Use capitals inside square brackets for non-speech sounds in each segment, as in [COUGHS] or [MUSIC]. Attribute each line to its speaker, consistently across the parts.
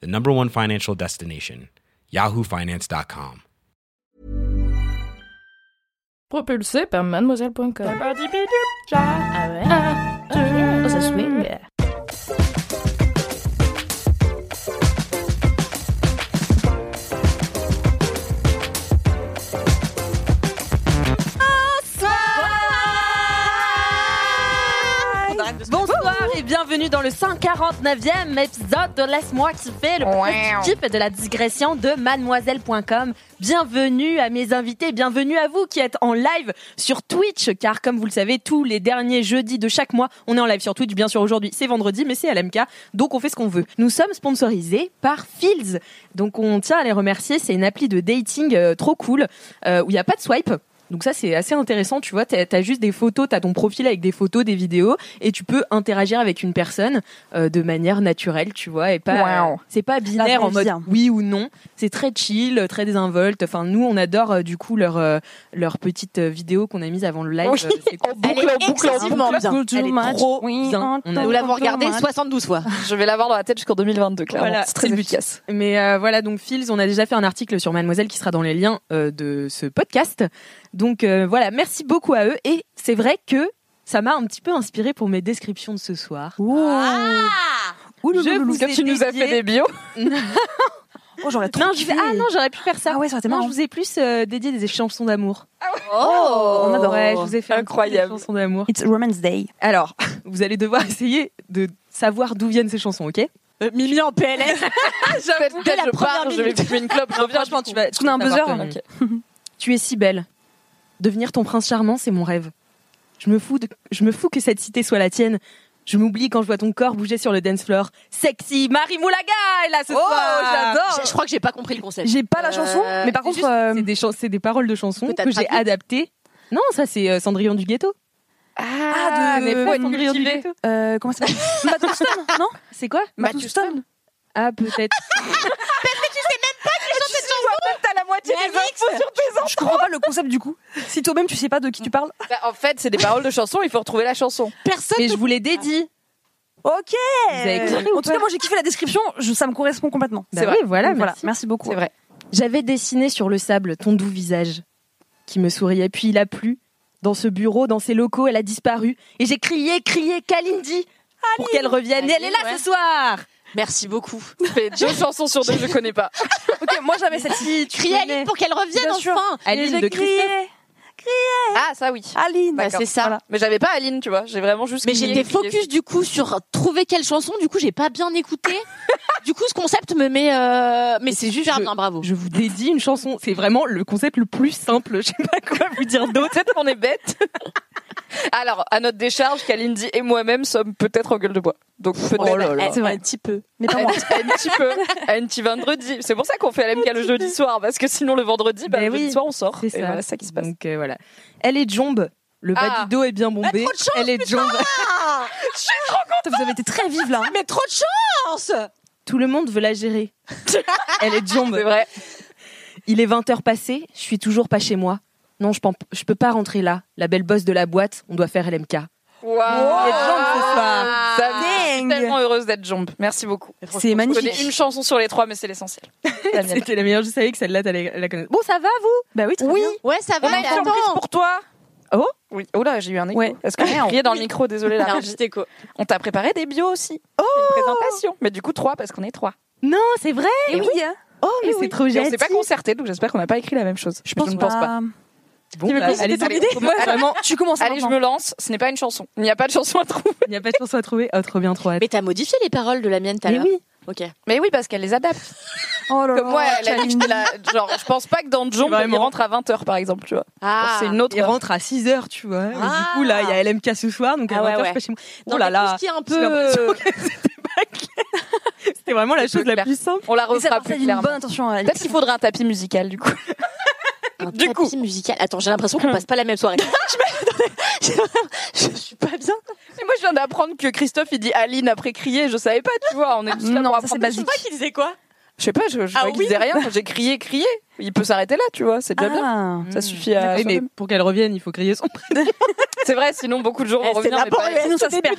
Speaker 1: the number one financial destination, yahoofinance.com.
Speaker 2: Propulsé par mademoiselle.com. Ah ouais Oh, ça swing.
Speaker 3: Bonsoir et bienvenue dans le 149e épisode de Laisse-moi kiffer, le podcast du kiff et de la digression de mademoiselle.com. Bienvenue à mes invités, bienvenue à vous qui êtes en live sur Twitch, car comme vous le savez, tous les derniers jeudis de chaque mois, on est en live sur Twitch. Bien sûr, aujourd'hui, c'est vendredi, mais c'est LMK, donc on fait ce qu'on veut. Nous sommes sponsorisés par Fields, donc on tient à les remercier. C'est une appli de dating euh, trop cool, euh, où il n'y a pas de swipe. Donc ça c'est assez intéressant, tu vois, t'as as juste des photos, t'as ton profil avec des photos, des vidéos, et tu peux interagir avec une personne euh, de manière naturelle, tu vois, et pas
Speaker 4: Wow.
Speaker 3: c'est pas binaire
Speaker 4: vraie
Speaker 3: en mode
Speaker 4: vie, hein.
Speaker 3: oui ou non. C'est très chill, très désinvolte. Enfin nous on adore euh, du coup leur euh, leur petite euh, vidéo qu'on a mise avant le live.
Speaker 4: Oui.
Speaker 3: Euh,
Speaker 4: [LAUGHS]
Speaker 3: c'est cool.
Speaker 4: Elle est excessivement bien.
Speaker 3: Elle est trop bien. On a-
Speaker 4: Nous l'avons regardée 72 fois. Je vais l'avoir dans la tête jusqu'en 2022, clairement.
Speaker 3: Voilà,
Speaker 4: c'est très
Speaker 3: c'est-
Speaker 4: efficace.
Speaker 3: Mais euh, voilà, donc Fils, on a déjà fait un article sur Mademoiselle qui sera dans les liens euh, de ce podcast. Donc euh, voilà, merci beaucoup à eux. Et c'est vrai que ça m'a un petit peu inspiré pour mes descriptions de ce soir. Je vous
Speaker 4: Comme
Speaker 3: ai
Speaker 4: tu nous as
Speaker 3: dédié-
Speaker 4: fait des bios.
Speaker 5: Oh, j'aurais
Speaker 3: Non, je vais- Ah non, j'aurais pu faire ça.
Speaker 5: Ah ouais, ça aurait été
Speaker 3: non,
Speaker 5: marrant.
Speaker 3: je vous ai plus euh, dédié des chansons d'amour.
Speaker 4: Oh,
Speaker 3: On adorait, je vous ai fait un petit peu des
Speaker 4: Incroyable.
Speaker 3: chansons d'amour.
Speaker 5: It's Romance Day.
Speaker 3: Alors, [LAUGHS] vous allez devoir essayer de savoir d'où viennent ces chansons, ok
Speaker 5: Mimi en PLS.
Speaker 4: Peut-être
Speaker 5: dès la
Speaker 4: je pars,
Speaker 5: première
Speaker 4: je vais
Speaker 5: minute.
Speaker 4: fumer une clope, je reviens,
Speaker 3: Franchement, tu vas.
Speaker 5: Est-ce qu'on a un buzzer
Speaker 3: Ok. hein. [LAUGHS] Tu es si belle. Devenir ton prince charmant, c'est mon rêve. Je me fous, de- je me fous que cette cité soit la tienne. Je m'oublie quand je vois ton corps bouger sur le dance floor. Sexy Marie Moulaga est là ce
Speaker 4: Oh, j'adore.
Speaker 3: j'adore
Speaker 4: Je
Speaker 5: crois que j'ai pas compris le concept.
Speaker 3: J'ai pas la
Speaker 4: Euh,
Speaker 3: chanson, mais par
Speaker 4: c'est
Speaker 3: contre,
Speaker 4: juste-
Speaker 3: euh, c'est des, chan- c'est des paroles de chansons
Speaker 5: Que t'as
Speaker 3: que j'ai
Speaker 5: traduites.
Speaker 3: adaptées. Non, ça c'est euh, Cendrillon du ghetto.
Speaker 4: Ah,
Speaker 3: mais
Speaker 4: mais
Speaker 3: pas
Speaker 4: faut être
Speaker 3: Cendrillon du
Speaker 4: cultivé.
Speaker 3: ghetto.
Speaker 5: Euh, comment ça s'appelle Matt Stone, non
Speaker 3: C'est quoi
Speaker 5: Matt Stone.
Speaker 3: Bah, Ah peut-être.
Speaker 4: T'as la moitié des infos sur tes
Speaker 5: Je comprends pas le concept du coup. Si toi-même tu sais pas de qui tu parles.
Speaker 4: Bah, En fait, c'est des paroles de chansons, il faut retrouver la chanson.
Speaker 5: Personne.
Speaker 3: mais je vous l'ai dédie.
Speaker 5: Ok.
Speaker 3: avez compris ou
Speaker 5: En tout
Speaker 3: pas
Speaker 5: cas, moi j'ai kiffé la description. Je- ça me correspond complètement.
Speaker 3: Bah oui, voilà,
Speaker 5: Donc,
Speaker 3: merci.
Speaker 5: beaucoup.
Speaker 4: C'est vrai.
Speaker 3: J'avais dessiné sur le sable ton doux visage qui me souriait, puis il a plu. Dans ce bureau, dans ces locaux, elle a disparu. Et j'ai crié, crié, Kalindi pour qu'elle revienne. Et elle est là
Speaker 5: ouais.
Speaker 3: ce soir
Speaker 5: Merci beaucoup.
Speaker 4: Ça fait deux chansons sur deux, je connais pas.
Speaker 5: ok, moi j'avais cette fille.
Speaker 6: Crier à Aline pour qu'elle revienne
Speaker 5: Bien sûr.
Speaker 6: enfin.
Speaker 3: Aline de Christophe.
Speaker 4: Ah, ça oui.
Speaker 5: Aline.
Speaker 4: D'accord.
Speaker 6: c'est ça.
Speaker 5: Voilà.
Speaker 4: Mais j'avais pas Aline, tu vois. J'ai vraiment juste.
Speaker 6: Mais
Speaker 4: cliqué,
Speaker 6: j'étais
Speaker 4: cliqué.
Speaker 6: focus du coup sur trouver quelle chanson. Du coup, j'ai pas bien [LAUGHS] écouté. du coup, ce concept me met. euh, Mais c'est juste. bien, bravo.
Speaker 3: Je vous dédie une chanson. C'est vraiment le concept le plus simple. [LAUGHS] Je sais pas quoi vous dire d'autre.
Speaker 4: Peut-être qu'on est bête. [LAUGHS] Alors, à notre décharge, Kalindi et moi-même sommes peut-être en gueule de bois. Donc peut-être
Speaker 6: Oh
Speaker 5: C'est vrai. Un petit peu. Mais pas
Speaker 4: un [LAUGHS]
Speaker 5: moi.
Speaker 4: petit- un petit peu, un petit vendredi. C'est pour ça qu'on fait LMK le jeudi soir, parce que sinon le vendredi, bah,
Speaker 3: Ben
Speaker 4: le
Speaker 3: oui,
Speaker 4: jeudi soir on sort.
Speaker 3: c'est
Speaker 4: Et
Speaker 3: ça.
Speaker 4: voilà, c'est ça qui se passe.
Speaker 3: Donc euh, voilà. Elle est jombe. Le bas
Speaker 4: Ah.
Speaker 3: du dos est bien bombé. Elle est jombe. [LAUGHS]
Speaker 5: Vous avez été très vive là. hein.
Speaker 6: Mais trop de chance.
Speaker 3: Tout le monde veut la gérer. [LAUGHS] Elle est jombe.
Speaker 4: C'est vrai.
Speaker 3: Il est 20h passé, je suis toujours pas chez moi. Non, je, pen- je peux pas rentrer là. La belle bosse de la boîte, on doit faire LMK.
Speaker 4: Waouh.
Speaker 5: Oh,
Speaker 3: Elle est jombe ce soir.
Speaker 4: Ah, Ça me- je suis
Speaker 5: Dingue.
Speaker 4: tellement heureuse d'être jombe. Merci beaucoup.
Speaker 5: C'est
Speaker 4: Je
Speaker 5: magnifique.
Speaker 4: connais une chanson sur les trois, mais c'est l'essentiel. Daniel.
Speaker 3: [LAUGHS] C'était la meilleure, je savais que celle-là, t'allais la connaître. Bon, ça va, vous
Speaker 5: Bah oui. très bien.
Speaker 6: Ouais, ça va.
Speaker 4: On a une
Speaker 6: mais
Speaker 4: surprise
Speaker 6: attends.
Speaker 4: pour toi.
Speaker 3: Oh
Speaker 4: Oui. Oh là, j'ai eu un écho.
Speaker 5: Ouais.
Speaker 4: Est-ce que j'ai crié dans le micro Désolée. La
Speaker 6: Non,
Speaker 4: régie.
Speaker 6: je t'écho.
Speaker 4: On t'a préparé des bios aussi. Oh une présentation. Mais du coup, trois, parce qu'on est trois.
Speaker 3: Non, c'est vrai
Speaker 5: Eh oui. hein.
Speaker 3: Oh, mais
Speaker 4: Et
Speaker 3: c'est
Speaker 4: oui.
Speaker 3: trop
Speaker 4: Et On
Speaker 3: gentil
Speaker 4: s'est pas concerté, donc j'espère qu'on n'a pas écrit la même chose.
Speaker 5: Je pense
Speaker 4: ne pense pas. Ah,
Speaker 3: Bon, bah, allez,
Speaker 4: ton
Speaker 3: allez,
Speaker 4: idée
Speaker 3: comment-
Speaker 4: [LAUGHS]
Speaker 3: vraiment,
Speaker 5: Oh, Tu commences
Speaker 4: Allez, je me lance. Ce n'est pas une chanson. Il n'y a pas de chanson à trouver.
Speaker 3: il n'y a pas de chance à trouver. Oh, trop bien, trop hâte.
Speaker 6: Mais t'as modifié les paroles de la mienne tout à
Speaker 3: Mais
Speaker 6: l'heure.
Speaker 3: oui,
Speaker 6: Ok.
Speaker 4: Mais oui, parce qu'elle les adapte.
Speaker 5: Oh
Speaker 4: Comme
Speaker 5: là là,
Speaker 4: moi, elle a dit que
Speaker 5: Kalindi.
Speaker 4: j'étais là. Genre, je pense pas que dans Jump, il
Speaker 3: Vraiment.
Speaker 4: rentre à 20h, par exemple, tu vois.
Speaker 6: Ah.
Speaker 4: C'est une autre.
Speaker 3: il rentre à 6h, tu vois. Et
Speaker 6: Ah.
Speaker 3: du coup, là, il y a LMK ce soir, donc à
Speaker 6: Ah ouais,
Speaker 3: 20h, je
Speaker 6: ouais.
Speaker 3: suis pas chez moi.
Speaker 6: Non,
Speaker 3: oh là
Speaker 6: mais Tout
Speaker 3: là [LAUGHS]
Speaker 6: ce qui est un
Speaker 3: J'ai
Speaker 6: peu.
Speaker 3: l'impression que c'était pas clair.
Speaker 7: C'était vraiment la
Speaker 4: C'est
Speaker 7: chose
Speaker 4: plus
Speaker 7: la
Speaker 4: clair.
Speaker 7: plus simple.
Speaker 4: On la
Speaker 5: Mais ça
Speaker 4: refera
Speaker 5: part ça
Speaker 4: plus
Speaker 5: d'une bonne
Speaker 4: clairement.
Speaker 5: intention. à la
Speaker 4: Peut-être qu'il faudrait un tapis musical du coup.
Speaker 6: euh, Un
Speaker 4: Du
Speaker 6: tapis
Speaker 4: coup.
Speaker 6: musical. Attends, j'ai l'impression qu'on passe pas la même soirée. je, me- attendez, [LAUGHS] je je suis pas bien.
Speaker 4: [LAUGHS] Mais moi je viens d'apprendre que Christophe il dit Aline après crier, je savais pas, tu vois, on est juste là
Speaker 5: Non,
Speaker 4: pour
Speaker 5: ça,
Speaker 4: apprendre
Speaker 5: c'est
Speaker 4: des
Speaker 5: basique.
Speaker 4: choses.
Speaker 7: Toi qui disais quoi
Speaker 4: Je sais pas, je, je
Speaker 7: Ah
Speaker 4: croyais qu'il
Speaker 7: oui.
Speaker 4: disait rien, j'ai crié, crié. Il peut s'arrêter là, tu vois, c'est déjà bien.
Speaker 5: Ah.
Speaker 4: Ça suffit à.
Speaker 7: Oui, mais pour qu'elle revienne, il faut crier son
Speaker 4: Eh, C'est vrai, sinon beaucoup de jours vont revenir. mais pas-
Speaker 7: Sinon, ça se perd.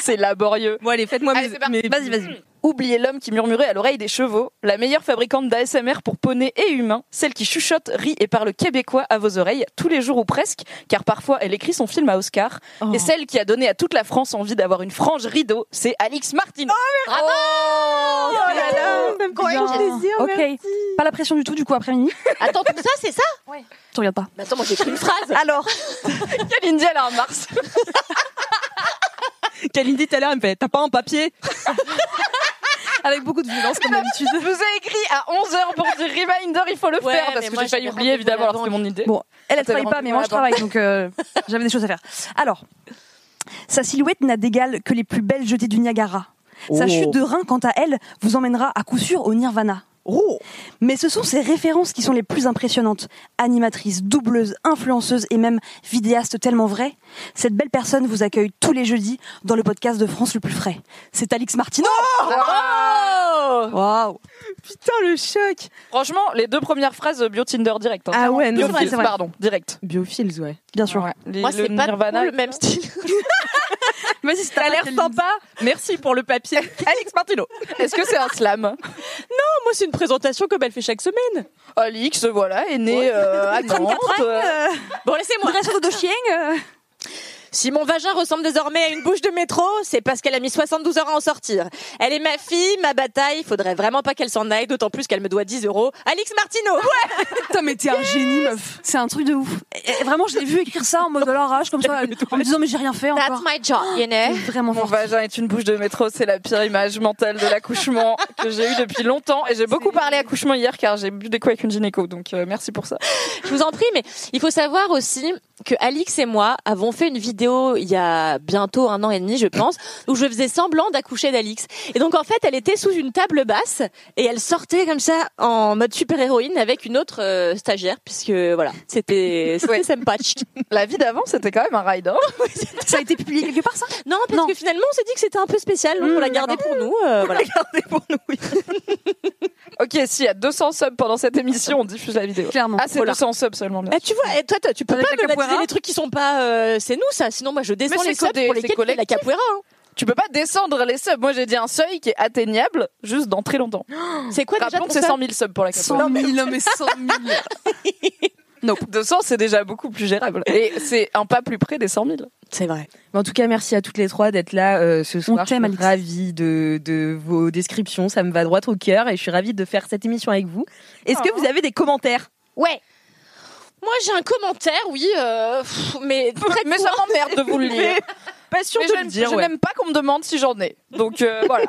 Speaker 4: C'est laborieux.
Speaker 7: Bon, allez, faites-moi
Speaker 4: Allez,
Speaker 7: mes-
Speaker 4: c'est parti.
Speaker 7: mes-
Speaker 4: Vas-y, vas-y. Oubliez l'homme qui murmurait à l'oreille des chevaux, la meilleure fabricante d'ASMR pour poney et humains, celle qui chuchote, rit et parle québécois à vos oreilles tous les jours ou presque, car parfois elle écrit son film à Oscar, et celle qui a donné à toute la France envie d'avoir une frange rideau, c'est Alix Martineau. Oh, Bravo
Speaker 3: Oh
Speaker 5: Ok. Pas la pression du tout, du coup, après-midi.
Speaker 6: Attends, tout ça, c'est ça
Speaker 5: Tu regardes pas.
Speaker 6: Mais attends, moi j'ai pris une phrase.
Speaker 5: Alors,
Speaker 4: Kalindi, elle a un [LAUGHS] Mars.
Speaker 7: Kalindi, tout à l'heure, elle me fait T'as pas un
Speaker 3: [LAUGHS]
Speaker 7: papier
Speaker 5: avec beaucoup de violence, comme d'habitude.
Speaker 4: Je vous ai écrit à 11h pour dire reminder, il faut le
Speaker 6: Ouais,
Speaker 4: faire,
Speaker 6: mais
Speaker 4: parce que
Speaker 6: moi,
Speaker 4: j'ai failli
Speaker 6: j'avais
Speaker 4: oublier
Speaker 6: rendez-vous à la
Speaker 4: évidemment, alors c'était mon idée.
Speaker 5: Bon, elle,
Speaker 4: Ah,
Speaker 5: elle travaille
Speaker 4: t'avais
Speaker 5: pas,
Speaker 4: rendu
Speaker 5: mais moi,
Speaker 4: la
Speaker 5: je travaille, donc euh, j'avais des choses à faire. Alors, sa silhouette n'a d'égal que les plus belles jetées du Niagara. Sa chute de rein, quant à elle, vous emmènera à coup sûr au Nirvana. Mais ce sont ses références qui sont les plus impressionnantes. Animatrice, doubleuse, influenceuse et même vidéaste tellement vraie, cette belle personne vous accueille tous les jeudis dans le podcast de France le plus frais. C'est Alix Martineau Waouh
Speaker 7: Putain, le choc
Speaker 4: Oh Franchement, les deux premières phrases euh, bio Tinder direct. hein.
Speaker 7: Ah ouais, non,
Speaker 5: c'est vrai,
Speaker 4: Biofils,
Speaker 5: c'est vrai.
Speaker 4: pardon, direct.
Speaker 7: Biofields, ouais.
Speaker 5: Bien sûr.
Speaker 4: Les-
Speaker 6: Moi,
Speaker 4: le
Speaker 6: c'est pas
Speaker 4: Nirvana.
Speaker 6: le même style.
Speaker 5: Vas-y, si
Speaker 7: T'as
Speaker 5: pas
Speaker 7: l'air
Speaker 5: quel-
Speaker 7: sympa Merci pour le
Speaker 3: [LAUGHS]
Speaker 7: papier. Alex Martino.
Speaker 4: Est-ce que c'est un slam
Speaker 7: Moi, c'est une présentation comme elle fait chaque semaine.
Speaker 4: Alix, voilà, est née
Speaker 7: [LAUGHS]
Speaker 4: euh, à Nantes. euh,
Speaker 6: Bon, laissez-moi.
Speaker 5: Dresseur de Dauphine, euh,
Speaker 6: [LAUGHS] Si mon vagin ressemble désormais à une bouche de métro, c'est parce qu'elle a mis 72 heures à en sortir. Elle est ma fille, ma bataille, faudrait vraiment pas qu'elle s'en aille, d'autant plus qu'elle me doit 10 euros. Alix Martineau
Speaker 5: [LAUGHS] Putain, mais t'es un génie, meuf. C'est un truc de ouf. Et- et vraiment, je l'ai vu écrire ça en mode oh à l'arrache, comme ça, en me disant, mais j'ai rien fait
Speaker 6: That's
Speaker 5: encore.
Speaker 6: my job, you
Speaker 5: Elle
Speaker 6: know
Speaker 5: est Vraiment
Speaker 4: Mon
Speaker 5: fort.
Speaker 4: vagin est une bouche de métro, c'est la pire image mentale de l'accouchement [LAUGHS] que j'ai eue depuis longtemps. Et j'ai beaucoup parlé accouchement hier car j'ai bu des coups avec une gynéco, donc euh, merci pour ça.
Speaker 6: Je vous en prie, mais il faut savoir aussi que Alix et moi avons fait une vidéo il y a bientôt un an et demi, je pense, où je faisais semblant d'accoucher d'Alix. Et donc, en fait, elle était sous une table basse et elle sortait comme ça en mode super-héroïne avec une autre euh, stagiaire, puisque voilà, c'était c'était sympathique.
Speaker 4: La vie d'avant, c'était quand même un hein. rider.
Speaker 5: Ça a été publié quelque part, ça
Speaker 6: Non, parce
Speaker 5: Non.
Speaker 6: que finalement, on s'est dit que c'était un peu spécial, donc on l'a gardé pour nous. euh, voilà.
Speaker 4: Ok, si, à 200 subs pendant cette émission, on diffuse la vidéo.
Speaker 5: Clairement.
Speaker 4: Ah, c'est 200 subs seulement, bien
Speaker 6: Eh, tu vois, eh, toi, t'as- tu peux
Speaker 5: Avec
Speaker 6: pas
Speaker 5: la
Speaker 6: me baptiser
Speaker 5: capoeira.
Speaker 6: les trucs qui sont pas, euh, c'est nous ça. Sinon, moi, je descends
Speaker 4: c'est
Speaker 6: les subs
Speaker 4: que des-
Speaker 6: pour
Speaker 4: c'est
Speaker 6: lesquels tu fais de la
Speaker 4: collectif.
Speaker 6: capoeira. hein.
Speaker 4: Tu peux pas descendre les subs. Moi, j'ai dit un seuil qui est atteignable juste dans très longtemps.
Speaker 6: C'est quoi déjà
Speaker 4: Rappelons
Speaker 6: ton
Speaker 4: que c'est
Speaker 6: sub
Speaker 4: 100 000 subs pour la
Speaker 5: 100 000, mais 100
Speaker 4: [LAUGHS]
Speaker 5: 000.
Speaker 4: Non, [LAUGHS] 200, c'est déjà beaucoup plus gérable. Et c'est un pas plus près des 100 000.
Speaker 6: C'est vrai.
Speaker 3: Mais en tout cas, merci à toutes les trois d'être là euh, ce soir.
Speaker 5: t'aime,
Speaker 3: je
Speaker 5: Alix.
Speaker 3: suis ravie de, de vos descriptions, ça me va droit au cœur et je suis ravie de faire cette émission avec vous. Est-ce
Speaker 7: Oh.
Speaker 3: que vous avez des commentaires
Speaker 6: Ouais. Moi, j'ai un commentaire, oui, euh, pff,
Speaker 4: [LAUGHS]
Speaker 6: mais très
Speaker 4: Mais ça m'emmerde de vous le lire. [LAUGHS]
Speaker 3: Pas sûr
Speaker 4: Mais
Speaker 3: de
Speaker 4: je
Speaker 3: le
Speaker 4: n'aime-
Speaker 3: dire.
Speaker 4: je
Speaker 3: ouais.
Speaker 4: n'aime pas qu'on me demande si j'en ai. Donc [LAUGHS] euh, voilà.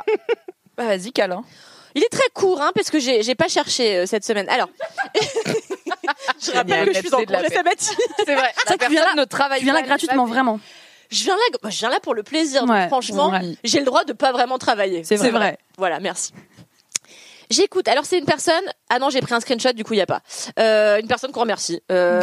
Speaker 4: Bah, Vas-y, câlin.
Speaker 6: [LAUGHS] Il est très court, hein, parce que j'ai j'ai pas cherché euh, cette semaine. Alors, Ah, je rappelle
Speaker 4: Génial,
Speaker 6: que je suis en
Speaker 4: c'est de la
Speaker 6: congé
Speaker 4: paix.
Speaker 6: sabbatique.
Speaker 4: [LAUGHS] C'est vrai.
Speaker 5: Ça, tu viens là-
Speaker 4: ne travaille
Speaker 5: Tu viens là
Speaker 4: pas,
Speaker 5: gratuitement,
Speaker 4: mais-
Speaker 5: vraiment.
Speaker 6: Je viens là, moi, je viens là pour le plaisir. donc
Speaker 5: Ouais,
Speaker 6: franchement,
Speaker 5: c'est vrai.
Speaker 6: j'ai le droit de pas vraiment travailler.
Speaker 3: C'est vrai.
Speaker 6: Voilà, merci. J'écoute. Alors c'est une personne. Ah non, j'ai pris un screenshot, du coup il y a pas. Euh, une personne qu'on remercie.
Speaker 4: [LAUGHS]
Speaker 6: Euh,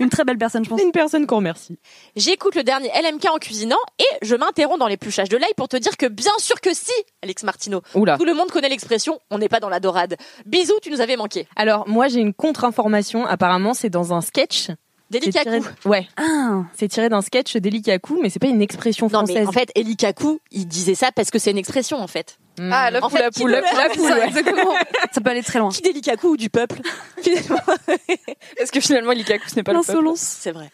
Speaker 5: Une très belle personne, je pense.
Speaker 3: C'est une personne qu'on remercie.
Speaker 6: J'écoute le dernier LMK en cuisinant et je m'interromps dans l'épluchage de l'ail pour te dire que bien sûr que si, Alex Martino.
Speaker 4: Ah.
Speaker 3: Oula.
Speaker 6: Tout le monde connaît l'expression on n'est pas dans la dorade. Bisous, tu nous avais manqué.
Speaker 3: Alors, moi, j'ai une contre-information. Apparemment, c'est dans un sketch. C'est
Speaker 6: Délicat
Speaker 3: tiré-
Speaker 6: coup.
Speaker 3: Ouais,
Speaker 5: Ah,
Speaker 3: c'est tiré d'un sketch délicat coup, mais c'est pas une expression
Speaker 6: Non
Speaker 3: française.
Speaker 6: mais en fait, Eli Kaku, il disait ça parce que c'est une expression en fait.
Speaker 3: Hmm.
Speaker 4: Ah, l'œuf
Speaker 6: En
Speaker 4: ou
Speaker 6: fait,
Speaker 4: la
Speaker 6: qui
Speaker 4: poule.
Speaker 6: le-
Speaker 4: l'œuf ou la poule, ouais.
Speaker 5: exactement. Ça peut aller très loin.
Speaker 6: Qui Delikaku ou du peuple Finalement,
Speaker 4: Parce que finalement, l'Ikaku, ce n'est pas le peuple.
Speaker 5: L'insolence.
Speaker 6: [LAUGHS] c'est vrai.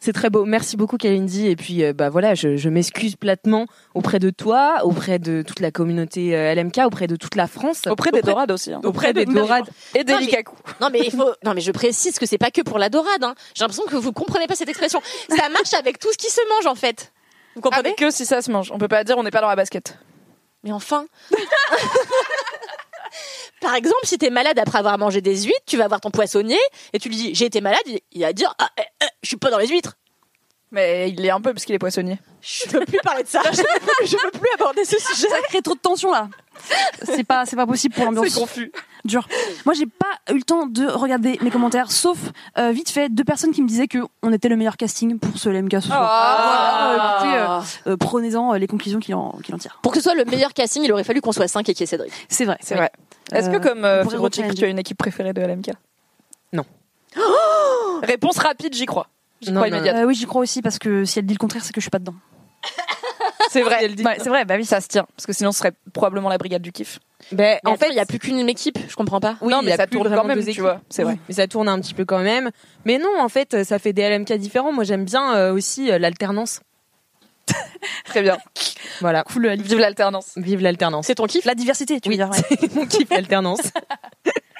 Speaker 3: C'est très beau. Merci beaucoup, Kalindi. Et puis, euh, bah voilà, je, je m'excuse platement auprès de toi, auprès de toute la communauté euh, LMK, auprès de toute la France.
Speaker 4: Auprès des dorades aussi. hein.
Speaker 3: auprès des dorades.
Speaker 4: Et des
Speaker 6: Non, mais-
Speaker 4: Likaku.
Speaker 6: Non mais il faut non mais je précise que c'est pas que pour la dorade hein. J'ai l'impression que vous comprenez pas cette expression. Ça marche avec tout ce qui se mange en fait. Vous comprenez
Speaker 4: Avec eux, si ça se mange. On peut pas dire on n'est pas dans la basket.
Speaker 6: Mais enfin [LAUGHS] Par exemple, si t'es malade après avoir mangé des huîtres, tu vas voir ton poissonnier et tu lui dis j'ai été malade, il va dire ah, eh, eh, je suis pas dans les huîtres.
Speaker 4: Mais il est un peu parce qu'il est poissonnier.
Speaker 6: Je peux plus parler de ça. [LAUGHS] Je peux plus, je peux plus aborder ce sujet.
Speaker 5: Ça crée trop de tension là. C'est pas, c'est pas possible pour l'ambiance.
Speaker 4: C'est confus.
Speaker 5: Dur. Moi, j'ai pas eu le temps de regarder mes commentaires, sauf euh, vite fait deux personnes qui me disaient que on était le meilleur casting pour ce LMK ce soir.
Speaker 4: Ah.
Speaker 5: Voilà, écoutez, euh, euh, prenez-en euh, les conclusions qu'il en, qu'il en tire.
Speaker 6: Pour que ce soit le meilleur casting, il aurait fallu qu'on soit 5 et qu'il y ait Cédric.
Speaker 5: C'est vrai.
Speaker 4: C'est vrai. Est-ce que
Speaker 5: Euh,
Speaker 4: comme euh,
Speaker 5: on pourrait
Speaker 4: Fibre Tigre,
Speaker 5: rechallenger.
Speaker 4: tu as une équipe préférée de LMK
Speaker 3: Non.
Speaker 4: Oh Réponse rapide, j'y crois. J'y
Speaker 3: Non,
Speaker 4: crois
Speaker 3: non,
Speaker 4: immédiatement.
Speaker 5: Euh, oui, j'y crois aussi parce que si elle dit le contraire, c'est que je suis pas dedans.
Speaker 4: C'est vrai. Ouais, c'est vrai, bah oui, ça se tient. Parce que sinon, ce serait probablement la brigade du kiff.
Speaker 3: Ben,
Speaker 6: Mais
Speaker 3: en fait,
Speaker 6: il n'y a plus qu'une équipe, je comprends pas.
Speaker 3: oui,
Speaker 4: non,
Speaker 3: il y
Speaker 4: mais
Speaker 3: a
Speaker 4: ça
Speaker 3: plus
Speaker 4: tourne
Speaker 3: vraiment
Speaker 4: quand même,
Speaker 3: deux
Speaker 4: tu
Speaker 3: équipes.
Speaker 4: vois. C'est vrai.
Speaker 3: Mais ça tourne un petit peu quand même. Mais non, en fait, ça fait des LMK différents. Moi, j'aime bien euh, aussi euh, l'alternance.
Speaker 4: Très bien.
Speaker 3: Voilà.
Speaker 5: Cool, Ali.
Speaker 4: Vive l'alternance.
Speaker 3: Vive
Speaker 4: [LAUGHS]
Speaker 3: l'alternance.
Speaker 6: C'est ton kiff
Speaker 5: La diversité, tu veux dire. ouais.
Speaker 3: Mon kiff, l'alternance.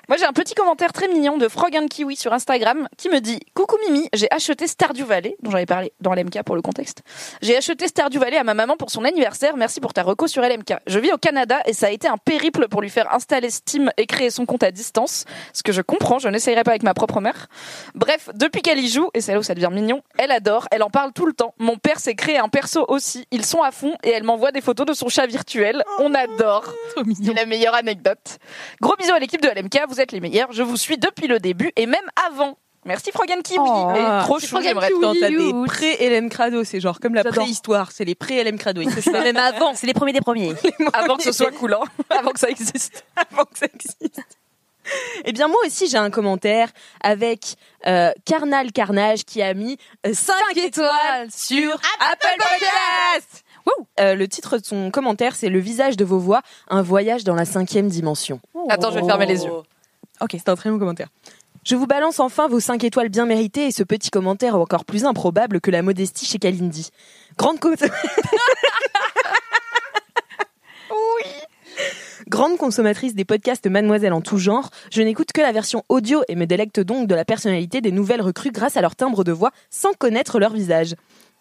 Speaker 4: Moi, j'ai un petit commentaire très mignon de Frog and Kiwi sur Instagram qui me dit Coucou Mimi, j'ai acheté Stardew Valley, dont j'avais parlé dans LMK pour le contexte. J'ai acheté Stardew Valley à ma maman pour son anniversaire. Merci pour ta reco sur LMK. Je vis au Canada et ça a été un périple pour lui faire installer Steam et créer son compte à distance. Ce que je comprends, je n'essayerai pas avec ma propre mère. Bref, depuis qu'elle y joue, et c'est là où ça devient mignon, elle adore, elle en parle tout le temps. Mon père s'est créé un perso aussi. Ils sont à fond et elle m'envoie des photos de son chat virtuel. On adore. C'est la meilleure anecdote. Gros bisous à l'équipe de LMK, vous êtes les meilleurs. Je vous suis depuis le début et même avant. Merci Frogan Kiwi.
Speaker 5: Oh.
Speaker 4: et trop chou,
Speaker 6: Frog and
Speaker 4: j'aimerais
Speaker 6: Kiwi.
Speaker 3: Quand t'as des
Speaker 6: Ouh.
Speaker 3: pré-LM Crado, c'est genre comme la
Speaker 5: J'adore.
Speaker 3: préhistoire, c'est les pré-LM Crado. Ils se savent [LAUGHS]
Speaker 6: Même avant.
Speaker 5: Bah, C'est les premiers des premiers.
Speaker 4: avant que ce soit coulant, avant que ça existe.
Speaker 3: avant que ça existe. Eh bien, moi aussi, j'ai un commentaire avec euh, Carnal Carnage qui a mis 5 étoiles sur Apple Podcast. Wouh Euh, le titre de son commentaire, c'est Le visage de vos voix, un voyage dans la cinquième dimension.
Speaker 4: Attends, je vais fermer les yeux.
Speaker 3: Ok, c'est un très bon commentaire. Je vous balance enfin vos 5 étoiles bien méritées et ce petit commentaire encore plus improbable que la modestie chez Kalindi. Grande [LAUGHS] co- Grande consommatrice des podcasts Mademoiselle en tout genre, je n'écoute que la version audio et me délecte donc de la personnalité des nouvelles recrues grâce à leur timbre de voix sans connaître leur visage.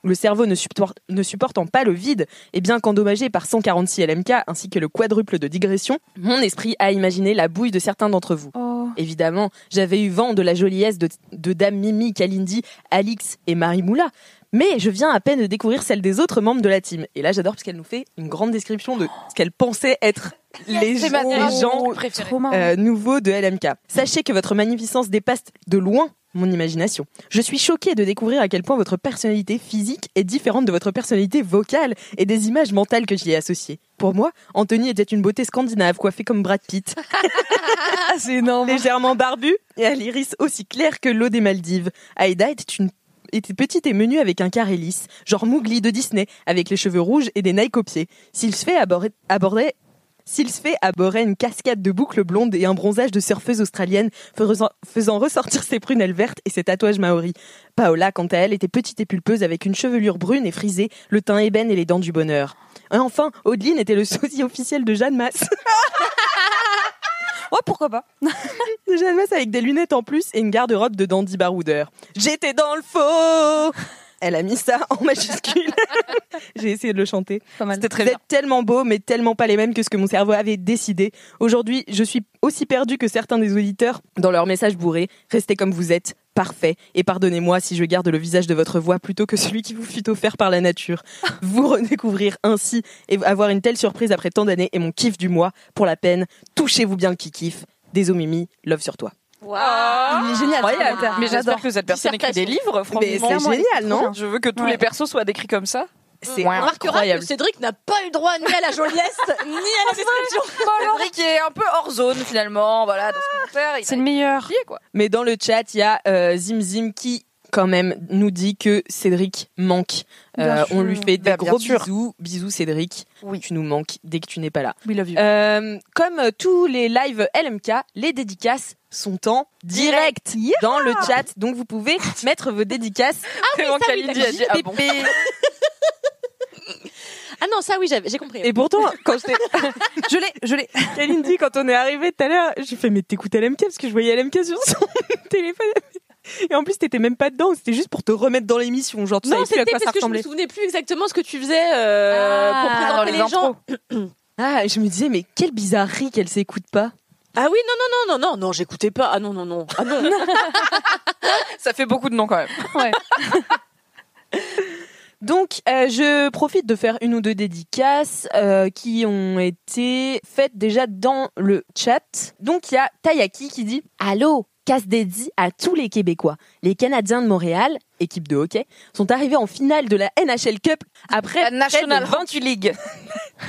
Speaker 3: Le cerveau ne, supporte- ne supportant pas le vide, et bien qu'endommagé par 146 LMK ainsi que le quadruple de digression, mon esprit a imaginé la bouille de certains d'entre vous.
Speaker 5: Oh.
Speaker 3: Évidemment, j'avais eu vent de la joliesse de, de Dame Mimi, Kalindi, Alix et Marie Moula. Mais je viens à peine de découvrir celle des autres membres de la team. Et là, j'adore parce qu'elle nous fait une grande description de ce qu'elle pensait être les,
Speaker 4: C'est ma
Speaker 3: les gens
Speaker 4: Oh, préférée.
Speaker 5: Trop marrant.
Speaker 3: euh, nouveau de LMK. Sachez que votre magnificence dépasse de loin mon imagination. Je suis choquée de découvrir à quel point votre personnalité physique est différente de votre personnalité vocale et des images mentales que j'y ai associées. Pour moi, Anthony était une beauté scandinave coiffée comme Brad Pitt. [LAUGHS] C'est énorme. Légèrement barbu et à l'iris aussi clair que l'eau des Maldives. Aïda était une était petite et menue avec un carré lisse, genre Mowgli de Disney, avec les cheveux rouges et des Nike aux pieds. S'il se fait aborder, aborder- s'il se fait aborder une cascade de boucles blondes et un bronzage de surfeuse australienne faisant, faisant ressortir ses prunelles vertes et ses tatouages maoris. Paola, quant à elle, était petite et pulpeuse avec une chevelure brune et frisée, le teint ébène et les dents du bonheur. Et enfin, Odeline était le [LAUGHS] sosie officiel de Jeanne Masse. [LAUGHS]
Speaker 5: Oh, pourquoi pas
Speaker 3: De Jeanne Masse avec des lunettes en plus et une garde-robe de dandy baroudeur. J'étais dans le faux Elle a mis ça en [LAUGHS] majuscule. J'ai essayé de le chanter.
Speaker 4: C'était très
Speaker 3: Vous
Speaker 4: bien.
Speaker 3: êtes tellement beaux, mais tellement pas les mêmes que ce que mon cerveau avait décidé. Aujourd'hui, je suis aussi perdue que certains des auditeurs dans leurs messages bourrés. Restez comme vous êtes, parfait. Et pardonnez-moi si je garde le visage de votre voix plutôt que celui qui vous fut offert par
Speaker 4: [LAUGHS]
Speaker 3: la nature. Vous redécouvrir ainsi et avoir une telle surprise après tant d'années et mon kiff du mois, pour la peine, touchez-vous bien le qui kiffe. Désolé Mimi, love sur toi.
Speaker 5: Il est génial.
Speaker 4: Ah. Incroyable.
Speaker 5: ce commentaire.
Speaker 4: Mais j'adore que cette personne écrit des livres,
Speaker 3: Mais
Speaker 4: franchement.
Speaker 3: c'est génial, non
Speaker 4: Je veux que tous
Speaker 5: Ouais.
Speaker 4: les persos soient décrits comme ça.
Speaker 3: C'est
Speaker 4: On
Speaker 6: On remarquera que
Speaker 3: incroyable.
Speaker 6: Cédric n'a pas eu droit ni à la joliesse, [LAUGHS] ni à la description.
Speaker 4: Cédric est un peu hors zone finalement, voilà, dans ce commentaire. il
Speaker 5: C'est
Speaker 4: a
Speaker 5: le meilleur.
Speaker 4: crié, quoi.
Speaker 3: Mais dans le chat, il y a euh, Zim Zim qui quand même nous dit que Cédric manque. Euh,
Speaker 5: Bien sûr.
Speaker 3: on lui fait des
Speaker 4: Bah, bien
Speaker 3: gros
Speaker 4: sûr.
Speaker 3: bisous. Bisous Cédric.
Speaker 4: Oui.
Speaker 3: Tu nous manques dès que tu n'es pas là.
Speaker 5: We love you.
Speaker 3: Euh, comme euh, tous les lives LMK, les dédicaces sont en direct dans le chat. Donc vous pouvez mettre vos dédicaces.
Speaker 4: C'est bon, Kalindi a dit, ah bon.
Speaker 6: Ah non, ça oui, j'avais- j'ai compris.
Speaker 3: Et pourtant, quand j'étais [LAUGHS]
Speaker 5: Je l'ai, je l'ai.
Speaker 3: Kalindi, quand on est arrivé tout à l'heure, j'ai fait, mais t'écoutes LMK parce que je voyais LMK sur son [LAUGHS] téléphone. Et en plus, t'étais même pas dedans, c'était juste pour te remettre dans l'émission. Genre, tu
Speaker 6: Non,
Speaker 3: savais plus à
Speaker 6: c'était
Speaker 3: quoi ça
Speaker 6: parce que je me
Speaker 3: ressemblait.
Speaker 6: souvenais plus exactement ce que tu faisais euh,
Speaker 4: Ah,
Speaker 6: pour
Speaker 4: dans
Speaker 6: présenter
Speaker 4: les
Speaker 6: les, gens.
Speaker 4: intros.
Speaker 3: Ah, je me disais, mais quelle bizarrerie qu'elle s'écoute pas.
Speaker 6: Ah oui, non, non, non, non, non, non, j'écoutais pas. Ah non, non, non. Ah non.
Speaker 4: Ça fait beaucoup de noms quand même.
Speaker 3: Donc, euh, je profite de faire une ou deux dédicaces euh, qui ont été faites déjà dans le chat. Donc, il y a Tayaki qui dit « Allô, casse dédié à tous les Québécois. Les Canadiens de Montréal, équipe de hockey, sont arrivés en finale de la NHL Cup après
Speaker 4: La National
Speaker 3: près de 20
Speaker 4: Hockey League.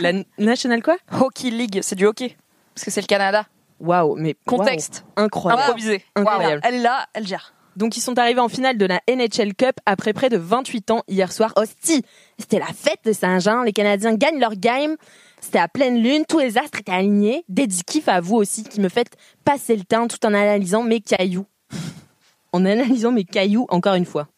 Speaker 3: La n- National quoi
Speaker 4: Hockey League, c'est du hockey. Parce que c'est le Canada.
Speaker 3: Waouh, mais waouh,
Speaker 4: Contexte.
Speaker 3: incroyable.
Speaker 4: Improvisé.
Speaker 3: Incroyable.
Speaker 5: Elle est là, elle gère.
Speaker 3: Donc ils sont arrivés en finale de la NHL Cup après près de 28 ans hier soir. Hostie, c'était la fête de Saint-Jean. Les Canadiens gagnent leur game. C'était à pleine lune, tous les astres étaient alignés. Dédi kiff à vous aussi qui me faites passer le temps tout en analysant mes cailloux. En analysant mes cailloux encore une fois.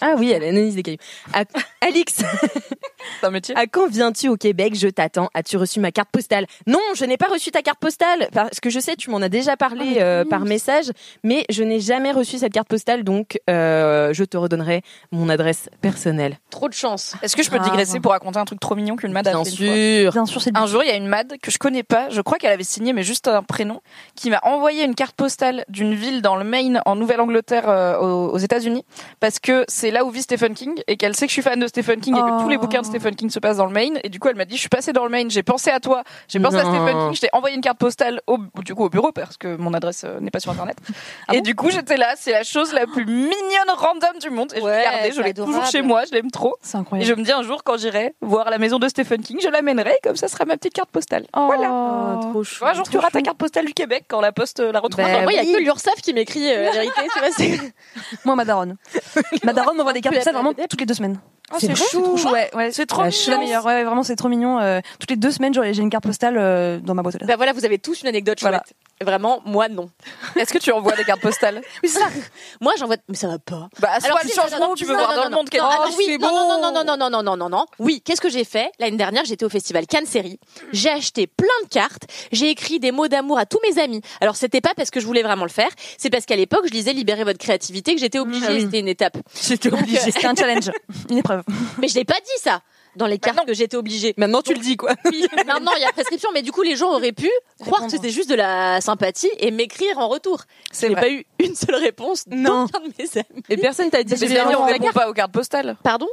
Speaker 3: Ah oui, elle analyse des cailloux. À- Alix,
Speaker 4: C'est un métier.
Speaker 3: à quand viens-tu au Québec Je t'attends. As-tu reçu ma carte postale Non, je n'ai pas reçu ta carte postale parce que je sais, tu m'en as déjà parlé euh, par message, mais je n'ai jamais reçu cette carte postale, donc euh, je te redonnerai mon adresse personnelle.
Speaker 6: Trop de chance.
Speaker 4: Est-ce que je peux
Speaker 5: Ah,
Speaker 4: digresser
Speaker 5: bon.
Speaker 4: pour raconter un truc trop mignon qu'une mad a
Speaker 3: Bien
Speaker 4: fait une fois
Speaker 3: sûr.
Speaker 5: Bien sûr, c'est
Speaker 4: Un jour, il y a une mad que je connais pas, je crois qu'elle avait signé, mais juste un prénom, qui m'a envoyé une carte postale d'une ville dans le Maine, en Nouvelle-Angleterre, euh, aux, aux États-Unis, parce que c'est là où vit Stephen King, et qu'elle sait que je suis fan de Stephen King, et que
Speaker 5: Oh.
Speaker 4: tous les bouquins de Stephen King se passent dans le Maine, et du coup, elle m'a dit, je suis passée dans le Maine, j'ai pensé à toi, j'ai pensé à
Speaker 3: Non.
Speaker 4: Stephen King, je t'ai envoyé une carte postale au, du coup, au bureau, parce que mon adresse euh, n'est pas sur
Speaker 6: [LAUGHS]
Speaker 4: Internet.
Speaker 6: Ah
Speaker 4: et du coup, j'étais là, c'est la chose la plus mignonne random du monde, et je
Speaker 6: Ouais,
Speaker 4: l'ai gardée, je
Speaker 6: c'est
Speaker 4: l'ai toujours
Speaker 6: adorable.
Speaker 4: chez moi, je l'aime trop.
Speaker 5: C'est
Speaker 4: Et
Speaker 5: incroyable.
Speaker 4: je me dis un jour, quand j'irai voir la maison de Stephen King, je l'amènerai, comme ça sera ma petite carte postale.
Speaker 5: Oh.
Speaker 4: Voilà.
Speaker 3: Oh,
Speaker 5: Voilà.
Speaker 4: Tu vois, un jour, tu auras ta carte postale du Québec quand la poste euh, la retrouvera.
Speaker 3: Bah,
Speaker 4: dans le
Speaker 6: Moi, il y a
Speaker 4: mail.
Speaker 6: que l'URSSAF qui m'écrit euh, la vérité. tu vois, c'est-
Speaker 5: Moi, ma [LAUGHS] daronne. ma daronne m'envoie des cartes
Speaker 6: Tu
Speaker 5: postales
Speaker 6: l'as
Speaker 5: vraiment toutes les deux semaines.
Speaker 4: Ah, c'est vrai,
Speaker 5: chou. Ouais, ouais, c'est trop
Speaker 3: La
Speaker 5: mignon. C'est la meilleure. Ouais, vraiment, c'est trop mignon. Euh, toutes les deux semaines, j'aurais- j'ai une carte postale euh, dans ma boîte aux [LAUGHS] lettres.
Speaker 6: [LAUGHS] Bah voilà, vous avez tous une anecdote chouette.
Speaker 4: Voilà.
Speaker 6: Vraiment, moi non.
Speaker 4: Est-ce que tu envoies des cartes postales
Speaker 6: Mais ça, moi j'envoie. Mais ça va Ah, pas.
Speaker 4: Bah, soit
Speaker 6: si,
Speaker 4: le
Speaker 6: non, non,
Speaker 4: changement
Speaker 6: non,
Speaker 4: que tu veux
Speaker 6: non,
Speaker 4: voir
Speaker 6: non,
Speaker 4: dans
Speaker 6: non,
Speaker 4: le monde,
Speaker 6: non,
Speaker 4: quel
Speaker 6: non,
Speaker 4: oh,
Speaker 6: alors oui,
Speaker 4: c'est
Speaker 6: non,
Speaker 4: beau.
Speaker 6: non, non, non, non, non, non, non, non, non. Oui, qu'est-ce que j'ai fait L'année dernière, j'étais au festival Cannes Série. J'ai acheté plein de cartes. J'ai écrit des mots d'amour à tous mes amis. Alors, c'était pas parce que je voulais vraiment le faire. C'est parce qu'à l'époque, je disais libérez votre créativité que j'étais obligée.
Speaker 5: Ah oui.
Speaker 6: C'était une étape.
Speaker 3: J'étais
Speaker 6: Donc,
Speaker 3: obligée.
Speaker 6: euh,
Speaker 5: C'était un challenge, [LAUGHS] une épreuve.
Speaker 6: mais je l'ai pas dit ça dans les cartes
Speaker 4: non.
Speaker 6: que j'étais obligée.
Speaker 3: Bah Maintenant tu le dis quoi
Speaker 6: Oui, maintenant il y a prescription, mais du coup les gens auraient pu croire que c'était juste de la sympathie et m'écrire en retour.
Speaker 4: C'est
Speaker 6: J'ai
Speaker 4: vrai.
Speaker 6: pas eu une seule réponse
Speaker 3: Non.
Speaker 6: d'aucun de mes amis.
Speaker 3: Et personne t'a dit.
Speaker 4: Mais les gens, on répond pas aux cartes postales.
Speaker 6: Pardon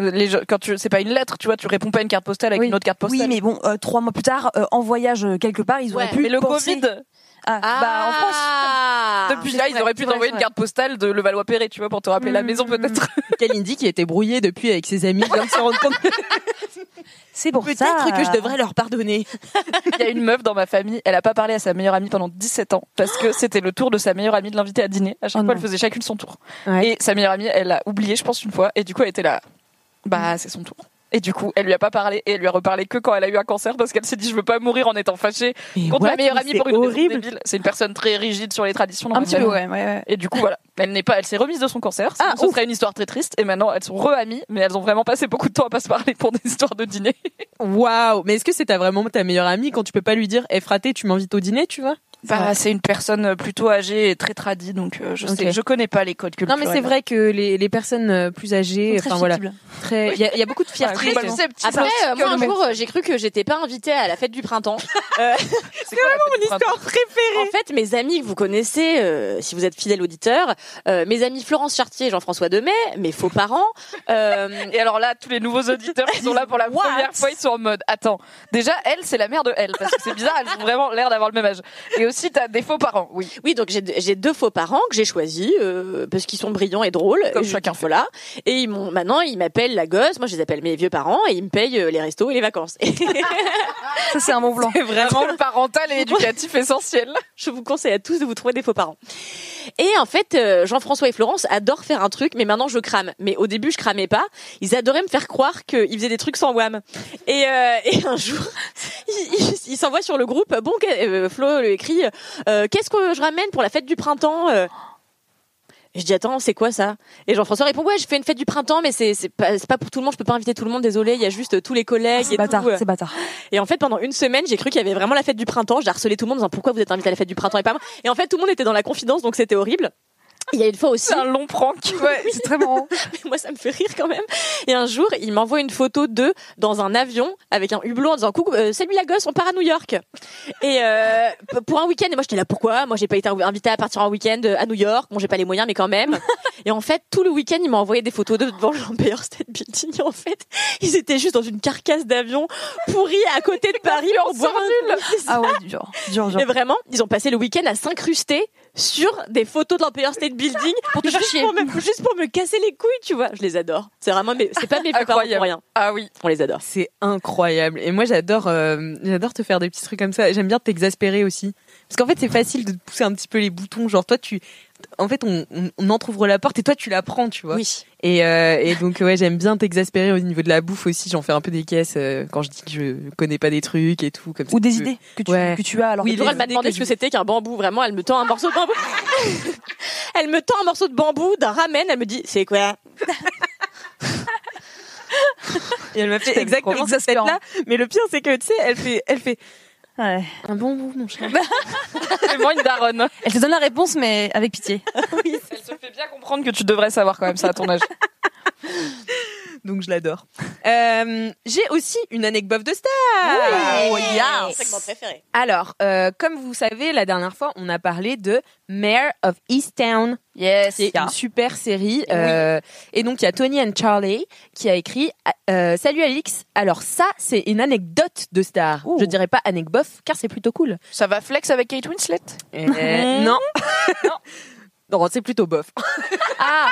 Speaker 4: Euh, Les gens- quand tu, c'est pas une lettre, tu vois, tu réponds pas à une carte postale avec
Speaker 5: Oui.
Speaker 4: une autre carte
Speaker 5: Oui,
Speaker 4: postale.
Speaker 5: mais bon, euh, trois mois plus tard, euh, en voyage euh, quelque part, ils auraient
Speaker 6: Ouais,
Speaker 5: pu.
Speaker 4: Mais le
Speaker 5: penser-
Speaker 4: Covid,
Speaker 5: Ah, bah, en France.
Speaker 6: France.
Speaker 4: depuis
Speaker 5: c'est
Speaker 4: là, ils
Speaker 5: vrai,
Speaker 4: auraient pu
Speaker 5: c'est vrai,
Speaker 4: t'envoyer
Speaker 5: c'est
Speaker 4: une carte postale de Levallois-Perret, tu vois, pour te rappeler la
Speaker 5: Mm.
Speaker 4: maison peut-être.
Speaker 3: Kalindi qui était brouillée depuis avec ses amis vient de se rendre compte.
Speaker 5: C'est pour ça.
Speaker 3: Peut-être que je devrais leur [LAUGHS] pardonner.
Speaker 4: Il y a une meuf dans ma famille, elle a pas parlé à sa meilleure amie pendant 17 ans parce que c'était le tour de sa meilleure amie de l'inviter à dîner. À chaque
Speaker 5: Oh
Speaker 4: fois,
Speaker 5: non.
Speaker 4: elle faisait chacune son tour.
Speaker 3: Ouais.
Speaker 4: Et sa meilleure amie, elle a oublié, je pense, une fois. Et du coup, elle était là.
Speaker 5: Mm.
Speaker 4: Bah, c'est son tour. Et du coup, elle lui a pas parlé et elle lui a reparlé que quand elle a eu un cancer parce qu'elle s'est dit je veux pas mourir en étant fâchée contre ma meilleure amie pour une raison
Speaker 3: horrible.
Speaker 4: débile. C'est une personne très rigide sur les traditions. dans
Speaker 5: Un
Speaker 4: ma
Speaker 5: petit peu,
Speaker 4: famille.
Speaker 5: ouais, ouais, ouais.
Speaker 4: Et du coup, voilà, elle n'est pas, elle s'est remise de son cancer.
Speaker 3: Ah,
Speaker 4: Sinon, ce
Speaker 3: ouf.
Speaker 4: serait une histoire très triste. Et maintenant, elles sont re-amies, mais elles ont vraiment passé beaucoup de temps à pas se parler pour des histoires de dîner.
Speaker 3: Waouh, mais est-ce que c'est ta- vraiment ta meilleure amie quand tu peux pas lui dire Eh fraté, tu m'invites au dîner, tu vois
Speaker 4: Bah, c'est une personne plutôt âgée et très tradie, donc euh, je
Speaker 3: Ok.
Speaker 4: sais, je connais pas les codes
Speaker 3: Non,
Speaker 4: culturels.
Speaker 3: mais c'est vrai que les, les personnes euh, plus âgées, enfin voilà, très, il y, a- il y a [LAUGHS] beaucoup de fierté.
Speaker 4: Très
Speaker 3: dans-
Speaker 4: susceptible.
Speaker 6: Après, euh, moi un
Speaker 4: C'est
Speaker 6: jour, euh, j'ai cru que j'étais pas invitée à la fête du printemps.
Speaker 4: vraiment mon
Speaker 3: préférée.
Speaker 6: En fait, mes amis que vous connaissez, euh, si vous êtes fidèle auditeur, euh, mes amis Florence Chartier, et Jean-François Demet, mes faux parents, euh,
Speaker 4: [LAUGHS] Et alors là, tous les nouveaux auditeurs qui sont là pour la
Speaker 6: What
Speaker 4: première fois, ils sont en mode attends, déjà elle, c'est la mère de elle, parce que c'est bizarre, elles ont vraiment l'air d'avoir le même âge. Et aussi, t'as des faux parents, oui.
Speaker 6: Oui, donc j'ai j'ai deux faux parents que j'ai choisis euh, parce qu'ils sont brillants et drôles.
Speaker 4: Comme
Speaker 6: Et je-
Speaker 4: chacun.
Speaker 6: Voilà. Et ils m'ont maintenant ils m'appellent la gosse. Moi, je les appelle mes vieux parents et ils me payent euh, les restos et
Speaker 4: [LAUGHS]
Speaker 6: les vacances. [LAUGHS] Et
Speaker 5: Ça, c'est un Mont Blanc.
Speaker 3: C'est vraiment.
Speaker 4: Le parental et éducatif essentiel.
Speaker 6: je vous conseille à tous de vous trouver des faux parents. Et en fait, euh, Jean-François et Florence adorent faire un truc, mais maintenant je crame. Mais au début, je cramais pas. Ils adoraient me faire croire qu'ils faisaient des trucs sans wham. Et, euh, et un jour, [LAUGHS] ils ils- ils s'envoient sur le groupe. Bon, que- euh, Flo lui écrit euh, Qu'est-ce que je ramène pour la fête du printemps euh Et je dis attends c'est quoi ça Et Jean-François répond ouais je fais une fête du printemps mais c'est c'est pas c'est pas pour tout le monde je peux pas inviter tout le monde désolé il y a juste euh, tous les collègues
Speaker 5: [LAUGHS] Ah, C'est
Speaker 6: et
Speaker 5: bâtard,
Speaker 6: tout. euh.
Speaker 5: c'est bâtard.
Speaker 6: Et en fait, pendant une semaine, j'ai cru qu'il y avait vraiment la fête du printemps. J'ai harcelé tout le monde en disant pourquoi vous êtes invité à la fête du printemps et pas moi. Et en fait, tout le monde était dans la confidence, donc c'était horrible. Il y a une fois aussi,
Speaker 4: C'est un long [LAUGHS] prank.
Speaker 5: Ouais, c'est très [LAUGHS] marrant.
Speaker 6: [LAUGHS] moi ça me fait rire quand même. Et un jour, il m'envoie une photo d'eux dans un avion avec un hublot en disant coucou, euh, salut la gosse, on part à New York. Et euh, p- pour un week-end, et moi j'étais là pourquoi Moi j'ai pas été invitée à partir en week-end euh, à New York. Bon, j'ai pas les moyens, mais quand même. Et en fait, tout le week-end, il m'a envoyé des photos d'eux devant l'Empire State Building. Et en fait, ils étaient juste dans une carcasse d'avion pourrie à côté de Paris pour boire un
Speaker 5: Ah ouais, dur, dur, dur.
Speaker 6: Et vraiment, ils ont passé le week-end à s'incruster sur des photos de l'Empire State Building [LAUGHS] pour
Speaker 7: Pour te
Speaker 6: juste,
Speaker 7: chier.
Speaker 6: pour me, juste pour me casser les couilles, tu vois. Je les adore. C'est vraiment, mais c'est pas mes parents pour
Speaker 4: Incroyable.
Speaker 6: rien.
Speaker 4: Ah oui.
Speaker 6: On les adore.
Speaker 3: C'est incroyable. Et moi, j'adore, euh, j'adore te faire des petits trucs comme ça. J'aime bien t'exaspérer aussi. Parce qu'en fait, c'est facile de te pousser un petit peu les boutons. Genre, toi, tu, en fait, on, on, on entrouvre la porte et toi, tu la prends, tu vois.
Speaker 6: Oui.
Speaker 3: Et, euh, et donc, ouais, j'aime bien t'exaspérer au niveau de la bouffe aussi. J'en fais un peu des caisses euh, quand je dis que je connais pas des trucs et tout. Comme ça,
Speaker 5: Ou des
Speaker 3: tu peux-
Speaker 5: idées que tu,
Speaker 3: Ouais.
Speaker 5: que tu as alors
Speaker 3: Oui,
Speaker 5: que
Speaker 6: Laura,
Speaker 5: t'es-
Speaker 6: elle m'a demandé
Speaker 3: que
Speaker 6: ce que c'était qu'un bambou. Vraiment, elle me tend un morceau de bambou. [LAUGHS] elle me tend un morceau de bambou d'un ramen. Elle me dit, c'est quoi
Speaker 3: Et [LAUGHS] elle m'a fait
Speaker 5: Putain,
Speaker 3: exactement cette
Speaker 5: exaspérant.
Speaker 3: là Mais le pire, c'est que, tu sais, elle fait, elle fait
Speaker 5: Ouais.
Speaker 3: un bon bout, mon cher.
Speaker 4: C'est moi une daronne.
Speaker 5: Elle te donne la réponse, mais avec pitié.
Speaker 4: Elle se fait bien comprendre que tu devrais savoir quand même ça à ton âge.
Speaker 3: Donc, je l'adore. Euh, j'ai aussi une anecdote de star. Oh, yeah.
Speaker 6: C'est mon préféré.
Speaker 3: Alors, euh, comme vous savez, la dernière fois, on a parlé de Mayor of Easttown,
Speaker 4: Yes.
Speaker 3: qui est une super série. euh, Et donc, il y a Tony and Charlie qui a écrit euh, Salut Alix. Alors ça, c'est une anecdote de star. Je dirais pas anecdote, car c'est plutôt cool.
Speaker 4: Ça va flex avec Kate Winslet
Speaker 3: Euh, non. [LAUGHS] non, c'est plutôt bof.
Speaker 5: [LAUGHS] Ah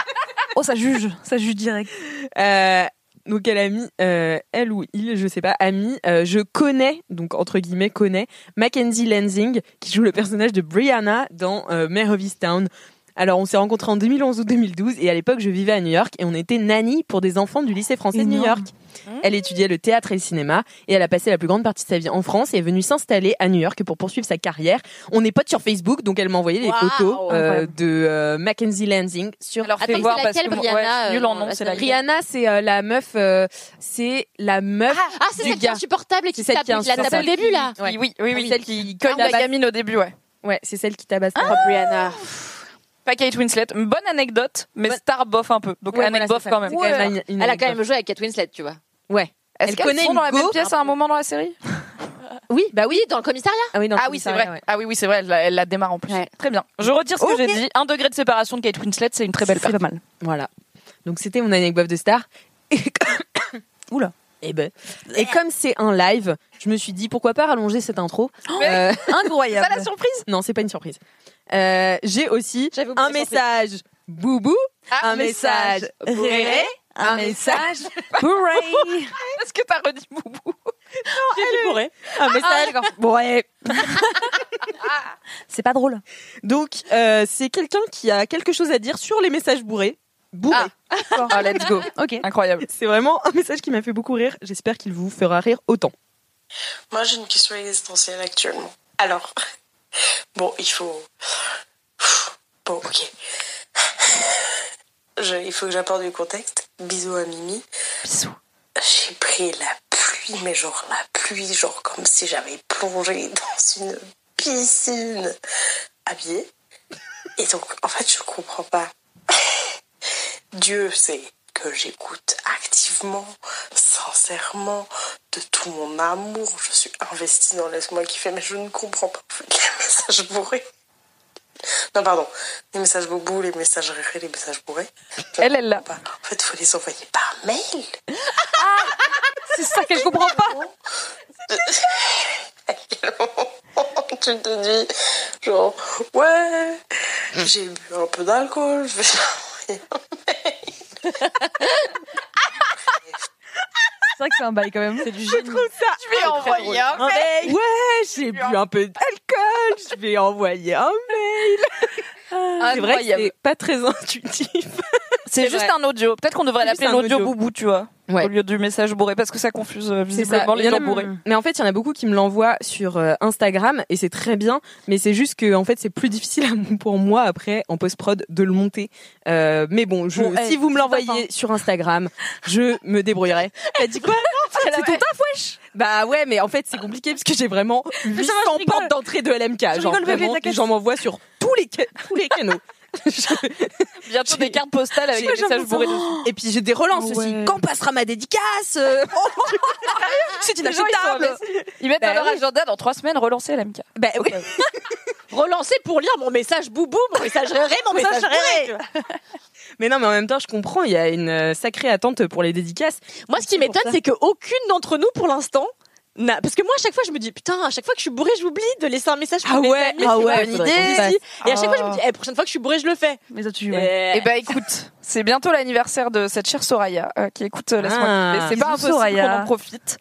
Speaker 5: Oh, ça juge, ça juge direct.
Speaker 3: Euh, donc elle a mis, euh, elle ou il, je sais pas, a mis, euh, je connais, donc entre guillemets connais, Mackenzie Lansing, qui joue le personnage de Brianna dans euh, Mare of Easttown. Alors on s'est rencontrés en 2011 ou 2012 et à l'époque je vivais à New York et on était nanny pour des enfants du lycée français de New
Speaker 5: Énorme.
Speaker 3: York. Elle étudiait le théâtre et le cinéma et elle a passé la plus grande partie de sa vie en France et est venue s'installer à New York pour poursuivre sa carrière. On est potes sur Facebook donc elle m'a envoyé des
Speaker 6: Waouh,
Speaker 3: photos euh,
Speaker 5: incroyable.
Speaker 3: de euh, Mackenzie Lansing sur
Speaker 4: Alors
Speaker 6: Attends,
Speaker 4: fais
Speaker 6: c'est
Speaker 4: voir parce
Speaker 6: laquelle,
Speaker 4: que moi- ouais,
Speaker 6: Brianna,
Speaker 4: je suis
Speaker 6: euh,
Speaker 4: nulle en
Speaker 6: dans
Speaker 4: nom,
Speaker 6: la
Speaker 4: c'est la
Speaker 6: série
Speaker 3: Rihanna, c'est euh, la meuf, euh, c'est la meuf.
Speaker 6: Ah, ah, c'est
Speaker 3: Du
Speaker 6: celle qui est
Speaker 3: gars.
Speaker 6: insupportable et qui
Speaker 3: C'est celle
Speaker 6: tape,
Speaker 3: qui est
Speaker 6: la tape au
Speaker 3: insupportable.
Speaker 6: début, là.
Speaker 3: Ouais.
Speaker 4: Oui, oui, oui.
Speaker 3: Celle qui
Speaker 4: Comme
Speaker 3: tabasse-
Speaker 4: la gamine au début, ouais.
Speaker 3: Ouais, c'est celle qui tabasse.
Speaker 6: Oh, Brianna.
Speaker 4: Pas Kate Winslet. Une bonne anecdote, mais star bof un peu. Donc
Speaker 3: Ouais, voilà,
Speaker 4: anecdote
Speaker 3: c'est ça.
Speaker 4: quand même.
Speaker 3: C'est quand même une- une
Speaker 6: Elle a quand
Speaker 3: anecdote.
Speaker 6: même joué avec Kate Winslet, tu vois.
Speaker 4: Est-ce
Speaker 3: Elle
Speaker 4: qu'elles
Speaker 3: connaît
Speaker 4: sont dans la
Speaker 3: Hugo.
Speaker 4: même pièce à un moment dans la série
Speaker 3: Oui, bah oui.
Speaker 6: Oui, dans le commissariat.
Speaker 3: Ah oui, non,
Speaker 4: Ah oui, c'est vrai.
Speaker 3: ouais.
Speaker 4: Ah oui, oui, c'est vrai. Elle la, elle la démarre en plus.
Speaker 6: Ouais.
Speaker 4: Très bien. Je retire ce
Speaker 5: Ok.
Speaker 4: que j'ai dit. Un degré de séparation de Kate Winslet, c'est une très belle
Speaker 5: C'est
Speaker 4: part.
Speaker 5: pas mal.
Speaker 3: Voilà. Donc c'était mon anecdote de star. Et [COUGHS] comme-
Speaker 5: Oula.
Speaker 3: Et ben. Et comme c'est un live, je me suis dit pourquoi pas rallonger cette intro. Euh, [LAUGHS]
Speaker 5: Incroyable.
Speaker 4: Ça la surprise
Speaker 3: non, c'est pas une surprise. Euh, J'ai aussi
Speaker 6: J'avais oublié
Speaker 3: un
Speaker 6: la surprise.
Speaker 3: message boubou,
Speaker 4: Ah,
Speaker 3: un message réré, un message
Speaker 5: Hooray
Speaker 4: Est-ce que t'as redit Boubou
Speaker 3: un message. Ouais.
Speaker 5: C'est pas drôle.
Speaker 3: Donc, euh, c'est quelqu'un qui a quelque chose à dire sur les messages bourrés. Bourrés.
Speaker 4: Ah, let's go.
Speaker 5: Ok.
Speaker 4: Incroyable.
Speaker 3: [LAUGHS] C'est vraiment un message qui m'a fait beaucoup rire. J'espère qu'il vous fera rire autant.
Speaker 8: Moi, j'ai une question existentielle actuellement. Alors, [LAUGHS] bon, il faut. Bon, ok. [LAUGHS] Je- il faut que j'apporte du contexte. Bisous à Mimi.
Speaker 4: Bisous.
Speaker 8: J'ai pris la pluie, mais genre la pluie, genre comme si j'avais plongé dans une piscine à pied. Et donc, en fait, je comprends pas. Dieu sait que j'écoute activement, sincèrement, de tout mon amour. Je suis investie dans Laisse-moi kiffer, mais je ne comprends pas en fait, les messages bourrés. Non, pardon. Les messages bobous, les messages rérés, les messages bourrés. Je
Speaker 4: Elle, elle l'a.
Speaker 8: comprends pas. En fait, il faut les envoyer par mail.
Speaker 4: Ah, C'est ça que je comprends pas.
Speaker 8: [LAUGHS] tu te dis, genre, ouais, j'ai bu un peu d'alcool, je vais envoyer un
Speaker 5: C'est vrai que c'est un bail quand même. C'est du génie.
Speaker 4: Je vais envoyer un mail.
Speaker 3: Ouais, j'ai bu un peu d'alcool, je vais envoyer un mail. C'est vrai que
Speaker 4: Ah, Incroyable.
Speaker 3: c'est pas très [LAUGHS] intuitif.
Speaker 4: C'est juste un audio. Peut-être qu'on devrait
Speaker 3: C'est juste
Speaker 4: l'appeler
Speaker 3: un
Speaker 4: l'audio
Speaker 3: audio.
Speaker 4: boubou, tu vois.
Speaker 3: Ouais.
Speaker 4: Au lieu du message bourré, parce que ça confuse euh,
Speaker 3: ça.
Speaker 4: visiblement
Speaker 3: Il y
Speaker 4: les
Speaker 3: en a- Mm.
Speaker 4: gens bourrés.
Speaker 3: Mais en fait, il y en a beaucoup qui me l'envoient sur euh, Instagram et c'est très bien. Mais c'est juste que en fait, c'est plus difficile à- pour moi après en post prod de le monter. Euh, mais bon, je,
Speaker 5: Bon, eh,
Speaker 3: si vous me
Speaker 5: c'est top,
Speaker 3: l'envoyez sur Instagram, je me débrouillerai. T'as dit quoi [LAUGHS] C'est ton taf, wesh Bah ouais, mais en fait, c'est compliqué parce que j'ai vraiment 800
Speaker 5: rigole.
Speaker 3: portes d'entrée de LMK.
Speaker 5: Je
Speaker 3: genre,
Speaker 5: rigole, bébé,
Speaker 3: vraiment,
Speaker 5: t'inquiète.
Speaker 3: les gens m'envoient sur tous les, ca- tous les canaux.
Speaker 4: Bientôt des cartes postales avec des messages bourrés. de-
Speaker 3: Et puis j'ai des relances aussi. Quand passera ma dédicace euh, C'est
Speaker 4: Les gens, ils sont à
Speaker 3: inacceptable.
Speaker 4: l'aise. Ils mettent
Speaker 3: Bah
Speaker 4: dans leur
Speaker 3: oui.
Speaker 4: agenda dans trois semaines relancer LMK.
Speaker 3: Bah oui.
Speaker 6: Relancer pour lire mon message boubou, mon message réré, mon message réré.
Speaker 3: Mais non, mais en même temps, je comprends. Il y a une euh, sacrée attente pour les dédicaces.
Speaker 6: Moi, ce qui m'étonne, c'est qu'aucune d'entre nous, pour l'instant, n'a. Parce que moi, à chaque fois, je me dis, putain, à chaque fois que je suis bourrée, j'oublie de laisser un message pour
Speaker 3: Ah
Speaker 6: mes
Speaker 3: ouais,
Speaker 6: amis.
Speaker 3: ah
Speaker 6: c'est
Speaker 3: ouais,
Speaker 6: pas
Speaker 3: faudrait qu'on le fasse. Ah.
Speaker 6: si. Et à chaque fois, je me dis, eh, prochaine fois que je suis bourrée, je le fais. Euh,
Speaker 5: Mais ça, tu
Speaker 4: Eh
Speaker 6: Et
Speaker 4: ben écoute, c'est bientôt l'anniversaire de cette chère Soraya euh, qui écoute euh, Laisse-moi
Speaker 3: Ah,
Speaker 4: kiffer. C'est
Speaker 5: bisous,
Speaker 4: pas impossible
Speaker 5: Soraya.
Speaker 4: qu'on en profite.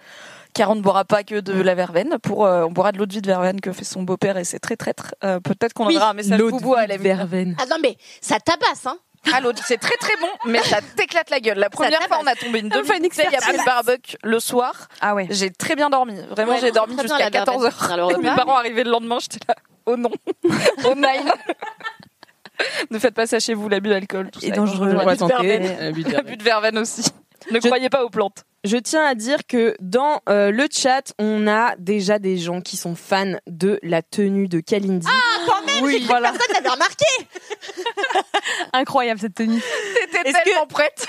Speaker 4: Car on ne boira pas que de la verveine. Pour, euh, on boira de l'eau de vie de verveine que fait son beau-père et ses très traîtres. Euh, Peut-être qu'on
Speaker 6: Oui,
Speaker 4: enverra un message boubou à la
Speaker 3: verveine.
Speaker 6: Ah non, mais ça tabasse, hein.
Speaker 4: Ah, l'eau de- c'est très très bon, mais ça t'éclate la gueule. La première
Speaker 6: tabasse.
Speaker 4: fois, on a tombé une
Speaker 6: Ça me fait une
Speaker 4: demi-bouteille après le barbecue le soir.
Speaker 5: Ah ouais.
Speaker 4: J'ai très bien dormi. Vraiment,
Speaker 6: Ouais,
Speaker 4: j'ai dormi
Speaker 6: très bien,
Speaker 4: jusqu'à
Speaker 6: la verveine.
Speaker 4: 14h.
Speaker 6: Dans le repas,
Speaker 4: Mes parents arrivaient le lendemain, j'étais là. Oh [LAUGHS] non. Oh nine. ne faites pas ça chez vous, l'abus d'alcool. tout
Speaker 5: Et
Speaker 4: ça.
Speaker 5: dangereux.
Speaker 3: On
Speaker 4: La
Speaker 3: va
Speaker 4: butte
Speaker 3: tenter.
Speaker 4: verveine.
Speaker 3: La butte
Speaker 4: La
Speaker 3: verveine.
Speaker 4: butte verveine aussi. Ne
Speaker 3: Je-
Speaker 4: croyez pas aux plantes.
Speaker 3: Je tiens à dire que dans euh, le chat, on a déjà des gens qui sont fans de la tenue de Kalindi.
Speaker 6: Ah, quand même,
Speaker 3: Oui,
Speaker 6: j'ai cru
Speaker 3: voilà.
Speaker 6: que personne n'avait remarqué.
Speaker 5: Incroyable cette tenue.
Speaker 4: T'étais tellement prête.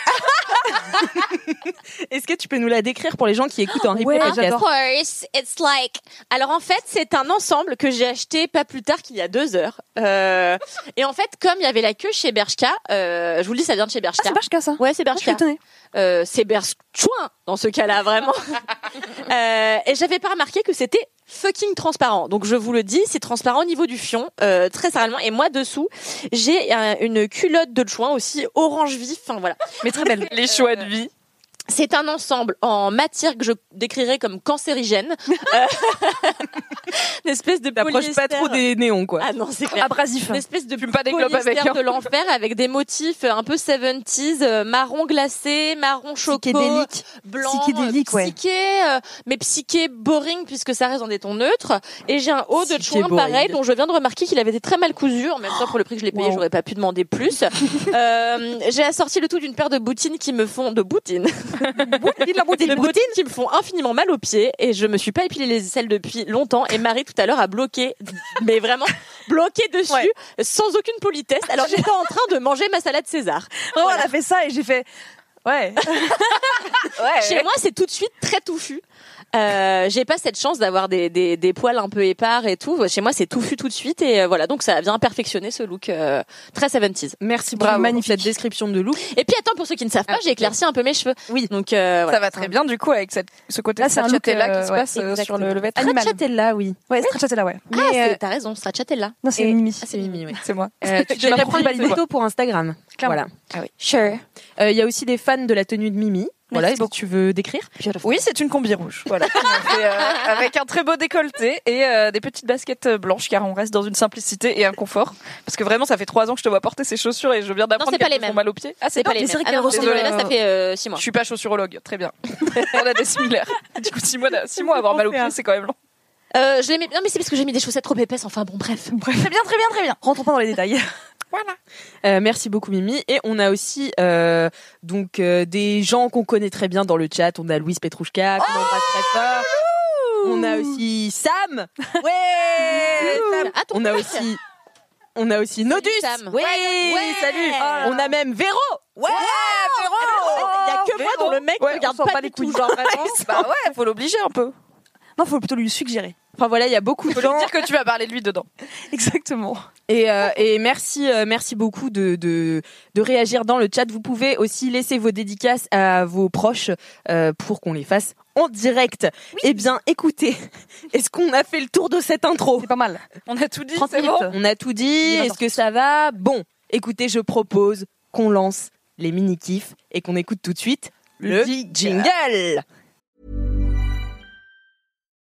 Speaker 3: Est-ce que tu peux nous la décrire pour les gens qui écoutent un replay
Speaker 5: ouais,
Speaker 3: podcast
Speaker 5: j'adore.
Speaker 6: Of course, it's like. Hein. Alors en fait, c'est un ensemble que j'ai acheté pas plus tard qu'il y a deux heures. Euh, et en fait, comme il y avait la queue chez Bershka, euh, je vous le dis, ça vient de chez Bershka.
Speaker 5: Ah,
Speaker 3: Ah,
Speaker 5: c'est Bershka, ça
Speaker 6: Ouais, Ah, c'est
Speaker 5: Je suis
Speaker 6: Bershka.
Speaker 5: étonnée.
Speaker 6: Euh, c'est Berchouin dans ce
Speaker 4: [LAUGHS]
Speaker 6: cas-là vraiment. Euh, et j'avais pas remarqué que c'était fucking transparent. Donc je vous le dis, c'est transparent au niveau du fion, euh, très sérieusement. Et moi dessous, j'ai euh, une culotte de chouin aussi orange vif. Enfin voilà.
Speaker 5: Mais très belle.
Speaker 4: Les choix de vie.
Speaker 6: C'est un ensemble en matière que je décrirais
Speaker 4: [LAUGHS]
Speaker 6: comme cancérigène. Euh, [LAUGHS] une espèce de
Speaker 3: T'approches pas
Speaker 6: polyester.
Speaker 3: trop des néons, quoi.
Speaker 6: Ah non, c'est
Speaker 5: Euh,
Speaker 6: clair.
Speaker 4: Abrasif.
Speaker 6: Une espèce de
Speaker 4: Fume pas des globes
Speaker 6: polyester
Speaker 4: avec, hein.
Speaker 6: de l'enfer avec des motifs euh, un peu 70s, euh, marron glacé, marron choco,
Speaker 5: Psychédélique.
Speaker 6: blanc,
Speaker 5: Psychédélique,
Speaker 6: euh,
Speaker 5: ouais.
Speaker 6: psyché, euh, mais psyché boring puisque ça reste dans des tons neutres. Et j'ai un haut de
Speaker 3: Psyché
Speaker 6: chouin pareil
Speaker 3: boring.
Speaker 6: dont je viens de remarquer qu'il avait été très mal cousu. En même temps, pour le prix que je l'ai payé,
Speaker 5: Wow.
Speaker 6: j'aurais pas pu demander plus. Euh, j'ai assorti le tout d'une paire de boutines qui me font de boutines. [LAUGHS] de boutines qui me font infiniment mal aux pieds et je me suis pas épilé les aisselles depuis longtemps et Marie tout à l'heure a bloqué, mais vraiment bloqué dessus
Speaker 4: Ouais.
Speaker 6: sans aucune politesse. Alors j'étais en train de manger ma salade César.
Speaker 5: Vraiment, elle a fait ça et j'ai fait. Ouais.
Speaker 6: Chez moi, c'est tout de suite très touffu. Euh, j'ai pas cette chance d'avoir des, des, des poils un peu épars et tout. Chez moi, c'est touffu tout de suite et euh, voilà. Donc ça vient perfectionner ce look euh, très 70s.
Speaker 3: Merci
Speaker 5: Bravo.
Speaker 3: bravo pour
Speaker 5: Magnifique.
Speaker 3: cette description de look.
Speaker 6: Et puis attends, pour ceux qui ne savent pas, j'ai éclairci un peu mes cheveux. Ah, Oui. Donc euh, voilà.
Speaker 4: Ça va très bien du coup avec cette, ce côté
Speaker 5: Là, c'est un look,
Speaker 4: stracciatella
Speaker 5: euh,
Speaker 4: qui se
Speaker 5: ouais,
Speaker 4: passe euh, sur le, le vêtement.
Speaker 3: Stracciatella, oui.
Speaker 5: Ouais, Stracciatella, ouais.
Speaker 6: Ah, c'est- t'as raison, Stracciatella.
Speaker 5: Non, c'est
Speaker 3: Et-
Speaker 5: Mimi.
Speaker 6: Ah, c'est Mimi, oui.
Speaker 4: C'est moi.
Speaker 3: Euh, tu
Speaker 4: Je m'apprends
Speaker 3: devrais prendre
Speaker 4: pas
Speaker 3: une
Speaker 4: les
Speaker 3: photo pour Instagram.
Speaker 4: Clairement.
Speaker 3: Voilà.
Speaker 6: Sure.
Speaker 3: Euh, Il y a aussi des fans de la tenue de Mimi. Voilà, est-ce que tu veux décrire
Speaker 4: Oui, c'est une combi rouge. Voilà. C'est, euh, avec un très beau décolleté et euh, des petites baskets blanches, car on reste dans une simplicité et un confort. Parce que vraiment, ça fait trois ans que je te vois porter ces chaussures et je viens
Speaker 6: Non,
Speaker 4: d'apprendre
Speaker 6: c'est pas
Speaker 4: qu'elles
Speaker 6: les
Speaker 4: te font
Speaker 6: mêmes.
Speaker 4: mal aux pieds. Ah,
Speaker 6: C'est pas les
Speaker 5: mais c'est
Speaker 6: mêmes.
Speaker 5: vrai
Speaker 6: Ah
Speaker 5: qu'elles
Speaker 6: non,
Speaker 5: ont
Speaker 6: c'est
Speaker 5: des
Speaker 6: vrai,
Speaker 4: douleurs.
Speaker 6: ça fait euh, six mois.
Speaker 4: Je suis pas chaussurologue, très bien. [LAUGHS] on a des similaires. Du coup, six mois, d'a- six mois à avoir mal aux pieds, c'est quand même long.
Speaker 6: Euh, je les mets... Non, mais c'est parce que j'ai mis des chaussettes trop épaisses. Enfin bon, [LAUGHS] bref.
Speaker 4: Très bien, très bien, très bien.
Speaker 5: Rentrons pas dans les détails.
Speaker 3: Euh, Merci beaucoup Mimi. Et on a aussi euh, donc euh, des gens qu'on connaît très bien dans le chat. On a Louise
Speaker 6: Oh,
Speaker 3: Petrouchka, qu'on embrasse très fort. On a aussi Sam.
Speaker 6: [LAUGHS]
Speaker 3: Ouais. Sam.
Speaker 6: Ah, ton
Speaker 3: On a
Speaker 6: mec.
Speaker 3: aussi on a aussi Nodus.
Speaker 6: Sam.
Speaker 3: Ouais.
Speaker 6: Ouais.
Speaker 3: Salut.
Speaker 6: Oh.
Speaker 3: On a même Véro. Ouais.
Speaker 6: Il y a que moi dont le mec
Speaker 4: Ouais, on
Speaker 6: regarde
Speaker 4: s'en
Speaker 6: pas
Speaker 4: bat
Speaker 6: du
Speaker 4: les
Speaker 6: tout.
Speaker 4: couilles.
Speaker 6: Genre vraiment.
Speaker 4: Bah ouais, faut l'obliger un peu.
Speaker 5: Non, faut plutôt lui suggérer.
Speaker 3: Enfin voilà, il y a beaucoup de
Speaker 4: Faut lui
Speaker 3: gens.
Speaker 4: dire que tu vas parler de lui dedans.
Speaker 5: Exactement.
Speaker 3: Et, euh, et merci, euh, merci beaucoup de, de, de réagir dans le chat. Vous pouvez aussi laisser vos dédicaces à vos proches euh, pour qu'on les fasse en direct. Eh bien, écoutez, [LAUGHS] est-ce qu'on a fait le tour de cette intro
Speaker 5: C'est pas mal.
Speaker 4: On a tout dit,
Speaker 5: 30
Speaker 4: c'est
Speaker 5: minutes.
Speaker 4: bon.
Speaker 3: On a tout dit. Est-ce que ça va Bon, écoutez, je propose qu'on lance les mini-kifs et qu'on écoute tout de suite le jingle.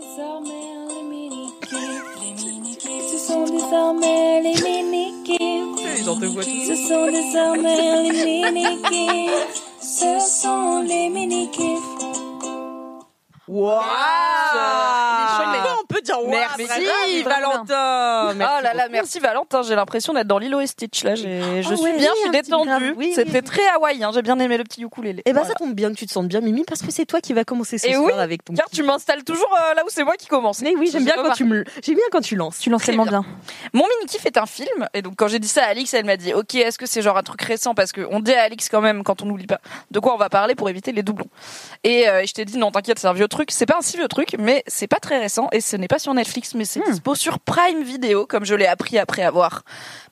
Speaker 9: Ce sont désormais les mini-kifs.
Speaker 2: Ce sont désormais les mini-kids. Ce sont désormais les mini-kids. Ce sont les mini-kids.
Speaker 10: Waouh
Speaker 4: on peut dire
Speaker 10: waouh,
Speaker 4: Merci
Speaker 10: bravo, bravo.
Speaker 4: Valentin.
Speaker 10: Merci
Speaker 4: oh là là, merci Valentin. J'ai l'impression d'être dans Lilo et Stitch là. J'ai- Je
Speaker 3: Ah
Speaker 4: suis
Speaker 3: ouais,
Speaker 4: bien, je
Speaker 3: un
Speaker 4: suis
Speaker 3: petit
Speaker 4: détendue.
Speaker 3: grave. Oui,
Speaker 4: C'était
Speaker 3: oui.
Speaker 4: très hawaïen. J'ai bien aimé le petit ukulélé.
Speaker 3: Eh ben ça tombe bien que tu te sentes bien Mimi parce que c'est toi qui va commencer ce
Speaker 4: Et
Speaker 3: soir
Speaker 4: oui,
Speaker 3: avec ton
Speaker 4: car tu m'installes toujours euh, là où c'est moi qui commence.
Speaker 3: Mais oui, j'aime bien quand tu me j'aime bien quand tu lances.
Speaker 5: Tu lances tellement bien.
Speaker 4: Mon mini kiff est un film et donc quand j'ai dit ça à Alix, elle m'a dit OK, est-ce que c'est genre un truc récent parce qu'on dit à Alix quand même quand on n'oublie pas de quoi on va parler pour éviter les doublons. Et euh, je t'ai dit non, t'inquiète, c'est un vieux truc, c'est pas un si vieux truc mais c'est pas très récent et ce n'est pas sur Netflix mais c'est
Speaker 3: Hmm.
Speaker 4: dispo sur Prime Video comme je l'ai appris après avoir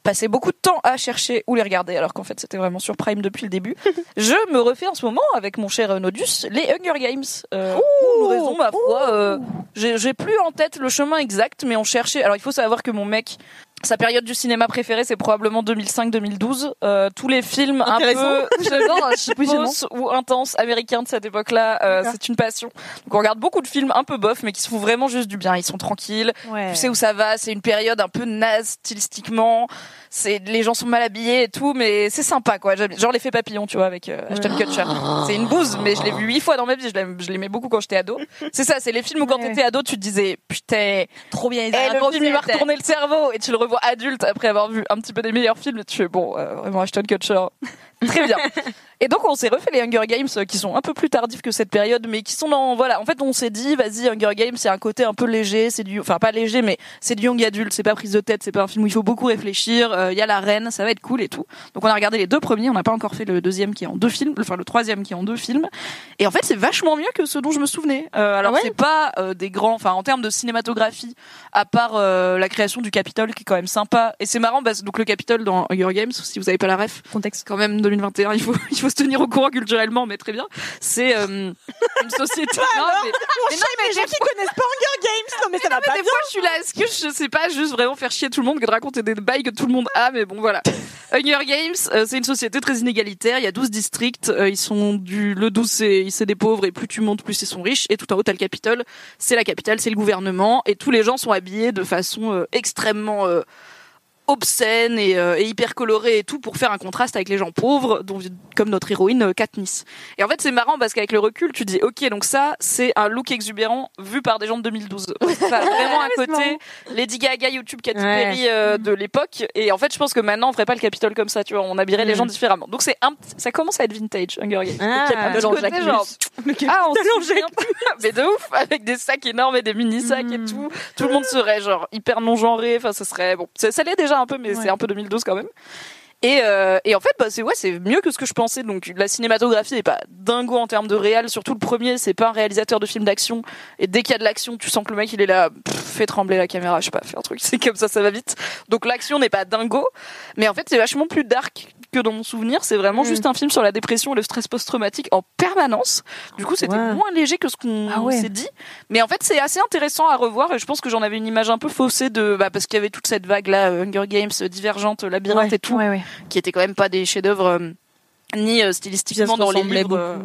Speaker 4: passé beaucoup de temps à chercher ou les regarder alors qu'en fait c'était vraiment sur Prime depuis
Speaker 10: [LAUGHS]
Speaker 4: le début. je me refais en ce moment avec mon cher Nodus les Hunger Games. Euh, pour une raison ma foi, euh, j'ai j'ai plus en tête le chemin exact mais on cherchait alors il faut savoir que mon mec sa période du cinéma préférée, c'est probablement 2005-2012. Euh, tous les films un peu [LAUGHS]
Speaker 10: Intéressant.
Speaker 4: genre,
Speaker 10: Oui, c'est bon.
Speaker 4: cheapos ou intenses américains de cette époque-là, euh, c'est une passion. Donc on regarde beaucoup de films un peu bof, mais qui se font vraiment juste du bien. Ils sont tranquilles.
Speaker 10: Ouais.
Speaker 4: Tu sais où ça va. C'est une période un peu naze stylistiquement. C'est les gens sont mal habillés et tout, mais c'est sympa quoi. J'aime- Genre l'effet papillon, tu vois, avec euh, Ashton Kutcher. C'est une bouse, mais je l'ai vu huit fois dans ma vie. Je l'aime- je l'aimais beaucoup quand j'étais ado. C'est ça, c'est les films où quand t'étais ado, tu te disais putain,
Speaker 6: Trop bien,
Speaker 4: et Eh, le film, il m'a retourné le cerveau et tu le revois adulte après avoir vu un petit peu des meilleurs films et tu fais bon, euh, vraiment Ashton Kutcher. Très bien. Et donc on s'est refait les Hunger Games euh, qui sont un peu plus tardifs que cette période mais qui sont dans voilà, en fait on s'est dit vas-y Hunger Games c'est un côté un peu léger, c'est du enfin pas léger mais c'est du young adulte, c'est pas prise de tête, c'est pas un film où il faut beaucoup réfléchir, euh, il y a la reine, ça va être cool et tout. Donc on a regardé les deux premiers, on n'a pas encore fait le deuxième qui est en deux films, enfin le troisième qui est en deux films et en fait c'est vachement mieux que ce dont je me souvenais. Euh, alors c'est pas euh, des grands enfin en termes de cinématographie à part euh, la création du Capitole qui est quand même sympa et c'est marrant parce donc le Capitole dans Hunger Games si vous avez pas la ref contexte quand même 2021 il faut [LAUGHS] il faut se tenir au courant culturellement mais très bien c'est euh, une société Non, mais- mais non, mais des fois-
Speaker 10: connaissent pas Hunger Games. Non, mais ça va
Speaker 4: mais des fois, je suis là. Est-ce que je sais pas juste vraiment faire chier tout le monde que de raconter des bails que tout le monde a Mais bon, voilà. Hunger Games, euh, c'est une société très inégalitaire. Il y a 12 districts. euh, ils sont du le 12, c'est c'est des pauvres et plus tu montes, plus ils sont riches. Et tout en haut, t'as le Capitole. C'est la capitale, c'est le gouvernement. Et tous les gens sont habillés de façon euh, extrêmement euh, obscène et, euh, et hyper colorée et tout pour faire un contraste avec les gens pauvres, dont, comme notre héroïne euh, Katniss. Et en fait, c'est marrant parce qu'avec le recul, tu dis, ok, donc ça, c'est un look exubérant vu par des gens de [LAUGHS] 2012. Ça a vraiment un côté Lady Gaga, YouTube, Katy
Speaker 10: Ouais.
Speaker 4: Perry euh, de l'époque. Et en fait, je pense que maintenant, on ferait pas le Capitole comme ça, tu vois, on habillerait les gens différemment. Donc c'est un, petit- ça commence à être vintage, Hunger Games.
Speaker 10: Ah,
Speaker 4: Il y a un petit
Speaker 10: de
Speaker 4: côté,
Speaker 10: Jean-Jacques
Speaker 4: genre,
Speaker 10: Lus.
Speaker 4: ah, [LAUGHS] on se souvient pas. mais de ouf, avec des sacs énormes et des mini sacs et tout. Tout le monde serait genre hyper non genré. Enfin, ce serait bon. Ça, ça l'est déjà un peu, mais c'est un peu 2012 quand même. Et, euh, et en fait, bah, c'est ouais, c'est mieux que ce que je pensais. Donc la cinématographie est pas dingo en termes de réal. Surtout le premier, c'est pas un réalisateur de film d'action. Et dès qu'il y a de l'action, tu sens que le mec il est là, pff, fait trembler la caméra, je sais pas, fait un truc. [LAUGHS] C'est comme ça, ça va vite. Donc l'action n'est pas dingo, mais en fait c'est vachement plus dark que dans mon souvenir. C'est
Speaker 10: Mm.
Speaker 4: vraiment juste un film sur la dépression et le stress post-traumatique en permanence. Du coup, c'était
Speaker 10: Ouais.
Speaker 4: moins léger que ce qu'on
Speaker 10: Ah ouais.
Speaker 4: s'est dit. Mais en fait, c'est assez intéressant à revoir. Et je pense que j'en avais une image un peu faussée de, bah, parce qu'il y avait toute cette vague là, euh, Hunger Games, euh, Divergente, Labyrinthe et tout, qui était quand même pas des chefs-d'œuvre. euh, ni euh, stylistiquement dans les livres, euh,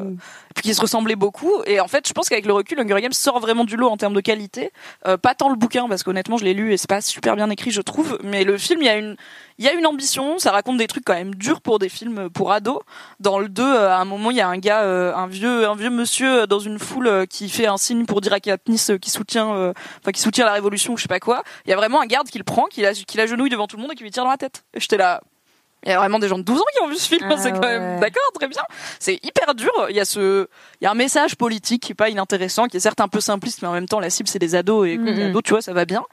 Speaker 4: puis qui se ressemblaient beaucoup. Et en fait, je pense qu'avec le recul, Hunger Games sort vraiment du lot en termes de qualité. Euh, pas tant le bouquin, parce qu'honnêtement, je l'ai lu et c'est pas super bien écrit, je trouve. Mais le film, il y a une, il y a une ambition. Ça raconte des trucs quand même durs pour des films pour ados. Dans le 2, euh, à un moment, il y a un gars, euh, un vieux, un vieux monsieur euh, dans une foule euh, qui fait un signe pour dire à Katniss euh, qui soutient, euh, enfin qui soutient la révolution ou je sais pas quoi. Il y a vraiment un garde qui le prend, qui la, qui l'agenouille devant tout le monde et qui lui tire dans la tête. Et J'étais là. Il y a vraiment des gens de 12 ans qui ont vu ce film,
Speaker 10: Ah
Speaker 4: [LAUGHS] c'est quand même
Speaker 10: ouais.
Speaker 4: d'accord, très bien. C'est hyper dur. Il y a ce, il y a un message politique qui est pas inintéressant, qui est certes un peu simpliste, mais en même temps la cible c'est des ados
Speaker 6: Mm,
Speaker 4: et quand t'es
Speaker 10: Mhm.
Speaker 4: ado, tu vois, ça va bien.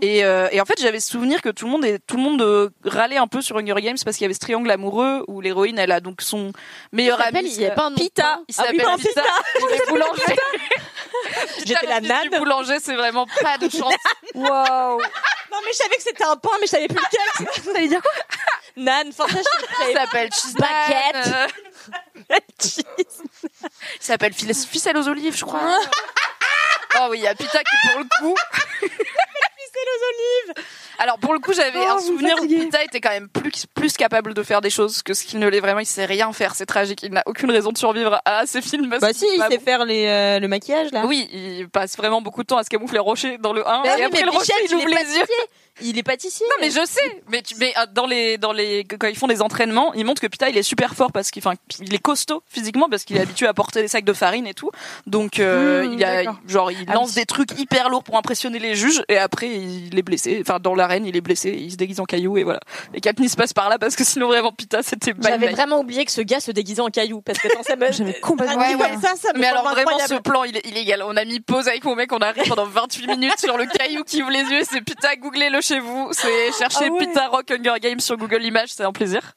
Speaker 4: Et, euh, et en fait, j'avais ce souvenir que tout le monde, est, tout le monde euh, râlait un peu sur Hunger Games parce qu'il y avait ce triangle amoureux où l'héroïne, elle a donc son meilleur
Speaker 6: Il
Speaker 4: ami.
Speaker 6: s'appelle- il y a pas un nom.
Speaker 4: Pita. Il
Speaker 6: Ah oui,
Speaker 4: s'appelle
Speaker 6: pardon,
Speaker 4: Pita. [LAUGHS]
Speaker 6: Pita.
Speaker 4: Il est
Speaker 6: [LAUGHS]
Speaker 4: boulanger.
Speaker 10: J'étais
Speaker 4: Pita,
Speaker 10: la
Speaker 4: le fils du
Speaker 10: nane.
Speaker 4: boulanger, c'est vraiment pas de chance.
Speaker 10: Wow. [LAUGHS] Non, mais je savais que c'était un pain, mais je savais plus
Speaker 6: [LAUGHS]
Speaker 10: lequel. Vous allez dire quoi [LAUGHS] Nan, enfin, ça, je suis
Speaker 4: Il
Speaker 10: prête.
Speaker 4: s'appelle Cheese
Speaker 6: Baguette.
Speaker 4: Nan, euh, [LAUGHS] Il s'appelle Fils- Ficelle aux olives, je [LAUGHS] crois. [LAUGHS] Oh oui, il y a Pita qui, pour le coup,
Speaker 10: C'est les olives.
Speaker 4: Alors pour le coup, j'avais un souvenir où Pita était quand même plus, plus capable de faire des choses que ce qu'il ne l'est vraiment. Il sait rien faire, c'est tragique. Il n'a aucune raison de survivre à ces films. parce
Speaker 10: Bah
Speaker 4: que
Speaker 10: si,
Speaker 4: c'est
Speaker 10: il
Speaker 4: pas
Speaker 10: sait
Speaker 4: bon.
Speaker 10: faire les, euh, le maquillage là.
Speaker 4: Oui, il passe vraiment beaucoup de temps à se camoufler rocher dans le 1
Speaker 10: Bah
Speaker 4: et
Speaker 10: oui,
Speaker 4: après
Speaker 10: mais
Speaker 4: le rocher
Speaker 10: Michel,
Speaker 4: il ouvre
Speaker 10: il est
Speaker 4: les yeux.
Speaker 10: Il est pâtissier.
Speaker 4: Non mais je sais, mais tu mais euh, dans les dans les quand ils font des entraînements, ils montrent que Pita il est super fort parce qu'il enfin il est costaud physiquement parce qu'il est habitué à porter des sacs de farine et tout. Donc euh,
Speaker 5: Mmh,
Speaker 4: il a
Speaker 5: d'accord.
Speaker 4: genre il
Speaker 5: Ah
Speaker 4: lance
Speaker 5: oui.
Speaker 4: des trucs hyper lourds pour impressionner les juges et après il est blessé. Enfin dans l'arène, il est blessé, il se déguise en caillou et voilà. Et Katniss passe par là parce que sinon vraiment Pita c'était pas
Speaker 10: J'avais vraiment oublié que ce gars se déguisait en caillou parce que attends, ça
Speaker 6: [LAUGHS]
Speaker 10: me. J'avais
Speaker 5: complètement oublié.
Speaker 10: ça, ça me
Speaker 4: mais alors
Speaker 10: semble
Speaker 4: vraiment ce
Speaker 10: incroyable.
Speaker 4: plan il est illégal. On a mis pause avec mon mec, on arrive pendant 28 minutes sur le caillou qui ouvre les yeux. C'est Pita, googlez-le chez vous. C'est chercher
Speaker 10: Ah ouais.
Speaker 4: Pita Rock Hunger Games sur Google Images, c'est un
Speaker 10: [LAUGHS]
Speaker 4: plaisir.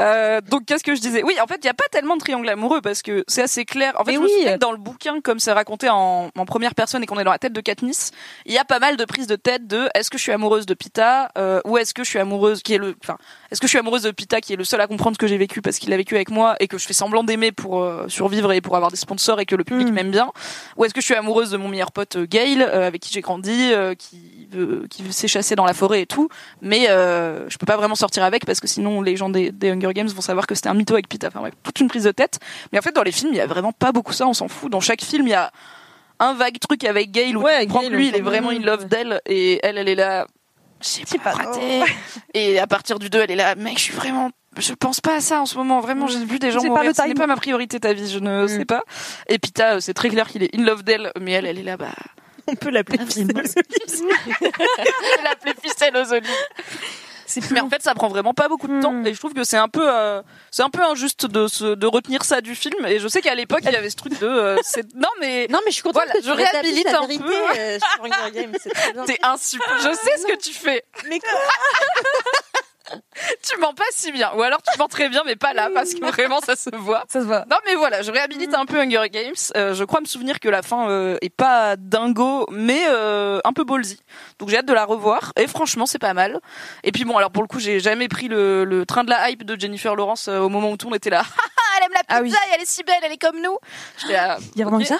Speaker 4: Euh, donc qu'est-ce que je disais Oui, en fait il n'y a pas tellement de triangle amoureux parce que c'est assez clair. En fait,
Speaker 10: Mais
Speaker 4: je me
Speaker 10: oui.
Speaker 4: souviens que dans le bouquin, comme c'est raconté en, en première personne et qu'on est dans la tête de Katniss, il y a pas mal de prises de tête de est-ce que je suis amoureuse de Pita euh, ou est-ce que je suis amoureuse qui est le, enfin est-ce que je suis amoureuse de Pita qui est le seul à comprendre ce que j'ai vécu parce qu'il l'a vécu avec moi et que je fais semblant d'aimer pour euh, survivre et pour avoir des sponsors et que le public
Speaker 10: Hmm.
Speaker 4: m'aime bien ou est-ce que je suis amoureuse de mon meilleur pote euh, Gail euh, avec qui j'ai grandi euh, qui veut qui veut s'échasser dans la forêt et tout mais euh, je peux pas vraiment sortir avec parce que sinon les gens des, des Hunger Games vont savoir que c'était un mytho avec Pita enfin bref toute une prise de tête mais en fait dans les films il y a vraiment pas beaucoup ça on s'en fout dans chaque film il y a un vague truc avec Gail où
Speaker 10: Ouais,
Speaker 4: tu comprends que
Speaker 10: Gail,
Speaker 4: lui
Speaker 10: on
Speaker 4: il est
Speaker 10: s'en
Speaker 4: vraiment
Speaker 10: fout.
Speaker 4: in love d'elle et elle elle est là j'ai pas raté et à partir du 2 elle est là mec je suis vraiment je pense pas à ça en ce moment vraiment j'ai vu des gens
Speaker 5: Mm. C'est pas
Speaker 4: mourir
Speaker 5: le
Speaker 4: ce n'est
Speaker 5: time. Mm.
Speaker 4: pas ma priorité ta vie je ne sais pas et Pita euh, c'est très clair qu'il est in love d'elle mais elle elle est là bah
Speaker 3: On peut l'appeler.
Speaker 4: elle appelait ficelle aux olives. Mais en fait, ça prend vraiment pas beaucoup de
Speaker 5: Mm.
Speaker 4: temps et je trouve que c'est un peu, euh, c'est un peu injuste de, se- de retenir ça du film. Et je sais qu'à l'époque, il y avait ce truc de, euh,
Speaker 5: [LAUGHS]
Speaker 4: c'est- non mais,
Speaker 10: Non mais je suis contente
Speaker 4: Voilà,
Speaker 10: que tu
Speaker 4: je
Speaker 10: rétablisses
Speaker 4: réhabilite
Speaker 10: la
Speaker 4: un
Speaker 10: vérité,
Speaker 4: peu.
Speaker 10: euh, sur Hunger Games, c'est très bien.
Speaker 4: t'es insupportable. Je sais ce que tu fais.
Speaker 10: Mais quoi
Speaker 4: [LAUGHS] Tu mens pas si bien, ou alors tu mens très bien, mais pas là parce
Speaker 5: [LAUGHS]
Speaker 4: que vraiment ça se voit.
Speaker 5: Ça se voit.
Speaker 4: Non mais voilà, je réhabilite un peu Hunger Games. Euh, je crois me souvenir que la fin euh, est pas dingo, mais euh, un peu ballsy. Donc j'ai hâte de la revoir. Et franchement, c'est pas mal. Et puis bon, alors pour le coup, j'ai jamais pris le, le train de la hype de Jennifer Lawrence euh, au moment où tout on était là. [LAUGHS] elle aime la pizza,
Speaker 5: Ah oui.
Speaker 4: elle est si belle, elle est comme nous. J'étais là,
Speaker 5: Il y a vraiment
Speaker 4: Ok.
Speaker 5: eu ça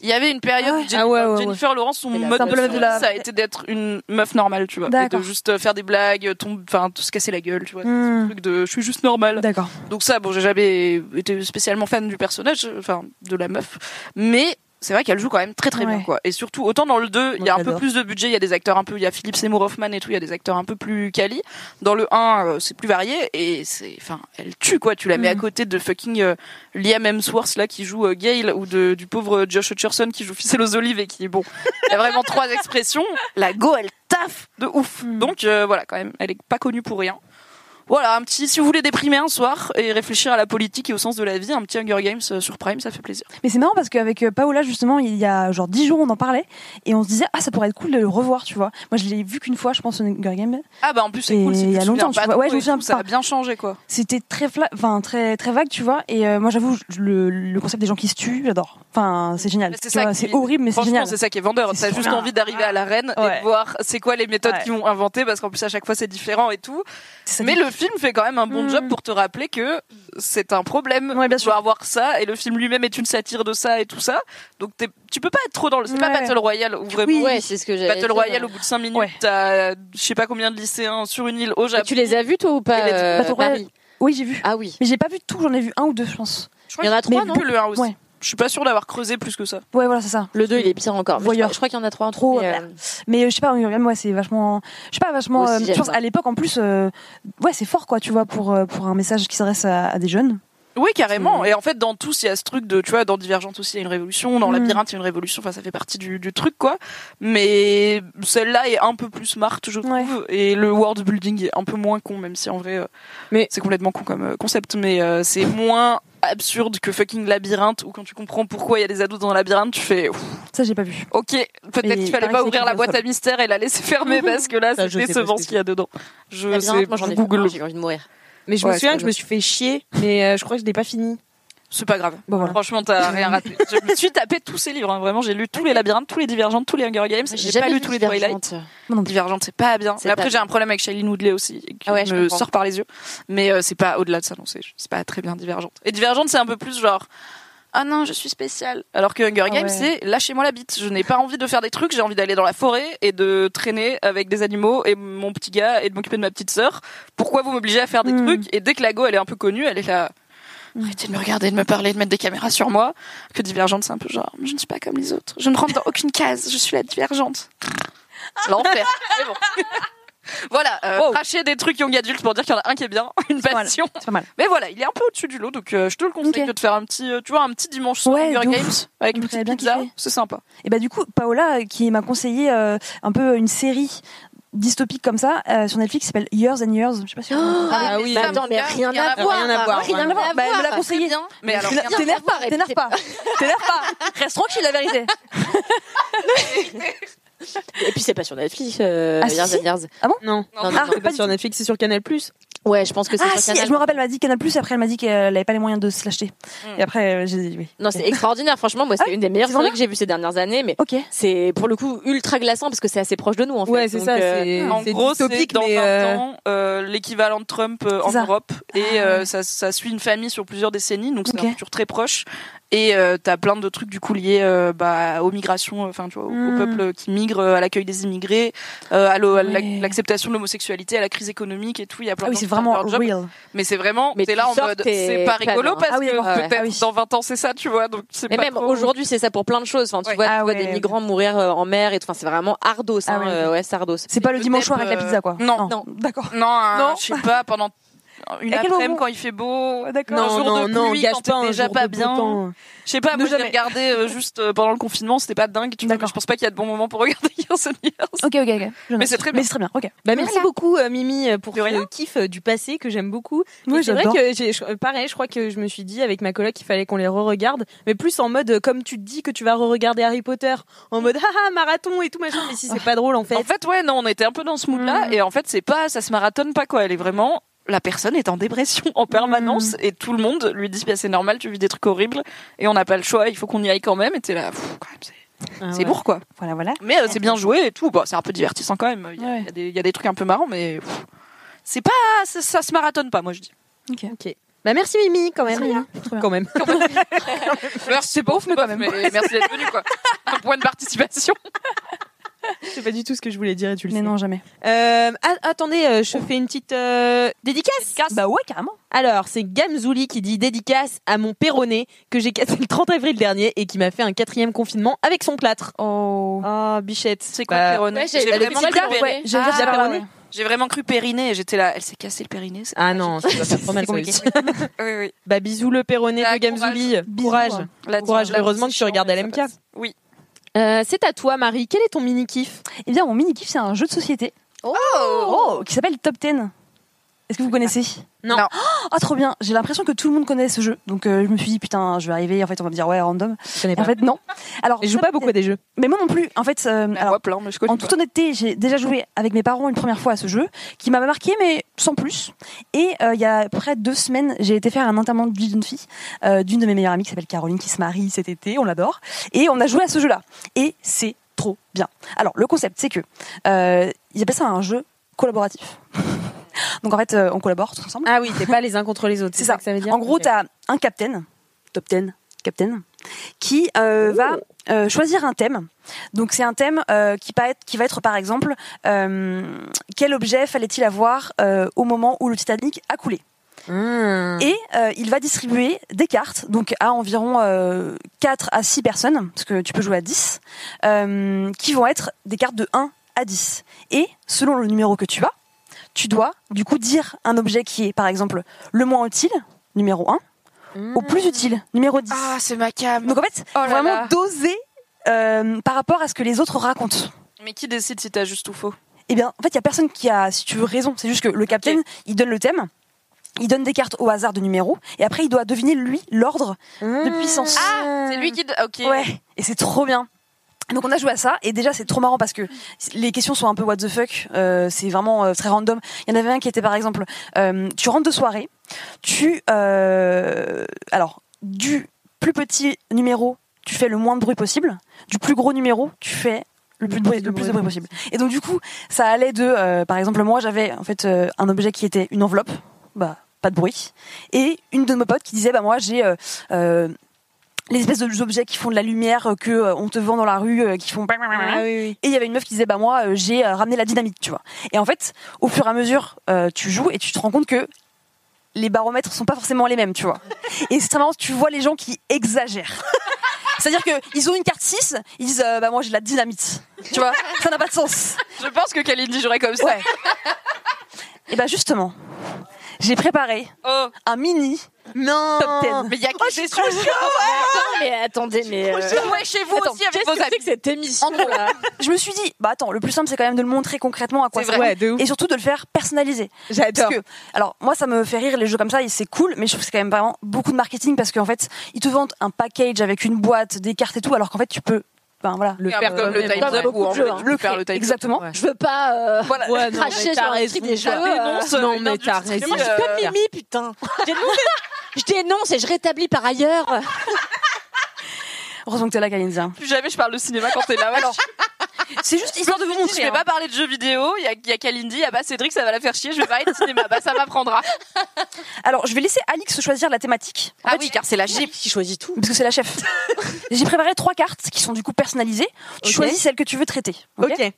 Speaker 4: Il y avait une période
Speaker 5: Ah ouais.
Speaker 4: où Jennifer,
Speaker 5: Ah ouais, ouais, ouais.
Speaker 4: Jennifer Lawrence, son
Speaker 5: Elle a
Speaker 4: mode
Speaker 5: fait un peu
Speaker 4: de
Speaker 5: la-
Speaker 4: survie,
Speaker 5: de la-
Speaker 4: ça a été d'être une meuf normale, tu vois, et de
Speaker 5: D'accord.
Speaker 4: juste faire des blagues, tombe, enfin, tout se casser la gueule, tu vois,
Speaker 5: Hmm.
Speaker 4: ce truc de je suis juste normale.
Speaker 5: D'accord.
Speaker 4: Donc ça, bon, j'ai jamais été spécialement fan du personnage, euh, enfin de la meuf, mais c'est vrai qu'elle joue quand même très très bien
Speaker 5: Ouais.
Speaker 4: quoi. Et surtout, autant dans le 2, il y a un peu
Speaker 3: j'adore.
Speaker 4: plus de budget, il y a des acteurs un peu, il y a Philippe Seymour Hoffman et tout, il y a des acteurs un peu plus quali. Dans le 1, euh, c'est plus varié et c'est, enfin, elle tue quoi. Tu la mets à côté de fucking euh, Liam Hemsworth là qui joue euh, Gale ou de, du pauvre euh, Josh Hutcherson qui joue Ficelle aux olives et qui bon, il y a vraiment trois expressions. La go, elle taffe de ouf. Donc euh, voilà quand même, elle est pas connue pour rien. Voilà, un petit, si vous voulez déprimer un soir et réfléchir à la politique et au sens de la vie, un petit Hunger Games euh, sur Prime, ça fait plaisir.
Speaker 5: Mais c'est marrant parce qu'avec euh, Paola, justement, il y a genre 10 jours, on en parlait et on se disait, ah, ça pourrait être cool de le revoir, tu vois. Moi, je l'ai vu qu'une fois, je pense, au Hunger Games.
Speaker 4: Ah bah en plus c'est
Speaker 5: Et
Speaker 4: cool, si tu
Speaker 5: il y
Speaker 4: te
Speaker 5: a
Speaker 4: souviens
Speaker 5: longtemps, tu
Speaker 4: pas
Speaker 5: vois. Ouais,
Speaker 4: trop
Speaker 5: je me
Speaker 4: et
Speaker 5: souviens
Speaker 4: tout, ça a
Speaker 5: pas.
Speaker 4: bien changé quoi.
Speaker 5: C'était très, fla- enfin, très, très vague, tu vois. Et euh, moi, j'avoue, je- le, le concept des gens qui se tuent, j'adore. Enfin, c'est génial.
Speaker 4: Mais c'est
Speaker 5: Tu
Speaker 4: ça
Speaker 5: vois,
Speaker 4: qui-
Speaker 5: C'est horrible, mais c'est
Speaker 4: Franchement
Speaker 5: génial.
Speaker 4: c'est ça qui est vendeur,
Speaker 5: C'est
Speaker 4: t'as
Speaker 5: trop
Speaker 4: juste
Speaker 5: bien.
Speaker 4: envie d'arriver à l'arène et
Speaker 5: Ouais.
Speaker 4: de voir c'est quoi les méthodes
Speaker 5: Ouais.
Speaker 4: qu'ils ont inventées parce qu'en plus à chaque fois c'est différent et tout.
Speaker 5: C'est ça Mm.
Speaker 4: Mais
Speaker 5: qui-
Speaker 4: le film fait quand même un bon job pour te rappeler que c'est un problème ouais, bien sûr. avoir ça et le film lui-même est une satire de ça et tout ça. Donc t'es- tu peux pas être trop dans le... C'est pas
Speaker 5: Ouais.
Speaker 4: Battle Royale ou vraiment...
Speaker 6: Ouais, c'est ce que j'ai.
Speaker 4: Battle Royale au bout de 5 minutes,
Speaker 5: Ouais.
Speaker 4: t'as je sais pas combien de lycéens sur une île au Japon.
Speaker 6: Bah, Tu les as vus toi ou pas
Speaker 4: Et les-
Speaker 6: euh,
Speaker 5: Battle Royale.
Speaker 6: Marie
Speaker 5: Oui, j'ai vu.
Speaker 6: Ah oui.
Speaker 5: Mais j'ai pas vu tout, j'en ai vu un ou deux, je pense.
Speaker 4: Je crois
Speaker 6: Il y en a
Speaker 4: qu'il
Speaker 6: trois,
Speaker 4: y
Speaker 6: non
Speaker 4: que le 1 aussi.
Speaker 5: Ouais.
Speaker 4: Je suis pas sûr d'avoir creusé plus que ça.
Speaker 5: Ouais, voilà, c'est ça.
Speaker 6: Le 2, il est pire encore. Mais je
Speaker 5: Voyeur.
Speaker 6: crois- Je crois qu'il y en a trois en
Speaker 5: Trop,
Speaker 6: trop.
Speaker 5: voilà. Mais euh, je sais pas, Hunger Games, ouais, c'est vachement. Je sais pas, vachement.
Speaker 6: Moi aussi,
Speaker 5: euh,
Speaker 6: j'aime
Speaker 5: je pense
Speaker 6: pas.
Speaker 5: à l'époque, en plus, euh, ouais, c'est fort, quoi, tu vois, pour, euh, pour un message qui s'adresse à, à des jeunes.
Speaker 4: Oui, carrément. Et en fait, dans tous, il y a ce truc de, tu vois, dans Divergente aussi, il y a une révolution, dans
Speaker 5: Mm.
Speaker 4: Labyrinthe, il y a une révolution, enfin, ça fait partie du, du truc, quoi. Mais celle-là est un peu plus smart, je trouve.
Speaker 5: Ouais.
Speaker 4: Et le world building est un peu moins con, même si en vrai, euh,
Speaker 3: Mais-
Speaker 4: c'est complètement con comme euh, concept, mais euh, c'est moins absurde que fucking Labyrinthe, où quand tu comprends pourquoi il y a des ados dans Labyrinthe, tu fais, Ouf,
Speaker 5: Ça, j'ai pas vu.
Speaker 4: ok, peut-être qu'il
Speaker 5: Mais pareil,
Speaker 4: fallait pas
Speaker 5: c'est
Speaker 4: ouvrir la
Speaker 5: écrit
Speaker 4: boîte
Speaker 5: comme ça.
Speaker 4: à mystère et la laisser
Speaker 5: [LAUGHS]
Speaker 4: fermer, parce que là,
Speaker 3: Ça,
Speaker 4: c'est
Speaker 3: je sais pas
Speaker 4: décevant
Speaker 3: ce que
Speaker 4: ce qu'il y a dedans. Je sais,
Speaker 6: Moi, j'en ai fait
Speaker 4: Google.
Speaker 6: marre, J'ai eu envie de mourir.
Speaker 3: Mais je
Speaker 4: Ouais,
Speaker 3: me souviens
Speaker 4: c'est
Speaker 3: que je me suis fait chier, mais euh, je crois que je l'ai pas fini.
Speaker 4: C'est pas grave.
Speaker 5: Bon, voilà.
Speaker 4: Franchement, t'as rien raté. Je me suis tapé tous ces livres. hein. Vraiment, j'ai lu tous les labyrinthes, tous les divergentes, tous les Hunger Games. J'ai pas lu tous les Twilight. Divergente, c'est pas bien.
Speaker 6: C'est
Speaker 4: Mais
Speaker 6: pas
Speaker 4: après, j'ai
Speaker 6: bien.
Speaker 4: un problème avec Shailene Woodley aussi, qui
Speaker 6: Ah ouais, je
Speaker 4: me
Speaker 6: comprends.
Speaker 4: sort par les yeux. Mais euh, c'est pas au-delà de ça, non. C'est c'est pas très bien Divergente. Et Divergente, c'est un peu plus genre. Ah non, je suis spécial. Alors que Hunger
Speaker 5: Ah
Speaker 4: Games,
Speaker 5: ouais.
Speaker 4: c'est lâchez-moi la bite. Je n'ai pas envie de faire des trucs, j'ai envie d'aller dans la forêt et de traîner avec des animaux et mon petit gars et de m'occuper de ma petite sœur. Pourquoi vous m'obligez à faire
Speaker 6: Hmm.
Speaker 4: des trucs Et dès que la go, elle est un peu connue, elle est là. Arrêtez de me regarder, de me parler, de mettre des caméras sur moi. Que Divergente, c'est un peu genre, je ne suis pas comme les autres. Je ne rentre dans aucune case, je suis la Divergente. L'enfer. Mais bon. [LAUGHS] Voilà, euh, cracher des trucs young adulte pour dire qu'il y en a un qui est bien, [LAUGHS] une passion. C'est pas mal. Mais voilà, il est un peu au-dessus du lot, donc euh, je te le conseille que de faire un petit, euh, tu vois, un petit dimanche sans Hunger
Speaker 5: de ouf.
Speaker 4: Games avec une petite pizza, c'est sympa.
Speaker 5: Et bah du coup, Paola, euh, qui m'a conseillé euh, un peu une série dystopique comme ça euh, sur Netflix qui s'appelle Years and Years. Je sais pas si vous
Speaker 6: [GASPS] Ah
Speaker 5: en avez parlé.
Speaker 6: mais attends, mais rien à voir.
Speaker 5: Rien à voir. Bah, elle me l'a
Speaker 6: Ah, Très
Speaker 5: conseillé.
Speaker 6: bien.
Speaker 4: Mais alors,
Speaker 5: T'éner-
Speaker 4: rien à
Speaker 5: t'énerve
Speaker 6: voir,
Speaker 5: pas, t'énerve pas, [LAUGHS] t'énerve pas. Reste tranquille, la vérité.
Speaker 6: Et puis c'est pas sur Netflix. Euh,
Speaker 5: Ah, si,
Speaker 6: Years
Speaker 5: si.
Speaker 6: and Years.
Speaker 5: Ah bon
Speaker 3: Non,
Speaker 6: Non, non,
Speaker 3: Ah,
Speaker 6: non.
Speaker 3: c'est pas sur Netflix, c'est sur Canal+.
Speaker 6: Ouais, je pense que c'est
Speaker 5: Ah
Speaker 6: sur
Speaker 5: si,
Speaker 6: Canal+.
Speaker 5: je me rappelle, elle m'a dit Canal Plus. Après, elle m'a dit qu'elle avait pas les moyens de se l'acheter. Et après, euh, j'ai dit oui.
Speaker 6: Non, c'est extraordinaire. Franchement, moi, c'est une des meilleures
Speaker 5: c'est vraiment
Speaker 6: séries que j'ai vues ces dernières années. Mais
Speaker 5: Ok.
Speaker 6: c'est pour le coup ultra glaçant parce que c'est assez proche de nous, en fait.
Speaker 3: Ouais, c'est
Speaker 6: Donc,
Speaker 3: ça,
Speaker 6: euh,
Speaker 3: c'est
Speaker 5: Mm.
Speaker 4: En
Speaker 3: c'est
Speaker 4: gros, c'est
Speaker 3: dystopique,
Speaker 4: dans 20
Speaker 3: mais euh,
Speaker 4: ans euh, l'équivalent de Trump euh, en
Speaker 5: C'est ça. Ah.
Speaker 4: Europe. Et euh, ça, ça suit une famille sur plusieurs décennies, donc c'est
Speaker 5: Ok.
Speaker 4: un futur très proche. Et euh, t'as plein de trucs du coup liés euh, bah, aux migrations, enfin tu vois, au, au
Speaker 5: Hmm.
Speaker 4: peuple qui migre, euh, à l'accueil des immigrés, euh, à l'o- à l'ac-
Speaker 5: Ouais.
Speaker 4: l'acceptation de l'homosexualité, à la crise économique et tout. Il y a plein
Speaker 5: Ah oui,
Speaker 4: de gens
Speaker 5: c'est
Speaker 4: qui perdent
Speaker 5: vraiment
Speaker 4: leur job.
Speaker 5: real.
Speaker 4: Mais c'est vraiment,
Speaker 6: Mais
Speaker 4: t'es
Speaker 6: tu
Speaker 4: là en
Speaker 6: sors,
Speaker 4: mode,
Speaker 6: t'es
Speaker 4: c'est pas
Speaker 6: plane,
Speaker 4: rigolo
Speaker 6: hein.
Speaker 4: parce
Speaker 5: Ah oui,
Speaker 4: que
Speaker 5: d'accord.
Speaker 4: peut-être
Speaker 5: Ah oui.
Speaker 4: dans 20 ans c'est ça, tu vois. Donc c'est
Speaker 6: Mais
Speaker 4: pas
Speaker 6: même
Speaker 4: trop-
Speaker 6: aujourd'hui, c'est ça pour plein de choses. Enfin, tu
Speaker 4: Ouais.
Speaker 6: vois, tu
Speaker 5: Ah
Speaker 6: vois
Speaker 5: ouais,
Speaker 6: des
Speaker 5: ouais.
Speaker 6: migrants mourir euh, en mer et tout. Enfin, c'est vraiment ardos.
Speaker 5: Ah
Speaker 6: hein,
Speaker 5: ouais.
Speaker 6: euh, ouais, c'est ardos.
Speaker 5: C'est pas le
Speaker 4: Peut-être,
Speaker 5: dimanche soir avec la
Speaker 4: euh,
Speaker 5: pizza, quoi.
Speaker 4: non.
Speaker 5: D'accord.
Speaker 4: Non, un-
Speaker 5: Non.
Speaker 4: je sais pas, pendant une
Speaker 5: À quel
Speaker 4: après-midi
Speaker 5: moment
Speaker 4: quand il fait beau,
Speaker 5: Ah,
Speaker 4: un
Speaker 5: d'accord.
Speaker 3: Non,
Speaker 4: jour
Speaker 3: non,
Speaker 4: de
Speaker 3: non,
Speaker 4: pluie
Speaker 3: gâche
Speaker 4: quand
Speaker 3: pas
Speaker 4: t'es
Speaker 3: un
Speaker 4: déjà
Speaker 3: jour
Speaker 4: pas
Speaker 3: de beau
Speaker 4: bien.
Speaker 3: temps.
Speaker 4: Je sais pas, moi j'ai
Speaker 5: jamais.
Speaker 4: regardé euh, juste euh, pendant le confinement, c'était pas dingue, tu vois, mais je pense pas qu'il y a de bons moments pour regarder [LAUGHS] Years and Years.
Speaker 5: Ok, ok, ok. Je
Speaker 4: Mais
Speaker 5: note.
Speaker 4: c'est très bien.
Speaker 5: Mais c'est très bien. Ok.
Speaker 3: Bah, merci beaucoup euh, Mimi euh, pour
Speaker 4: De rien.
Speaker 3: le kiff euh, du passé que j'aime beaucoup.
Speaker 5: Oui,
Speaker 3: Et c'est vrai
Speaker 5: j'adore.
Speaker 3: que j'ai- je- euh, pareil, je crois que je me suis dit avec ma coloc qu'il fallait qu'on les re-regarde, mais plus en mode euh, comme tu te dis que tu vas re-regarder Harry Potter, en mode haha marathon et tout machin, mais si c'est pas drôle en fait.
Speaker 4: En fait, ouais, non, on était un peu dans ce mood-là,
Speaker 5: Hmm.
Speaker 4: et en fait, c'est pas, ça se marathonne pas, quoi. Elle est vraiment, la personne est en dépression en
Speaker 5: Hmm.
Speaker 4: permanence, et tout le monde lui dit, bah, c'est normal, tu vis des trucs horribles, et on n'a pas le choix, il faut qu'on y aille quand même, et t'es là, pff, quand même, c'est
Speaker 3: Ah,
Speaker 4: c'est
Speaker 3: ouais.
Speaker 4: lourd, quoi.
Speaker 5: Voilà, voilà.
Speaker 4: Mais euh, c'est bien joué et tout, bon, c'est un peu divertissant quand même, il y, a- il y a des- il y a des trucs un peu marrants, mais pff, c'est pas, ça, ça se marathonne pas, moi [LAUGHS] je dis.
Speaker 3: Ok. Bah merci Mimi quand même. Quand même.
Speaker 4: C'est pas ouf, mais quand même. [LAUGHS] merci d'être venu, quoi. Un point de participation.
Speaker 3: [LAUGHS] C'est pas du tout ce que je voulais dire et tu le
Speaker 5: Mais
Speaker 3: sais.
Speaker 5: non, jamais.
Speaker 3: Euh, a- attendez, euh, je fais une petite euh, dédicace.
Speaker 5: Bah ouais, carrément.
Speaker 3: Alors, c'est Gamzouli qui dit dédicace à mon perronnet que j'ai cassé le 30 avril dernier et qui m'a fait un quatrième confinement avec son plâtre.
Speaker 5: Oh.
Speaker 3: Oh, bichette. C'est
Speaker 4: quoi, le perronnet J'ai
Speaker 3: bah,
Speaker 4: vraiment
Speaker 3: petite
Speaker 4: cru
Speaker 3: perronnet.
Speaker 4: périnée.
Speaker 5: J'ai
Speaker 4: Ah,
Speaker 5: déjà
Speaker 4: la
Speaker 5: parlé.
Speaker 4: perronnet. J'ai vraiment cru périnée et j'étais là. Elle s'est cassée le périnée. c'est-
Speaker 3: Ah non, ça doit faire [LAUGHS] trop mal ça aussi.
Speaker 4: [LAUGHS] Oui, oui.
Speaker 3: Bah bisous le perronnet
Speaker 4: Ah,
Speaker 3: de Gamzouli.
Speaker 5: Bisous,
Speaker 3: Courage.
Speaker 5: hein.
Speaker 4: Là,
Speaker 3: Courage.
Speaker 4: là,
Speaker 3: Heureusement
Speaker 4: c'est
Speaker 3: que tu
Speaker 4: chiant,
Speaker 3: regardes
Speaker 4: mais ça
Speaker 3: LMK.
Speaker 4: passe. Oui.
Speaker 3: Euh, c'est à toi Marie. Quel est ton mini kiff
Speaker 5: Eh bien, mon mini kiff, c'est un jeu de société.
Speaker 6: Oh.
Speaker 5: Oh, Qui s'appelle Top 10. Est-ce que vous connaissez
Speaker 3: Non.
Speaker 4: Non.
Speaker 5: Ah, trop bien. J'ai l'impression que tout le monde connaît ce jeu. Donc, euh, je me suis dit, putain, je vais arriver. En fait, on va me dire, ouais, random.
Speaker 3: Je connais
Speaker 5: Et en fait, non. Alors,
Speaker 3: Bah. je joue
Speaker 5: Top
Speaker 3: pas beaucoup à
Speaker 5: 10.
Speaker 3: des jeux.
Speaker 5: Mais moi non plus. En fait, euh,
Speaker 4: On
Speaker 5: alors,
Speaker 4: voit plein, mais je connais
Speaker 5: En
Speaker 4: pas.
Speaker 5: toute honnêteté, j'ai déjà joué avec mes parents une première fois à ce jeu, qui m'a marqué, mais sans plus. Et euh, il y a près de deux semaines, j'ai été faire un enterrement de vie d'une fille, euh, d'une de mes meilleures amies qui s'appelle Caroline, qui se marie cet été, on l'adore. Et on a joué à ce jeu-là. Et c'est trop bien. Alors, le concept, c'est que euh, ils appellent ça un jeu collaboratif. [LAUGHS] Donc en fait, euh, on collabore tous ensemble.
Speaker 3: Ah oui, t'es pas les uns contre les autres.
Speaker 5: C'est
Speaker 3: C'est
Speaker 5: ça.
Speaker 3: ça. que ça veut dire.
Speaker 5: En gros,
Speaker 3: Ok.
Speaker 5: tu as un captain, top 10, captain, qui euh, va euh, choisir un thème. Donc, c'est un thème euh, qui, va être, qui va être, par exemple, euh, quel objet fallait-il avoir euh, au moment où le Titanic a coulé
Speaker 3: Hmm.
Speaker 5: et euh, il va distribuer des cartes, donc à environ euh, 4 à 6 personnes, parce que tu peux jouer à 10, euh, qui vont être des cartes de 1 à 10. Et selon le numéro que tu as, tu dois du coup dire un objet qui est par exemple le moins utile, numéro 1, ou plus utile, numéro 10.
Speaker 4: Hmm. Ah, c'est ma cam.
Speaker 5: donc en fait,
Speaker 4: Oh là
Speaker 5: vraiment
Speaker 4: là.
Speaker 5: doser euh, par rapport à ce que les autres racontent.
Speaker 4: Mais qui décide si t'as juste ou faux
Speaker 5: Eh bien, en fait, il y a personne qui a, si tu veux, raison. C'est juste que le capitaine, il donne le thème, il donne des cartes au hasard de numéros, et après, il doit deviner, lui, l'ordre de puissance.
Speaker 4: Ah, c'est lui qui. Ok.
Speaker 5: Ouais, et c'est trop bien. Donc on a joué à ça et déjà c'est trop marrant parce que les questions sont un peu what the fuck, euh, c'est vraiment euh, très random. Il y en avait un qui était par exemple, euh, tu rentres de soirée, tu euh, alors du plus petit numéro tu fais le moins de bruit possible, du plus gros numéro tu fais le plus de bruit, le plus de bruit possible. Et donc du coup ça allait de euh, par exemple moi j'avais en fait euh, un objet qui était une enveloppe, bah pas de bruit, et une de mes potes qui disait bah moi j'ai euh, euh, les espèces de- d'objets qui font de la lumière euh, que euh, on te vend dans la rue euh, qui font et il y avait une meuf qui disait bah moi euh, j'ai euh, ramené la dynamite tu vois et en fait au fur et à mesure euh, tu joues et tu te rends compte que les baromètres sont pas forcément les mêmes tu vois et c'est très marrant tu vois les gens qui exagèrent [LAUGHS] c'est-à-dire que ils ont une carte 6, ils disent euh, bah moi j'ai de la dynamite. Tu vois, ça n'a pas de sens.
Speaker 4: Je pense que Kalindi jouerait comme ça.
Speaker 5: Et bah justement, j'ai préparé un mini top 10.
Speaker 4: Oh. Mais il y a que des
Speaker 6: Mais attends, mais attendez, Ah mais. euh,
Speaker 4: Ouais, chez vous
Speaker 6: attends,
Speaker 4: aussi avec
Speaker 6: qu'est-ce
Speaker 4: vos
Speaker 6: que c'est
Speaker 4: amis.
Speaker 6: que cette émission
Speaker 5: En gros,
Speaker 6: là
Speaker 5: je me suis dit, bah attends, le plus simple c'est quand même de le montrer concrètement à quoi
Speaker 4: C'est
Speaker 5: ça
Speaker 4: vrai.
Speaker 5: ressemble. et surtout de le faire personnaliser.
Speaker 3: J'adore.
Speaker 5: Parce que, alors moi ça me fait rire les jeux comme ça, et c'est cool, mais je trouve que c'est quand même vraiment beaucoup de marketing parce qu'en fait ils te vendent un package avec une boîte, des cartes et tout, alors qu'en fait tu peux, ben voilà,
Speaker 4: Le
Speaker 3: euh,
Speaker 4: faire comme le
Speaker 6: comme
Speaker 4: time up
Speaker 6: beaucoup
Speaker 4: ou
Speaker 6: de
Speaker 4: en
Speaker 6: jeux,
Speaker 4: fait,
Speaker 6: hein.
Speaker 4: tu peux faire le time
Speaker 5: exactement.
Speaker 6: [LAUGHS] Je veux pas euh,
Speaker 4: Voilà.
Speaker 3: [LAUGHS]
Speaker 6: ouais, non, cracher sur un prix des jeux. euh,
Speaker 3: Non, mais t'as raison.
Speaker 6: Mais moi, je suis comme Mimi, putain. [LAUGHS] Je dénonce- Je dénonce et je rétablis par ailleurs.
Speaker 5: Heureusement que t'es
Speaker 4: [LAUGHS]
Speaker 5: là, Kalinza.
Speaker 4: Plus jamais je parle de cinéma quand t'es là. Alors,
Speaker 5: C'est juste histoire de vous
Speaker 4: je
Speaker 5: montrer.
Speaker 4: vais
Speaker 5: hein.
Speaker 4: pas parler de jeux vidéo. Il y a, il y a Kalindi, ah bah Cédric, ça va la faire chier. Je vais parler de cinéma, bah ça m'apprendra.
Speaker 5: Alors je vais laisser Alix choisir la thématique. En
Speaker 4: Ah
Speaker 5: fait,
Speaker 4: oui, car c'est la chip.
Speaker 6: Qui choisit tout.
Speaker 5: parce que c'est
Speaker 3: [LAUGHS]
Speaker 5: la chef. J'ai préparé trois cartes qui sont du coup personnalisées. Tu
Speaker 3: Ok.
Speaker 5: choisis celle que tu veux traiter. ok
Speaker 3: Ok.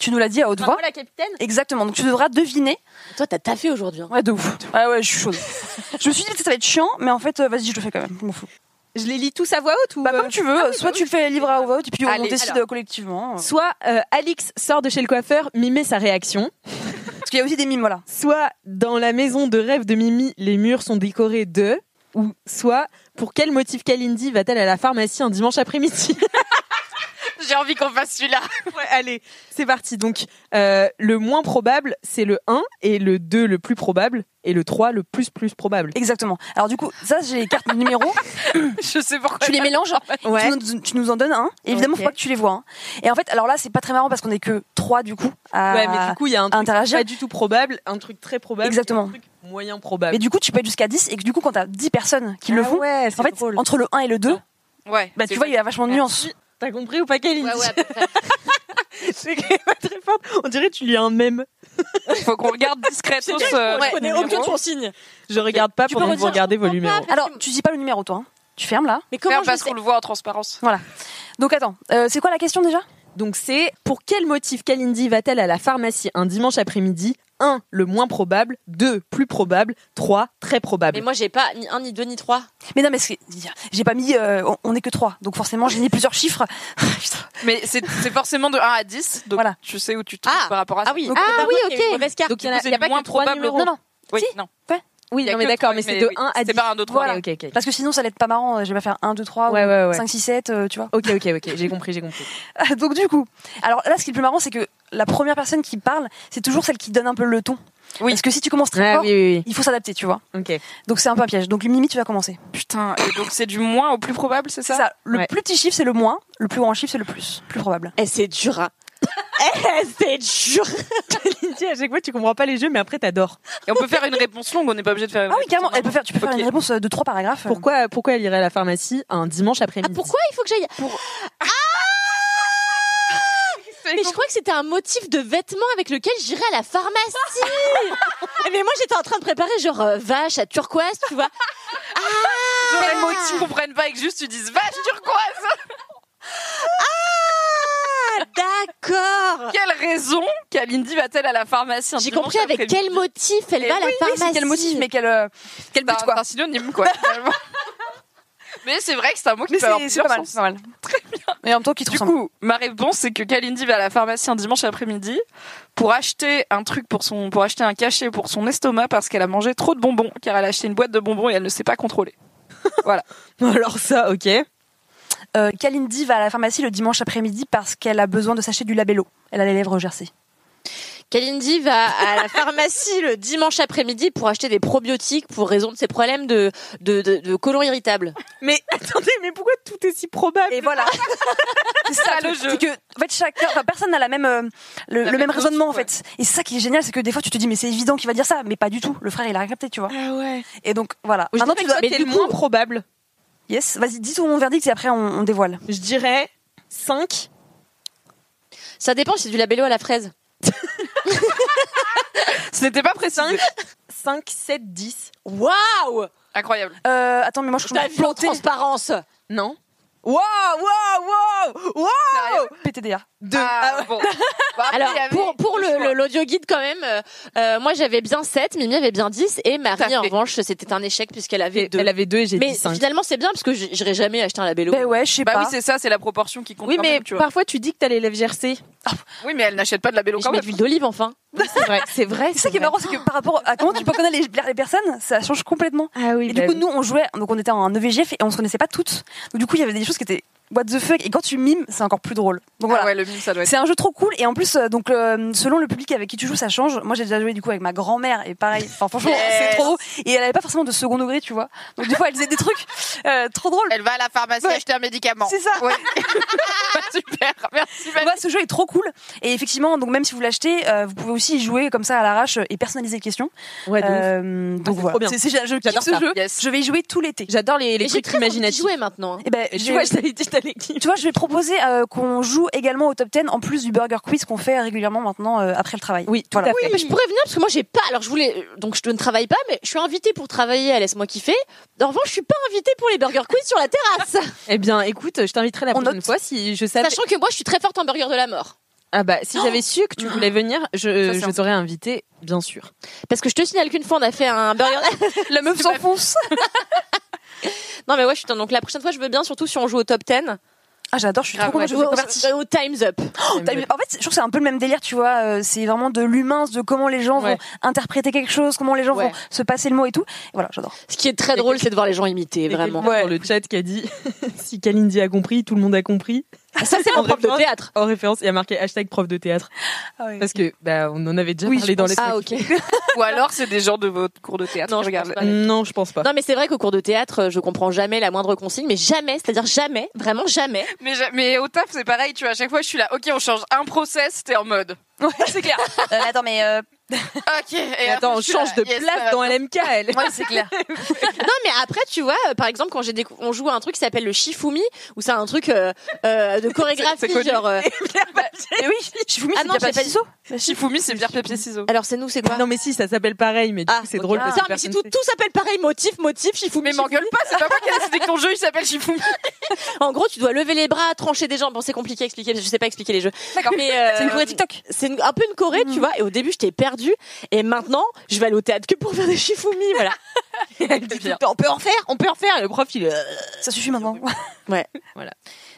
Speaker 5: Tu nous l'as dit à haute voix.
Speaker 6: la capitaine
Speaker 5: Exactement. Donc tu devras deviner.
Speaker 6: Toi, t'as taffé aujourd'hui. hein.
Speaker 5: Ouais, de ouf. Ouais, ouais, je suis chaude. je me suis dit peut-être ça va être chiant, mais en fait, euh, vas-y, je le fais quand même. Je m'en fous.
Speaker 3: Je les lis tous à voix haute ou
Speaker 5: Bah,
Speaker 3: euh,
Speaker 5: comme tu veux. soit tu le fais livre à voix haute, et puis on
Speaker 4: Allez,
Speaker 5: décide
Speaker 4: alors.
Speaker 5: euh, collectivement.
Speaker 3: Soit euh, Alix sort de chez le coiffeur, mimer sa réaction.
Speaker 5: Parce qu'il y a aussi des mimes, voilà.
Speaker 3: Soit dans la maison de rêve de Mimi, les murs sont décorés de. Ou soit pour quel motif Kalindi va-t-elle à la pharmacie un dimanche après-midi [LAUGHS]
Speaker 4: J'ai envie qu'on fasse celui-là.
Speaker 3: Ouais, allez, c'est parti. Donc, euh, le moins probable, c'est le 1, et le 2, le plus probable, et le 3, le plus plus probable.
Speaker 5: Exactement. Alors, du coup, ça, j'ai les cartes
Speaker 3: [LAUGHS]
Speaker 5: numéro.
Speaker 4: Je sais pourquoi.
Speaker 5: tu les mélanges.
Speaker 3: Ouais.
Speaker 5: Tu, nous, tu nous en donnes un. Et évidemment, faut pas que tu les vois. hein. Et en fait, alors là, c'est pas très marrant parce qu'on est que trois, du coup. À...
Speaker 3: Ouais, mais du coup, il y a un
Speaker 5: à
Speaker 3: truc
Speaker 5: interagir.
Speaker 3: pas du tout probable, un truc très probable,
Speaker 5: Exactement.
Speaker 3: un truc moyen probable.
Speaker 5: Mais du coup, tu peux être jusqu'à 10 et que du coup, quand t'as 10
Speaker 3: Ah
Speaker 5: personnes qui le font, en fait, entre le 1 et le 2,
Speaker 4: Ouais.
Speaker 5: bah, tu vois, il y a vachement de nuances.
Speaker 3: T'as compris ou pas, Kalindi
Speaker 6: Ouais, ouais, à peu près.
Speaker 3: [LAUGHS] C'est quand même pas très fort. On dirait que tu lis un mème.
Speaker 4: il faut qu'on regarde discrètement.
Speaker 6: Je connais aucune consigne.
Speaker 3: Je regarde pas
Speaker 6: Tu peux
Speaker 3: pendant que vous
Speaker 6: redire,
Speaker 3: regardez
Speaker 6: je
Speaker 3: vos
Speaker 6: comprends
Speaker 3: numéros.
Speaker 6: pas.
Speaker 5: Alors, tu dis pas le numéro, toi. hein. Tu fermes là.
Speaker 6: Mais comment je
Speaker 4: parce
Speaker 6: sais
Speaker 4: qu'on le voit en transparence.
Speaker 5: Donc, attends, euh, c'est quoi la question déjà
Speaker 3: Donc c'est pour quel motif Kalindi va-t-elle à la pharmacie un dimanche après-midi 1. Le moins probable. 2. Plus probable. 3. Très probable.
Speaker 6: Ah, Mais moi, j'ai pas ni un, ni deux, ni trois.
Speaker 5: Mais non, mais c'est- j'ai pas mis. euh, on- on est que trois, donc forcément j'ai mis plusieurs chiffres. [LAUGHS] Putain.
Speaker 4: Mais c'est c'est forcément de 1 à 10. Donc
Speaker 5: Voilà.
Speaker 4: tu sais où tu te trouves
Speaker 6: Ah.
Speaker 4: par rapport à ça.
Speaker 6: oui,
Speaker 5: Donc,
Speaker 6: ah oui, ok.
Speaker 4: Donc il y,
Speaker 3: il y a pas
Speaker 4: moins
Speaker 3: que trois
Speaker 4: probable.
Speaker 3: numéros.
Speaker 5: non, non,
Speaker 4: Oui,
Speaker 5: Si.
Speaker 4: non.
Speaker 3: oui,
Speaker 4: Il y a
Speaker 3: non, mais
Speaker 4: que
Speaker 3: d'accord,
Speaker 4: trois,
Speaker 3: mais c'est de
Speaker 4: oui,
Speaker 3: 1 à 10.
Speaker 4: C'est pas un, 2, 3.
Speaker 5: Voilà.
Speaker 3: Ok, ok, ok.
Speaker 5: parce que sinon ça allait être pas marrant. Je vais pas faire 1, 2, 3,
Speaker 3: Ouais, ouais, ouais.
Speaker 5: 5, 6, 7, euh, tu vois.
Speaker 3: Ok, ok, ok. J'ai compris, j'ai compris.
Speaker 5: [LAUGHS] donc du coup, alors là, ce qui est le plus marrant, c'est que la première personne qui parle, c'est toujours celle qui donne un peu le ton.
Speaker 4: Oui.
Speaker 5: Parce que si tu commences très
Speaker 3: Ah,
Speaker 5: fort,
Speaker 3: oui, oui,
Speaker 5: il faut s'adapter, tu vois.
Speaker 3: oui. Ok.
Speaker 5: Donc c'est un peu un piège. Donc Mimi, tu vas commencer.
Speaker 4: Putain, et donc c'est du moins au plus probable, c'est
Speaker 5: C'est
Speaker 4: ça,
Speaker 5: ça. Le
Speaker 3: Ouais.
Speaker 5: plus petit chiffre, c'est le moins. Le plus grand chiffre, c'est le plus. Plus probable.
Speaker 6: Eh, c'est dur, [LAUGHS] hein. Eh, c'est dur.
Speaker 3: [LAUGHS] Kalindi, à chaque fois, tu comprends pas les jeux, mais après, t'adores.
Speaker 4: Et on peut faire une réponse longue, on n'est pas obligé de faire. une
Speaker 5: Ah oui,
Speaker 4: réponse
Speaker 5: carrément. Elle
Speaker 4: normale.
Speaker 5: peut faire. Tu peux faire
Speaker 4: Ok.
Speaker 5: une réponse euh, de trois paragraphes.
Speaker 3: Pourquoi, pourquoi elle irait à la pharmacie un dimanche
Speaker 6: Ah,
Speaker 3: après-midi
Speaker 6: pourquoi il faut que j'aille Mais je crois que c'était un motif de vêtement avec lequel j'irais à la pharmacie. [LAUGHS] Eh, mais moi, j'étais en train de préparer genre euh, vache à turquoise, tu [LAUGHS] vois.
Speaker 4: J'aurais le mot que tu comprennes pas et que juste tu dises vache [LAUGHS] turquoise
Speaker 6: Ah, d'accord.
Speaker 4: Quelle raison Kalindi va-t-elle à la pharmacie un
Speaker 6: J'ai
Speaker 4: dimanche
Speaker 6: compris avec
Speaker 4: après-midi
Speaker 6: quel motif elle
Speaker 4: Eh
Speaker 6: va à la
Speaker 4: oui,
Speaker 5: Euh, Oui,
Speaker 6: pharmacie.
Speaker 5: c'est quel motif, mais quel euh, quel but
Speaker 4: C'est
Speaker 5: quoi.
Speaker 4: un synonyme, quoi, [LAUGHS] finalement. Mais c'est vrai que c'est un mot qui
Speaker 5: Mais
Speaker 4: peut avoir
Speaker 5: c'est c'est
Speaker 4: plusieurs
Speaker 5: pas mal.
Speaker 4: sens.
Speaker 5: c'est pas mal. Mais en même temps, qui te
Speaker 4: Du
Speaker 5: ressemble.
Speaker 4: coup, ma réponse, c'est que Kalindi va à la pharmacie un dimanche après-midi pour acheter un truc pour son, pour acheter un cachet pour son estomac parce qu'elle a mangé trop de bonbons, car elle a acheté une boîte de bonbons et elle ne sait pas contrôler.
Speaker 3: Alors ça, ok. [LAUGHS]
Speaker 5: Euh, Kalindi va à la pharmacie le dimanche après-midi parce qu'elle a besoin de s'acheter du labello. Elle a les lèvres gercées.
Speaker 6: Kalindi va à la pharmacie le dimanche après-midi pour acheter des probiotiques pour résoudre ses problèmes de, de, de, de colon irritable.
Speaker 3: Mais attendez, mais pourquoi tout est si probable
Speaker 5: Et voilà. [LAUGHS] c'est ça le jeu. C'est que en fait chacun, enfin personne n'a la même euh, le, le
Speaker 4: La
Speaker 5: même,
Speaker 4: même
Speaker 5: raisonnement en
Speaker 4: logique,
Speaker 5: fait. Et c'est ça qui est génial, c'est que des fois tu te dis mais c'est évident qu'il va dire ça, mais pas du tout. Le frère il a capté, tu vois.
Speaker 4: Ah ouais.
Speaker 5: Et donc voilà.
Speaker 3: Je
Speaker 5: Maintenant
Speaker 3: dirais
Speaker 5: tu
Speaker 3: que
Speaker 5: dois.
Speaker 3: toi, t'es le moins probable.
Speaker 5: Yes. Vas-y, dis tout mon verdict et après on, on dévoile.
Speaker 3: Je dirais 5.
Speaker 6: Ça dépend, c'est du labello à la fraise.
Speaker 4: Ce n'était pas précis.
Speaker 3: 5, 7, 10.
Speaker 6: Waouh
Speaker 4: Incroyable.
Speaker 5: Euh, attends, mais moi je
Speaker 6: Ta
Speaker 5: suis
Speaker 6: vie en
Speaker 5: plantée.
Speaker 6: transparence
Speaker 3: Non. Wow, wow, wow, wow
Speaker 5: PTDA.
Speaker 3: Deux.
Speaker 4: Ah,
Speaker 3: Ah ouais.
Speaker 4: [LAUGHS] bon.
Speaker 6: Alors, pour, pour le- le- l'audio guide, quand même, euh, euh, moi j'avais bien 7, Mimi avait bien 10, et Marie, en revanche, c'était un échec puisqu'elle avait 2.
Speaker 3: Elle avait deux et j'ai
Speaker 6: Mais
Speaker 3: dit cinq.
Speaker 6: finalement, c'est bien parce que j- j'aurais jamais acheté un labello.
Speaker 5: Ben ouais, je sais
Speaker 4: Bah
Speaker 5: pas.
Speaker 4: oui, c'est ça, c'est la proportion qui compte.
Speaker 3: Oui,
Speaker 4: quand
Speaker 3: mais
Speaker 4: même, tu vois.
Speaker 3: parfois tu dis que t'as les lèvres gercées.
Speaker 4: Oui, mais elle n'achète pas de la bello
Speaker 6: Mais je
Speaker 4: quand
Speaker 6: mets
Speaker 4: même.
Speaker 6: de l'huile d'olive enfin.
Speaker 3: C'est vrai, c'est vrai.
Speaker 5: C'est ça qui est marrant, c'est que par rapport à comment tu peux connaître les, les personnes, ça change complètement.
Speaker 3: Ah oui,
Speaker 5: Et du coup, nous, on jouait, donc on était en E EVGF et on se connaissait pas toutes. Donc du coup, il y avait des choses qui étaient what the fuck. Et quand tu mimes, c'est encore plus drôle. Donc
Speaker 4: Ah
Speaker 5: voilà.
Speaker 4: ouais, le mime, ça doit être.
Speaker 5: C'est un jeu trop cool et en plus euh, donc euh, selon le public avec qui tu joues ça change. Moi j'ai déjà joué du coup avec ma grand-mère et pareil. Enfin
Speaker 4: [LAUGHS]
Speaker 5: franchement c'est trop et elle avait pas forcément de second degré tu vois. Donc des fois elle faisait des trucs euh, trop drôles.
Speaker 4: Elle va à la pharmacie
Speaker 5: Ouais.
Speaker 4: acheter un médicament.
Speaker 5: C'est ça. [LAUGHS]
Speaker 4: [LAUGHS] Super, merci.
Speaker 5: Donc, voilà, ce jeu est trop cool et effectivement donc même si vous l'achetez euh, vous pouvez aussi y jouer comme ça à l'arrache et personnaliser les questions.
Speaker 3: Ouais, de ouf. Ah,
Speaker 5: Euh, donc
Speaker 3: c'est
Speaker 5: voilà.
Speaker 3: trop bien.
Speaker 5: C'est- c'est- je kiffe
Speaker 3: J'adore
Speaker 5: ce
Speaker 3: ça.
Speaker 5: jeu.
Speaker 4: Yes.
Speaker 5: Je vais y jouer tout l'été.
Speaker 3: J'adore les, les
Speaker 6: Et j'ai
Speaker 3: trucs
Speaker 6: très envie d'y
Speaker 3: imaginatifs.
Speaker 6: jouer maintenant. hein.
Speaker 5: Et ben,
Speaker 3: Tu
Speaker 5: je-
Speaker 3: vois, je t'avais dit, je t'avais dit.
Speaker 5: tu vois, je vais proposer euh, qu'on joue également au top 10 en plus du burger quiz qu'on fait régulièrement maintenant euh, après le travail.
Speaker 3: Oui, tout
Speaker 5: Voilà.
Speaker 3: à
Speaker 5: [LAUGHS]
Speaker 3: fait.
Speaker 6: Oui, mais je pourrais venir parce que moi j'ai pas. Alors je voulais euh, donc je ne travaille pas, mais je suis invitée pour travailler. à Laisse-moi kiffer. En revanche, je suis pas invitée pour les burger quiz sur la terrasse,
Speaker 3: [LAUGHS] Eh bien, écoute, je t'inviterai la
Speaker 5: On
Speaker 3: prochaine
Speaker 5: note.
Speaker 3: fois si je savais.
Speaker 6: sachant que moi je suis très forte en burger de la mort.
Speaker 3: Ah bah, si j'avais su que tu voulais venir, je, euh,
Speaker 4: Ça, c'est
Speaker 3: je t'aurais invité, bien sûr.
Speaker 6: Parce que je te signale qu'une fois on a fait
Speaker 3: [LAUGHS]
Speaker 6: un burger. [LAUGHS]
Speaker 5: La meuf s'enfonce.
Speaker 6: non mais ouais, je suis donc la prochaine fois je veux bien surtout si on joue au top 10
Speaker 5: Ah j'adore, je suis
Speaker 4: Grave,
Speaker 5: trop
Speaker 4: ouais,
Speaker 5: contente. je
Speaker 6: ou
Speaker 5: vais
Speaker 6: au,
Speaker 5: convertir.
Speaker 6: au Times Up.
Speaker 5: T'as eu- En fait, je trouve que c'est un peu le même délire, tu vois. euh, c'est vraiment de l'humain, de comment les gens
Speaker 3: Ouais.
Speaker 5: vont interpréter quelque chose, comment les gens
Speaker 3: Ouais.
Speaker 5: vont se passer le mot et tout. Et voilà, j'adore.
Speaker 6: Ce qui est très drôle, c'est de voir les gens imiter vraiment.
Speaker 3: Ouais. Dans le chat qui a dit [LAUGHS] si Kalindi a compris, tout le monde a compris.
Speaker 6: Ça c'est mon prof de théâtre.
Speaker 3: En référence, il y a marqué hashtag prof de théâtre. Parce que, bah, on en avait déjà
Speaker 5: Oui,
Speaker 3: parlé
Speaker 5: je
Speaker 3: dans les.
Speaker 6: Ah ok.
Speaker 4: Ou alors, c'est des gens de votre cours de théâtre.
Speaker 6: Non,
Speaker 4: qui
Speaker 6: je
Speaker 4: regardent.
Speaker 6: pense pas.
Speaker 3: Non, je pense pas.
Speaker 6: Non mais c'est vrai qu'au cours de théâtre, je comprends jamais la moindre consigne, mais jamais, c'est-à-dire jamais, vraiment jamais.
Speaker 4: Mais, j'a- mais au taf, c'est pareil, tu vois. À chaque fois, je suis là, ok, on change un process, t'es en mode.
Speaker 5: Ouais, c'est clair. [LAUGHS] Euh, attends, mais euh,
Speaker 4: Ok, et
Speaker 3: Mais attends,
Speaker 4: après,
Speaker 3: on
Speaker 4: je suis
Speaker 3: change
Speaker 4: là,
Speaker 3: de
Speaker 4: yes, ça va.
Speaker 3: place dans LMKL.
Speaker 5: ouais, c'est clair.
Speaker 6: Non, mais après, tu vois, euh, par exemple, quand j'ai décou- on joue à un truc qui s'appelle le Shifumi, où c'est un truc euh, euh, de chorégraphie, genre. euh,
Speaker 5: Et oui, Shifumi,
Speaker 6: Ah
Speaker 5: c'est
Speaker 6: non,
Speaker 5: bien pas
Speaker 6: j'ai pas
Speaker 5: ciseaux.
Speaker 4: Shifumi, c'est bien papier ciseaux.
Speaker 6: Alors, c'est nous, c'est quoi
Speaker 3: [LAUGHS] Non, mais si, ça s'appelle pareil, mais du coup, c'est
Speaker 6: Ah, ok.
Speaker 3: drôle. parce que
Speaker 6: Putain, mais si tout,
Speaker 3: personne
Speaker 6: tout s'appelle pareil, motif, motif, Shifumi.
Speaker 4: Mais m'engueule pas, c'est pas moi qui ai décidé que ton jeu il s'appelle [LAUGHS] Shifumi.
Speaker 6: Shifumi. En gros, tu dois lever les bras, trancher des jambes. Bon, c'est compliqué à expliquer, parce que je sais pas expliquer les jeux.
Speaker 5: D'accord.
Speaker 6: Mais euh,
Speaker 5: C'est une courée TikTok.
Speaker 6: [LAUGHS] c'est une- un peu une Corée, tu vois. Et au début, je t'ai perdue. Et maintenant, je vais aller au théâtre que pour faire des Shifumi, [LAUGHS] voilà.
Speaker 3: [LAUGHS] fait. On peut en faire, on peut en faire. Et le prof, il. euh,
Speaker 5: Ça suffit maintenant.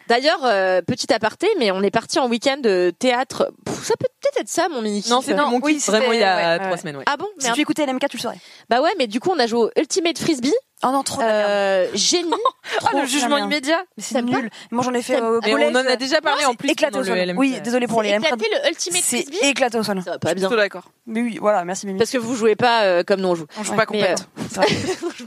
Speaker 6: D'ailleurs, euh, petit aparté, mais on est parti en week-end de théâtre. Pff, ça peut peut-être être ça, mon mini
Speaker 3: Non, c'est mon
Speaker 5: oui,
Speaker 3: kiff,
Speaker 5: c'était-
Speaker 3: vraiment il y a
Speaker 5: ouais, ouais,
Speaker 3: trois
Speaker 5: ouais.
Speaker 3: semaines. Ouais.
Speaker 6: Ah bon
Speaker 5: Si
Speaker 6: Merde.
Speaker 5: tu écoutais LMK, tu le saurais.
Speaker 6: Bah ouais, mais du coup, on a joué au Ultimate Frisbee.
Speaker 5: Oh non, trop. de la merde. Ah,
Speaker 6: Euh, [LAUGHS] génie.
Speaker 5: Trop de la merde.
Speaker 4: immédiat.
Speaker 5: Mais c'est
Speaker 6: T'aimes
Speaker 5: nul. Moi, j'en ai Ah, fait euh,
Speaker 6: T'aimes-
Speaker 5: au
Speaker 3: Mais on
Speaker 5: collège.
Speaker 3: en a déjà parlé en plus.
Speaker 5: Éclaté
Speaker 3: dans
Speaker 5: au
Speaker 3: le
Speaker 5: sol.
Speaker 3: LMK.
Speaker 5: Oui, désolé pour les
Speaker 6: C'est
Speaker 5: LMK.
Speaker 6: éclaté le Ultimate
Speaker 5: C'est
Speaker 6: Frisbee.
Speaker 5: éclaté au sol.
Speaker 6: Ça va pas bien.
Speaker 4: Plutôt d'accord.
Speaker 5: Mais oui, voilà, merci Mimi.
Speaker 6: [LAUGHS] Parce que vous jouez pas euh, comme nous on [LAUGHS] joue.
Speaker 4: On joue
Speaker 5: Ouais,
Speaker 4: pas
Speaker 6: mais,
Speaker 4: complète.
Speaker 5: C'est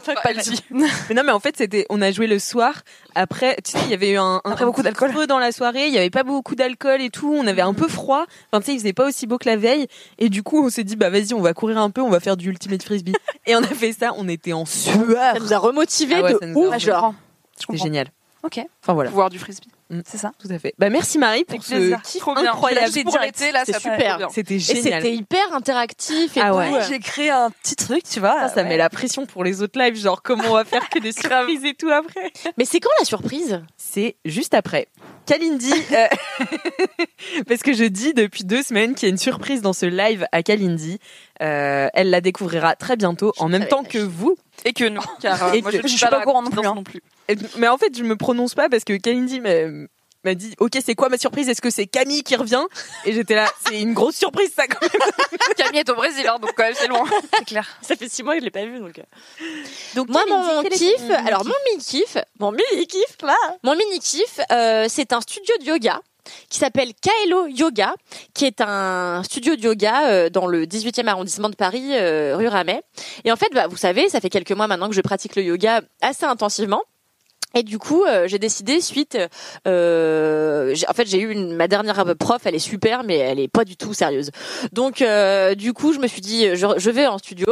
Speaker 5: vrai.
Speaker 4: Pas le dit.
Speaker 3: Mais non, mais en fait, c'était, on a joué le soir. Après, tu sais, il y avait eu un, un
Speaker 5: Après beaucoup d'alcool.
Speaker 3: creux dans la soirée. Il y avait pas beaucoup d'alcool et tout. On avait un peu froid. Enfin, tu sais, il faisait pas aussi beau que la veille. Et du coup, on s'est dit, bah vas-y, on va courir un peu. On va faire du ultimate frisbee. et on a fait ça. On était en sueur.
Speaker 6: Ça nous a remotivé
Speaker 3: Ah ouais, ça
Speaker 6: de
Speaker 3: nous a
Speaker 6: ouf,
Speaker 5: Ouais, je
Speaker 6: genre.
Speaker 5: comprends. Je
Speaker 3: C'est
Speaker 5: comprends.
Speaker 3: génial.
Speaker 5: Ok,
Speaker 3: Enfin voilà,
Speaker 4: Pouvoir du frisbee.
Speaker 5: c'est ça.
Speaker 3: tout à fait. Bah merci Marie pour
Speaker 5: Avec
Speaker 3: ce.
Speaker 5: plaisir.
Speaker 4: Trop bien.
Speaker 3: Ah, Incroyable.
Speaker 4: Là, Pour
Speaker 5: Direct.
Speaker 4: l'été, là,
Speaker 6: C'est
Speaker 4: ça fait
Speaker 6: super.
Speaker 4: trop bien.
Speaker 3: C'était
Speaker 6: Et
Speaker 3: génial.
Speaker 6: c'était hyper interactif et
Speaker 3: Ah
Speaker 6: tout.
Speaker 3: ouais.
Speaker 6: Euh,
Speaker 5: J'ai créé un petit truc, tu
Speaker 3: Ça,
Speaker 5: vois.
Speaker 3: ça
Speaker 5: ouais.
Speaker 3: met la pression pour les autres lives, genre comment on va faire
Speaker 5: [LAUGHS]
Speaker 3: que des surprises et tout après.
Speaker 6: Mais c'est quand la surprise
Speaker 3: C'est juste après. Kalindi, euh, [LAUGHS] parce que je dis depuis deux semaines qu'il y a une surprise dans ce live à Kalindi. Euh, elle la découvrira très bientôt, en même
Speaker 6: savais
Speaker 3: temps
Speaker 6: pas,
Speaker 3: que
Speaker 6: je-
Speaker 3: vous.
Speaker 4: Et que non, car euh,
Speaker 3: Et
Speaker 4: moi,
Speaker 3: que-
Speaker 4: je ne
Speaker 5: je
Speaker 4: suis
Speaker 5: suis
Speaker 4: pas
Speaker 5: pas
Speaker 4: là
Speaker 5: au courant non plus,
Speaker 4: dans-
Speaker 5: hein.
Speaker 4: non plus.
Speaker 3: Et- Mais en fait, je me prononce pas parce que Kalindi m'a m'a dit ok c'est quoi ma surprise est-ce que c'est Camille qui revient et j'étais là c'est une grosse surprise ça quand même
Speaker 4: Camille est au Brésil, hein, donc quand même, c'est loin.
Speaker 6: Ça fait six mois que je l'ai pas vu donc. euh.
Speaker 3: donc
Speaker 6: Moi mon
Speaker 3: Kalindi,
Speaker 6: kiff,
Speaker 3: quel est ton-
Speaker 6: alors mon mini kiff, mon mini kiff là, mon mini kiff, c'est un studio de yoga qui s'appelle Kaelo Yoga, qui est un studio de yoga euh, dans le 18e arrondissement de Paris, euh, rue Ramet. Et en fait, bah, vous savez, ça fait quelques mois maintenant que je pratique le yoga assez intensivement. Et du coup, euh, j'ai décidé suite. euh, j'ai- en fait, j'ai eu une, ma dernière prof, elle est super, mais elle est pas du tout sérieuse. Donc, euh, du coup, je me suis dit, je, je vais en studio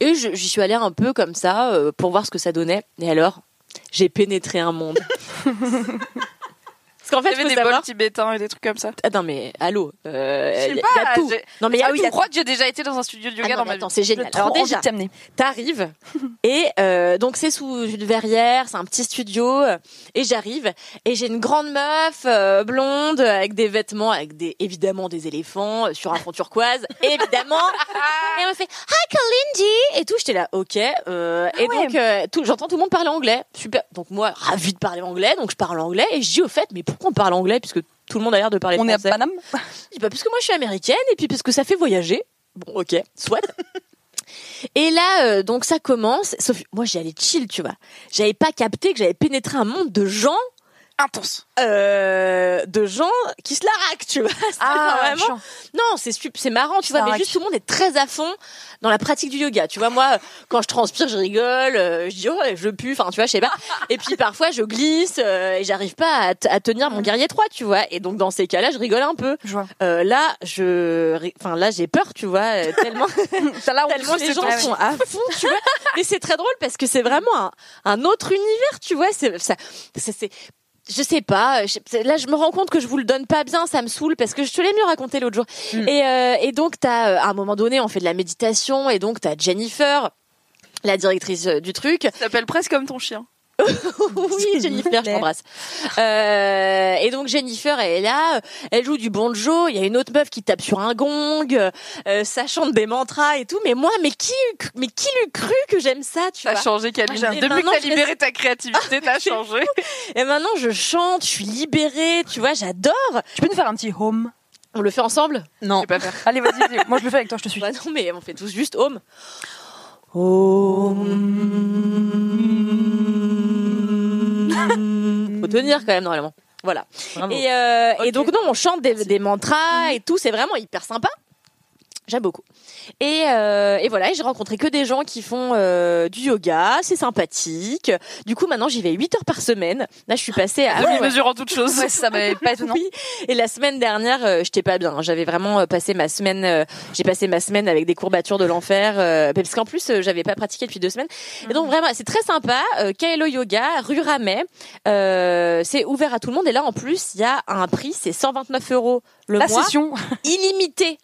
Speaker 6: et je- j'y suis allée un peu comme ça euh,
Speaker 4: [LAUGHS]
Speaker 6: pour voir ce que ça donnait. Et alors, j'ai pénétré un monde. Parce qu'en fait,
Speaker 4: Il y avait
Speaker 6: faut
Speaker 4: des
Speaker 6: savoir-
Speaker 4: bols tibétains et des trucs comme ça.
Speaker 6: Ah non mais allô, euh,
Speaker 4: Je sais
Speaker 6: il y a-
Speaker 4: pas,
Speaker 6: il y a tout.
Speaker 4: j'ai-
Speaker 6: Non mais il y a
Speaker 4: Ah
Speaker 6: tout.
Speaker 4: oui, je crois que j'ai déjà été dans un studio de yoga
Speaker 6: Ah non,
Speaker 4: dans
Speaker 6: mais
Speaker 4: ma
Speaker 6: attends,
Speaker 4: vie.
Speaker 6: c'est génial.
Speaker 4: J'ai trop
Speaker 6: Alors
Speaker 4: envie
Speaker 6: déjà,
Speaker 4: de t'amener.
Speaker 5: [LAUGHS]
Speaker 6: t'arrives et euh, donc c'est sous une verrière, c'est un petit studio euh, et j'arrive et j'ai une grande meuf euh, blonde euh, avec des vêtements avec des évidemment des éléphants euh, sur un
Speaker 5: [LAUGHS]
Speaker 6: fond turquoise évidemment et elle me fait hi Kalindi et tout j'étais là ok euh,
Speaker 5: Ah
Speaker 6: et donc euh, tout j'entends tout le monde parler anglais super donc moi ravie de parler anglais donc je parle anglais et je dis au fait mais pourquoi on parle anglais puisque tout le monde a l'air de parler
Speaker 5: On est à
Speaker 6: français
Speaker 5: Paname
Speaker 6: je dis, bah, parce que moi je suis américaine et puis parce que ça fait voyager. Bon, ok,
Speaker 4: [LAUGHS]
Speaker 6: soit. Et là, euh, donc ça commence. Sauf, moi j'y allais chill, tu vois. J'avais pas capté que j'avais pénétré un monde de gens.
Speaker 4: Intense.
Speaker 6: Euh, de gens qui se la raquent, tu vois. [LAUGHS] C'est
Speaker 4: Ah,
Speaker 6: vraiment-
Speaker 4: chiant.
Speaker 6: Non, c'est sup- c'est marrant, tu vois,
Speaker 4: la
Speaker 6: mais
Speaker 4: raquent.
Speaker 6: juste tout le monde est très à fond dans la pratique du yoga. Tu vois, moi, euh, quand je transpire, je rigole, euh, je dis, oh, je pue, enfin, tu vois, je sais pas. Et puis parfois, je glisse euh, et j'arrive pas à, t- à tenir mon guerrier 3, tu vois. Et donc, dans ces cas-là, je rigole un peu. Euh, là, je, ri- enfin, là, j'ai peur, tu vois, euh, tellement, tellement
Speaker 10: se
Speaker 6: les gens
Speaker 10: trouve.
Speaker 6: sont à fond, tu vois. Mais c'est très drôle parce que c'est vraiment un, un autre univers, tu vois. C'est, ça, c'est, c'est- je sais pas. euh, je- c'est- là, je me rends compte que je vous le donne pas bien, ça me saoule parce que je te l'ai mieux raconté l'autre jour. Et, euh, et donc, t'as, euh, à un moment donné, on fait de la méditation et donc t'as Jennifer, la directrice euh, du truc. Ça
Speaker 4: s'appelle presque comme ton chien.
Speaker 6: oui, Jennifer, je t'embrasse. Euh, et donc Jennifer elle est là, elle joue du banjo, il y a une autre meuf qui tape sur un gong, euh, ça chante des mantras et tout. Mais moi, mais qui, mais qui l'eût cru que j'aime ça, tu
Speaker 4: T'as
Speaker 6: vois
Speaker 4: changé, Camille.
Speaker 6: Et
Speaker 4: Depuis que
Speaker 6: maintenant,
Speaker 4: t'as
Speaker 6: je fais
Speaker 4: libéré
Speaker 6: ça.
Speaker 4: ta créativité, t'as changé.
Speaker 6: Et maintenant, je chante, je suis libérée, tu vois, j'adore. Tu peux nous faire un petit home On le fait ensemble Non.
Speaker 5: Allez, vas-y, vas-y. moi je le fais avec toi, je te suis.
Speaker 6: [LAUGHS] Bah non, mais on fait tous juste home. Home. Faut tenir quand même normalement. Voilà. Et, euh, et donc non, on chante des, des mantras et tout, c'est vraiment hyper sympa. J'aime beaucoup. Et, euh, et voilà, et j'ai rencontré que des gens qui font euh, du yoga, c'est sympathique. Du coup, maintenant, j'y vais 8 heures par semaine. Là, je suis passée à...
Speaker 4: Demi mesure en toutes choses.
Speaker 6: Ouais, ça m'avait pas étonnant. Oui. Et la semaine dernière, euh, j'étais pas bien. J'avais vraiment euh, passé ma semaine, euh, j'ai passé ma semaine avec des courbatures de l'enfer, euh, parce qu'en plus, euh, j'avais pas pratiqué depuis deux semaines. Et
Speaker 3: Mmh.
Speaker 6: donc vraiment, c'est très sympa. Euh, Kaelo Yoga, rue Ramet, euh, c'est ouvert à tout le monde. Et là, en plus, il y a un prix, c'est 129 euros le
Speaker 5: La
Speaker 6: mois.
Speaker 5: session.
Speaker 6: illimité.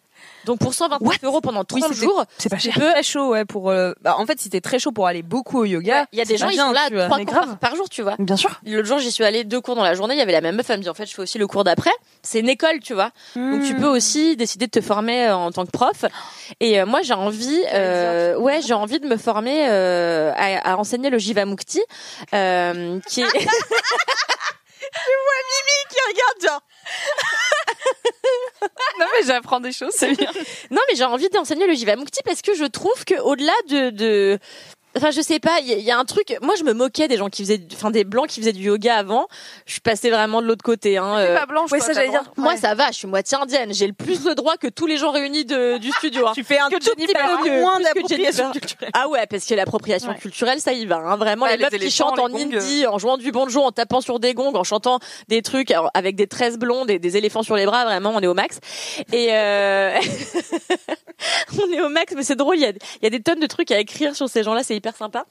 Speaker 6: Donc pour 129 euros pendant 30 jours,
Speaker 5: c'est pas
Speaker 6: tu
Speaker 5: cher.
Speaker 6: peux
Speaker 3: Très chaud, ouais, pour. euh, bah, en fait, si t'es très chaud pour aller beaucoup au yoga,
Speaker 6: il y a des
Speaker 3: c'est
Speaker 6: gens,
Speaker 3: pas
Speaker 6: ils
Speaker 3: bien,
Speaker 6: sont là
Speaker 3: tu vois.
Speaker 6: trois cours par, par jour, tu vois.
Speaker 5: Bien sûr.
Speaker 6: L'autre jour, j'y suis allée deux cours dans la journée. Il y avait la même meuf, elle me dit en fait, je fais aussi le cours d'après. C'est une école, tu vois.
Speaker 5: Hmm.
Speaker 6: Donc
Speaker 5: Mmh.
Speaker 6: tu peux aussi décider de te former euh, en tant que prof. Et euh, moi, j'ai envie, euh, ouais, j'ai envie de me former euh, à, à enseigner le Jivamukti, euh, qui est. Mimi qui regarde genre.
Speaker 4: non mais j'apprends des choses, c'est bien.
Speaker 6: Non, mais j'ai envie d'enseigner le Jivamukti parce que je trouve que au-delà de, de Enfin, je sais pas, il y, a- il y a un truc. Moi, je me moquais des gens qui faisaient, enfin, des blancs qui faisaient du yoga avant. Je suis passée vraiment de l'autre côté. Hein,
Speaker 4: T'es
Speaker 6: euh.
Speaker 4: pas blanche, Ouais, toi, ça, t'as j'allais le droit. dire.
Speaker 6: Moi, ça va. Je suis moitié indienne. J'ai le plus le droit que tous les gens réunis
Speaker 3: [LAUGHS]
Speaker 6: de, du studio. hein.
Speaker 3: Tu fais un
Speaker 6: Que
Speaker 3: tout petit
Speaker 6: Jennifer,
Speaker 3: peu
Speaker 6: que-
Speaker 3: moins
Speaker 6: plus que
Speaker 3: d'appropriation
Speaker 6: Jennifer. Ah ouais, parce que l'appropriation culturelle, ça y va. hein. Vraiment,
Speaker 3: Ouais,
Speaker 6: les
Speaker 3: les
Speaker 6: meufs qui
Speaker 3: éléphants,
Speaker 6: chantent en
Speaker 3: les gongs. euh.
Speaker 6: hindi, en jouant du banjo, en tapant sur des gongs, en chantant des trucs alors, avec des tresses blondes et des éléphants sur les bras. Vraiment, on est au max. Et euh, [LAUGHS] on est au max, mais c'est drôle. Il y a, il y a des tonnes de trucs à écrire sur ces gens-là. C'est hyper sympa.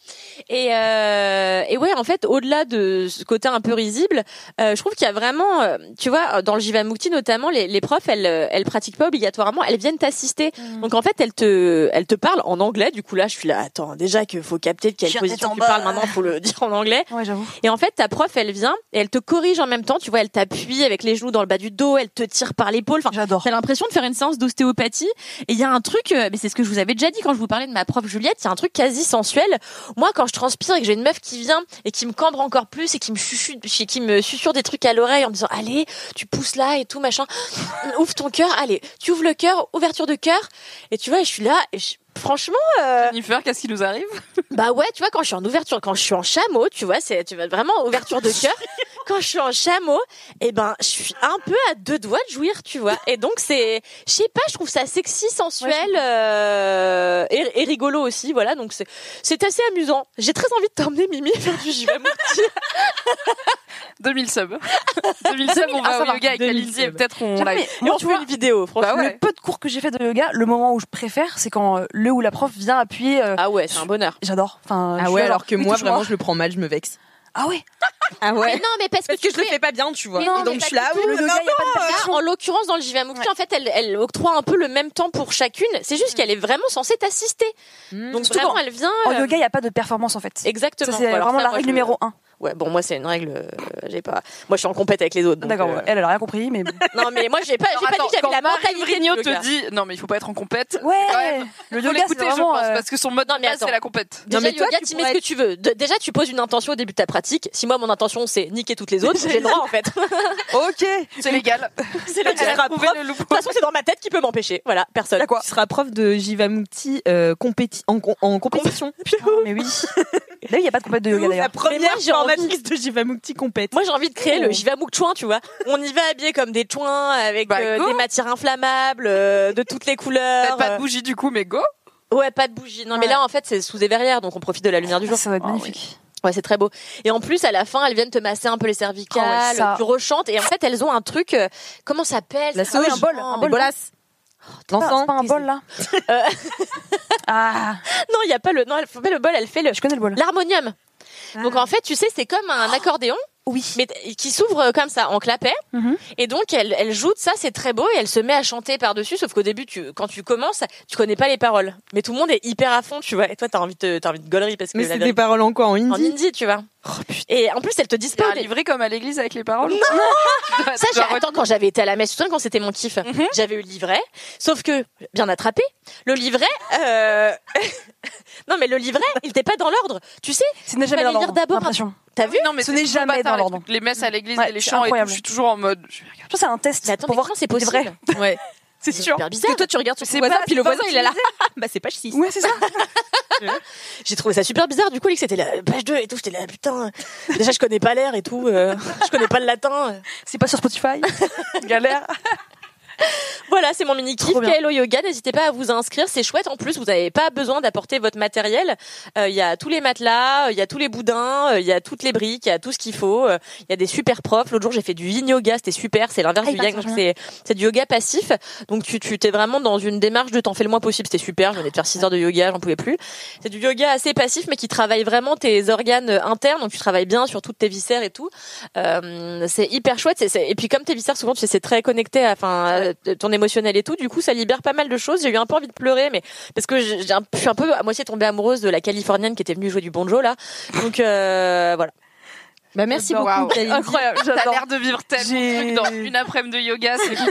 Speaker 6: Et, euh, et ouais, en fait, au-delà de ce côté un peu risible, euh, je trouve qu'il y a vraiment, euh, tu vois, dans le Jivamukti notamment, les, les profs, elles, euh, elles pratiquent pas obligatoirement, elles viennent t'assister.
Speaker 5: Mm.
Speaker 6: Donc en fait, elles te, elles te parlent en anglais. Du coup là, je suis là, attends, déjà qu'il faut capter de quelle
Speaker 5: Chien,
Speaker 6: position
Speaker 5: t'es en
Speaker 6: tu
Speaker 5: bas.
Speaker 6: parles maintenant, faut le [LAUGHS] dire en anglais.
Speaker 5: bah. Ouais, j'avoue.
Speaker 6: Et en fait, ta prof, elle vient et elle te corrige en même temps. Tu vois, elle t'appuie avec les genoux dans le bas du dos, elle te tire par l'épaule. Enfin, T'as l'impression de faire une séance d'ostéopathie. Et il y a un truc, euh, mais c'est ce que je vous avais déjà dit quand je vous parlais de ma prof Juliette, il y a un truc quasi sensuel. Moi, quand je transpire et que j'ai une meuf qui vient et qui me cambre encore plus et qui me chuchute, et qui me susurre des trucs à l'oreille en me disant, allez, tu pousses là et tout, machin. Ouvre ton cœur, allez, tu ouvres le cœur, ouverture de cœur. Et tu vois, je suis là, et je- franchement, euh,
Speaker 4: Jennifer, qu'est-ce qui nous arrive
Speaker 6: bah ouais, tu vois, quand je suis en ouverture, quand je suis en chameau, tu vois, c'est tu vois, vraiment ouverture de cœur. quand je suis en chameau, eh ben, je suis un peu à deux doigts de jouir, tu vois. Et donc, c'est, je sais pas, je trouve ça sexy, sensuel euh, et, et rigolo aussi, voilà. Donc, c'est c'est assez amusant. J'ai très envie de t'emmener, Mimi, faire du jivamukti.
Speaker 4: 2000 subs. 2000 subs, on va au yoga avec Kalindi et peut-être on
Speaker 5: Jamais,
Speaker 4: live.
Speaker 5: moi, tu vois,
Speaker 6: une vidéo,
Speaker 4: franchement.
Speaker 5: Le peu de cours que j'ai fait de yoga, le moment où je préfère, c'est quand euh, le ou la prof vient appuyer. euh,
Speaker 6: ah ouais, c'est un bonheur.
Speaker 5: J'adore. Enfin, je
Speaker 3: Ah
Speaker 5: suis
Speaker 3: ouais,
Speaker 5: là, genre,
Speaker 3: alors que
Speaker 5: oui,
Speaker 3: moi,
Speaker 5: touche-moi.
Speaker 3: vraiment, je le prends mal, je me vexe.
Speaker 5: Ah ouais
Speaker 10: Ah ouais.
Speaker 6: Mais non, mais parce,
Speaker 10: Parce que je le fais pas bien, tu vois. Et donc je suis là,
Speaker 3: oh
Speaker 10: ouh, non, non,
Speaker 6: là, en l'occurrence, dans le Jivamukti, en fait, elle, elle octroie un peu le même temps pour chacune. C'est juste qu'elle est vraiment censée t'assister.
Speaker 3: Hmm.
Speaker 6: Donc
Speaker 5: Surtout
Speaker 6: vraiment,
Speaker 5: qu'en-
Speaker 6: elle vient.
Speaker 5: En
Speaker 6: euh,
Speaker 5: yoga, il n'y a pas de performance en fait.
Speaker 6: Exactement.
Speaker 5: Ça, c'est
Speaker 6: Bon, alors
Speaker 5: vraiment
Speaker 6: ça,
Speaker 5: la
Speaker 6: moi,
Speaker 5: règle
Speaker 6: je-
Speaker 5: numéro 1.
Speaker 6: Ouais, bon, moi, c'est une règle. euh, j'ai pas. Moi, je suis en compète avec les autres. donc,
Speaker 5: D'accord,
Speaker 6: euh,
Speaker 5: elle, elle a rien compris, mais.
Speaker 6: Non, mais moi, j'ai pas, j'ai pas dit que j'avais la
Speaker 4: Marie
Speaker 6: mentalité du
Speaker 4: Vrigno
Speaker 6: yoga.
Speaker 4: te dit non mais il faut pas être en compète.
Speaker 5: Ouais,
Speaker 4: Le
Speaker 5: le
Speaker 4: faut
Speaker 5: yoga, c'est
Speaker 4: l'écouter je
Speaker 5: vraiment,
Speaker 4: pense
Speaker 5: euh,
Speaker 4: parce que son mode
Speaker 6: Non, mais
Speaker 4: de base, c'est
Speaker 6: attends.
Speaker 4: la compète.
Speaker 6: Déjà,
Speaker 10: mais
Speaker 6: le
Speaker 10: toi,
Speaker 6: yoga,
Speaker 10: tu
Speaker 6: tu, mets
Speaker 10: pourrais
Speaker 6: ce que tu veux. De- déjà, tu poses une intention au début de ta pratique. Si moi, mon intention, c'est niquer
Speaker 5: [LAUGHS]
Speaker 6: toutes les autres, j'ai le droit, en fait.
Speaker 3: Ok.
Speaker 4: C'est légal.
Speaker 6: c'est là que tu
Speaker 4: Elle a
Speaker 6: seras
Speaker 4: trouvé
Speaker 6: prof.
Speaker 4: le
Speaker 6: De
Speaker 4: loup.
Speaker 6: toute façon, c'est dans ma tête qui peut m'empêcher. Voilà, personne.
Speaker 3: Tu seras prof de Jivamukti euh, compéti- en, com- en compétition.
Speaker 5: [LAUGHS] mais Ah oui. D'ailleurs, il n'y a pas de compète de yoga
Speaker 3: Oh, La
Speaker 5: d'ailleurs.
Speaker 6: Mais
Speaker 3: première
Speaker 6: moi, j'ai
Speaker 3: formatrice de Jivamukti compète.
Speaker 6: Moi, j'ai envie de
Speaker 5: Oh.
Speaker 6: créer le Jivamuk Chouin, tu vois. On y va habillé comme des chouins, avec
Speaker 4: Bah,
Speaker 6: euh,
Speaker 4: go.
Speaker 6: des matières inflammables, euh, de toutes les couleurs.
Speaker 4: Peut-être pas de bougie du coup mais go.
Speaker 6: Euh, Ouais, pas de bougie. Non, mais
Speaker 5: Ouais.
Speaker 6: là, en fait, c'est sous des verrières, donc on profite de la lumière du jour.
Speaker 5: Ça va être
Speaker 6: Ah,
Speaker 5: magnifique.
Speaker 6: Ouais, c'est très beau. Et en plus, à la fin, elles viennent te masser un peu les cervicales,
Speaker 5: Ah ouais, ça.
Speaker 6: tu rechantes. Et en fait, elles ont un truc, euh, comment ça s'appelle
Speaker 3: La
Speaker 6: ça Ah oui,
Speaker 3: sauge.
Speaker 6: un bol,
Speaker 5: Oh,
Speaker 3: Un
Speaker 6: un
Speaker 3: bol.
Speaker 6: bol. Bolas.
Speaker 5: C'est
Speaker 3: Bah,
Speaker 5: pas- c'est pas un
Speaker 6: T'es-
Speaker 5: bol là
Speaker 6: Euh.
Speaker 5: Ah,
Speaker 6: [LAUGHS] Non, il y a pas le. Non, elle fait pas le bol, elle fait le.
Speaker 5: je connais le bol. Ah.
Speaker 6: L'harmonium. Donc en fait, tu sais, c'est comme un accordéon,
Speaker 5: Oui.
Speaker 6: mais t- qui s'ouvre euh, comme ça, en clapet.
Speaker 5: Mhm.
Speaker 6: Et donc, elle, elle joue de ça, c'est très beau, et elle se met à chanter par-dessus, sauf qu'au début, tu, quand tu commences, tu connais pas les paroles. Mais tout le monde est hyper à fond, tu vois. Et toi, t'as envie de, t'as envie de gaulerie, parce que
Speaker 3: Mais
Speaker 6: la
Speaker 3: c'est des
Speaker 6: vérité-
Speaker 3: paroles en quoi En
Speaker 6: en
Speaker 3: hindi
Speaker 6: indie, tu vois.
Speaker 5: Oh,
Speaker 6: et en plus, elles te disent
Speaker 4: C'est
Speaker 6: pas.
Speaker 4: un
Speaker 6: au dé-
Speaker 4: livré comme à l'église avec les paroles. Non.
Speaker 6: Ça, j'ai- attends, quand j'avais été à la messe, tu te souviens quand c'était mon kiff,
Speaker 3: Mhm.
Speaker 6: j'avais eu le livret. Sauf que, bien attrapé, le livret, euh, [LAUGHS] non, mais le livret, il n'était pas dans l'ordre. Tu sais,
Speaker 5: Ce n'est jamais
Speaker 6: fallait
Speaker 5: dans
Speaker 6: lire
Speaker 5: l'ordre,
Speaker 6: d'abord un-
Speaker 5: l'impression.
Speaker 6: t'as vu?
Speaker 4: non mais
Speaker 5: Ce
Speaker 4: c'est
Speaker 5: n'est
Speaker 4: tout
Speaker 5: jamais
Speaker 4: le bâtard,
Speaker 5: dans
Speaker 4: les
Speaker 5: l'ordre.
Speaker 4: trucs, Les messes à l'église
Speaker 5: Ouais,
Speaker 4: et les
Speaker 5: c'est
Speaker 4: chants et tout,
Speaker 5: incroyable.
Speaker 4: je suis toujours en mode. [LAUGHS]
Speaker 5: Je pense que c'est un test
Speaker 6: Mais attends,
Speaker 5: pour
Speaker 6: mais
Speaker 5: voir
Speaker 6: comment c'est
Speaker 5: si
Speaker 6: possible?
Speaker 5: vrai.
Speaker 3: Ouais.
Speaker 4: C'est sûr.
Speaker 6: Super bizarre.
Speaker 3: Parce que toi, tu regardes sur
Speaker 4: C'est
Speaker 3: ton voisin,
Speaker 4: pas-
Speaker 3: puis le
Speaker 4: c'est pas
Speaker 3: voisin, il est là. Ah, bah, c'est pas si.
Speaker 5: Ouais, c'est ça.
Speaker 6: J'ai trouvé ça super bizarre. Du coup, Alex, c'était la page 2 et tout. J'étais là, putain. euh, Déjà, je connais pas l'air et tout. euh, je connais pas le latin. euh.
Speaker 5: C'est pas sur Spotify.
Speaker 4: Galère.
Speaker 6: Voilà, c'est mon mini kiff.
Speaker 5: Trop bien.
Speaker 6: Hello Yoga. N'hésitez pas à vous inscrire. C'est chouette. En plus, vous n'avez pas besoin d'apporter votre matériel. Euh, Il y a tous les matelas, euh, il y a tous les boudins, euh, il y a toutes les briques, il y a tout ce qu'il faut. euh, Il y a des super profs. L'autre jour, j'ai fait du yin yoga. C'était super. C'est l'inverse
Speaker 5: Ah,
Speaker 6: du
Speaker 5: il paraît
Speaker 6: yang.
Speaker 5: que ça
Speaker 6: donc
Speaker 5: marche
Speaker 6: C'est c'est du yoga passif. Donc tu tu t'es vraiment dans une démarche de t'en fais le moins possible. C'était super. Je venais de faire 6 heures de yoga. J'en pouvais plus. C'est du yoga assez passif, mais qui travaille vraiment tes organes euh, internes. Donc tu travailles bien sur toutes tes viscères et tout. Euh, c'est hyper chouette. c'est- c'est- Et puis comme tes viscères souvent, tu sais, c'est très connecté à, enfin, à ton émotionnel et tout. Du coup, ça libère pas mal de choses. J'ai eu un peu envie de pleurer, mais parce que j'ai j'ai un- je suis un peu à moitié tombée amoureuse de la Californienne qui était venue jouer du banjo là. Donc euh, voilà.
Speaker 3: Bah, merci beaucoup,
Speaker 4: Waouh.
Speaker 3: Kalindi.
Speaker 4: Incroyable. T'as
Speaker 5: J'adore.
Speaker 4: l'air de vivre tellement de trucs
Speaker 5: J'ai-
Speaker 4: dans une après-midi de yoga. C'est fou.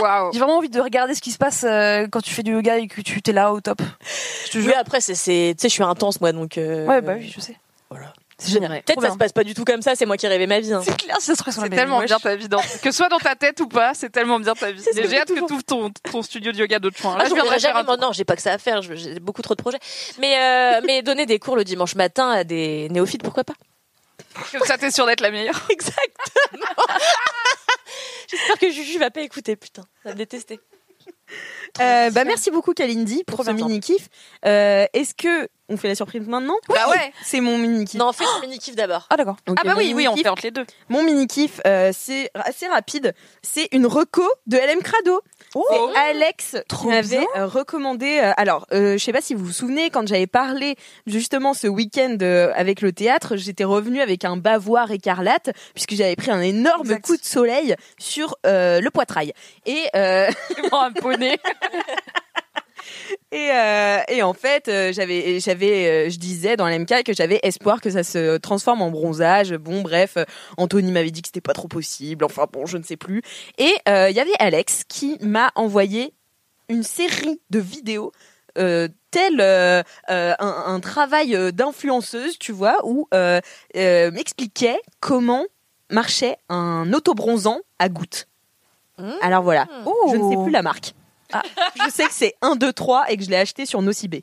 Speaker 4: Waouh.
Speaker 5: J'ai vraiment envie de regarder ce qui se passe euh, quand tu fais du yoga et que tu t'es là au top. Je te jure.
Speaker 6: Oui, après, c'est, c'est- tu sais, je suis intense moi, donc. euh,
Speaker 5: Ouais, bah oui, je sais.
Speaker 3: C'est génial.
Speaker 6: Peut-être
Speaker 5: Trop
Speaker 6: ça se passe pas du tout comme ça. C'est moi qui rêvais ma vie. hein.
Speaker 5: C'est clair, si ça se trouve, ils sont
Speaker 4: C'est
Speaker 5: là, mais
Speaker 4: tellement
Speaker 5: wesh.
Speaker 4: bien ta vie. dans- Que ce soit dans ta tête ou pas, c'est tellement bien ta vie.
Speaker 6: C'est ce que
Speaker 4: J'ai hâte
Speaker 6: je dis
Speaker 4: que tu ouvres ton, ton studio de yoga de Chouin.
Speaker 6: Ah,
Speaker 4: Là,
Speaker 6: je
Speaker 4: je viendrai faire
Speaker 6: jamais.
Speaker 4: un
Speaker 6: moi, non, j'ai pas que ça à faire. je- J'ai beaucoup trop de projets. Mais euh, [LAUGHS] mais donner des cours le dimanche matin à des néophytes, pourquoi pas
Speaker 4: Comme ça, t'es sûre d'être la meilleure.
Speaker 6: [LAUGHS] Exactement. J'espère que Juju va pas écouter, putain. Ça va me détester.
Speaker 3: Euh, bah, merci beaucoup, Kalindi, pour ce
Speaker 6: bien.
Speaker 3: mini-kiff. Euh, Est-ce que on fait la surprise maintenant
Speaker 4: Bah ouais.
Speaker 3: C'est mon mini-kiff.
Speaker 6: Non, fais ton mini-kiff d'abord.
Speaker 5: Ah, d'accord.
Speaker 3: Donc,
Speaker 4: Ah bah
Speaker 3: mon
Speaker 4: oui, oui, on
Speaker 3: mini-kiff,
Speaker 4: fait entre les deux.
Speaker 3: Mon mini-kiff, euh, c'est assez rapide. C'est une reco de LM Crado.
Speaker 5: Oh.
Speaker 3: C'est Alex qui
Speaker 5: Trop
Speaker 3: m'avait euh, recommandé. euh, alors, euh, je sais pas si vous vous souvenez, quand j'avais parlé justement ce week-end euh, avec le théâtre, j'étais revenue avec un bavoir écarlate, puisque j'avais pris un énorme
Speaker 5: Exact.
Speaker 3: coup de soleil sur euh, le poitrail. Et euh,
Speaker 4: un poney.
Speaker 3: Et, euh, et en fait, euh, j'avais, j'avais, euh, je disais dans l'MK que j'avais espoir que ça se transforme en bronzage. Bon, bref, euh, Anthony m'avait dit que c'était pas trop possible. Enfin bon, je ne sais plus. Et euh, il y avait Alex qui m'a envoyé une série de vidéos. Euh, tel euh, euh, un, un travail euh, d'influenceuse, tu vois, où euh, euh, m'expliquait comment marchait un autobronzant à gouttes.
Speaker 6: Mmh.
Speaker 3: Alors voilà,
Speaker 5: Oh.
Speaker 3: je ne sais plus la marque. Je sais que c'est 1, 2, 3 et que je l'ai acheté sur Nocibé.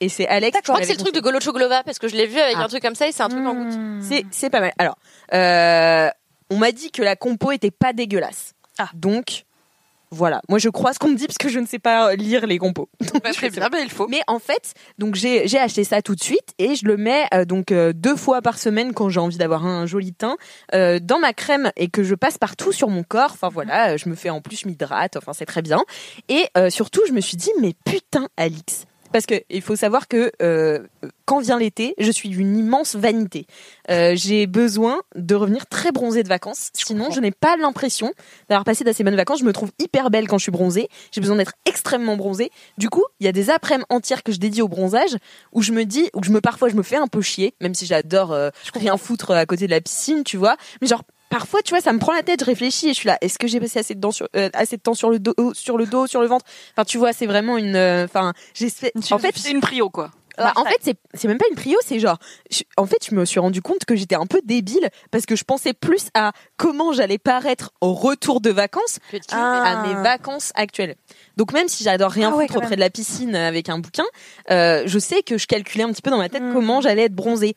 Speaker 3: Et c'est Alex.
Speaker 6: Je crois
Speaker 3: qui
Speaker 6: que c'est le
Speaker 3: m'avait
Speaker 6: truc de Golo Choglova parce que je l'ai vu avec
Speaker 3: Ah.
Speaker 6: un truc comme ça et c'est un truc en goutte.
Speaker 3: conseillé. C'est, c'est pas mal. Alors, euh, on m'a dit que la compo était pas dégueulasse.
Speaker 5: Ah.
Speaker 3: Donc, voilà. Moi, je crois ce qu'on me dit parce que je ne sais pas lire les compos.
Speaker 4: Bah, très bien, mais il faut.
Speaker 3: Mais en fait, donc j'ai, j'ai acheté ça tout de suite et je le mets euh, donc euh, deux fois par semaine quand j'ai envie d'avoir un, joli teint euh, dans ma crème et que je passe partout sur mon corps. Enfin voilà, euh, je me fais en plus, je m'hydrate. Enfin c'est très bien. Et euh, surtout, je me suis dit mais putain, Alix, parce que il faut savoir que euh, quand vient l'été, je suis d'une immense vanité. Euh, j'ai besoin de revenir très bronzée de vacances, sinon je n'ai pas l'impression d'avoir passé d'assez bonnes vacances. Je me trouve hyper belle quand je suis bronzée. J'ai besoin d'être extrêmement bronzée. Du coup, il y a des après-midi entières que je dédie au bronzage où je me dis, où je me parfois je me fais un peu chier, même si j'adore euh, rien foutre à côté de la piscine, tu vois. Mais genre parfois, tu vois, ça me prend la tête, je réfléchis et je suis là. Est-ce que j'ai passé assez de, temps sur, euh, assez de temps sur le dos, sur le dos, sur le ventre Enfin, tu vois, c'est vraiment une. euh, Enfin, j'espère. En fait,
Speaker 4: c'est une prio, quoi.
Speaker 3: bah, en fait, c'est- c'est même pas une prio, c'est genre. je- en fait, je me suis rendu compte que j'étais un peu débile parce que je pensais plus à comment j'allais paraître au retour de vacances à mes vacances actuelles. Donc, même si j'adore rien
Speaker 5: Ah ouais,
Speaker 3: foutre
Speaker 5: quand
Speaker 3: auprès
Speaker 5: même.
Speaker 3: de la piscine avec un bouquin, euh, je sais que je calculais un petit peu dans ma tête comment j'allais être bronzée.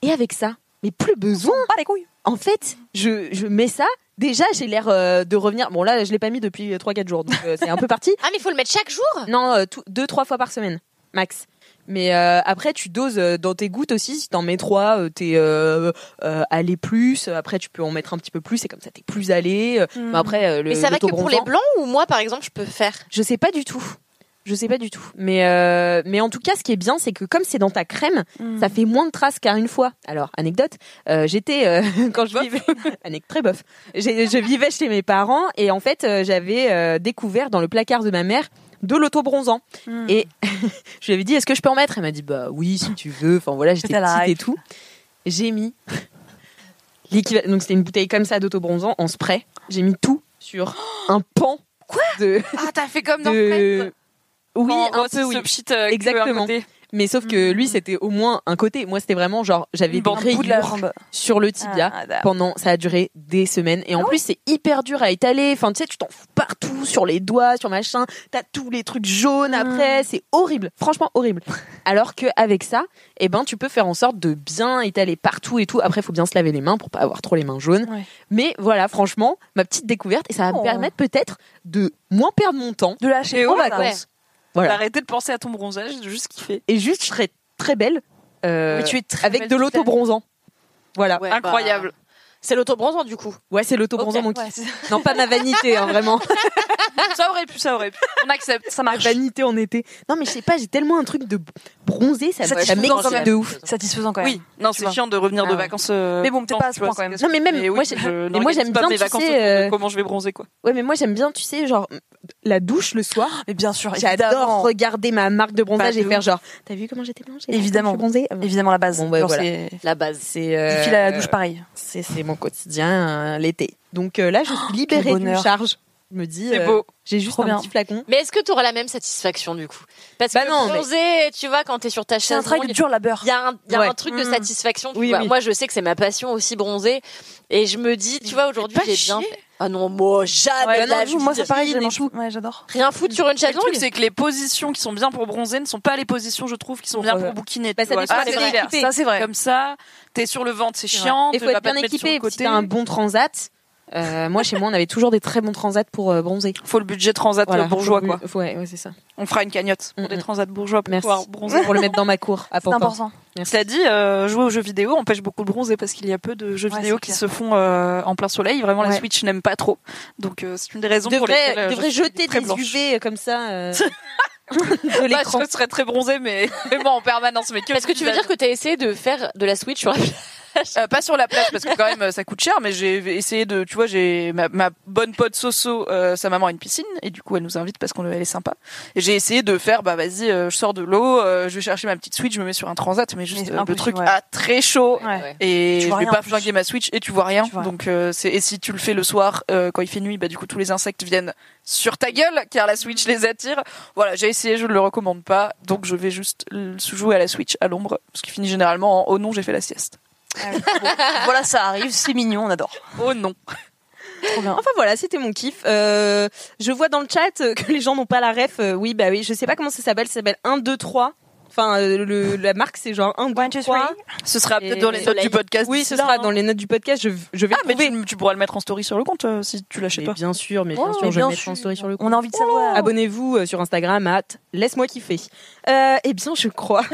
Speaker 3: Et avec ça, mais plus besoin. Pas les couilles. En fait, je, je mets ça. Déjà, j'ai l'air euh, de revenir. Bon, là, je l'ai pas mis depuis 3-4 jours, donc euh, c'est un peu parti. Ah, mais il faut le mettre chaque jour Non, euh, 2-3 fois par semaine, max. Mais euh, après, tu doses euh, dans tes gouttes aussi. Si t'en mets 3, t'es euh, euh, allé plus. Après, tu peux en mettre un petit peu plus. Et comme ça, t'es plus allé. Euh,
Speaker 6: Hmm.
Speaker 5: Mm.
Speaker 3: Mais après, euh, le
Speaker 6: Mais ça va que pour les
Speaker 3: l'autobronzant-
Speaker 6: blancs ou moi, par exemple, je peux faire
Speaker 3: Je sais pas du tout. Je sais pas du tout. Mais, euh, mais en tout cas, ce qui est bien, c'est que comme c'est dans ta crème, ça fait moins de traces qu'à une fois. Alors, anecdote, euh, j'étais, euh, [LAUGHS] quand je vivais, Anec- très bof, J'ai- je vivais chez mes parents et en fait, euh, j'avais euh, découvert dans le placard de ma mère de l'autobronzant. Et [LAUGHS] je lui avais dit, est-ce que je peux en mettre Elle m'a dit, bah oui, si tu veux. Enfin voilà, j'étais
Speaker 5: T'as la
Speaker 3: petite et
Speaker 5: hype.
Speaker 3: tout. J'ai mis [LAUGHS] l'équivalent- Donc c'était une bouteille comme ça d'autobronzant en spray. J'ai mis tout sur [GASPS] un pan. Quoi
Speaker 4: Ah, t'as fait comme dans
Speaker 3: de... Oui,
Speaker 4: Quand
Speaker 3: Oh, un
Speaker 4: Ross
Speaker 3: peu, oui.
Speaker 4: se pchit, euh, que un
Speaker 3: Exactement.
Speaker 4: côté.
Speaker 3: Mais sauf que lui, c'était au moins un côté. Moi, c'était vraiment genre, j'avais
Speaker 4: Une
Speaker 3: des
Speaker 4: bande au bout de la
Speaker 3: rayures
Speaker 4: jambe.
Speaker 3: sur le tibia
Speaker 4: Ah, d'accord.
Speaker 3: pendant, ça a duré des semaines. Et en plus, c'est hyper dur à étaler. Enfin, tu sais, tu t'en fous partout, sur les doigts, sur machin. T'as tous les trucs jaunes
Speaker 4: Mm.
Speaker 3: après. C'est horrible. Franchement,
Speaker 4: [LAUGHS]
Speaker 3: horrible. Alors qu'avec ça, eh ben, tu peux faire en sorte de bien étaler partout et tout. Après, faut bien se laver les mains pour pas avoir trop les mains jaunes. Mais voilà, franchement, ma petite découverte. Et ça va me
Speaker 4: Oh.
Speaker 3: permettre peut-être de moins perdre mon temps. De lâcher en
Speaker 4: ouais,
Speaker 3: vacances.
Speaker 4: ouais.
Speaker 3: Voilà.
Speaker 4: Bah, Arrêtez de penser à ton bronzage, de juste kiffer.
Speaker 3: Et juste, je serais très belle. euh,
Speaker 4: Mais tu es très
Speaker 3: avec
Speaker 4: belle
Speaker 3: de
Speaker 4: toute l'année.
Speaker 3: l'autobronzant. Voilà.
Speaker 4: Incroyable.
Speaker 6: bah, C'est l'autobronzant du coup.
Speaker 3: Ouais, c'est l'autobronzant
Speaker 4: Ok,
Speaker 3: mon kiff.
Speaker 4: ouais, c'est-
Speaker 3: non, pas ma vanité, hein, vraiment.
Speaker 4: Bah, ça aurait pu, ça
Speaker 3: [LAUGHS]
Speaker 4: aurait pu. On accepte, ça
Speaker 3: ma
Speaker 4: marche.
Speaker 3: vanité en été. Non, mais je sais pas, j'ai tellement un truc de bronzé, ça, me- ça m'excite de ouf.
Speaker 4: Satisfaisant quand même. Oui, non,
Speaker 3: Tu
Speaker 4: c'est
Speaker 3: vois.
Speaker 4: chiant de revenir
Speaker 3: Ah
Speaker 4: de
Speaker 3: ouais.
Speaker 4: vacances. euh,
Speaker 3: Mais bon, peut-être pas à ce point, quand même. Non, mais même, moi, j'ai- mais moi, j'aime bien,
Speaker 4: mes
Speaker 3: tu
Speaker 4: vacances
Speaker 3: sais,
Speaker 4: autour de
Speaker 3: euh,
Speaker 4: comment je vais bronzer quoi.
Speaker 3: Ouais, mais moi j'aime bien, tu sais, genre la douche le soir. Mais bien sûr, j'adore
Speaker 4: Oh, évidemment.
Speaker 3: regarder ma marque de bronzage
Speaker 4: Bah,
Speaker 3: et
Speaker 4: de
Speaker 3: faire
Speaker 4: ouf.
Speaker 3: genre. T'as vu comment j'étais blanche
Speaker 4: Évidemment.
Speaker 3: évidemment la base.
Speaker 4: Genre, c'est-
Speaker 6: La base,
Speaker 3: c'est. euh,
Speaker 4: Tu files à la douche pareil.
Speaker 3: C'est c'est mon quotidien euh, l'été. Donc euh, là, je
Speaker 4: Oh,
Speaker 3: suis libérée d'une
Speaker 6: bonheur.
Speaker 3: charge. Je me dis,
Speaker 6: C'est
Speaker 3: euh,
Speaker 6: beau.
Speaker 3: j'ai juste
Speaker 6: Trop
Speaker 3: un
Speaker 6: bien.
Speaker 3: petit flacon.
Speaker 6: Mais est-ce que tu auras la même satisfaction du coup Parce que
Speaker 3: non, mais-
Speaker 6: bronzer, tu vois, quand t'es sur ta chaise,
Speaker 3: un travail de
Speaker 6: longue,
Speaker 3: dur
Speaker 6: Il y a un, il y a
Speaker 3: Ouais.
Speaker 6: un truc de
Speaker 3: Mm.
Speaker 6: satisfaction. tu
Speaker 3: Oui,
Speaker 6: vois.
Speaker 3: oui.
Speaker 6: Moi, je sais que c'est ma passion aussi bronzer, et je me dis, tu vois, aujourd'hui, j'ai bien. fait. Ah non, moi, j'adore.
Speaker 4: Ouais, non,
Speaker 6: la
Speaker 4: vous, moi,
Speaker 6: vie.
Speaker 4: c'est pareil, je m'en fous. Ouais, j'adore.
Speaker 6: Rien foutre sur une chaise
Speaker 4: Le truc,
Speaker 6: longue.
Speaker 4: c'est que les positions qui sont bien pour bronzer ne sont pas les positions, je trouve, qui sont bien pour bouquiner.
Speaker 3: Bah,
Speaker 4: tu
Speaker 3: ça
Speaker 4: vois.
Speaker 3: dépend
Speaker 4: Ah,
Speaker 3: des
Speaker 4: c'est
Speaker 3: gens
Speaker 4: l'hiver,
Speaker 3: équipés.
Speaker 4: ça, c'est vrai. Comme ça, t'es sur le ventre, c'est
Speaker 3: C'est
Speaker 4: chiant. tu
Speaker 3: vrai. Et faut
Speaker 4: vas
Speaker 3: être
Speaker 4: pas te
Speaker 3: bien
Speaker 4: mettre sur
Speaker 3: équipé.
Speaker 4: le
Speaker 3: Si
Speaker 4: côté.
Speaker 3: t'as un bon transat, euh, moi chez moi on avait toujours des très bons transats pour euh, bronzer.
Speaker 4: Faut le budget transat
Speaker 3: Voilà,
Speaker 4: euh, bourgeois,
Speaker 3: faut
Speaker 4: quoi.
Speaker 3: le- faut- Ouais, ouais, c'est ça.
Speaker 4: On fera une cagnotte pour des transats bourgeois pour
Speaker 3: Merci.
Speaker 4: pouvoir bronzer.
Speaker 3: Pour le mettre dans ma cour à Pantin.
Speaker 4: Cela dit, euh, jouer aux jeux vidéo empêche beaucoup de bronzer parce qu'il y a peu de jeux
Speaker 3: Ouais,
Speaker 4: vidéo
Speaker 3: c'est
Speaker 4: qui
Speaker 3: clair.
Speaker 4: se font euh, en plein soleil. Vraiment, la
Speaker 3: Ouais.
Speaker 4: Switch n'aime pas trop. Donc, euh, c'est une des raisons pour
Speaker 3: Devrais,
Speaker 4: lesquelles. euh, je
Speaker 3: devrais
Speaker 4: suis
Speaker 3: jeter
Speaker 4: très
Speaker 3: des
Speaker 4: blanche.
Speaker 3: UV comme
Speaker 4: [LAUGHS]
Speaker 3: ça. euh,
Speaker 4: Bah, je serais très bronzée, mais [LAUGHS] mais moi en permanence. Mais que
Speaker 6: Est-ce que tu veux dire que t'as essayé de faire de la Switch sur la
Speaker 4: Euh, pas sur la plage parce que quand même euh, ça coûte cher mais j'ai essayé de tu vois j'ai ma, ma bonne pote Soso euh, sa maman a une piscine et du coup elle nous invite parce qu'on elle est sympa et j'ai essayé de faire bah vas-y euh, je sors de l'eau euh, je vais chercher ma petite Switch je me mets sur un transat mais juste
Speaker 3: Mais
Speaker 4: euh, le
Speaker 3: impossible,
Speaker 4: truc
Speaker 3: ouais.
Speaker 4: à très chaud
Speaker 3: Ouais.
Speaker 4: et
Speaker 3: Tu
Speaker 4: je
Speaker 3: vois
Speaker 4: vais
Speaker 3: rien, en
Speaker 4: pas
Speaker 3: plus.
Speaker 4: flinguer ma Switch et tu vois rien donc euh, c'est et si tu le fais le soir euh, quand il fait nuit bah du coup tous les insectes viennent sur ta gueule car la Switch les attire voilà j'ai essayé je ne le recommande pas donc je vais juste euh, jouer à la Switch à l'ombre ce qui finit généralement en oh non j'ai fait la sieste
Speaker 5: [LAUGHS]
Speaker 3: voilà, ça arrive, c'est mignon, on adore.
Speaker 4: Oh non.
Speaker 3: Enfin voilà, c'était mon kiff. Euh, je vois dans le chat euh, que les gens n'ont pas la ref. Euh, oui, bah oui, je sais pas comment ça s'appelle, ça s'appelle 1 2 3. Enfin euh, le- la marque c'est genre 1 2 3.
Speaker 4: Ce sera peut-être dans les notes du podcast.
Speaker 3: Euh, Oui, ce sera dans les notes du podcast, je, je vais
Speaker 4: hein. Ah, mais tu, tu pourras le mettre en story sur le compte euh, si tu l'achètes pas.
Speaker 3: Bien sûr, mais bien
Speaker 4: Oh,
Speaker 3: sûr,
Speaker 4: mais
Speaker 3: je
Speaker 4: bien
Speaker 3: vais mettre
Speaker 4: sûr.
Speaker 3: en story sur le Oh. compte.
Speaker 4: On a envie de savoir.
Speaker 3: Abonnez-vous euh, sur Instagram à laisse-moi kiffer. Euh, eh bien, je crois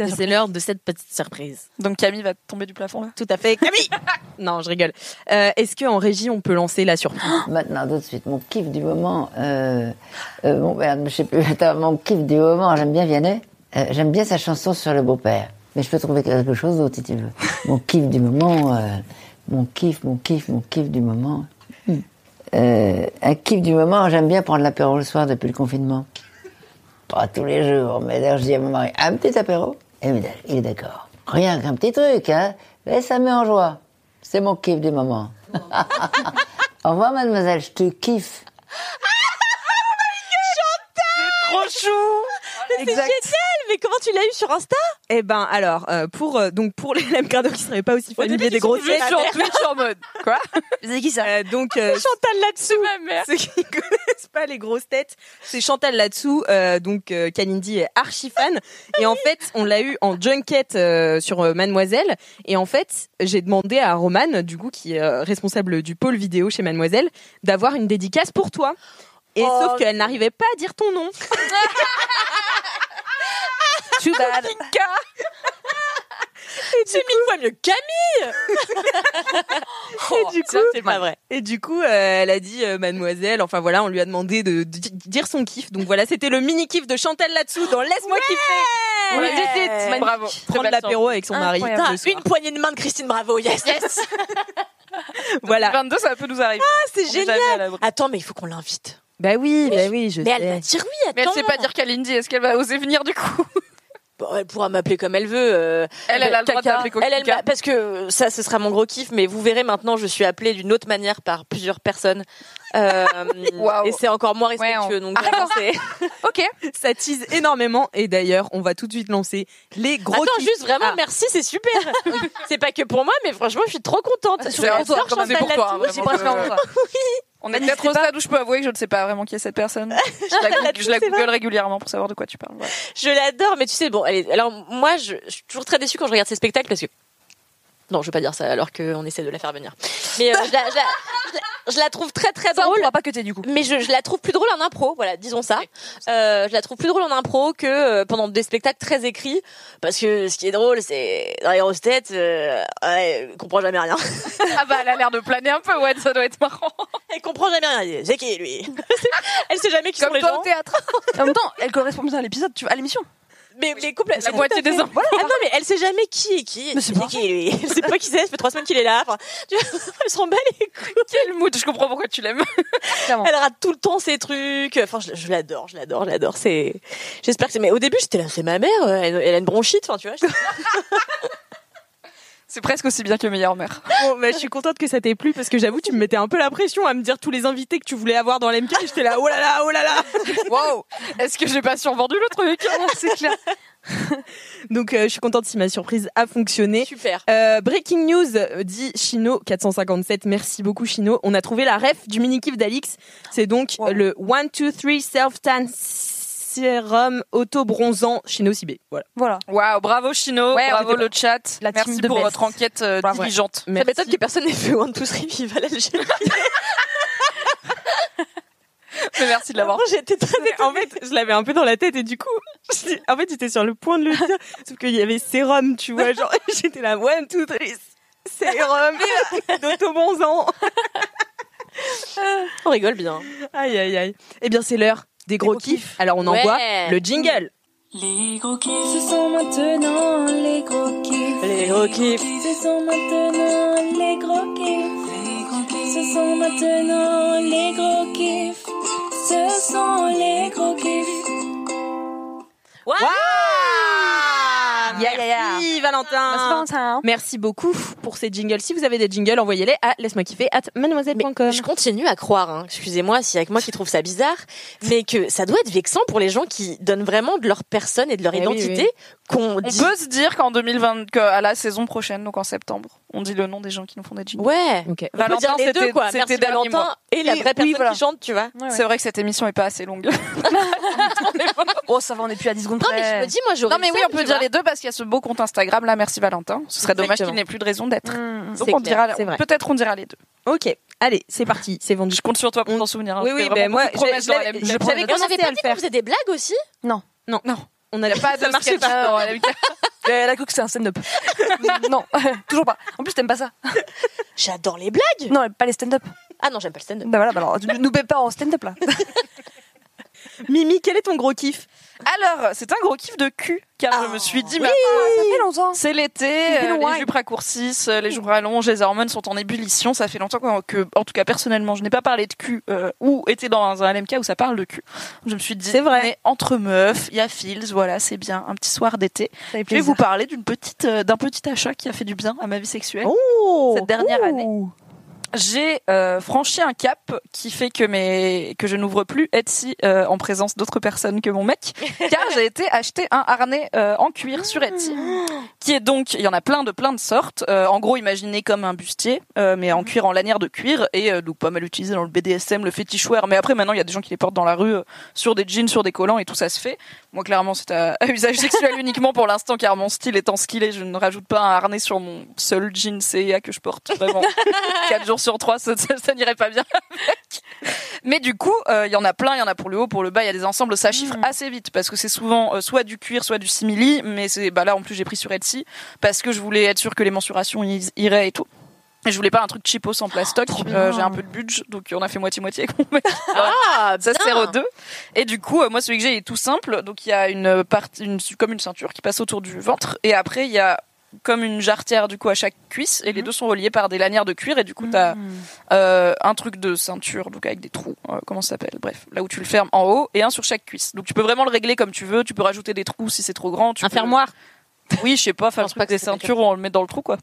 Speaker 6: Et C'est l'heure de cette petite surprise.
Speaker 4: Donc Camille va tomber du plafond là
Speaker 6: Tout à fait. Camille
Speaker 3: Non, je rigole. Euh, Est-ce qu'en régie, on peut lancer la surprise
Speaker 11: Maintenant, tout de suite, mon kiff du moment. Euh, euh, bon, merde, je sais plus. [LAUGHS] Attends, mon kiff du moment, j'aime bien Vianney. Euh, j'aime bien sa chanson sur le beau-père. Mais je peux trouver quelque chose d'autre si tu veux. Mon kiff du moment. euh, mon kiff, mon kiff, mon kiff du moment. Hmm. Euh, un kiff du moment, j'aime bien prendre l'apéro le soir depuis le confinement. Pas tous les jours, mais d'ailleurs, je dis à mon mari, un petit apéro. Et il me dit, il est d'accord. Rien qu'un petit truc, hein. Mais ça me met en joie. C'est mon kiff du moment. Au revoir, mademoiselle, je te kiffe.
Speaker 4: Trop chou
Speaker 3: C'est génial, mais comment tu l'as eu sur Insta Eh ben alors, euh, pour euh, donc pour les Lemcardo qui seraient pas aussi familiers des grosses
Speaker 4: Je suis en Twitch en mode. Quoi
Speaker 3: C'est qui ça Donc euh,
Speaker 4: Chantal là-dessous. Ma mère.
Speaker 3: ceux qui [LAUGHS] connaissent pas les grosses têtes, c'est Chantal là-dessous. euh, donc euh, Kalindi est archi fan. Et en fait, on l'a eu en junket euh, sur euh, Mademoiselle. Et en fait, j'ai demandé à Roman, du coup, qui est euh, responsable du pôle vidéo chez Mademoiselle, d'avoir une dédicace pour toi. Et
Speaker 6: Oh.
Speaker 3: sauf qu'elle n'arrivait pas à dire ton nom.
Speaker 6: Too bad. C'est mille fois mieux que Camille [LAUGHS] Oh,
Speaker 3: et du coup, c'est pas vrai. Et du coup, euh, elle a dit euh, mademoiselle. Enfin voilà, on lui a demandé de, de di- dire son kiff. Donc voilà, c'était le mini kiff de Chantal là-dessous dans Laisse-moi kiffer.
Speaker 6: Ouais.
Speaker 3: J'hésite.
Speaker 6: Magnifique.
Speaker 3: Bravo. Prendre l'apéro avec son mari.
Speaker 6: Incroyable.
Speaker 3: le soir.
Speaker 6: Une poignée de main de Christine Bravo, yes, yes.
Speaker 3: Voilà.
Speaker 4: 22, ça peut nous arriver.
Speaker 6: Ah,
Speaker 4: On
Speaker 6: c'est
Speaker 4: est jamais à
Speaker 6: génial.
Speaker 4: l'abri.
Speaker 6: [LAUGHS] Attends, mais il faut qu'on l'invite.
Speaker 3: Bah oui, bah oui, je
Speaker 6: Mais elle va dire oui, attends.
Speaker 4: Mais elle sait pas dire Kalindi, est-ce qu'elle va oser venir du coup
Speaker 6: Bon, elle pourra m'appeler comme elle veut. euh,
Speaker 4: Elle, elle a le droit
Speaker 6: caca.
Speaker 4: de t'appeler coquine
Speaker 6: Elle, elle m'a- Parce que euh, ça, ce sera mon gros kiff, mais vous verrez maintenant, je suis appelée d'une autre manière par plusieurs personnes. [LAUGHS] Euh, Et c'est encore moins respectueux. donc vraiment, c'est-
Speaker 4: Ok.
Speaker 3: Ça tease énormément. Et d'ailleurs, on va tout de suite lancer les gros.
Speaker 6: Attends,
Speaker 3: kiffs.
Speaker 6: juste vraiment,
Speaker 3: Ah.
Speaker 6: merci, c'est super.
Speaker 4: [LAUGHS]
Speaker 6: c'est pas que pour moi, mais franchement, je suis trop contente.
Speaker 4: C'est
Speaker 6: J'adore
Speaker 4: pour toi,
Speaker 6: Chantal
Speaker 4: c'est pour toi, hein,
Speaker 6: Latsou, c'est
Speaker 4: vraiment,
Speaker 6: principalement
Speaker 4: je-
Speaker 6: toi.
Speaker 4: [LAUGHS] On est peut-être au stade où je peux avouer que je ne sais pas vraiment qui est cette personne. Je la,
Speaker 6: Là,
Speaker 4: goog-
Speaker 6: tu
Speaker 4: je la
Speaker 6: sais pas.
Speaker 4: google régulièrement pour savoir de quoi tu parles. voilà.
Speaker 6: Je l'adore, mais tu sais, bon, allez, alors moi, je, je suis toujours très déçue quand je regarde ces spectacles parce que. Non, je vais pas dire ça alors qu'on essaie de la faire venir. Mais euh, je, la, je la- je la- je la trouve très très drôle.
Speaker 4: pas que t'es du coup.
Speaker 6: Mais je, je la trouve plus drôle en impro, voilà, disons ça. Euh, je la trouve plus drôle en impro que euh, pendant des spectacles très écrits, parce que ce qui est drôle, c'est dans les grosses têtes, euh, ouais, elle comprend jamais rien.
Speaker 4: Ah bah elle a l'air de planer un peu, ouais, ça doit être marrant.
Speaker 6: elle comprend jamais rien. C'est qui [LAUGHS] lui Elle sait jamais qui sont les gens.
Speaker 4: théâtre.
Speaker 5: En même temps, elle correspond bien à l'épisode, tu à l'émission.
Speaker 6: Mais les couples,
Speaker 4: La moitié des enfants.
Speaker 6: Ah non, mais elle sait jamais qui est qui.
Speaker 5: Mais c'est
Speaker 6: C'est
Speaker 5: pas
Speaker 6: qui lui Elle sait pas qui c'est, ça fait trois semaines qu'il est là. Enfin, tu vois, [LAUGHS] elle se remballe les couilles.
Speaker 4: Quel mood, je comprends pourquoi tu l'aimes.
Speaker 6: Elle rate tout le temps ses trucs. Enfin, je, je l'adore, je l'adore, je l'adore. C'est, j'espère que c'est. Mais au début, j'étais là, c'est ma mère. euh, Elle, elle a une bronchite, enfin, tu vois. j'étais-
Speaker 4: C'est presque aussi bien que meilleure mère.
Speaker 3: Bon, bah, je suis contente que ça t'ait plu parce que j'avoue, tu me mettais un peu la pression à me dire tous les invités que tu voulais avoir dans l'MK. et J'étais là, oh là là, oh là là.
Speaker 4: Wow Est-ce que j'ai pas survendu le truc
Speaker 5: C'est clair.
Speaker 3: Donc, euh, je suis contente si ma surprise a fonctionné.
Speaker 6: Super.
Speaker 3: Euh, breaking news, euh, dit Chino 457. Merci beaucoup, Chino. On a trouvé la ref du mini-kiff d'Alix. C'est donc le 1, 2, 3 Self-Tan Sérum Auto-Bronzant Chino Cibé. Voilà.
Speaker 5: Voilà.
Speaker 4: Waouh, bravo Chino,
Speaker 5: Ouais,
Speaker 4: bravo
Speaker 5: on était-
Speaker 4: le chat.
Speaker 5: La team
Speaker 4: Merci
Speaker 5: de
Speaker 4: pour
Speaker 5: best.
Speaker 4: votre enquête euh,
Speaker 3: Bravo.
Speaker 4: diligente. [LAUGHS]
Speaker 6: Ça
Speaker 3: Merci.
Speaker 6: m'étonne que personne n'ait fait One Two Three Vive à l'Algérie.
Speaker 4: Mais merci de l'avoir.
Speaker 6: Vraiment, J'étais très
Speaker 3: En fait, je l'avais un peu dans la tête et du coup, [LAUGHS] j'étais- en fait, j'étais sur le point de le dire. Sauf qu'il y avait sérum, tu vois. Genre, [LAUGHS] j'étais là, 1, 2, 3 [LAUGHS] Sérum d'auto-bronzant.
Speaker 6: On rigole bien.
Speaker 3: Aïe, aïe, aïe. Eh bien, c'est l'heure des gros kiffs. Alors, on envoie
Speaker 6: Ouais.
Speaker 3: le jingle.
Speaker 2: Les gros kiffs, ce sont maintenant les gros kiffs.
Speaker 6: Les gros kiffs.
Speaker 2: Ce sont maintenant les gros kiffs. Les gros kiffs. Ce sont maintenant les gros kiffs. Ce sont les gros kiffs.
Speaker 6: Waouh
Speaker 3: Ya, ya, ya.
Speaker 6: Merci Valentin.
Speaker 3: Merci beaucoup pour ces jingles. Si vous avez des jingles, envoyez-les à laisse-moi kiffer at mademoiselle.com.
Speaker 6: Je continue à croire, hein, excusez-moi s'il y a que moi qui trouve ça bizarre, mais que ça doit être vexant pour les gens qui donnent vraiment de leur personne et de leur
Speaker 3: Eh oui,
Speaker 6: identité qu'on
Speaker 4: On
Speaker 6: dit.
Speaker 4: peut se dire qu'en 2020, que à la saison prochaine, donc en septembre, on dit le nom des gens qui nous font des jingles.
Speaker 6: Ouais.
Speaker 3: Ok.
Speaker 6: On peut dire les deux quoi.
Speaker 4: c'était
Speaker 6: Merci
Speaker 4: dernier
Speaker 6: Valentin
Speaker 4: mois.
Speaker 6: et la
Speaker 4: Oui,
Speaker 6: vraie
Speaker 4: oui,
Speaker 6: personne
Speaker 4: voilà.
Speaker 6: qui chante, tu vois.
Speaker 4: C'est vrai que cette émission est pas assez longue.
Speaker 5: [LAUGHS] Oh, ça va, on est plus à 10 secondes
Speaker 6: Non
Speaker 5: près.
Speaker 6: mais je me dis moi j'aurais.
Speaker 4: Non mais
Speaker 6: le
Speaker 4: oui,
Speaker 6: seum,
Speaker 4: on peut
Speaker 6: tu
Speaker 4: dire
Speaker 6: vois.
Speaker 4: les deux parce qu'il y a ce beau compte Instagram là, merci Valentin. Ce serait dommage
Speaker 6: Exactement.
Speaker 4: qu'il n'ait plus de raison d'être.
Speaker 5: Mm.
Speaker 4: Donc
Speaker 6: C'est
Speaker 4: on
Speaker 6: clair,
Speaker 4: dira,
Speaker 3: c'est vrai.
Speaker 4: peut-être on dira les deux. Mm.
Speaker 3: Ok. Allez, c'est parti. C'est vendu.
Speaker 4: Je compte sur toi pour ben t'en souvenir. hein. C'était vraiment beaucoup de promesses dans la [LAUGHS]
Speaker 3: j'avais-
Speaker 4: LMK.
Speaker 3: j'avais
Speaker 6: On
Speaker 3: commencé
Speaker 6: n'avait pas
Speaker 3: à le
Speaker 6: dit qu'on
Speaker 3: faire.
Speaker 6: faisait des blagues aussi
Speaker 3: Non,
Speaker 5: on a
Speaker 4: pas
Speaker 5: ça
Speaker 4: de
Speaker 5: marchait
Speaker 4: sketch. [LAUGHS]
Speaker 5: pas.
Speaker 4: Ah, ouais, la- Euh, la coque, c'est un stand-up. [LAUGHS] non, toujours pas. En plus, t'aimes pas ça.
Speaker 5: J'adore les blagues.
Speaker 4: Non, pas les stand-up.
Speaker 5: Ah non, j'aime pas le stand-up.
Speaker 4: Bah voilà, bah alors, nous- nous paie pas en stand-up là.
Speaker 3: Mimi, quel est ton gros kiff
Speaker 4: Alors, c'est un gros kiff de cul, car je me suis dit, bah, c'est l'été,
Speaker 3: fait
Speaker 4: euh,
Speaker 3: loin.
Speaker 4: les jupes raccourcissent, euh, les jours rallongent, les hormones sont en ébullition. Ça fait longtemps qu'on- que, en tout cas personnellement, je n'ai pas parlé de cul euh, ou été dans un LMK où ça parle de cul. Je me suis dit, c'est vrai. entre meufs, il y a Fils, voilà, c'est bien, un petit soir d'été. Je vais vous parler d'une petite, euh, d'un petit achat qui a fait du bien à ma vie sexuelle cette dernière année. J'ai euh, franchi un cap qui fait que mes que je n'ouvre plus Etsy euh, en présence d'autres personnes que mon mec, car j'ai été acheter un harnais euh, en cuir sur Etsy, qui est donc il y en a plein de plein de sortes. Euh, en gros, imaginez comme un bustier, euh, mais en cuir en lanière de cuir et euh, donc pas mal utilisé dans le BDSM, le fétichoir. Mais après maintenant, il y a des gens qui les portent dans la rue euh, sur des jeans, sur des collants et tout ça se fait. Moi, clairement, c'est à, à usage sexuel uniquement pour l'instant, car mon style étant ce qu'il est, je ne rajoute pas un harnais sur mon seul jean CIA que je porte
Speaker 5: [LAUGHS]
Speaker 4: vraiment 4 jours sur 3, ça, ça- ça n'irait pas bien avec. Mais du coup, euh, il y en a plein, il y en a pour le haut, pour le bas, il y a des ensembles, ça chiffre
Speaker 5: Mm.
Speaker 4: assez vite parce que c'est souvent euh, soit du cuir, soit du simili, mais c'est bah là en plus j'ai pris sur Etsy parce que je voulais être sûr que les mensurations ils- iraient et tout. Et je voulais pas un truc cheapo sans plastoc, euh, j'ai un peu de budget, donc on a fait moitié-moitié avec mon mec.
Speaker 5: Ah,
Speaker 4: ça
Speaker 5: bien.
Speaker 4: sert aux deux. Et du coup, euh, moi, celui que j'ai est tout simple. Donc, il y a une partie, une, comme une ceinture qui passe autour du ventre. Et après, il y a comme une jarretière, du coup, à chaque cuisse. Et les deux sont reliés par des lanières de cuir. Et du
Speaker 5: Mhm.
Speaker 4: coup, t'as euh, un truc de ceinture, donc avec des trous. euh, comment ça s'appelle Bref, là où tu le fermes en haut et un sur chaque cuisse. Donc, tu peux vraiment le régler comme tu veux. Tu peux rajouter des trous si c'est trop grand. Tu
Speaker 5: Un
Speaker 4: peux-
Speaker 5: fermoir.
Speaker 4: Oui, je sais pas, faire un
Speaker 5: pense
Speaker 4: truc
Speaker 5: pas que
Speaker 4: des
Speaker 5: c'est pas
Speaker 4: ceintures où on le met dans le trou, quoi.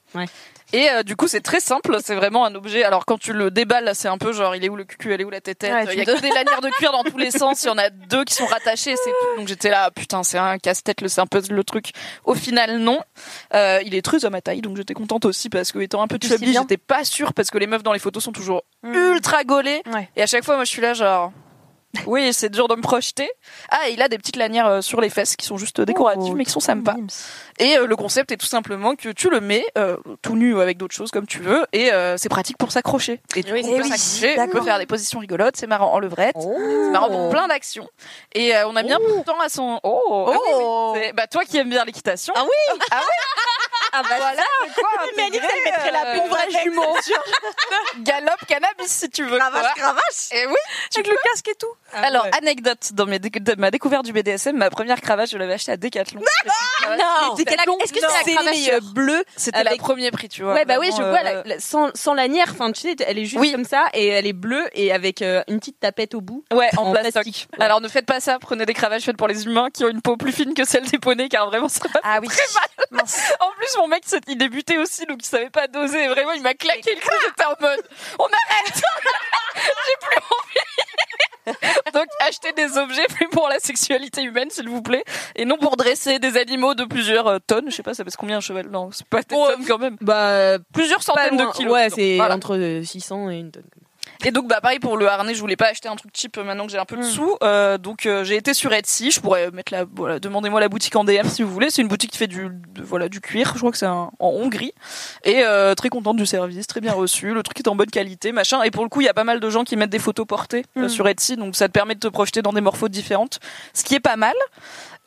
Speaker 4: Et euh, du coup, c'est très simple. C'est vraiment un objet. Alors, quand tu le déballes, là, c'est un peu genre, il est où le cul, elle est où la tête
Speaker 5: Ouais,
Speaker 4: Il
Speaker 5: tu
Speaker 4: y a
Speaker 5: me
Speaker 4: que des lanières de cuir dans tous les sens. Il y en a deux qui sont rattachées, c'est tout. Donc, j'étais là, putain, c'est un casse-tête, le- c'est un peu le truc. Au final, non. Euh, il est très à ma taille, donc j'étais contente aussi parce que, étant un peu
Speaker 3: sais
Speaker 4: chubby,
Speaker 3: bien.
Speaker 4: j'étais pas sûre parce que les meufs dans les photos sont toujours
Speaker 5: Mm.
Speaker 4: ultra gaulées. Et à chaque fois, moi, je suis là, genre. Oui, c'est dur de me projeter. Ah, et il a des petites lanières euh, sur les fesses qui sont juste décoratives, mais qui sont
Speaker 5: Hmm.
Speaker 4: sympas. Et euh, le concept est tout simplement que tu le mets euh, tout nu ou avec d'autres choses comme tu veux, et euh, c'est pratique pour s'accrocher. Et tu
Speaker 6: Eh
Speaker 5: Oui,
Speaker 4: peux
Speaker 5: oui,
Speaker 4: s'accrocher, on peut
Speaker 5: d'accord.
Speaker 4: faire des positions rigolotes, c'est marrant en levrette, c'est marrant pour plein d'actions. Et euh, on a bien pris le temps à son. Oh, ah oui, oui, c'est- bah toi qui aimes bien l'équitation. Ah oui, [LAUGHS] ah oui. Ah bah voilà, quoi, euh, mais Alix, elle mettrait la une [LAUGHS] vraie jumeau. Galop cannabis si tu veux.
Speaker 5: Cravache,
Speaker 4: quoi. Et oui, avec le casque et tout. Ah Alors, anecdote, dans mes déc- de ma découverte du BDSM, ma première cravache, je l'avais achetée à Decathlon.
Speaker 6: Oh,
Speaker 5: Non. Decathlon,
Speaker 4: Est-ce que
Speaker 5: non.
Speaker 4: Bah, c'est
Speaker 5: C'est
Speaker 4: la cravache
Speaker 5: les, euh,
Speaker 4: euh,
Speaker 5: bleue
Speaker 4: bleue C'était la
Speaker 5: avec-
Speaker 4: premier prix, tu vois.
Speaker 3: ouais, bah oui,
Speaker 4: vraiment,
Speaker 3: je
Speaker 4: euh,
Speaker 3: vois, la- la- sans, sans lanière, enfin, tu sais, elle est juste comme ça, et elle est bleue, et avec euh, une petite tapette au bout.
Speaker 4: Ouais, en, plastoc. Alors ne faites pas ça, prenez des cravaches faites pour les humains qui ont une peau plus fine que celle des poneys, car vraiment ça va ah, oui. très mal. [LAUGHS] en plus, mon mec, c'est- il débutait aussi, donc il savait pas doser. Et Vraiment, il m'a claqué le cul, j'étais en mode, on arrête [LAUGHS] J'ai plus envie Donc achetez des objets plus pour la sexualité humaine, s'il vous plaît, et non pour dresser des animaux de plusieurs euh, tonnes. Je sais pas, ça pèse combien un cheval Non, c'est pas des tonnes quand même. Bah, plusieurs centaines de kilos.
Speaker 3: Ouais,
Speaker 4: disons.
Speaker 3: c'est
Speaker 4: Voilà.
Speaker 3: entre euh, 600 et une tonne.
Speaker 4: Et donc bah pareil pour le harnais, je voulais pas acheter un truc cheap euh, maintenant que j'ai un peu de sous, Euh, donc euh, j'ai été sur Etsy. Je pourrais mettre la, voilà, demandez-moi la boutique en DM si vous voulez. C'est une boutique qui fait du, de- voilà, du cuir. Je crois que c'est un- en Hongrie et euh, très contente du service, très bien reçu. Le truc est en bonne qualité, machin. Et pour le coup, il y a pas mal de gens qui mettent des photos portées euh,
Speaker 3: Mm.
Speaker 4: sur Etsy, donc ça te permet de te projeter dans des morphos différentes, ce qui est pas mal.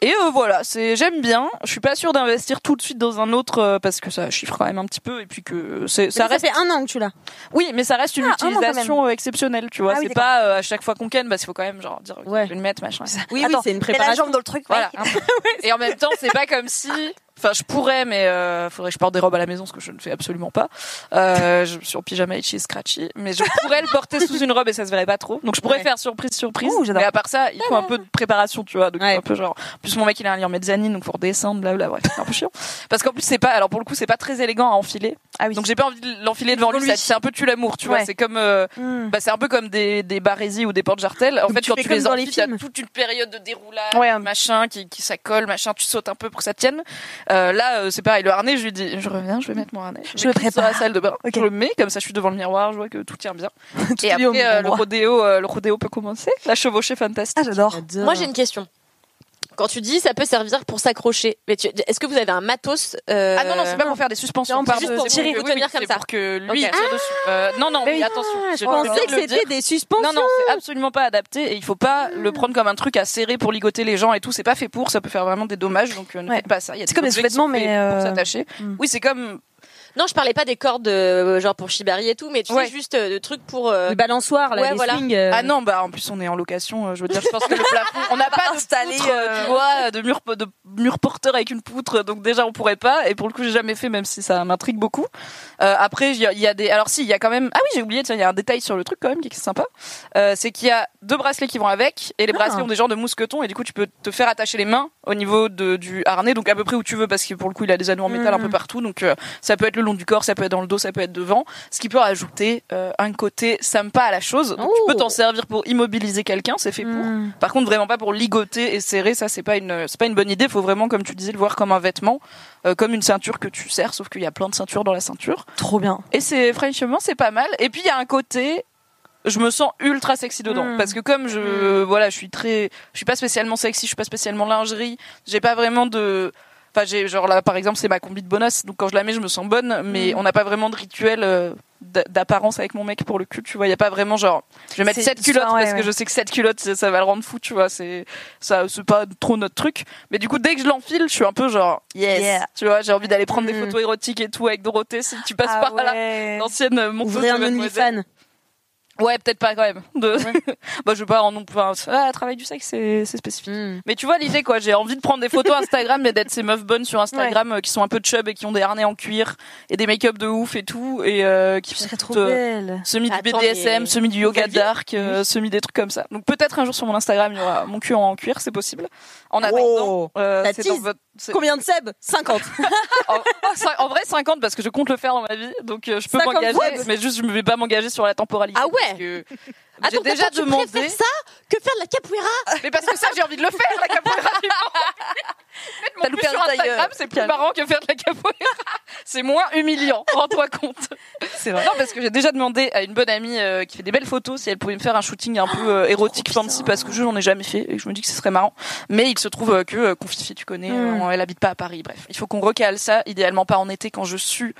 Speaker 4: Et euh, voilà, c'est j'aime bien. Je suis pas sûre d'investir tout de suite dans un autre euh, parce que ça chiffre quand même un petit peu et puis que c'est, ça
Speaker 5: Ça,
Speaker 4: reste
Speaker 5: fait un an que tu l'as.
Speaker 4: oui, mais ça reste une
Speaker 5: Ah, un an, quand
Speaker 4: utilisation euh, exceptionnelle, tu vois.
Speaker 5: Ah oui,
Speaker 4: c'est pas euh, à chaque fois qu'on ken, parce qu'il faut quand même genre dire ok, je vais le mettre, machin.
Speaker 5: Oui, oui, Attends, c'est une mets la préparation. jambe dans le truc, [LAUGHS]
Speaker 4: Voilà.
Speaker 5: Ah,
Speaker 4: un peu. [LAUGHS] Et en même temps, c'est pas comme si. Enfin, je pourrais, mais euh, faudrait que je porte des robes à la maison, ce que je ne fais absolument pas. Euh, je suis en pyjama itchy et scratchy, mais je pourrais le porter sous une robe et ça se verrait pas trop. Donc je pourrais
Speaker 5: Ouais.
Speaker 4: faire surprise, surprise. mais à part ça, il faut un peu de préparation, tu vois. Donc un peu genre. En Plus mon mec, il a un lit en mezzanine, donc faut redescendre, blabla. Bref, c'est un peu chiant. Parce qu'en plus, c'est pas. Alors pour le coup, c'est pas très élégant à enfiler.
Speaker 5: Ah
Speaker 4: Donc j'ai pas envie de l'enfiler devant lui. ça- C'est un peu tu l'amour, tu vois.
Speaker 5: Ouais.
Speaker 4: C'est comme. euh,
Speaker 5: Hmm.
Speaker 4: bah, c'est un peu comme des, des barésies ou des portes jartelles. En
Speaker 5: Donc
Speaker 4: fait,
Speaker 5: tu
Speaker 4: quand
Speaker 5: fais
Speaker 4: tu
Speaker 5: comme
Speaker 4: les
Speaker 5: dans les
Speaker 4: enfiles, t'as
Speaker 5: films.
Speaker 4: toute une période de déroulage, machin, qui, qui ça colle, machin, tu sautes un peu pour que ça tienne. Euh, là, euh, c'est pareil, le harnais, je lui dis, je reviens, je vais mettre mon harnais. Je me prépare. à la salle de bain. Je le mets, comme ça, je suis devant le miroir, je vois que tout tient bien. Et
Speaker 5: est au
Speaker 4: après,
Speaker 5: même
Speaker 4: euh, le
Speaker 5: endroit.
Speaker 4: rodéo, euh, le rodéo peut commencer. La chevauchée fantastique. Ah, j'adore.
Speaker 5: Moi, j'ai une question.
Speaker 6: Quand tu dis ça peut servir pour s'accrocher, mais tu- est-ce que vous avez un matos euh,
Speaker 4: Ah non, non, c'est pas pour faire des suspensions.
Speaker 6: Non, c'est
Speaker 4: pardon,
Speaker 6: juste pour
Speaker 4: c'est
Speaker 6: tirer
Speaker 4: que-
Speaker 6: ou
Speaker 4: oui, oui,
Speaker 6: tenir comme
Speaker 4: c'est
Speaker 6: ça.
Speaker 4: pour que lui
Speaker 6: Ok.
Speaker 4: tire dessus. Euh, non, non, mais attention.
Speaker 6: je pensais que c'était des suspensions.
Speaker 4: Non, non, c'est absolument pas adapté et il faut pas
Speaker 5: Ah.
Speaker 4: le prendre comme un truc à serrer pour ligoter les gens et tout. C'est pas fait pour, ça peut faire vraiment des dommages, donc euh, ne faites pas ça. Il y a
Speaker 5: C'est comme des
Speaker 4: objets qui sont
Speaker 5: sous-vêtements, mais,
Speaker 4: faits
Speaker 5: euh,
Speaker 4: Pour s'attacher. Oui, c'est comme.
Speaker 6: Non, je parlais pas des cordes euh, genre pour Shibari et tout, mais tu sais juste euh, de trucs pour euh,
Speaker 3: Les balançoires, là,
Speaker 6: ouais,
Speaker 3: les
Speaker 6: voilà.
Speaker 3: swings, euh.
Speaker 4: Ah non, bah en plus on est en location, euh, je veux dire, je pense que le plafond, on n'a pas installé tu vois, de mur, de mur porteur avec une poutre, donc déjà on pourrait pas, et pour le coup j'ai jamais fait, même si ça m'intrigue beaucoup. Euh, après, il y, a- il y a des. Alors si, il y a quand même. Ah oui, j'ai oublié, tiens, il y a un détail sur le truc quand même qui est sympa, Euh, c'est qu'il y a deux bracelets qui vont avec, et les bracelets ont des genres de mousquetons, et du coup tu peux te faire attacher les mains au niveau de, du harnais, donc à peu près où tu veux, parce que pour le coup il a des anneaux en métal un peu partout, donc euh, ça peut être le long du corps, ça peut être dans le dos, ça peut être devant, ce qui peut rajouter euh, un côté sympa à la chose. Donc, tu peux t'en servir pour immobiliser quelqu'un, c'est fait
Speaker 5: Mm.
Speaker 4: pour. Par contre, vraiment pas pour ligoter et serrer, ça c'est pas une c'est pas une bonne idée. Faut vraiment, comme tu disais, le voir comme un vêtement, euh, comme une ceinture que tu sers, sauf qu'il y a plein de ceintures dans la ceinture.
Speaker 5: Trop bien.
Speaker 4: Et c'est franchement c'est pas mal. Et puis il y a un côté je me sens ultra sexy dedans
Speaker 5: Mm.
Speaker 4: parce que comme je voilà je suis très je suis pas spécialement sexy je suis pas spécialement lingerie j'ai pas vraiment de enfin j'ai genre là par exemple c'est ma combi de bonus donc quand je la mets je me sens bonne mais
Speaker 5: Mm.
Speaker 4: on n'a pas vraiment de rituel euh, d'a- d'apparence avec mon mec pour le cul tu vois il y a pas vraiment genre je vais mettre
Speaker 5: C'est-
Speaker 4: cette culotte
Speaker 5: ça, ouais,
Speaker 4: parce
Speaker 5: ouais.
Speaker 4: que je sais que cette culotte ça, ça va le rendre fou tu vois c'est ça c'est pas trop notre truc mais du coup dès que je l'enfile je suis un peu genre yes
Speaker 5: Yeah. Mm.
Speaker 4: tu vois j'ai envie d'aller prendre des photos érotiques et tout avec Dorothée si tu passes
Speaker 5: Ah
Speaker 4: par
Speaker 5: ouais.
Speaker 4: là l'ancienne euh, mon
Speaker 5: Ouvrez
Speaker 4: pote de
Speaker 5: un
Speaker 4: Mademoiselle. Ouais, peut-être pas quand même. De... [LAUGHS] bah, je veux pas en non plus. Ah, travail du sexe, c'est c'est spécifique.
Speaker 5: Hmm.
Speaker 4: Mais tu vois l'idée, quoi. J'ai envie de prendre des photos Instagram et d'être ces meufs bonnes sur Instagram euh, qui sont un peu chub et qui ont des harnais en cuir et des make-up de ouf et tout. Et euh, qui sont
Speaker 5: trop
Speaker 4: toutes, euh,
Speaker 5: belle.
Speaker 4: Semi du
Speaker 5: Attends,
Speaker 4: BDSM,
Speaker 5: mais-
Speaker 4: semi du yoga dark, euh, semi des trucs comme ça. Donc peut-être un jour sur mon Instagram, il y aura mon cul en cuir, c'est possible. En attendant, euh,
Speaker 3: La
Speaker 4: c'est dans
Speaker 3: tease.
Speaker 4: votre- c'est-
Speaker 3: Combien de Seb 50.
Speaker 4: en, oh, cin- en vrai 50 parce que je compte le faire dans ma vie donc euh, je peux
Speaker 3: 50
Speaker 4: m'engager
Speaker 3: webs.
Speaker 4: mais juste je ne vais pas m'engager sur la temporalité
Speaker 3: Ah ouais
Speaker 4: parce que j'ai
Speaker 3: [LAUGHS] Attends,
Speaker 4: déjà
Speaker 3: attends, tu
Speaker 4: demandé
Speaker 3: préfères ça que faire de la capoeira
Speaker 4: mais parce que ça j'ai envie de le faire la
Speaker 3: [LAUGHS]
Speaker 4: capoeira
Speaker 3: T'as
Speaker 4: Mettre mon
Speaker 3: loupé
Speaker 4: cul sur
Speaker 3: un tailleur.
Speaker 4: Instagram c'est plus
Speaker 3: Calme.
Speaker 4: marrant que faire de la capoeira c'est moins humiliant rends-toi compte
Speaker 5: [LAUGHS] c'est vrai
Speaker 4: non parce que j'ai déjà demandé à une bonne amie euh, qui fait des belles photos si elle pouvait me faire un shooting un peu euh, érotique fancy parce que je n'en ai jamais fait et que je me dis que ce serait marrant mais il se trouve euh, que euh, Confifi tu connais
Speaker 5: Mm.
Speaker 4: euh, elle habite pas à Paris bref il faut qu'on recale ça idéalement pas en été quand je suis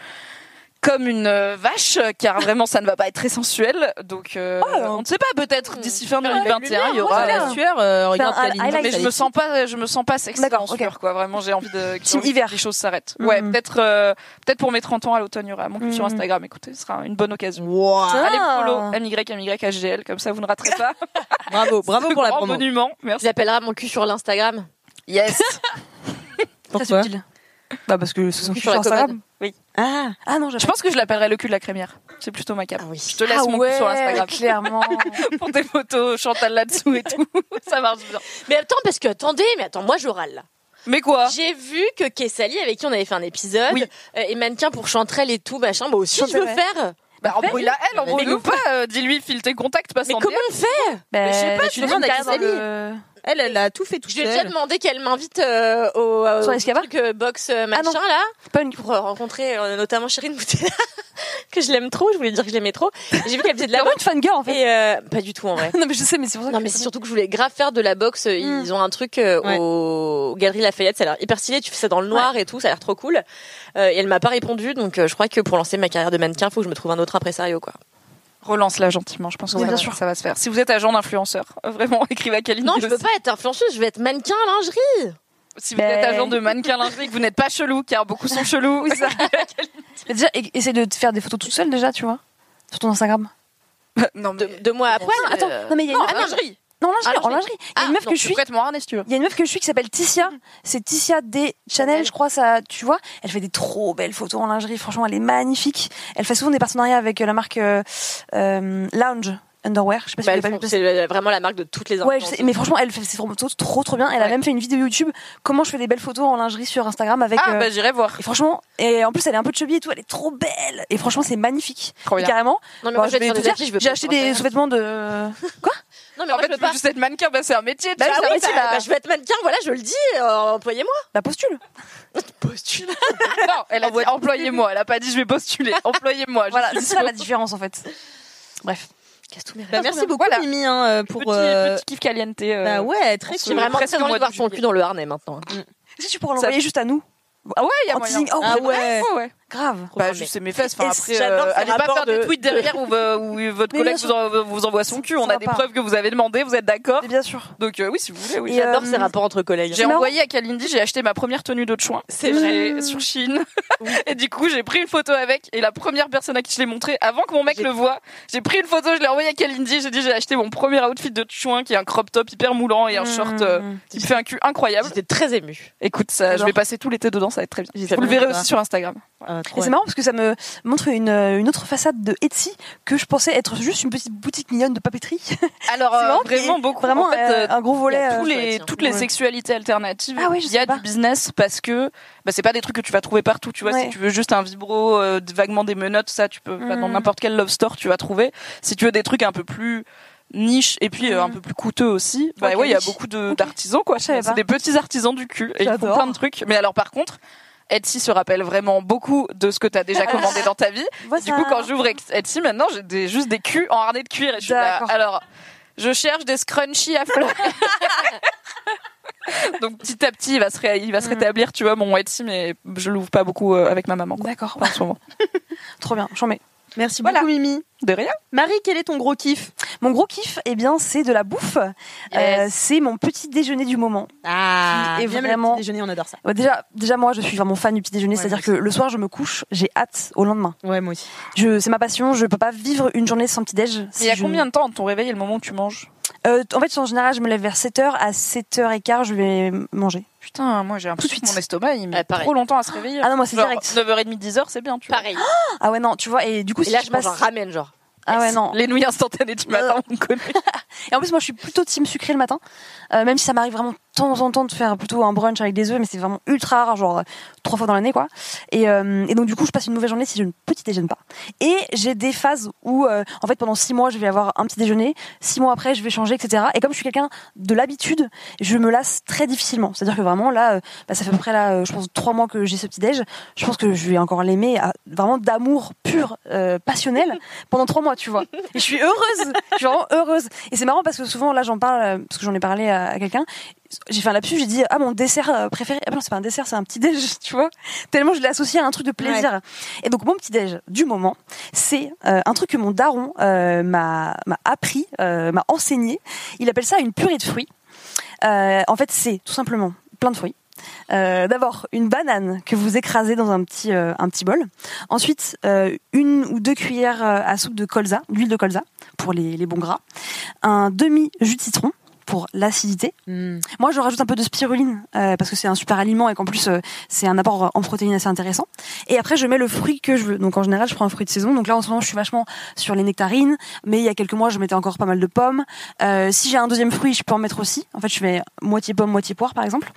Speaker 4: comme une euh, vache, car vraiment ça ne va pas être très sensuel. Donc euh, on ne sait pas, peut-être d'ici fin 2021, Mm. il y aura
Speaker 3: la sueur, euh, regarde ta ligne.
Speaker 4: mais je
Speaker 5: Ah,
Speaker 4: me sens pas, je me sens pas sexy en sueur, quoi. Vraiment, j'ai envie [LAUGHS] de que les choses s'arrêtent. Ouais, peut-être, euh, peut-être pour mes 30 ans à l'automne, il y aura mon cul sur
Speaker 5: Mhm.
Speaker 4: Instagram. Écoutez, ce sera une bonne occasion.
Speaker 5: Ça.
Speaker 4: Ah, Allez follow MYMYHGL, comme ça vous ne raterez pas.
Speaker 3: Bravo,
Speaker 4: bravo pour la grand promo. monument. Merci.
Speaker 6: Il appellera mon cul sur l'Instagram.
Speaker 4: Yes.
Speaker 5: Pourquoi Bah parce que ce sont
Speaker 4: sur la commode.
Speaker 3: Oui.
Speaker 5: Ah, ah non,
Speaker 4: Je pense que je l'appellerai le cul de la crémière. C'est plutôt ma cape. Je te laisse
Speaker 5: Ah
Speaker 4: mon
Speaker 5: ouais,
Speaker 4: cul sur
Speaker 5: [LAUGHS]
Speaker 4: Instagram. [LAUGHS]
Speaker 5: clairement.
Speaker 4: pour tes photos, Chantal là-dessous et tout. [LAUGHS] ça marche bien.
Speaker 6: Mais attends, parce que attendez, mais attends, moi je râle. là.
Speaker 4: Mais quoi
Speaker 6: J'ai vu que Kessali, avec qui on avait fait un épisode, euh, et mannequin pour Chanterelle et tout, machin, bah aussi je veux
Speaker 4: Chanterelle.
Speaker 6: faire.
Speaker 4: Bah,
Speaker 6: Fais.
Speaker 4: embrouille-la, elle,
Speaker 6: Mais
Speaker 4: embrouille-nous
Speaker 6: nous-
Speaker 4: pas. euh, Dis-lui, file tes contacts, passe
Speaker 6: Mais
Speaker 4: en
Speaker 6: comment
Speaker 4: DM.
Speaker 6: on fait
Speaker 4: Bah,
Speaker 6: Mais Je sais pas,
Speaker 4: bah,
Speaker 6: je
Speaker 4: tu
Speaker 6: fais demande à
Speaker 4: demandes dans
Speaker 6: Kessali.
Speaker 5: euh,
Speaker 4: le-
Speaker 3: Elle, elle a tout fait tout
Speaker 6: Je lui ai déjà
Speaker 3: seul.
Speaker 6: demandé qu'elle m'invite euh, au, euh,
Speaker 3: Sur
Speaker 6: au truc, euh, box euh, machin là pour euh, rencontrer euh, notamment Chérine Boutella [LAUGHS] que je l'aime trop. Je voulais dire que je l'aimais trop. Et J'ai vu qu'elle
Speaker 5: [LAUGHS]
Speaker 6: faisait de la boxe.
Speaker 5: une fan girl en fait.
Speaker 6: Et euh, pas du tout en vrai.
Speaker 5: non mais je sais, mais c'est pour ça.
Speaker 6: Non mais c'est surtout que je voulais grave faire de la boxe. Ils ont un truc euh, au Galerie Lafayette, ça a l'air hyper stylé. Tu fais ça dans le noir et tout, ça a l'air trop cool. Euh, et elle m'a pas répondu, donc euh, je crois que pour lancer ma carrière de mannequin, faut que je me trouve un autre impresario quoi.
Speaker 4: Relance-la gentiment, je pense que
Speaker 6: Oui,
Speaker 4: ça,
Speaker 6: bien
Speaker 4: va,
Speaker 6: sûr.
Speaker 4: ça va se faire. Si vous êtes agent d'influenceur, [LAUGHS] euh, vraiment, écrivez à Kalindi.
Speaker 6: [LAUGHS] Non, je veux
Speaker 4: aussi.
Speaker 6: pas être influenceuse, je veux être mannequin lingerie.
Speaker 4: Si vous êtes agent de mannequin lingerie, que vous n'êtes pas chelou, car beaucoup sont chelous.
Speaker 5: [LAUGHS] Mais déjà, e- essaie de te faire des photos toute seule déjà, tu vois, sur ton Instagram.
Speaker 4: [LAUGHS] non, mais...
Speaker 6: de, de moi après. euh,
Speaker 5: Ouais, non, attends, non mais il y a une
Speaker 4: Ah,
Speaker 5: meuf-
Speaker 4: lingerie.
Speaker 5: Non, lingerie,
Speaker 4: Ah,
Speaker 5: en lingerie. Il y a une meuf
Speaker 4: non,
Speaker 5: que
Speaker 4: je
Speaker 5: je suis.
Speaker 4: prête mon harnais, si tu veux.
Speaker 5: Il y a une meuf que je suis qui s'appelle Ticia. C'est Ticia des Chanel, je crois ça. Tu vois, elle fait des trop belles photos en lingerie. Franchement, elle est magnifique. Elle fait souvent des partenariats avec euh, la marque euh, euh, Lounge Underwear. Je sais pas si
Speaker 6: Bah,
Speaker 5: vous
Speaker 6: elles
Speaker 5: l'avez
Speaker 6: font-
Speaker 5: pas vu.
Speaker 6: c'est le- vraiment la marque de toutes les
Speaker 5: Ouais, je sais,
Speaker 6: influenceuses.
Speaker 5: mais franchement, elle fait ses photos trop trop bien. Elle a même fait une vidéo YouTube comment je fais des belles photos en lingerie sur Instagram avec.
Speaker 4: Ah,
Speaker 5: euh,
Speaker 4: bah j'irai voir.
Speaker 5: et franchement, et en plus, elle est un peu chubby et tout. Elle est trop belle. Et franchement, c'est magnifique.
Speaker 4: Trop
Speaker 5: Et
Speaker 4: bien.
Speaker 5: carrément.
Speaker 6: Non, mais
Speaker 5: bah,
Speaker 6: moi, je vais
Speaker 5: vais
Speaker 6: être
Speaker 5: te
Speaker 6: sur des
Speaker 5: dire,
Speaker 6: affiches, je veux
Speaker 5: J'ai
Speaker 6: pas
Speaker 5: acheté
Speaker 6: être sur
Speaker 5: des sous-vêtements
Speaker 6: Instagram.
Speaker 5: de.
Speaker 6: Non mais
Speaker 4: En
Speaker 6: moi,
Speaker 4: fait,
Speaker 6: je veux
Speaker 4: tu veux
Speaker 6: pas.
Speaker 4: juste être mannequin, bah, c'est un métier.
Speaker 5: Bah
Speaker 4: tu
Speaker 5: oui,
Speaker 4: vois,
Speaker 5: bah,
Speaker 4: c'est
Speaker 5: oui,
Speaker 4: la-
Speaker 6: Bah, je veux être mannequin, voilà, je le dis, euh, employez-moi.
Speaker 5: Bah postule.
Speaker 6: Postule.
Speaker 4: Non, elle a dit employez-moi. Elle a pas dit je vais postuler. Employez-moi. je
Speaker 5: Voilà,
Speaker 4: suis
Speaker 5: c'est ça la
Speaker 4: dispo.
Speaker 5: différence en fait. Bref.
Speaker 3: Bah, merci beaucoup Mimi hein, euh, pour
Speaker 4: Petit-
Speaker 3: euh,
Speaker 4: petit kiff caliente. euh,
Speaker 3: bah ouais, très
Speaker 4: on se-
Speaker 3: cool. vraiment
Speaker 4: presque
Speaker 3: très
Speaker 4: au
Speaker 3: envie
Speaker 4: mois
Speaker 3: de voir
Speaker 4: de
Speaker 3: ton
Speaker 4: juillet.
Speaker 3: cul dans le harnais maintenant.
Speaker 5: Si tu pourras l'envoyer juste à nous.
Speaker 4: Ah ouais, il y a
Speaker 5: En
Speaker 4: moyen.
Speaker 5: teasing. Oh,
Speaker 4: ah
Speaker 5: ouais.
Speaker 4: ouais. ouais, ouais.
Speaker 5: Grave.
Speaker 4: Bah, juste c'est mes fesses. Enfin,
Speaker 5: Et
Speaker 4: après,
Speaker 5: j'adore
Speaker 4: euh,
Speaker 5: ces
Speaker 4: allez pas
Speaker 5: rapports
Speaker 4: faire de,
Speaker 5: de-
Speaker 4: tweets derrière où, euh, où votre
Speaker 5: Mais
Speaker 4: collègue
Speaker 5: bien
Speaker 4: vous, en- vous envoie son cul. On a des preuves que vous avez demandées, vous êtes d'accord
Speaker 5: Bien sûr.
Speaker 4: Donc euh, oui, si vous voulez. Oui.
Speaker 3: Et, J'adore euh, ces rapports entre collègues.
Speaker 4: J'ai
Speaker 3: Laurent-
Speaker 4: envoyé à Kalindi, j'ai acheté ma première tenue de chouin. C'est vrai. Sur Chine. [LAUGHS] Et du coup, j'ai pris une photo avec. Et la première personne à qui je l'ai montré, avant que mon mec le voie, j'ai pris une photo, je l'ai envoyée à Kalindi. J'ai dit, j'ai acheté mon premier outfit de chouin qui est un crop top hyper moulant et un
Speaker 5: Mmh.
Speaker 4: short euh, qui me fait un cul
Speaker 6: Ah,
Speaker 4: incroyable.
Speaker 3: J'étais très émue.
Speaker 4: Écoute, ça, je
Speaker 5: J'adore.
Speaker 4: vais passer tout l'été dedans, ça va être très bien.
Speaker 5: trop
Speaker 4: Vous le verrez
Speaker 5: envie de
Speaker 4: aussi sur Instagram.
Speaker 5: Et c'est marrant parce que ça me montre une, euh, une autre façade de Etsy que je pensais être juste une petite boutique mignonne de papeterie.
Speaker 4: Alors
Speaker 5: C'est
Speaker 4: euh,
Speaker 5: marrant qu'il y ait
Speaker 4: vraiment beaucoup.
Speaker 5: Vraiment
Speaker 4: en fait,
Speaker 5: euh,
Speaker 4: euh,
Speaker 5: un gros volet.
Speaker 4: il y a tous
Speaker 5: euh,
Speaker 4: les-
Speaker 5: chouette, hein.
Speaker 4: toutes les
Speaker 5: Ouais.
Speaker 4: sexualités alternatives.
Speaker 5: Ah oui, je
Speaker 4: il y a
Speaker 5: sais
Speaker 4: du business parce que bah, c'est pas des trucs que tu vas trouver partout. Tu vois,
Speaker 5: Ouais.
Speaker 4: si tu veux juste un vibro, euh, de- vaguement des menottes, ça, tu peux bah, dans
Speaker 5: Mm.
Speaker 4: n'importe quel love store, tu vas trouver. Si tu veux des trucs un peu plus niche et puis euh, un peu plus coûteux aussi, bah
Speaker 5: Mm. Ok.
Speaker 4: ouais, il y a beaucoup de- d'artisans quoi.
Speaker 5: savais
Speaker 4: C'est
Speaker 5: pas.
Speaker 4: des petits artisans du cul et ils font
Speaker 5: J'adore.
Speaker 4: plein de trucs. Mais alors par contre. Etsy se rappelle vraiment beaucoup de ce que t'as
Speaker 5: [LAUGHS]
Speaker 4: déjà commandé dans ta vie.
Speaker 5: Voilà.
Speaker 4: Du coup, quand j'ouvre Etsy, maintenant, j'ai des- juste des culs en harnais de cuir. Et je suis là,
Speaker 5: D'accord.
Speaker 4: alors, je cherche des scrunchies à [LAUGHS] fleurs. Donc petit à petit, il va se, ré- il va se rétablir, tu vois, mon Etsy, mais je l'ouvre pas beaucoup euh, avec ma maman. D'accord. En ce moment.
Speaker 5: Trop bien, j'en mets.
Speaker 3: Merci beaucoup Mimi.
Speaker 4: De rien.
Speaker 3: Marie, quel est ton gros kiff
Speaker 5: Mon gros kiff, eh bien, c'est de la bouffe. Euh, c'est mon petit déjeuner du moment.
Speaker 3: Ah,
Speaker 5: et
Speaker 3: j'aime le
Speaker 5: vraiment-
Speaker 3: petit déjeuner, on adore ça.
Speaker 5: Ouais, Déjà, déjà moi, je suis vraiment fan du petit déjeuner.
Speaker 3: Ouais,
Speaker 5: C'est-à-dire que
Speaker 3: moi
Speaker 5: le soir, je me couche, j'ai hâte au lendemain.
Speaker 3: Ouais, moi aussi.
Speaker 5: Je, c'est ma passion. Je peux pas vivre une journée sans petit déj. Euh,
Speaker 4: Il y a combien de temps entre ton réveil et le moment où tu manges
Speaker 5: En fait, en général, je me lève vers 7h à 7h15, je vais manger.
Speaker 4: Putain, moi j'ai un peu suite. Mon estomac, il met
Speaker 5: pareil.
Speaker 4: trop longtemps à se réveiller.
Speaker 5: Ah non, moi, c'est
Speaker 4: Genre,
Speaker 5: direct.
Speaker 4: 9h30, 10h, c'est bien, tu vois.
Speaker 3: Pareil.
Speaker 5: Ah ouais, non, tu vois. Et du coup,
Speaker 3: Et
Speaker 5: si
Speaker 3: là,
Speaker 5: je
Speaker 3: je
Speaker 5: passe...
Speaker 3: mange un ramen, genre.
Speaker 5: Ah ouais, non.
Speaker 4: Les nouilles instantanées du matin, on connaît.
Speaker 5: Et en plus, moi, je suis plutôt team sucré le matin, Euh, même si ça m'arrive vraiment de temps en temps de faire plutôt un brunch avec des œufs, mais c'est vraiment ultra rare, genre euh, trois fois dans l'année, quoi. Et, euh, et donc, du coup, je passe une mauvaise journée si je ne petit déjeune pas. Et j'ai des phases où, euh, en fait, pendant six mois, je vais avoir un petit déjeuner, six mois après, je vais changer, etc. Et comme je suis quelqu'un de l'habitude, je me lasse très difficilement. C'est-à-dire que vraiment, là, euh, bah, ça fait à peu près, là, euh, je pense, trois mois que j'ai ce petit déj. Je pense que je vais encore l'aimer à- vraiment d'amour pur, euh, passionnel, pendant trois mois, tu vois. Et je suis heureuse, je suis vraiment heureuse. Et c'est marrant parce que souvent, là, j'en parle, euh, parce que j'en ai parlé à, à quelqu'un. J'ai fait un lapsus, j'ai dit, ah, mon dessert euh, préféré. Ah, bah non, c'est pas un dessert, c'est un petit déj, [LAUGHS] tu vois. Tellement je l'ai associé à un truc de plaisir. Et donc, mon petit déj du moment, c'est euh, un truc que mon daron euh, m'a m'a appris, euh, m'a enseigné. Il appelle ça une purée de fruits. Euh, en fait, c'est tout simplement plein de fruits. Euh, D'abord, une banane que vous écrasez dans un petit, euh, un petit bol. Ensuite, euh, une ou deux cuillères euh, à soupe de colza, d'huile de colza, pour les, les bons gras. Un demi-jus de citron pour l'acidité.
Speaker 3: Hmm.
Speaker 5: Moi, je rajoute un peu de spiruline euh, parce que c'est un super aliment et qu'en plus, euh, c'est un apport en protéines assez intéressant. Et après, je mets le fruit que je veux. Donc, en général, je prends un fruit de saison. Donc là, en ce moment, je suis vachement sur les nectarines. Mais il y a quelques mois, je mettais encore pas mal de pommes. Euh, si j'ai un deuxième fruit, je peux en mettre aussi. En fait, je mets moitié pomme, moitié poire, par exemple.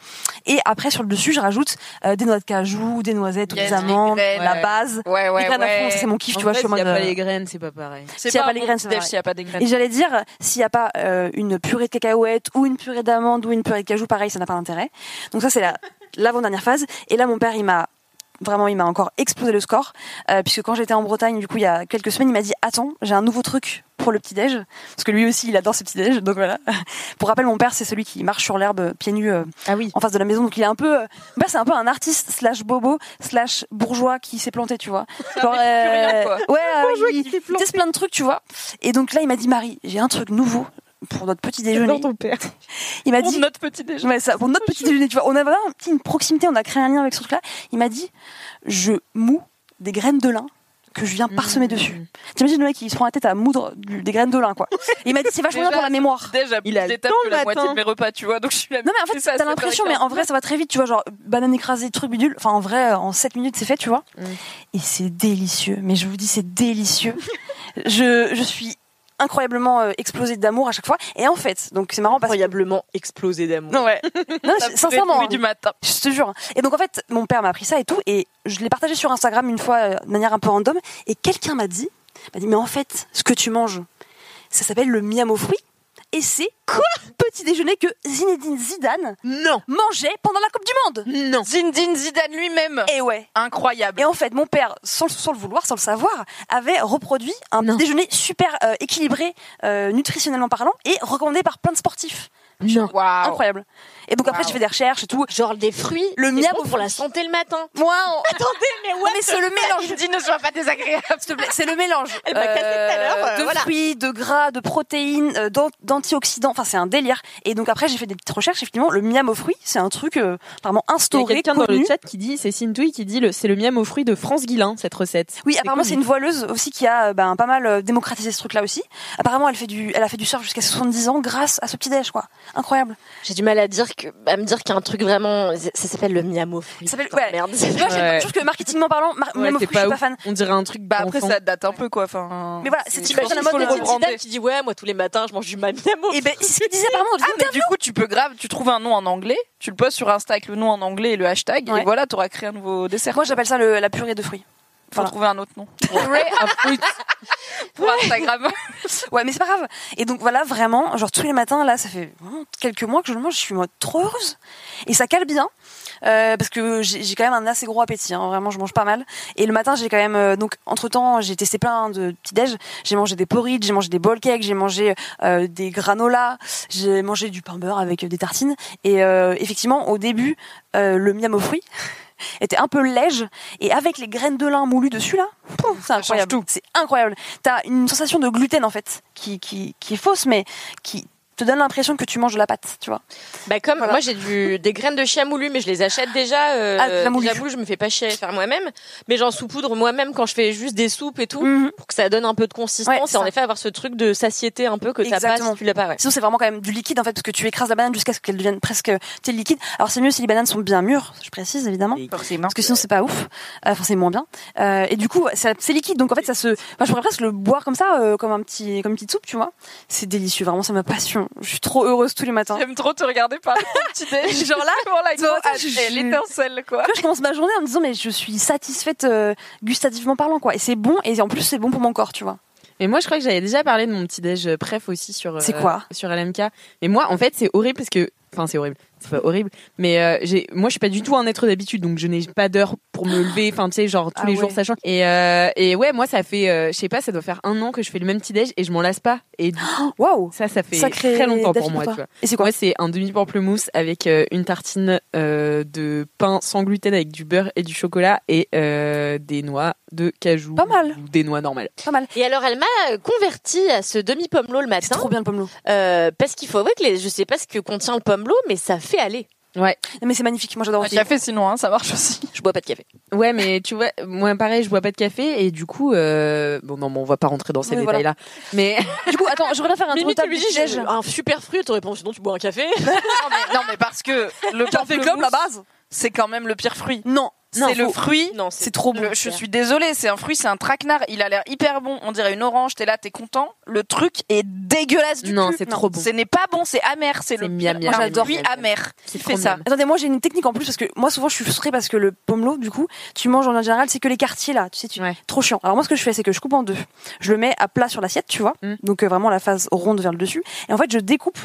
Speaker 5: Et après, sur le dessus, je rajoute euh, des noix de cajou, des noisettes, ou
Speaker 4: Yes,
Speaker 5: des amandes,
Speaker 4: les graines,
Speaker 5: la
Speaker 4: ouais.
Speaker 5: base.
Speaker 4: Ouais, ouais,
Speaker 5: les graines à
Speaker 4: ouais.
Speaker 5: fond, ça, c'est mon kiff,
Speaker 4: En
Speaker 5: tu vois.
Speaker 4: vrai,
Speaker 5: je suis en
Speaker 4: s'il y a
Speaker 5: mode,
Speaker 4: pas
Speaker 5: euh,
Speaker 4: les
Speaker 3: graines, c'est pas pareil.
Speaker 4: C'est
Speaker 5: s'il n'y a
Speaker 4: pas
Speaker 5: pas
Speaker 4: un
Speaker 5: les
Speaker 4: bon
Speaker 5: graines,
Speaker 4: petit
Speaker 5: c'est
Speaker 4: déj
Speaker 5: vrai.
Speaker 4: s'il y a pas des graines.
Speaker 5: Et j'allais dire, s'il n'y a pas euh, une purée de cacahuètes ou une purée d'amandes ou une purée de cajou, pareil, ça n'a pas d'intérêt. Donc ça, c'est la l'avant-dernière phase. Et là, mon père, il m'a vraiment, il m'a encore explosé le score, euh, puisque quand j'étais en Bretagne, du coup, il y a quelques semaines, il m'a dit, attends, j'ai un nouveau truc pour le petit déj, parce que lui aussi, il adore ce petit déj. Donc voilà. [LAUGHS] pour rappel, mon père, c'est celui qui marche sur l'herbe pieds nus euh, en face de la maison. Donc il est un peu, euh, bah, c'est un peu un artiste slash bobo slash bourgeois qui s'est planté, tu vois. Genre,
Speaker 4: épicurien, quoi.
Speaker 5: ouais, euh, il, il teste plein de trucs, tu vois. Et donc là, il m'a dit, Marie, j'ai un truc nouveau pour notre petit déjeuner.
Speaker 4: ton père.
Speaker 5: Il m'a
Speaker 4: Pour
Speaker 5: dit
Speaker 4: notre petit déjeuner.
Speaker 5: Ouais, ça, pour notre petit déjeuner, tu vois, on a vraiment un petit- une proximité, on a créé un lien avec ce truc-là. Il m'a dit, je moue des graines de lin que je viens parsemer
Speaker 4: Mmh.
Speaker 5: dessus. T'imagines le mec qui se prend la tête à moudre du- des graines de lin, quoi. Et il m'a dit, c'est vachement bien pour la [LAUGHS] mémoire.
Speaker 4: Déjà, il a
Speaker 5: tant
Speaker 4: que
Speaker 5: le
Speaker 4: la moitié
Speaker 5: matin.
Speaker 4: de mes repas, tu vois. Donc je suis là.
Speaker 5: Non mais en fait, t'as l'impression, mais en vrai, ça va très vite, tu vois, genre banane écrasée, truc bidule. Enfin, en vrai, euh, en 7 minutes, c'est fait, tu vois.
Speaker 3: Mm.
Speaker 5: Et c'est délicieux. Mais je vous dis, c'est délicieux. [LAUGHS] je, je suis incroyablement euh, explosée d'amour à chaque fois. Et en fait, donc c'est marrant parce que
Speaker 3: Incroyablement explosé d'amour.
Speaker 5: non, ouais. Non,
Speaker 3: [LAUGHS] Ça
Speaker 5: je-
Speaker 3: me
Speaker 5: [LAUGHS] sincèrement.
Speaker 3: fait
Speaker 5: hein.
Speaker 3: du
Speaker 4: matin.
Speaker 5: Je te jure. Et donc, en fait, mon père m'a appris ça et tout. Et je l'ai partagé sur Instagram une fois, euh, de manière un peu random. Et quelqu'un m'a dit, m'a dit, mais en fait, ce que tu manges, ça s'appelle le miam aux fruits. et c'est quoi petit déjeuner que Zinedine Zidane non mangeait pendant la Coupe du Monde. Non.
Speaker 4: Zinedine Zidane lui-même.
Speaker 5: Et ouais.
Speaker 4: Incroyable.
Speaker 5: Et en fait, mon père, sans, le- sans le vouloir, sans le savoir, avait reproduit un petit déjeuner super euh, équilibré euh, nutritionnellement parlant et recommandé par plein de sportifs. Incroyable. Et donc après,
Speaker 6: Wow.
Speaker 5: je fais des recherches et tout.
Speaker 6: Genre des fruits.
Speaker 5: Le
Speaker 6: C'est
Speaker 5: miam
Speaker 6: bon
Speaker 5: aux
Speaker 6: pour la
Speaker 5: fruits.
Speaker 6: santé le matin.
Speaker 5: Moi, [LAUGHS]
Speaker 6: Attendez, mais ouais.
Speaker 5: Non, mais c'est le mélange.
Speaker 6: Dis ne sois pas désagréable,
Speaker 5: s'il te plaît. C'est le mélange.
Speaker 6: Elle m'a cassé tout à l'heure, euh,
Speaker 5: de
Speaker 6: voilà.
Speaker 5: fruits, de gras, de protéines, euh, d'an- d'antioxydants. Enfin, c'est un délire. Et donc après, j'ai fait des petites recherches. Effectivement, le miam aux fruits, c'est un truc euh, vraiment
Speaker 3: Il y a
Speaker 5: instauré,
Speaker 3: quelqu'un dans
Speaker 5: connu.
Speaker 3: le chat qui dit, c'est Sintoui qui dit, le- c'est le miam aux fruits de France Guilin, cette recette.
Speaker 5: Oui, apparemment c'est
Speaker 3: connu.
Speaker 5: une voileuse aussi qui a euh, ben, pas mal euh, démocratisé ce truc-là aussi. Apparemment elle fait du, elle a fait du surf jusqu'à 70 ans grâce à ce petit déj, quoi. Incroyable.
Speaker 6: J'ai du mal à dire que, à me dire qu'il y a un truc vraiment. Ça s'appelle le miamo.
Speaker 5: Ça s'appelle ouais.
Speaker 6: Merde.
Speaker 5: Moi, j'ai- Je trouve que marketingement parlant, mar-
Speaker 6: Ouais,
Speaker 5: même au
Speaker 6: c'est
Speaker 5: fruit, je suis
Speaker 6: pas
Speaker 5: pas
Speaker 6: ouf.
Speaker 5: fan.
Speaker 3: On dirait un truc
Speaker 4: Bah après,
Speaker 5: d'enfant.
Speaker 4: ça date un peu quoi. Enfin,
Speaker 5: Mais voilà, c'est typiquement la mode
Speaker 4: le
Speaker 5: des petites
Speaker 4: rebrander.
Speaker 6: qui dit ouais, moi tous les matins je mange du miam miamo.
Speaker 5: Et ben ce qu'il disait apparemment dans
Speaker 4: Ah, mais du coup, tu peux grave, tu trouves un nom en anglais, tu le postes sur Insta avec le nom en anglais et le hashtag,
Speaker 5: Ouais.
Speaker 4: et voilà, t'auras créé un nouveau dessert.
Speaker 5: Moi j'appelle ça le- la purée de fruits.
Speaker 4: Faut trouver un autre nom.
Speaker 5: [LAUGHS]
Speaker 4: [LAUGHS]
Speaker 5: pour [LAUGHS] Instagram. ouais, mais c'est pas grave. Et donc voilà, vraiment, genre tous les matins, là, ça fait vraiment quelques mois que je le mange, je suis moi, trop heureuse. Et ça cale bien, euh, parce que j'ai j'ai quand même un assez gros appétit, hein. vraiment, je mange pas mal. Et le matin, j'ai quand même, euh, donc entre-temps, j'ai testé plein de petits déj. J'ai mangé des porridge, j'ai mangé des bowl cakes, j'ai mangé euh, des granolas, j'ai mangé du pain beurre avec euh, des tartines. Et euh, effectivement, au début, euh, le miam aux fruits [LAUGHS] était un peu léger et avec les graines de lin moulues dessus là, pouf, c'est incroyable. C'est incroyable. T'as une sensation de gluten en fait qui, qui, qui est fausse mais qui te donne l'impression que tu manges de la pâte, tu vois.
Speaker 6: Bah comme moi j'ai du, des graines de chia moulues mais je les achète déjà. Euh,
Speaker 5: Ah, de la moulu.
Speaker 6: déjà moulu, je me fais pas chier à faire moi-même, mais j'en saupoudre moi-même quand je fais juste des soupes et tout
Speaker 4: Mm-hmm.
Speaker 6: pour que ça donne un peu de consistance et en effet avoir ce truc de satiété un peu que t'as pas si tu l'as pas. Ouais.
Speaker 5: Sinon c'est vraiment quand même du liquide en fait parce que tu écrases la banane jusqu'à ce qu'elle devienne presque tu sais, liquide. Alors c'est mieux si les bananes sont bien mûres, je précise évidemment. Parce que sinon c'est pas ouf. Euh, Enfin c'est moins bien. Euh, et du coup ouais, ça- c'est liquide donc en fait ça se. Enfin, je pourrais presque le boire comme ça euh, comme un petit comme une petite soupe tu vois. C'est délicieux vraiment c'est ma passion. Je suis trop heureuse tous les [LAUGHS] matins.
Speaker 4: J'aime trop te regarder par le petit [LAUGHS] déj.
Speaker 5: Genre là,
Speaker 4: Comment la
Speaker 5: tu vois,
Speaker 4: grosse
Speaker 5: attends,
Speaker 4: hache,
Speaker 5: je-
Speaker 4: elle l'étincelle quoi.
Speaker 5: Tu vois, je commence ma journée en me disant mais je suis satisfaite euh, gustativement parlant quoi et c'est bon et en plus c'est bon pour mon corps tu vois.
Speaker 3: Mais moi, je crois que j'avais déjà parlé de mon petit déj euh, préf aussi sur euh,
Speaker 5: C'est quoi
Speaker 3: sur LMK. Mais moi, en fait, c'est horrible parce que enfin, c'est horrible. C'est pas horrible, mais euh, j'ai moi, je suis pas du tout un être d'habitude, donc je n'ai pas d'heure pour me lever. Enfin, tu sais, genre tous
Speaker 5: Ah
Speaker 3: les
Speaker 5: ouais.
Speaker 3: jours, sachant. Et euh, et ouais, moi, ça fait, euh, je sais pas, ça doit faire un an que je fais le même petit déj et je m'en lasse pas. Et du coup,
Speaker 5: wow,
Speaker 3: ça, ça fait
Speaker 5: Sacré
Speaker 3: très longtemps pour
Speaker 5: David
Speaker 3: moi.
Speaker 5: pour toi.
Speaker 3: Tu vois.
Speaker 5: Et c'est quoi
Speaker 3: Moi, c'est un demi pamplemousse avec euh, une tartine euh, de pain sans gluten avec du beurre et du chocolat et euh, des noix de cajou. Pas
Speaker 5: mal.
Speaker 3: Ou des noix normales.
Speaker 5: Pas mal.
Speaker 6: Et alors, elle m'a convertie à ce demi pomelo le matin.
Speaker 5: trop bien le pomelo.
Speaker 6: Euh, parce qu'il faut avouer que les, je sais pas ce que contient le pomelo, mais ça fait aller.
Speaker 3: Ouais.
Speaker 5: Mais c'est magnifique. Moi,
Speaker 3: Ah,
Speaker 5: j'adore
Speaker 4: Un café sinon, hein, ça marche aussi.
Speaker 6: Je bois pas de café.
Speaker 3: Ouais, mais tu vois, moi pareil, je bois pas de café et du coup, euh, bon non, mais on va pas rentrer dans ces
Speaker 5: Oui, voilà.
Speaker 3: détails-là. Mais
Speaker 5: Du coup attends je voudrais faire un tour de
Speaker 6: Limite, tu
Speaker 5: table
Speaker 6: lui
Speaker 5: du
Speaker 6: dis,
Speaker 5: petit
Speaker 6: j'ai
Speaker 5: déj.
Speaker 6: un super fruit, tu réponds, sinon tu bois un café. [LAUGHS]
Speaker 4: Non mais, non, mais parce que le pamplemousse, c'est quand même le pire fruit.
Speaker 5: Non,
Speaker 4: c'est le
Speaker 6: faut-
Speaker 4: fruit.
Speaker 6: Non, c'est-
Speaker 4: c'est trop bon. je suis désolée, c'est un fruit, c'est un traquenard. Il a l'air hyper bon. On dirait une orange. T'es là, t'es content. Le truc est dégueulasse du
Speaker 3: Non,
Speaker 4: cul.
Speaker 3: c'est trop bon.
Speaker 4: Ce n'est pas bon, c'est amer. C'est
Speaker 3: [LAUGHS]
Speaker 4: le
Speaker 3: C'est
Speaker 4: pire.
Speaker 3: miam,
Speaker 4: Moi,
Speaker 3: miam,
Speaker 4: j'adore
Speaker 3: miam,
Speaker 4: fruit
Speaker 3: miam.
Speaker 4: amer.
Speaker 3: C'est
Speaker 4: Qui fait
Speaker 3: trop
Speaker 4: ça
Speaker 3: miam.
Speaker 5: Attendez, moi j'ai une technique en plus parce que moi souvent je suis frustrée parce que le pomelo, du coup, tu manges en général, c'est que les quartiers là, tu sais, tu... trop chiant. Alors moi ce que je fais, c'est que je coupe en deux, je le mets à plat sur l'assiette, tu vois,
Speaker 4: Mm.
Speaker 5: donc euh, vraiment la face ronde vers le dessus, et en fait je découpe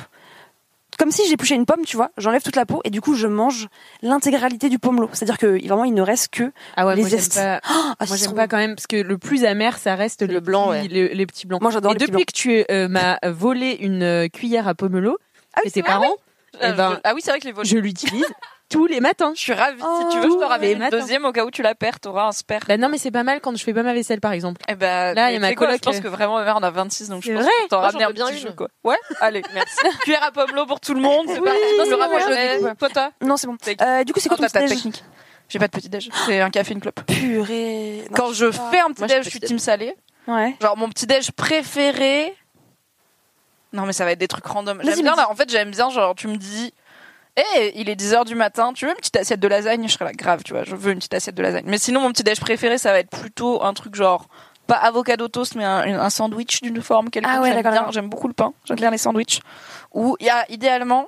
Speaker 5: comme si j'épluchais une pomme, tu vois, j'enlève toute la peau et du coup je mange l'intégralité du pomelo. C'est-à-dire que vraiment il ne reste que
Speaker 3: ah ouais,
Speaker 5: les
Speaker 3: moi j'aime
Speaker 5: zestes.
Speaker 3: pas,
Speaker 5: Ah, c'est
Speaker 3: moi, j'aime
Speaker 5: trop
Speaker 3: pas
Speaker 5: bon.
Speaker 3: quand même parce que le plus amer, ça reste le blanc, les, les petits blancs.
Speaker 5: Moi, j'adore
Speaker 3: Et
Speaker 5: les petits
Speaker 3: depuis que tu euh, m'as volé une euh, cuillère à pomelo de tes parents,
Speaker 4: Ah,
Speaker 3: eh ben,
Speaker 4: je- Ah oui, c'est vrai que les volets.
Speaker 3: je l'utilise [LAUGHS] tous les matins.
Speaker 4: Je suis ravie. si tu veux, je te ramène une
Speaker 3: matins.
Speaker 4: deuxième au cas où tu la perds. T'auras un spare.
Speaker 3: Bah non, mais c'est pas mal quand je fais pas ma vaisselle, par exemple.
Speaker 4: Eh ben,
Speaker 3: Là, il y a
Speaker 4: tu
Speaker 3: ma
Speaker 4: sais quoi,
Speaker 3: coloc,
Speaker 4: Je pense
Speaker 3: euh,
Speaker 4: que vraiment, Ever en a 26, donc je
Speaker 3: C'est
Speaker 4: pense
Speaker 3: vrai.
Speaker 4: que t'en
Speaker 3: Moi,
Speaker 4: ramènes
Speaker 3: j'en
Speaker 4: un
Speaker 3: veux bien
Speaker 4: petit
Speaker 3: une.
Speaker 4: jeu, quoi. Ouais, allez, merci. [LAUGHS] Cuillère à pomelo pour tout le monde, c'est parti. Je le rappelle
Speaker 5: ouais,
Speaker 4: jamais. Toi, toi
Speaker 5: Non, c'est bon. Euh, du coup, c'est quoi ton
Speaker 4: Toi, t'as ta
Speaker 5: petit-déj
Speaker 4: technique J'ai pas de petit déj. C'est un café, une clope.
Speaker 5: Purée. Non,
Speaker 4: Quand je
Speaker 5: sais pas.
Speaker 4: fais un petit déj, Ah. je suis team salé.
Speaker 5: Ouais.
Speaker 4: Genre mon petit déj préféré. Non mais ça va être des trucs random.
Speaker 5: Vas-y,
Speaker 4: J'aime bien
Speaker 5: mais
Speaker 4: là, en fait j'aime bien genre tu me dis "Eh, il est 10h du matin, tu veux une petite assiette de lasagne Je serais là grave, tu vois, je veux une petite assiette de lasagne. Mais sinon mon petit déj préféré, ça va être plutôt un truc genre pas avocado toast mais un, un sandwich d'une forme quelconque.
Speaker 5: Ah ouais,
Speaker 4: j'aime
Speaker 5: d'accord,
Speaker 4: bien,
Speaker 5: d'accord.
Speaker 4: j'aime beaucoup le pain, j'aime bien les sandwichs où il y a idéalement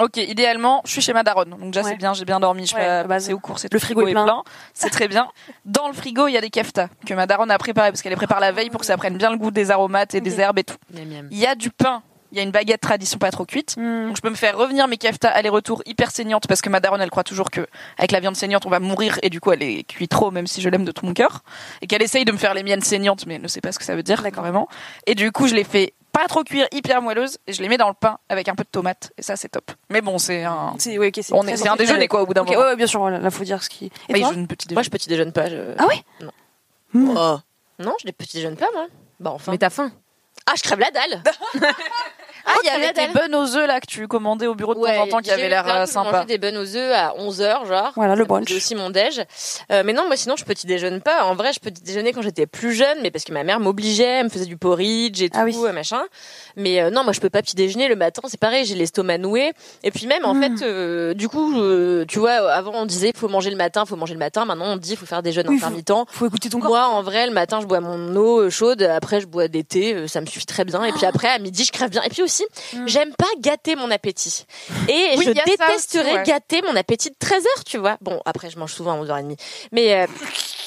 Speaker 4: Ok, idéalement, je suis chez ma daronne, donc déjà
Speaker 5: Ouais.
Speaker 4: c'est bien, j'ai bien dormi, je suis
Speaker 5: Ouais,
Speaker 4: pas
Speaker 5: la base.
Speaker 4: passée aux courses et
Speaker 5: Le
Speaker 4: tout,
Speaker 5: frigo est plein.
Speaker 4: c'est très bien. Dans le frigo, il y a des keftas que ma daronne a préparées parce qu'elle les prépare la veille pour que ça prenne bien le goût des aromates et des herbes et tout.
Speaker 3: Miam, miam.
Speaker 4: Il y a du pain il y a une baguette tradition pas trop cuite. Donc je peux me faire revenir mes keftas aller-retour hyper saignantes parce que ma daronne elle croit toujours que avec la viande saignante on va mourir et du coup elle est cuite trop même si je l'aime de tout mon cœur et qu'elle essaye de me faire les miennes saignantes mais elle ne sait pas ce que ça veut dire là vraiment. Et du coup je les fais pas trop cuire hyper moelleuses et je les mets dans le pain avec un peu de tomate et ça c'est top. Mais bon c'est un
Speaker 6: C'est ouais, ok,
Speaker 4: on
Speaker 6: très
Speaker 4: est c'est un
Speaker 6: sensible.
Speaker 4: déjeuner quoi au bout d'un
Speaker 6: Ok,
Speaker 4: moment. Bah,
Speaker 6: ouais, ouais, bien sûr, voilà, là faut dire ce qui. Et
Speaker 4: Oui,
Speaker 6: toi
Speaker 4: je ne petit
Speaker 6: Moi je petit déjeune pas. je-
Speaker 5: Ah ouais
Speaker 6: Non. Oh. Non, je ne petit déjeune pas moi. Bah enfin. Mais
Speaker 4: t'as faim
Speaker 6: [LAUGHS] Ah, je crève la dalle. Oh,
Speaker 4: Ah, il y
Speaker 6: ça
Speaker 4: avait
Speaker 6: l'aide,
Speaker 4: des
Speaker 6: elle.
Speaker 4: bonnes aux œufs là que tu commandais au bureau de temps en temps qui
Speaker 6: j'ai
Speaker 4: avaient l'air
Speaker 6: eu un
Speaker 4: euh,
Speaker 6: peu
Speaker 4: sympa.
Speaker 6: mangé des bonnes aux œufs à 11h, genre.
Speaker 4: Voilà, le
Speaker 6: Ça,
Speaker 4: brunch.
Speaker 6: J'ai aussi mon déj. Euh, mais non, moi, sinon, je petit déjeune pas. En vrai, je petit déjeuner quand j'étais plus jeune, mais parce que ma mère m'obligeait, elle me faisait du porridge
Speaker 4: Ah
Speaker 6: et tout, euh, machin. Mais euh, non, moi, je peux pas petit déjeuner le matin. C'est pareil, j'ai l'estomac noué. Et puis même, en
Speaker 4: Hmm.
Speaker 6: fait, euh, du coup, euh, tu vois, avant, on disait faut manger le matin, faut manger le matin. Maintenant, on dit faut faire des jeûnes
Speaker 5: Oui, faut-
Speaker 6: intermittents. Faut,
Speaker 5: écouter ton
Speaker 6: corps. Moi, en vrai, le matin, je bois mon eau euh, chaude. Après, je bois des thés. euh, Ça me suffit très bien. Et
Speaker 4: Ah.
Speaker 6: puis après, à midi, je crève bien. Et puis aussi, j'aime pas gâter mon appétit. Et
Speaker 4: Mm. Oui,
Speaker 6: je
Speaker 4: y a ça aussi,
Speaker 6: détesterais
Speaker 4: ouais.
Speaker 6: gâter mon appétit de 13 heures, tu vois. Bon, après, je mange souvent à 11h30. Mais euh,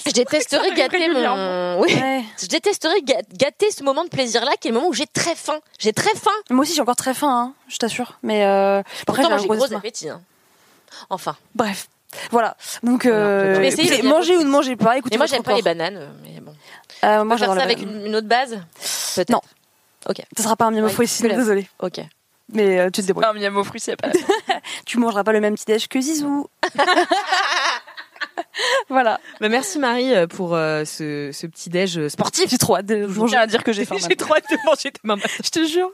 Speaker 6: je
Speaker 4: [LAUGHS]
Speaker 6: détesterais gâter mon... [LAUGHS] Oui. Je détesterais ga- gâter ce moment de plaisir-là, qui est le moment où j'ai très faim. J'ai très faim.
Speaker 5: Moi aussi, j'ai encore très faim, hein, je t'assure. Mais euh, après,
Speaker 6: Pourtant, moi,
Speaker 5: un
Speaker 6: j'ai
Speaker 5: gros
Speaker 6: gros
Speaker 5: estomac.
Speaker 6: appétit. hein. Enfin.
Speaker 5: Bref, voilà. Donc, euh,
Speaker 6: Je vais essayer de
Speaker 5: écoutez,
Speaker 6: bien
Speaker 5: mangez ou ne mangez pas. Écoutez
Speaker 6: Et moi,
Speaker 5: votre
Speaker 6: j'aime pas les
Speaker 5: corps.
Speaker 6: bananes, euh, mais bon.
Speaker 5: Euh,
Speaker 6: Moi,
Speaker 5: moi,
Speaker 6: faire
Speaker 5: j'adore la
Speaker 6: ça avec
Speaker 5: banane.
Speaker 6: une une autre base Peut-être.
Speaker 5: Non.
Speaker 6: Ok.
Speaker 5: Ça sera pas un mimo
Speaker 6: Ouais,
Speaker 5: fruit, sinon,
Speaker 6: que la-
Speaker 5: désolé.
Speaker 6: Ok.
Speaker 5: Mais euh, tu te débrouilles.
Speaker 4: Un miam au fruit, c'est pas
Speaker 5: tu mangeras pas le même petit déj que Zizou. [LAUGHS] voilà.
Speaker 3: Bah, merci Marie euh, pour euh, ce, ce petit déj euh, sportif. J'ai trop hâte de manger.
Speaker 4: tiens à dire que j'ai faim,
Speaker 3: J'ai
Speaker 4: maman.
Speaker 3: trop hâte de manger demain matin. Je te jure.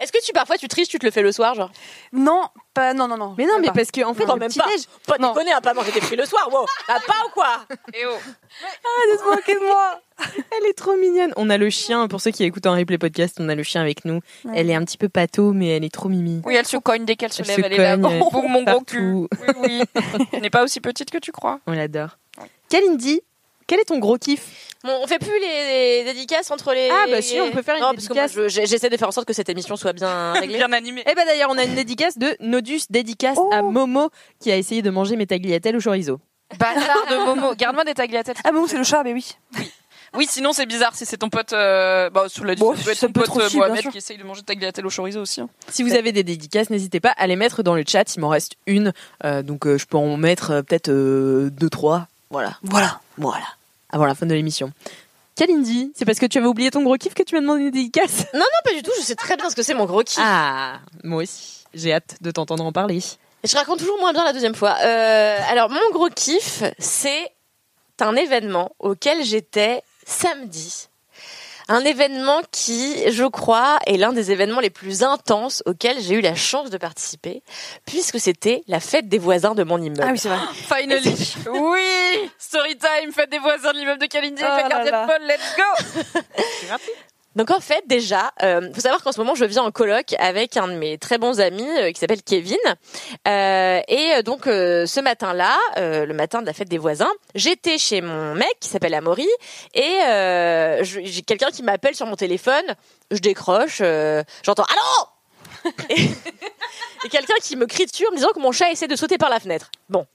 Speaker 6: Est-ce que tu parfois tu triches, tu te le fais le soir, genre
Speaker 5: Non, pas non non non.
Speaker 3: Mais non, mais
Speaker 5: pas.
Speaker 3: parce que en fait,
Speaker 6: Non,
Speaker 3: le
Speaker 6: même
Speaker 3: petit
Speaker 6: pas.
Speaker 3: déj.
Speaker 6: Pas déconner à pas manger des fruits le soir, wow. T'as pas ou quoi
Speaker 3: Ah, de moquer de moi. Elle est trop mignonne. On a le chien. Pour ceux qui écoutent en replay podcast, on a le chien avec nous.
Speaker 4: Ouais.
Speaker 3: Elle est un petit peu pâteau, mais elle est trop mimi.
Speaker 4: Oui, elle se cogne dès qu'elle se
Speaker 3: Elle
Speaker 4: lève,
Speaker 3: se
Speaker 4: elle est là.
Speaker 3: cogne,
Speaker 4: Oh, boum, mon gros cul.
Speaker 3: partout.
Speaker 4: Oui, oui. Elle n'est pas aussi petite que tu crois.
Speaker 3: On l'adore. Kalindi, quel est ton gros kiff
Speaker 6: Bon, on fait plus les, les dédicaces entre les.
Speaker 3: Ah, bah si, on peut faire une
Speaker 6: Non, parce que moi, je- j'ai- J'essaie de faire en sorte que cette émission soit [LAUGHS] bien réglée.
Speaker 4: Bien animée.
Speaker 3: Eh ben d'ailleurs, on a une dédicace de Nodus, dédicace
Speaker 6: Oh.
Speaker 3: à Momo qui a essayé de manger mes tagliatelles au chorizo.
Speaker 4: Bâtard de Momo. [LAUGHS] Garde-moi des tagliatelles.
Speaker 5: Ah, Momo, c'est le chat, mais oui.
Speaker 4: Oui, sinon c'est bizarre si c'est ton pote. euh, Bah, sous la
Speaker 5: Bon,
Speaker 4: ça peut être
Speaker 5: ça
Speaker 4: ton
Speaker 5: peut
Speaker 4: pote
Speaker 5: être
Speaker 4: euh,
Speaker 5: aussi, bien
Speaker 4: Mohamed
Speaker 5: sûr.
Speaker 4: qui essaye de manger des tagliatelles au chorizo aussi. hein.
Speaker 3: Si vous avez des dédicaces, n'hésitez pas à les mettre dans le chat. Il m'en reste une, euh, donc euh, je peux en mettre euh, peut-être euh, deux, trois. Voilà.
Speaker 5: Voilà.
Speaker 3: Voilà. Avant la fin de l'émission. Kalindi, c'est parce que tu avais oublié ton gros kiff que tu m'as demandé une dédicace
Speaker 6: Non, non, pas du tout. Je sais très bien ce que c'est mon gros kiff.
Speaker 3: Ah, moi aussi. J'ai hâte de t'entendre en parler.
Speaker 6: Je raconte toujours moins bien la deuxième fois. Euh, alors, mon gros kiff, c'est un événement auquel j'étais samedi. Un événement qui, je crois, est l'un des événements les plus intenses auxquels j'ai eu la chance de participer, puisque c'était la fête des voisins de mon immeuble.
Speaker 5: Ah oui, c'est vrai.
Speaker 4: Finally. [LAUGHS] oui. Story time. Faites des voisins de l'immeuble de Kalindi.
Speaker 6: Oh
Speaker 4: faites
Speaker 6: là
Speaker 4: gardienne
Speaker 6: là.
Speaker 4: Paul. Let's go.
Speaker 6: Donc en fait déjà, euh, faut savoir qu'en ce moment je vis en coloc avec un de mes très bons amis euh, qui s'appelle Kevin. Euh, et euh, donc euh, ce matin-là, euh, le matin de la fête des voisins, j'étais chez mon mec qui s'appelle Amaury et euh, je- j'ai quelqu'un qui m'appelle sur mon téléphone. Je décroche, euh, j'entends allô [LAUGHS] et quelqu'un qui me crie dessus en me disant que mon chat essaie de sauter par la fenêtre. Bon,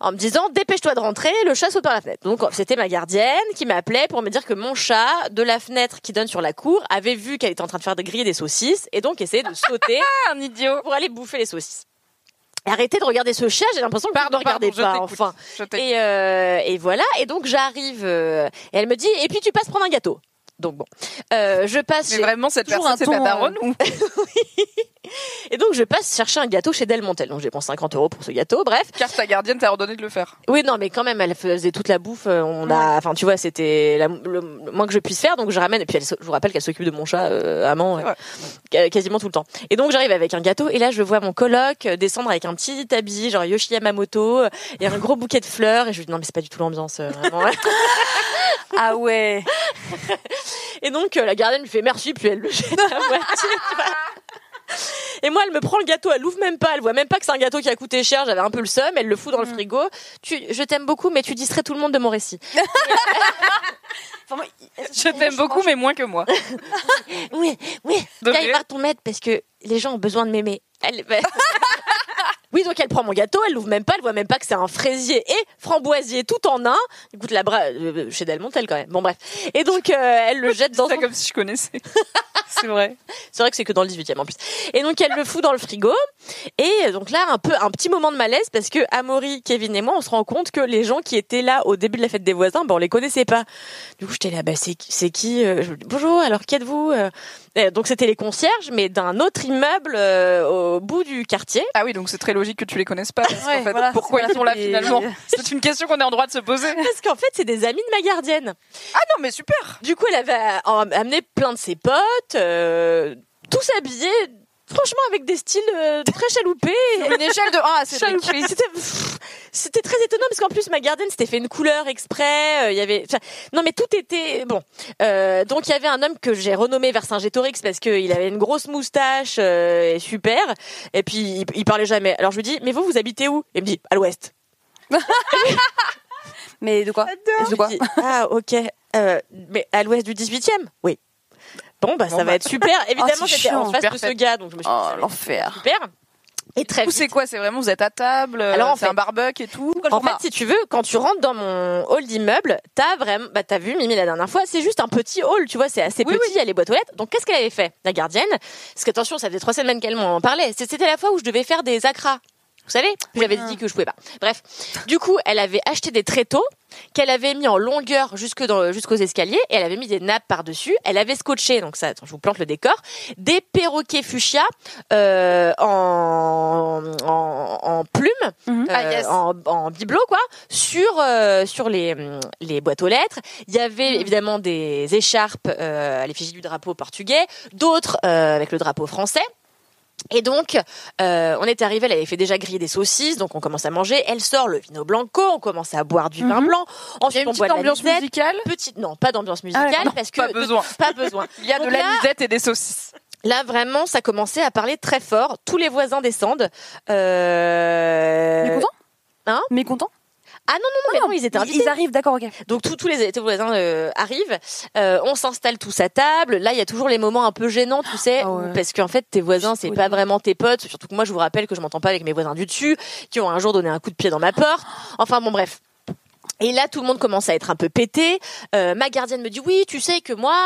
Speaker 6: en me disant dépêche-toi de rentrer, le chat saute par la fenêtre. Donc c'était ma gardienne qui m'appelait pour me dire que mon chat de la fenêtre qui donne sur la cour avait vu qu'elle était en train de faire des griller des saucisses et donc essayait
Speaker 4: [LAUGHS]
Speaker 6: de sauter
Speaker 4: Ah, un idiot
Speaker 6: pour aller bouffer les saucisses. Et Arrêtez de regarder ce chat, j'ai l'impression que vous ne regardez
Speaker 4: pardon, je
Speaker 6: pas,
Speaker 4: t'écoute,
Speaker 6: enfin.
Speaker 4: je t'écoute.
Speaker 6: Et, euh, et voilà, et donc j'arrive, euh, et elle me dit, et puis tu passes prendre un gâteau. Donc bon, Euh, je passe.
Speaker 4: Mais
Speaker 6: chez-
Speaker 4: vraiment, cette
Speaker 6: toujours
Speaker 4: personne, c'est
Speaker 6: un
Speaker 4: ta
Speaker 6: ton, euh,
Speaker 4: daronne ou
Speaker 6: et donc je passe chercher un gâteau chez Delmontel. Donc j'ai dépense 50 euros pour ce gâteau. Bref.
Speaker 4: Car ta gardienne t'a ordonné de le faire.
Speaker 6: Oui, non, mais quand même, elle faisait toute la bouffe. euh, On a, enfin, tu vois, c'était la- le, le moins que je puisse faire. Donc je ramène. Et puis elle se- je vous rappelle qu'elle s'occupe de mon chat, euh, amant, euh, qu- quasiment tout le temps. Et donc j'arrive avec un gâteau. Et là, je vois mon coloc euh, descendre avec un petit tablier, genre Yoshi Yamamoto, euh, et un gros bouquet de fleurs. Et je lui dis non, mais c'est pas du tout l'ambiance. euh, vraiment.
Speaker 5: [LAUGHS] Ah ouais.
Speaker 6: [LAUGHS] Et donc, euh, la gardienne lui fait merci, puis elle le jette à moitié. tu vois. Et moi, elle me prend le gâteau, elle l'ouvre même pas, elle voit même pas que c'est un gâteau qui a coûté cher, j'avais un peu le seum, elle le fout
Speaker 5: Mm.
Speaker 6: dans le frigo. Tu, je t'aime beaucoup, mais tu distrais tout le monde de mon récit.
Speaker 4: Je t'aime beaucoup, mais moins que
Speaker 6: [LAUGHS]
Speaker 4: moi.
Speaker 6: Oui, oui,
Speaker 4: De
Speaker 6: viens
Speaker 4: vrai
Speaker 6: voir ton maître parce que les gens ont besoin de m'aimer. Elle... [LAUGHS] oui, donc elle prend mon gâteau, elle l'ouvre même pas, elle voit même pas que c'est un fraisier et framboisier tout en un. Écoute, la bra... euh, chez Delmontel quand même. Bon, bref. Et donc, euh, elle le jette dans
Speaker 4: C'est
Speaker 6: son
Speaker 4: comme si je connaissais.
Speaker 6: [LAUGHS] c'est vrai. C'est vrai que c'est que dans le 18e en plus. Et donc elle le fout dans le frigo. Et donc là, un peu un petit moment de malaise parce que Amaury, Kevin et moi, on se rend compte que les gens qui étaient là au début de la fête des voisins, ben, on les connaissait pas. Du coup, j'étais là, bah, c'est c'est qui euh, je- Bonjour, alors qui êtes-vous Euh, euh, Donc c'était les concierges, mais d'un autre immeuble euh, au bout du quartier. Ah oui, donc c'est très logique que tu les connaisses pas.
Speaker 4: Parce qu'en fait, pourquoi ils sont là finalement
Speaker 5: euh,
Speaker 4: C'est une question qu'on est en droit de se poser.
Speaker 6: Parce qu'en fait, c'est des amis de ma gardienne.
Speaker 4: Ah non, mais [LAUGHS] super
Speaker 6: Du coup, elle avait euh, amené plein de ses potes, euh, tous habillés, franchement, avec des styles euh, très chaloupés.
Speaker 4: Sur une échelle de 1 à Cédric.
Speaker 6: Chaloupés. C'était, pff, c'était très étonnant, parce qu'en plus, ma gardienne s'était fait une couleur exprès. euh, Il y avait, enfin, non, mais tout était bon. Euh, donc, il y avait un homme que j'ai renommé Vercingétorix parce qu'il avait une grosse moustache euh, et super. Et puis, il, il parlait jamais. Alors, je lui dis, mais vous, vous habitez où Et il me dit,
Speaker 4: [LAUGHS]
Speaker 6: à l'ouest.
Speaker 5: Mais de quoi
Speaker 6: De quoi Ah, ok. Euh, mais à l'ouest du 18 e Oui. Bon, bah, ça
Speaker 4: Bon,
Speaker 6: va
Speaker 4: bah. [LAUGHS]
Speaker 6: être super. Évidemment,
Speaker 4: Ah, c'est
Speaker 6: j'étais en
Speaker 4: chiant.
Speaker 6: face
Speaker 4: Super
Speaker 6: de ce
Speaker 4: fête.
Speaker 6: gars, donc je me suis dit, ça va
Speaker 4: Oh,
Speaker 6: être
Speaker 4: l'enfer.
Speaker 6: super. Et très
Speaker 4: Vous, c'est quoi C'est vraiment, vous êtes à table, euh,
Speaker 6: Alors, en
Speaker 4: c'est
Speaker 6: fait-
Speaker 4: un barbecue et tout
Speaker 6: En fait, si tu veux, quand tu rentres dans mon hall d'immeuble, t'as vraiment, bah t'as vu Mimi la dernière fois, c'est juste un petit hall, tu vois, c'est assez petit, il y a les boîtes aux lettres. Donc qu'est-ce qu'elle avait fait, la gardienne Parce que attention, ça faisait trois semaines qu'elle m'en parlait. C'est- C'était la fois où je devais faire des acras. Vous savez, j'avais dit que je pouvais pas. Bref, du coup, elle avait acheté des tréteaux qu'elle avait mis en longueur jusque dans, jusqu'aux escaliers et elle avait mis des nappes par-dessus. Elle avait scotché, donc ça, attends, je vous plante le décor, des perroquets fuchsia euh, en, en, en plumes, euh,
Speaker 4: Ah, yes.
Speaker 6: en, en bibelot, quoi, sur, euh, sur les, hum, les boîtes aux lettres. Il y avait
Speaker 4: Mhm.
Speaker 6: évidemment des écharpes euh, à l'effigie du drapeau portugais, d'autres euh, avec le drapeau français. Et donc, euh, on est arrivé, elle avait fait déjà griller des saucisses, donc on commence à manger. Elle sort le vino blanco, on commence à boire du
Speaker 4: Mhm.
Speaker 6: vin blanc. Ensuite, on boit de la
Speaker 4: ambiance Ah,
Speaker 6: lisette. Petite, non, pas d'ambiance musicale,
Speaker 4: d'accord.
Speaker 6: parce que
Speaker 4: Pas besoin.
Speaker 6: [LAUGHS] pas besoin.
Speaker 4: Il y a de
Speaker 6: Donc
Speaker 4: la
Speaker 6: là-
Speaker 4: lisette et des saucisses.
Speaker 6: Là, vraiment, ça commençait à parler très fort. Tous les voisins descendent. Euh...
Speaker 5: Mécontents
Speaker 6: Hein
Speaker 5: Mécontents
Speaker 6: Ah non, non, non, mais non, ils étaient invités.
Speaker 5: Ils arrivent, d'accord, ok.
Speaker 6: Donc tous- tous les tous les voisins euh, arrivent, Euh, on s'installe tous à table. Là, il y a toujours les moments un peu gênants, tu sais, où- parce qu'en fait tes voisins c'est pas vraiment tes potes. Surtout que moi, je vous rappelle que je m'entends pas avec mes voisins du dessus, qui ont un jour donné un coup de pied dans ma porte. Enfin bon, bref. Et là, tout le monde commence à être un peu pété. Euh, ma gardienne me dit oui, tu sais que moi,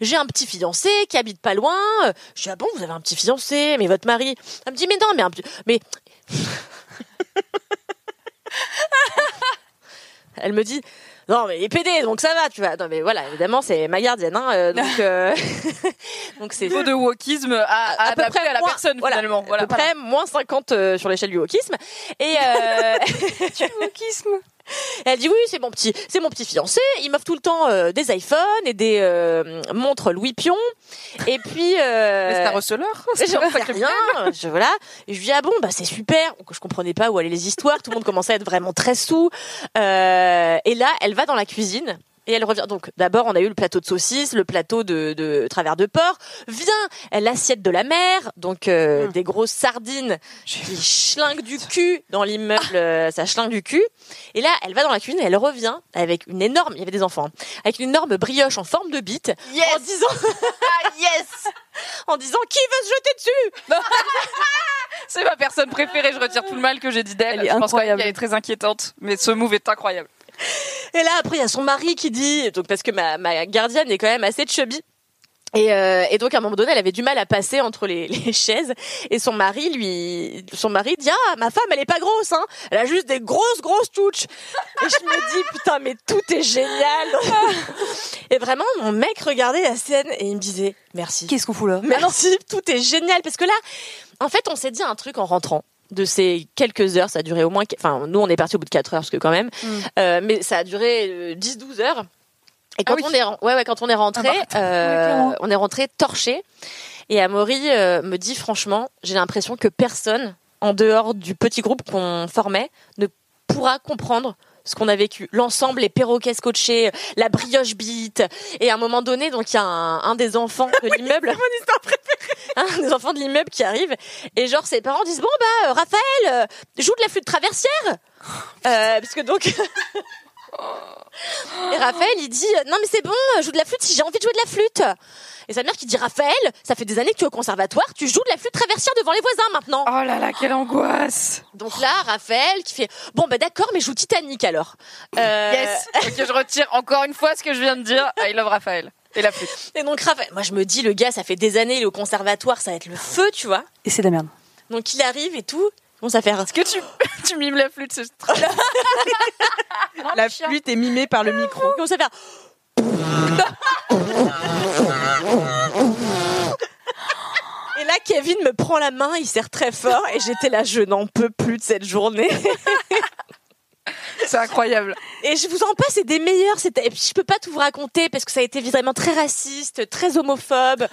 Speaker 6: j'ai un petit fiancé qui habite pas loin. Je dis ah bon, vous avez un petit fiancé, mais votre mari Elle me dit mais non, mais un petit- mais [LAUGHS] Elle me dit non mais il est pédé donc ça va tu vois non mais voilà évidemment c'est ma gardienne hein, euh, donc euh, [LAUGHS] donc c'est [LAUGHS]
Speaker 4: Niveau de wokisme à, à,
Speaker 6: peu
Speaker 4: adapter
Speaker 6: près
Speaker 4: à la
Speaker 6: moins-
Speaker 4: personne finalement. Voilà.
Speaker 6: à peu
Speaker 4: [LAUGHS]
Speaker 6: près moins 50 euh, sur l'échelle du wokisme et euh, [LAUGHS]
Speaker 4: Euh,
Speaker 6: elle dit oui c'est mon petit c'est mon petit fiancé il m'offre tout le temps euh, des iPhones et des euh, montres Louis Pion et puis euh,
Speaker 4: Mais c'est un receleur.
Speaker 6: et j'en sais rien. Je, voilà. Et je lui dis, ah bon, bah, c'est super. Donc, je comprenais pas où allaient les histoires. Tout le monde commençait à être vraiment très sous. Euh, et là, elle va dans la cuisine. Et elle revient. Donc, d'abord, on a eu le plateau de saucisses, le plateau de, de travers de porc. Vient l'assiette de la mer. Donc, euh, des grosses sardines qui schlinguent du cul dans l'immeuble. euh, Ça schlingue du cul. Et là, elle va dans la cuisine et elle revient avec une énorme, il y avait des enfants, hein, avec une énorme brioche en forme de bite. En disant, Ah,
Speaker 4: yes
Speaker 6: [LAUGHS] en disant, qui veut se jeter dessus?
Speaker 4: C'est ma personne préférée, je retire tout le mal que j'ai dit d'elle. Je pense quand même qu'elle est très inquiétante, mais ce move est incroyable.
Speaker 6: Et là, après, il y a son mari qui dit, donc parce que ma, ma gardienne est quand même assez chubby. Et, euh, et donc à un moment donné, elle avait du mal à passer entre les, [LAUGHS] les chaises. Et son mari lui, son mari dit ah ma femme elle est pas grosse hein, elle a juste des grosses grosses touches. Et je me dis putain mais tout est génial. [LAUGHS] et vraiment mon mec regardait la scène et il me disait merci.
Speaker 5: Qu'est-ce qu'on fout là
Speaker 6: Merci, tout est génial parce que là, en fait, on s'est dit un truc en rentrant de ces quelques heures, ça a duré au moins, enfin, nous on est parti au bout de 4 heures parce que quand même, euh, mais ça a duré euh, 10-12 heures. Et quand on est, ren- ouais, ouais, quand on est rentré, euh, on est rentré torché. Et Amaury euh, me dit franchement, j'ai l'impression que personne en dehors du petit groupe qu'on formait ne pourra comprendre ce qu'on a vécu. L'ensemble, les perroquets scotchés, la brioche bite. Et à un moment donné, donc il y a un, un des enfants de l'immeuble. [LAUGHS] un des enfants de l'immeuble qui arrive. Et genre, ses parents disent Bon, bah, euh, Raphaël, euh, joue de la flûte traversière. Euh, parce que donc. [LAUGHS] Et Raphaël, il dit Non, mais c'est bon, euh, joue de la flûte si j'ai envie de jouer de la flûte. Et sa mère qui dit Raphaël, ça fait des années que tu es au conservatoire, tu joues de la flûte traversière devant les voisins maintenant.
Speaker 4: Oh là là, quelle angoisse
Speaker 6: donc là, Raphaël qui fait Bon, bah d'accord, mais joue Titanic alors. Euh, [LAUGHS]
Speaker 4: Yes Ok, je retire encore une fois ce que je viens de dire. I love Raphaël. Et la flûte.
Speaker 6: Et donc Raphaël, moi je me dis, le gars, ça fait des années, il est au conservatoire, ça va être le feu, tu vois.
Speaker 5: Et c'est de la merde.
Speaker 6: Donc il arrive et tout. Bon, ça fait Est-ce
Speaker 4: que tu, tu mimes la flûte c'est trop-
Speaker 3: La flûte est mimée par le micro.
Speaker 6: Comment ça fait Et là, Kevin me prend la main, il serre très fort, et j'étais là, je n'en peux plus de cette journée.
Speaker 4: C'est incroyable.
Speaker 6: Et je vous en passe, c'est des meilleurs. c'était- Et puis, je peux pas tout vous raconter parce que ça a été vraiment très raciste, très homophobe.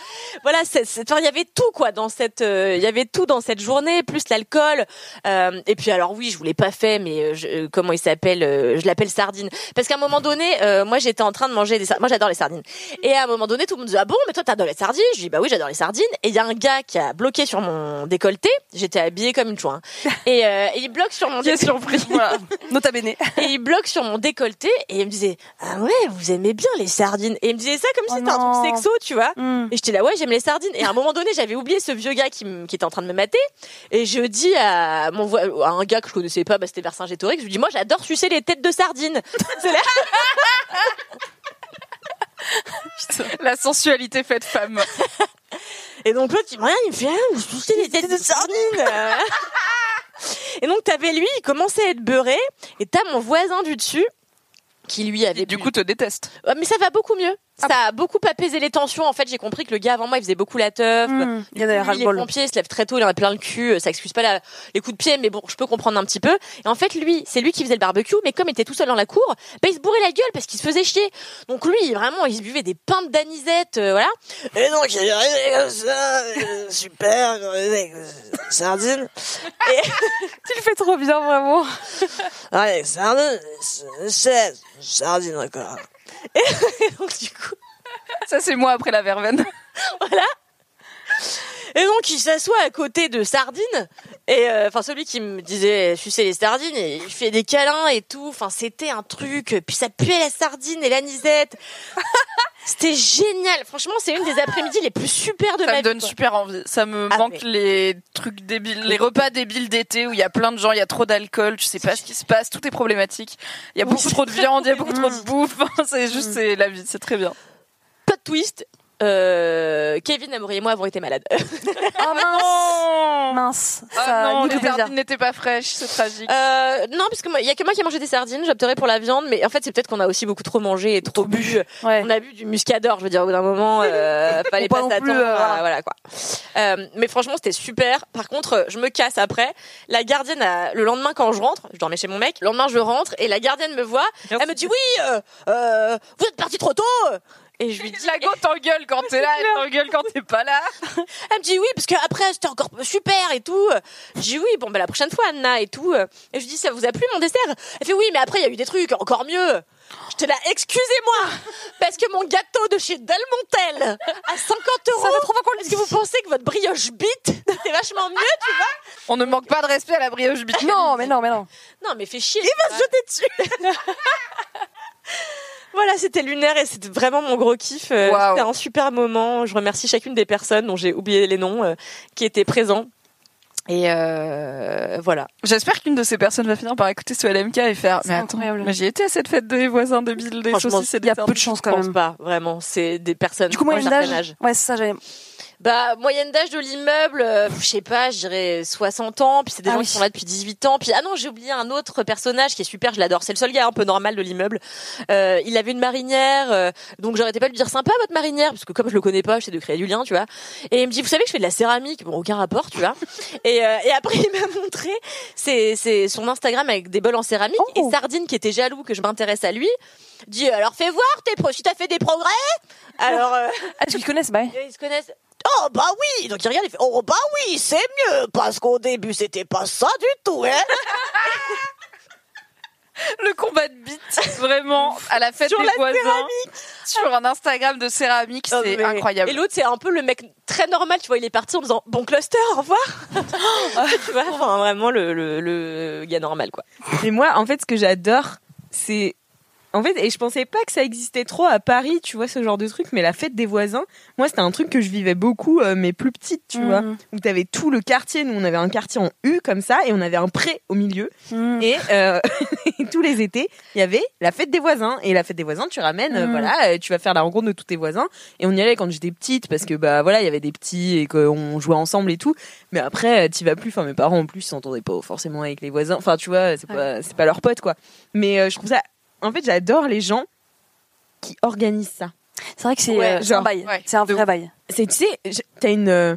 Speaker 6: Voilà, c'est- c'est- enfin, il y avait tout quoi dans cette, euh, il y avait tout dans cette journée, plus l'alcool. Euh, et puis, alors oui, je vous l'ai pas fait, mais euh, je- euh, comment il s'appelle euh, Je l'appelle sardine parce qu'à un moment donné, euh, moi j'étais en train de manger des, sardines. moi j'adore les sardines. Et à un moment donné, tout le monde me dit ah bon, mais toi t'adores les sardines Je dis bah oui, j'adore les sardines. Et il y a un gars qui a bloqué sur mon décolleté. J'étais habillée comme une chouin. Et euh, il bloque sur mon. décolleté. [LAUGHS]
Speaker 5: voilà. Nota bene.
Speaker 6: Et il bloque sur mon décolleté et il me disait Ah ouais, vous aimez bien les sardines. Et il me disait ça
Speaker 4: Oh
Speaker 6: comme si c'était un truc sexo, tu vois. Et j'étais là Ouais, j'aime les sardines. Et à un moment donné, j'avais oublié ce vieux gars qui, m- qui était en train de me mater. Et je dis à, mon, vo- à un gars que je connaissais pas, bah, c'était Vercingétorix, je lui dis Moi, j'adore sucer les têtes de sardines. C'est là.
Speaker 4: La sensualité faite femme.
Speaker 6: Et donc l'autre, il me regarde, il me fait, ah, vous sucez les têtes
Speaker 4: [LAUGHS]
Speaker 6: de sardines. Euh. et donc t'avais lui, il commençait à être beurré, et t'as mon voisin du dessus qui lui avait.
Speaker 4: Du coup, te déteste.
Speaker 6: Ouais, Ah, mais ça va beaucoup mieux.
Speaker 5: Ah
Speaker 6: ça a beaucoup apaisé les tensions. En fait, j'ai compris que le gars avant moi, il faisait beaucoup la teuf.
Speaker 5: Mmh, il y en a
Speaker 6: Lui,
Speaker 5: ras le
Speaker 6: il est
Speaker 5: bol.
Speaker 6: pompier, il se lève très tôt, il en a plein le cul. Ça excuse pas la- les coups de pied, mais bon, je peux comprendre un petit peu. Et en fait, lui, c'est lui qui faisait le barbecue, mais comme il était tout seul dans la cour, bah, il se bourrait la gueule parce qu'il se faisait chier. Donc lui, vraiment, il se buvait des pintes d'anisette, euh, voilà. [LAUGHS] Et donc, il est arrivé comme ça, euh, super, euh, sardine. Et...
Speaker 5: tu le fais trop bien, vraiment.
Speaker 6: Allez, sardine, chaise, sardine encore. Et donc, du coup.
Speaker 4: Ça, c'est moi après la verveine.
Speaker 6: voilà. Et donc, il s'assoit à côté de Sardine, et euh, enfin celui qui me disait sucer les sardines, et il fait des câlins et tout. Enfin, c'était un truc. Puis ça puait la sardine et [LAUGHS] l'anisette. c'était génial. Franchement, c'est une des après-midi les plus super de
Speaker 4: Ça
Speaker 6: ma
Speaker 4: me
Speaker 6: vie.
Speaker 4: donne
Speaker 6: quoi. Ah,
Speaker 4: super envie. Ça me manque les trucs débiles, les repas débiles d'été où il y a plein de gens, il y a trop d'alcool, tu sais pas ce qui se passe, tout est problématique. Il y a beaucoup trop de viande, il
Speaker 6: [LAUGHS]
Speaker 4: y a beaucoup trop
Speaker 6: Mm.
Speaker 4: de bouffe. [LAUGHS] C'est juste, c'est la vie, c'est très bien.
Speaker 6: Pas de twist. Euh, Kevin, Amaury et moi avons été malades.
Speaker 5: Ah [LAUGHS] mince Mince.
Speaker 6: Ah,
Speaker 5: Ça
Speaker 4: Ah, non,
Speaker 5: goûte
Speaker 4: les
Speaker 5: le plaisir.
Speaker 4: sardines n'étaient pas fraîches, c'est tragique.
Speaker 6: Euh, non, parce que moi, il y a que moi qui ai mangé des sardines. J'opterais pour la viande, mais en fait, c'est peut-être qu'on a aussi beaucoup trop mangé et trop bu. On a bu du muscador. Je veux dire, au bout d'un moment, euh, fallait
Speaker 5: Faut
Speaker 6: pas
Speaker 5: pas non
Speaker 6: s'attendre.
Speaker 5: plus, euh,
Speaker 6: à- Voilà quoi. Euh, mais franchement, c'était super. Par contre, euh, je me casse après. La gardienne, a- le lendemain quand je rentre, je dormais chez mon mec. Le lendemain, je rentre et la gardienne me voit. Elle me dit oui, euh, euh, vous êtes parti trop tôt. Et je lui dis. La go
Speaker 4: t'engueule
Speaker 6: [LAUGHS]
Speaker 4: quand t'es là, elle t'engueule quand t'es pas là.
Speaker 6: Elle me dit oui, parce qu'après, c'était encore super et tout. Je dis oui, bon, bah, la prochaine fois, Anna et tout. Et je lui dis, ça vous a plu mon dessert Elle fait oui, mais après, il y a eu des trucs encore mieux. J'étais là, excusez-moi, parce que mon gâteau de chez Delmontel à 50 euros. Est-ce que vous pensez que votre brioche bite, c'est vachement mieux, tu vois
Speaker 4: On ne manque pas de respect à la
Speaker 6: [LAUGHS]
Speaker 4: brioche bite.
Speaker 5: Non, mais non, mais non.
Speaker 6: Non, mais fais chier. Il va se jeter dessus. [LAUGHS] voilà, c'était lunaire et c'était vraiment mon gros kiff. Euh,
Speaker 4: Waouh.
Speaker 6: C'était un super moment. Je remercie chacune des personnes dont j'ai oublié les noms euh, qui étaient présents. Et euh, voilà.
Speaker 4: J'espère qu'une de ces personnes va finir par écouter ce LMK et faire. Mais attends, mais j'y étais à cette fête des voisins débiles, des
Speaker 6: Franchement,
Speaker 4: saucisses et
Speaker 6: il y a
Speaker 4: des
Speaker 6: peu de
Speaker 4: sardines.
Speaker 6: Je pense pas, vraiment. C'est des personnes.
Speaker 4: Du coup, moyenne
Speaker 6: d'un certain
Speaker 4: d'âge
Speaker 6: âge.
Speaker 5: Ouais, c'est ça, j'avais.
Speaker 6: Bah, moyenne d'âge de l'immeuble, euh, je sais pas, je dirais 60 ans, puis c'est des
Speaker 5: Ah
Speaker 6: gens
Speaker 5: oui.
Speaker 6: qui sont là depuis 18 ans, puis ah non, j'ai oublié un autre personnage qui est super, je l'adore, c'est le seul gars un peu normal de l'immeuble. Euh, il avait une marinière, euh, donc j'arrêtais pas de lui dire sympa votre marinière, parce que comme je le connais pas, j'essaie de créer du lien, tu vois. Et il me dit, vous savez que je fais de la céramique, bon, aucun rapport,
Speaker 5: [LAUGHS]
Speaker 6: tu vois. Et, euh, et après, [LAUGHS] il m'a montré c'est c'est son Instagram avec des bols en céramique,
Speaker 5: Oh.
Speaker 6: et Sardine, qui était jaloux que je m'intéresse à lui, dit, alors fais voir, tes pro si t'as fait des progrès Alors... euh,
Speaker 5: Ah, tu le connais, bah ouais.
Speaker 6: ils se connaissent. Oh bah oui Donc il regarde, il fait Oh bah oui, c'est mieux Parce qu'au début, c'était pas ça du tout, hein
Speaker 4: Le combat de bites, vraiment, à la fête
Speaker 6: Sur
Speaker 4: des
Speaker 6: la
Speaker 4: voisins.
Speaker 6: céramique. Oh,
Speaker 4: Sur un Instagram de céramique, c'est
Speaker 6: Mais-
Speaker 4: incroyable.
Speaker 6: Et l'autre, [LAUGHS] c'est un peu le mec très normal, tu vois, il est parti en disant Bon cluster, au [LAUGHS] revoir Tu vois, enfin, vraiment le, le, le gars normal, quoi.
Speaker 3: Mais moi, en fait, ce que j'adore, c'est En fait, et je pensais pas que ça existait trop à Paris, tu vois, ce genre de truc, mais la fête des voisins, moi, c'était un truc que je vivais beaucoup, euh, mais plus petite, tu
Speaker 5: Mhm.
Speaker 3: vois, où t'avais tout le quartier. Nous, on avait un quartier en U comme ça, et on avait un pré au milieu. Et euh, [LAUGHS] tous les étés, il y avait la fête des voisins. Et la fête des voisins, tu ramènes, euh,
Speaker 5: Mhm.
Speaker 3: voilà, euh, tu vas faire la rencontre de tous tes voisins. Et on y allait quand j'étais petite, parce que, bah, voilà, il y avait des petits et qu'on jouait ensemble et tout. Mais après, euh, t'y vas plus. Enfin, mes parents, en plus, ils s'entendaient pas forcément avec les voisins. Enfin, tu vois, c'est pas, c'est pas leur pote, quoi. Mais euh, je trouve ça. En fait, j'adore les gens qui organisent ça.
Speaker 5: C'est vrai que c'est, euh, c'est un bail. C'est un vrai bail.
Speaker 3: C'est, tu sais, je- t'as une euh,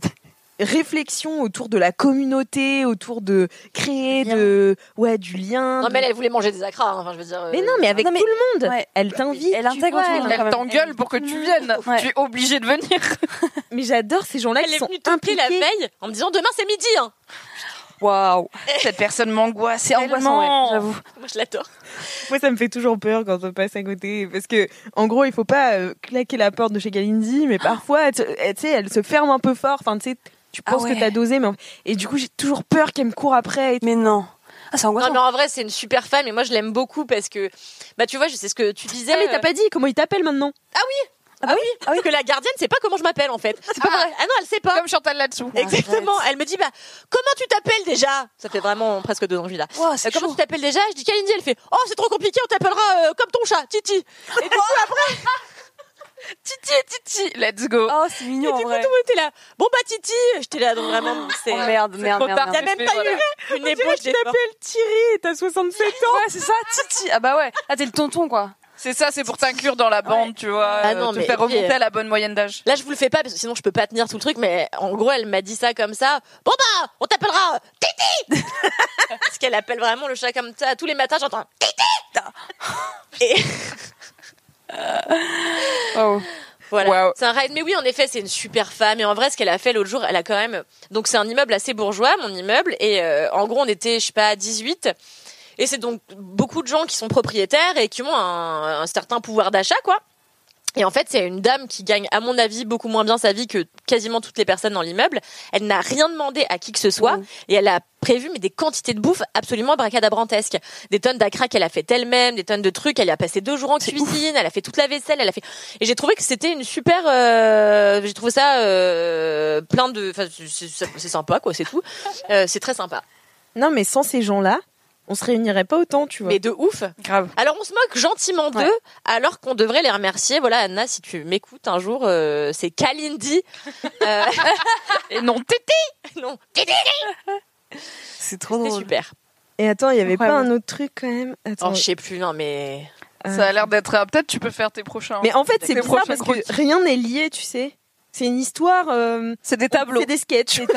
Speaker 3: réflexion autour de la communauté, autour de créer de, ouais, du lien.
Speaker 6: Non,
Speaker 3: de-
Speaker 6: mais elle, elle voulait manger des acras. hein. Enfin, je veux dire. euh,
Speaker 3: Mais non, mais avec tout le monde.
Speaker 5: Ouais.
Speaker 3: Elle t'invite. Elle
Speaker 5: intègre tout le monde, quand
Speaker 4: Elle t'engueule pour que tu viennes. Tu es obligé de venir.
Speaker 3: Mais j'adore ces gens-là
Speaker 6: Elle
Speaker 3: qui
Speaker 6: est
Speaker 3: sont
Speaker 6: venue toquer
Speaker 3: impliqués.
Speaker 6: la veille en me disant demain c'est midi. Hein. [LAUGHS]
Speaker 4: Waouh. [LAUGHS] Cette personne m'angoisse. C'est
Speaker 3: angoissant, ouais,
Speaker 4: angoissant.
Speaker 3: j'avoue.
Speaker 6: Moi, je l'adore.
Speaker 3: Moi, ça me fait toujours peur quand on passe à côté. Parce que, en gros, il faut pas euh, claquer la porte de chez Kalindi, mais parfois, tu elle- tu sais, elle se ferme un peu fort. Enfin, tu sais, tu
Speaker 5: Ah
Speaker 3: penses
Speaker 5: ouais.
Speaker 3: que t'as dosé, mais. en- Et du coup, j'ai toujours peur qu'elle me court après.
Speaker 5: Mais non. Ah, c'est
Speaker 6: Non,
Speaker 5: angoissant.
Speaker 6: mais en vrai, c'est une super femme et moi, je l'aime beaucoup parce que, bah, tu vois, je sais ce que tu disais.
Speaker 3: Ah, mais
Speaker 6: euh,
Speaker 3: t'as pas dit comment il t'appelle maintenant
Speaker 6: Ah oui ah, bah oui, parce que la gardienne sait pas comment je m'appelle en fait. [LAUGHS] C'est pas ah, ah non, elle sait pas.
Speaker 4: Comme Chantal là-dessous.
Speaker 6: Ah, Exactement. Elle me dit bah comment tu t'appelles déjà Ça fait vraiment presque deux ans que je vis là.
Speaker 5: Ouah, Oh, c'est
Speaker 6: Euh, comment tu t'appelles déjà Je dis Kalindi. Elle fait oh c'est trop compliqué. On t'appellera euh, comme ton chat, Titi. Et du coup après
Speaker 4: Titi et Titi, let's go.
Speaker 5: Oh, c'est
Speaker 6: Et
Speaker 5: mignon en
Speaker 6: du coup,
Speaker 5: vrai.
Speaker 6: tout le monde était là. Bon, bah, Titi, j'étais là, donc vraiment, c'est.
Speaker 5: Oh, merde, merde,
Speaker 4: trop
Speaker 5: merde.
Speaker 4: tard.
Speaker 5: merde.
Speaker 6: T'as même pas
Speaker 4: Voilà.
Speaker 6: eu [LAUGHS] une
Speaker 3: On dirait
Speaker 6: ébauche
Speaker 3: que tu
Speaker 6: d'effort.
Speaker 3: t'appelles Thierry et t'as 67 ans.
Speaker 5: Ouais, c'est ça, Titi. Ah bah ouais. Ah, t'es le tonton, quoi.
Speaker 4: C'est ça, c'est pour t'inclure dans la bande, tu vois.
Speaker 6: Ah
Speaker 4: euh,
Speaker 6: non,
Speaker 4: te
Speaker 6: mais-
Speaker 4: faire remonter à la bonne moyenne d'âge.
Speaker 6: Là, je vous le fais pas, parce que sinon, je peux pas tenir tout le truc, mais en gros, elle m'a dit ça comme ça. Bon, bah, on t'appellera euh, Titi! [LAUGHS] parce qu'elle appelle vraiment le chat comme ça. Tous les matins, j'entends Titi! Et
Speaker 4: Oh.
Speaker 6: voilà.
Speaker 4: Wow.
Speaker 6: C'est un ride. Mais oui, en effet, c'est une super femme. Et en vrai, ce qu'elle a fait l'autre jour, elle a quand même. Donc, c'est un immeuble assez bourgeois, mon immeuble. Et euh, en gros, on était, je sais pas, 18. Et c'est donc beaucoup de gens qui sont propriétaires et qui ont un, un certain pouvoir d'achat, quoi. Et en fait, c'est une dame qui gagne, à mon avis, beaucoup moins bien sa vie que quasiment toutes les personnes dans l'immeuble. Elle n'a rien demandé à qui que ce soit et elle a prévu mais des quantités de bouffe absolument bracadabrantesques. Des tonnes d'acra qu'elle a fait elle-même, des tonnes de trucs. Elle y a passé deux jours en cuisine, elle a fait toute la vaisselle, elle a fait. Et j'ai trouvé que c'était une super. euh, J'ai trouvé ça euh, plein de. Enfin, c'est- c'est c'est sympa
Speaker 4: [LAUGHS]
Speaker 6: quoi, c'est tout. Euh, c'est très sympa.
Speaker 3: Non, mais sans ces gens-là, on se réunirait pas autant, tu vois.
Speaker 6: Mais de ouf.
Speaker 4: Grave.
Speaker 6: Alors on se moque gentiment d'eux,
Speaker 5: Ouais.
Speaker 6: alors qu'on devrait les remercier. Voilà, Anna, si tu m'écoutes un jour, euh, c'est Kalindi.
Speaker 4: [LAUGHS]
Speaker 6: Euh,
Speaker 4: Et non, Titi.
Speaker 6: [LAUGHS] non, Didi,
Speaker 5: C'est trop
Speaker 6: c'est
Speaker 5: drôle.
Speaker 6: super.
Speaker 3: Et attends, il y avait pas
Speaker 5: Incroyable.
Speaker 3: un autre truc quand même Attends.
Speaker 6: Oh, je sais plus, non mais.
Speaker 3: Euh,
Speaker 4: Ça a l'air d'être. euh, Peut-être tu peux faire tes prochains.
Speaker 3: Mais en fait, c'est
Speaker 4: Les
Speaker 3: bizarre
Speaker 4: prochains
Speaker 3: parce
Speaker 4: croquis.
Speaker 3: [LAUGHS] que rien n'est lié, tu sais. C'est une histoire. euh,
Speaker 4: C'est des
Speaker 3: on
Speaker 4: tableaux.
Speaker 3: fait des sketchs.
Speaker 6: et
Speaker 3: [LAUGHS]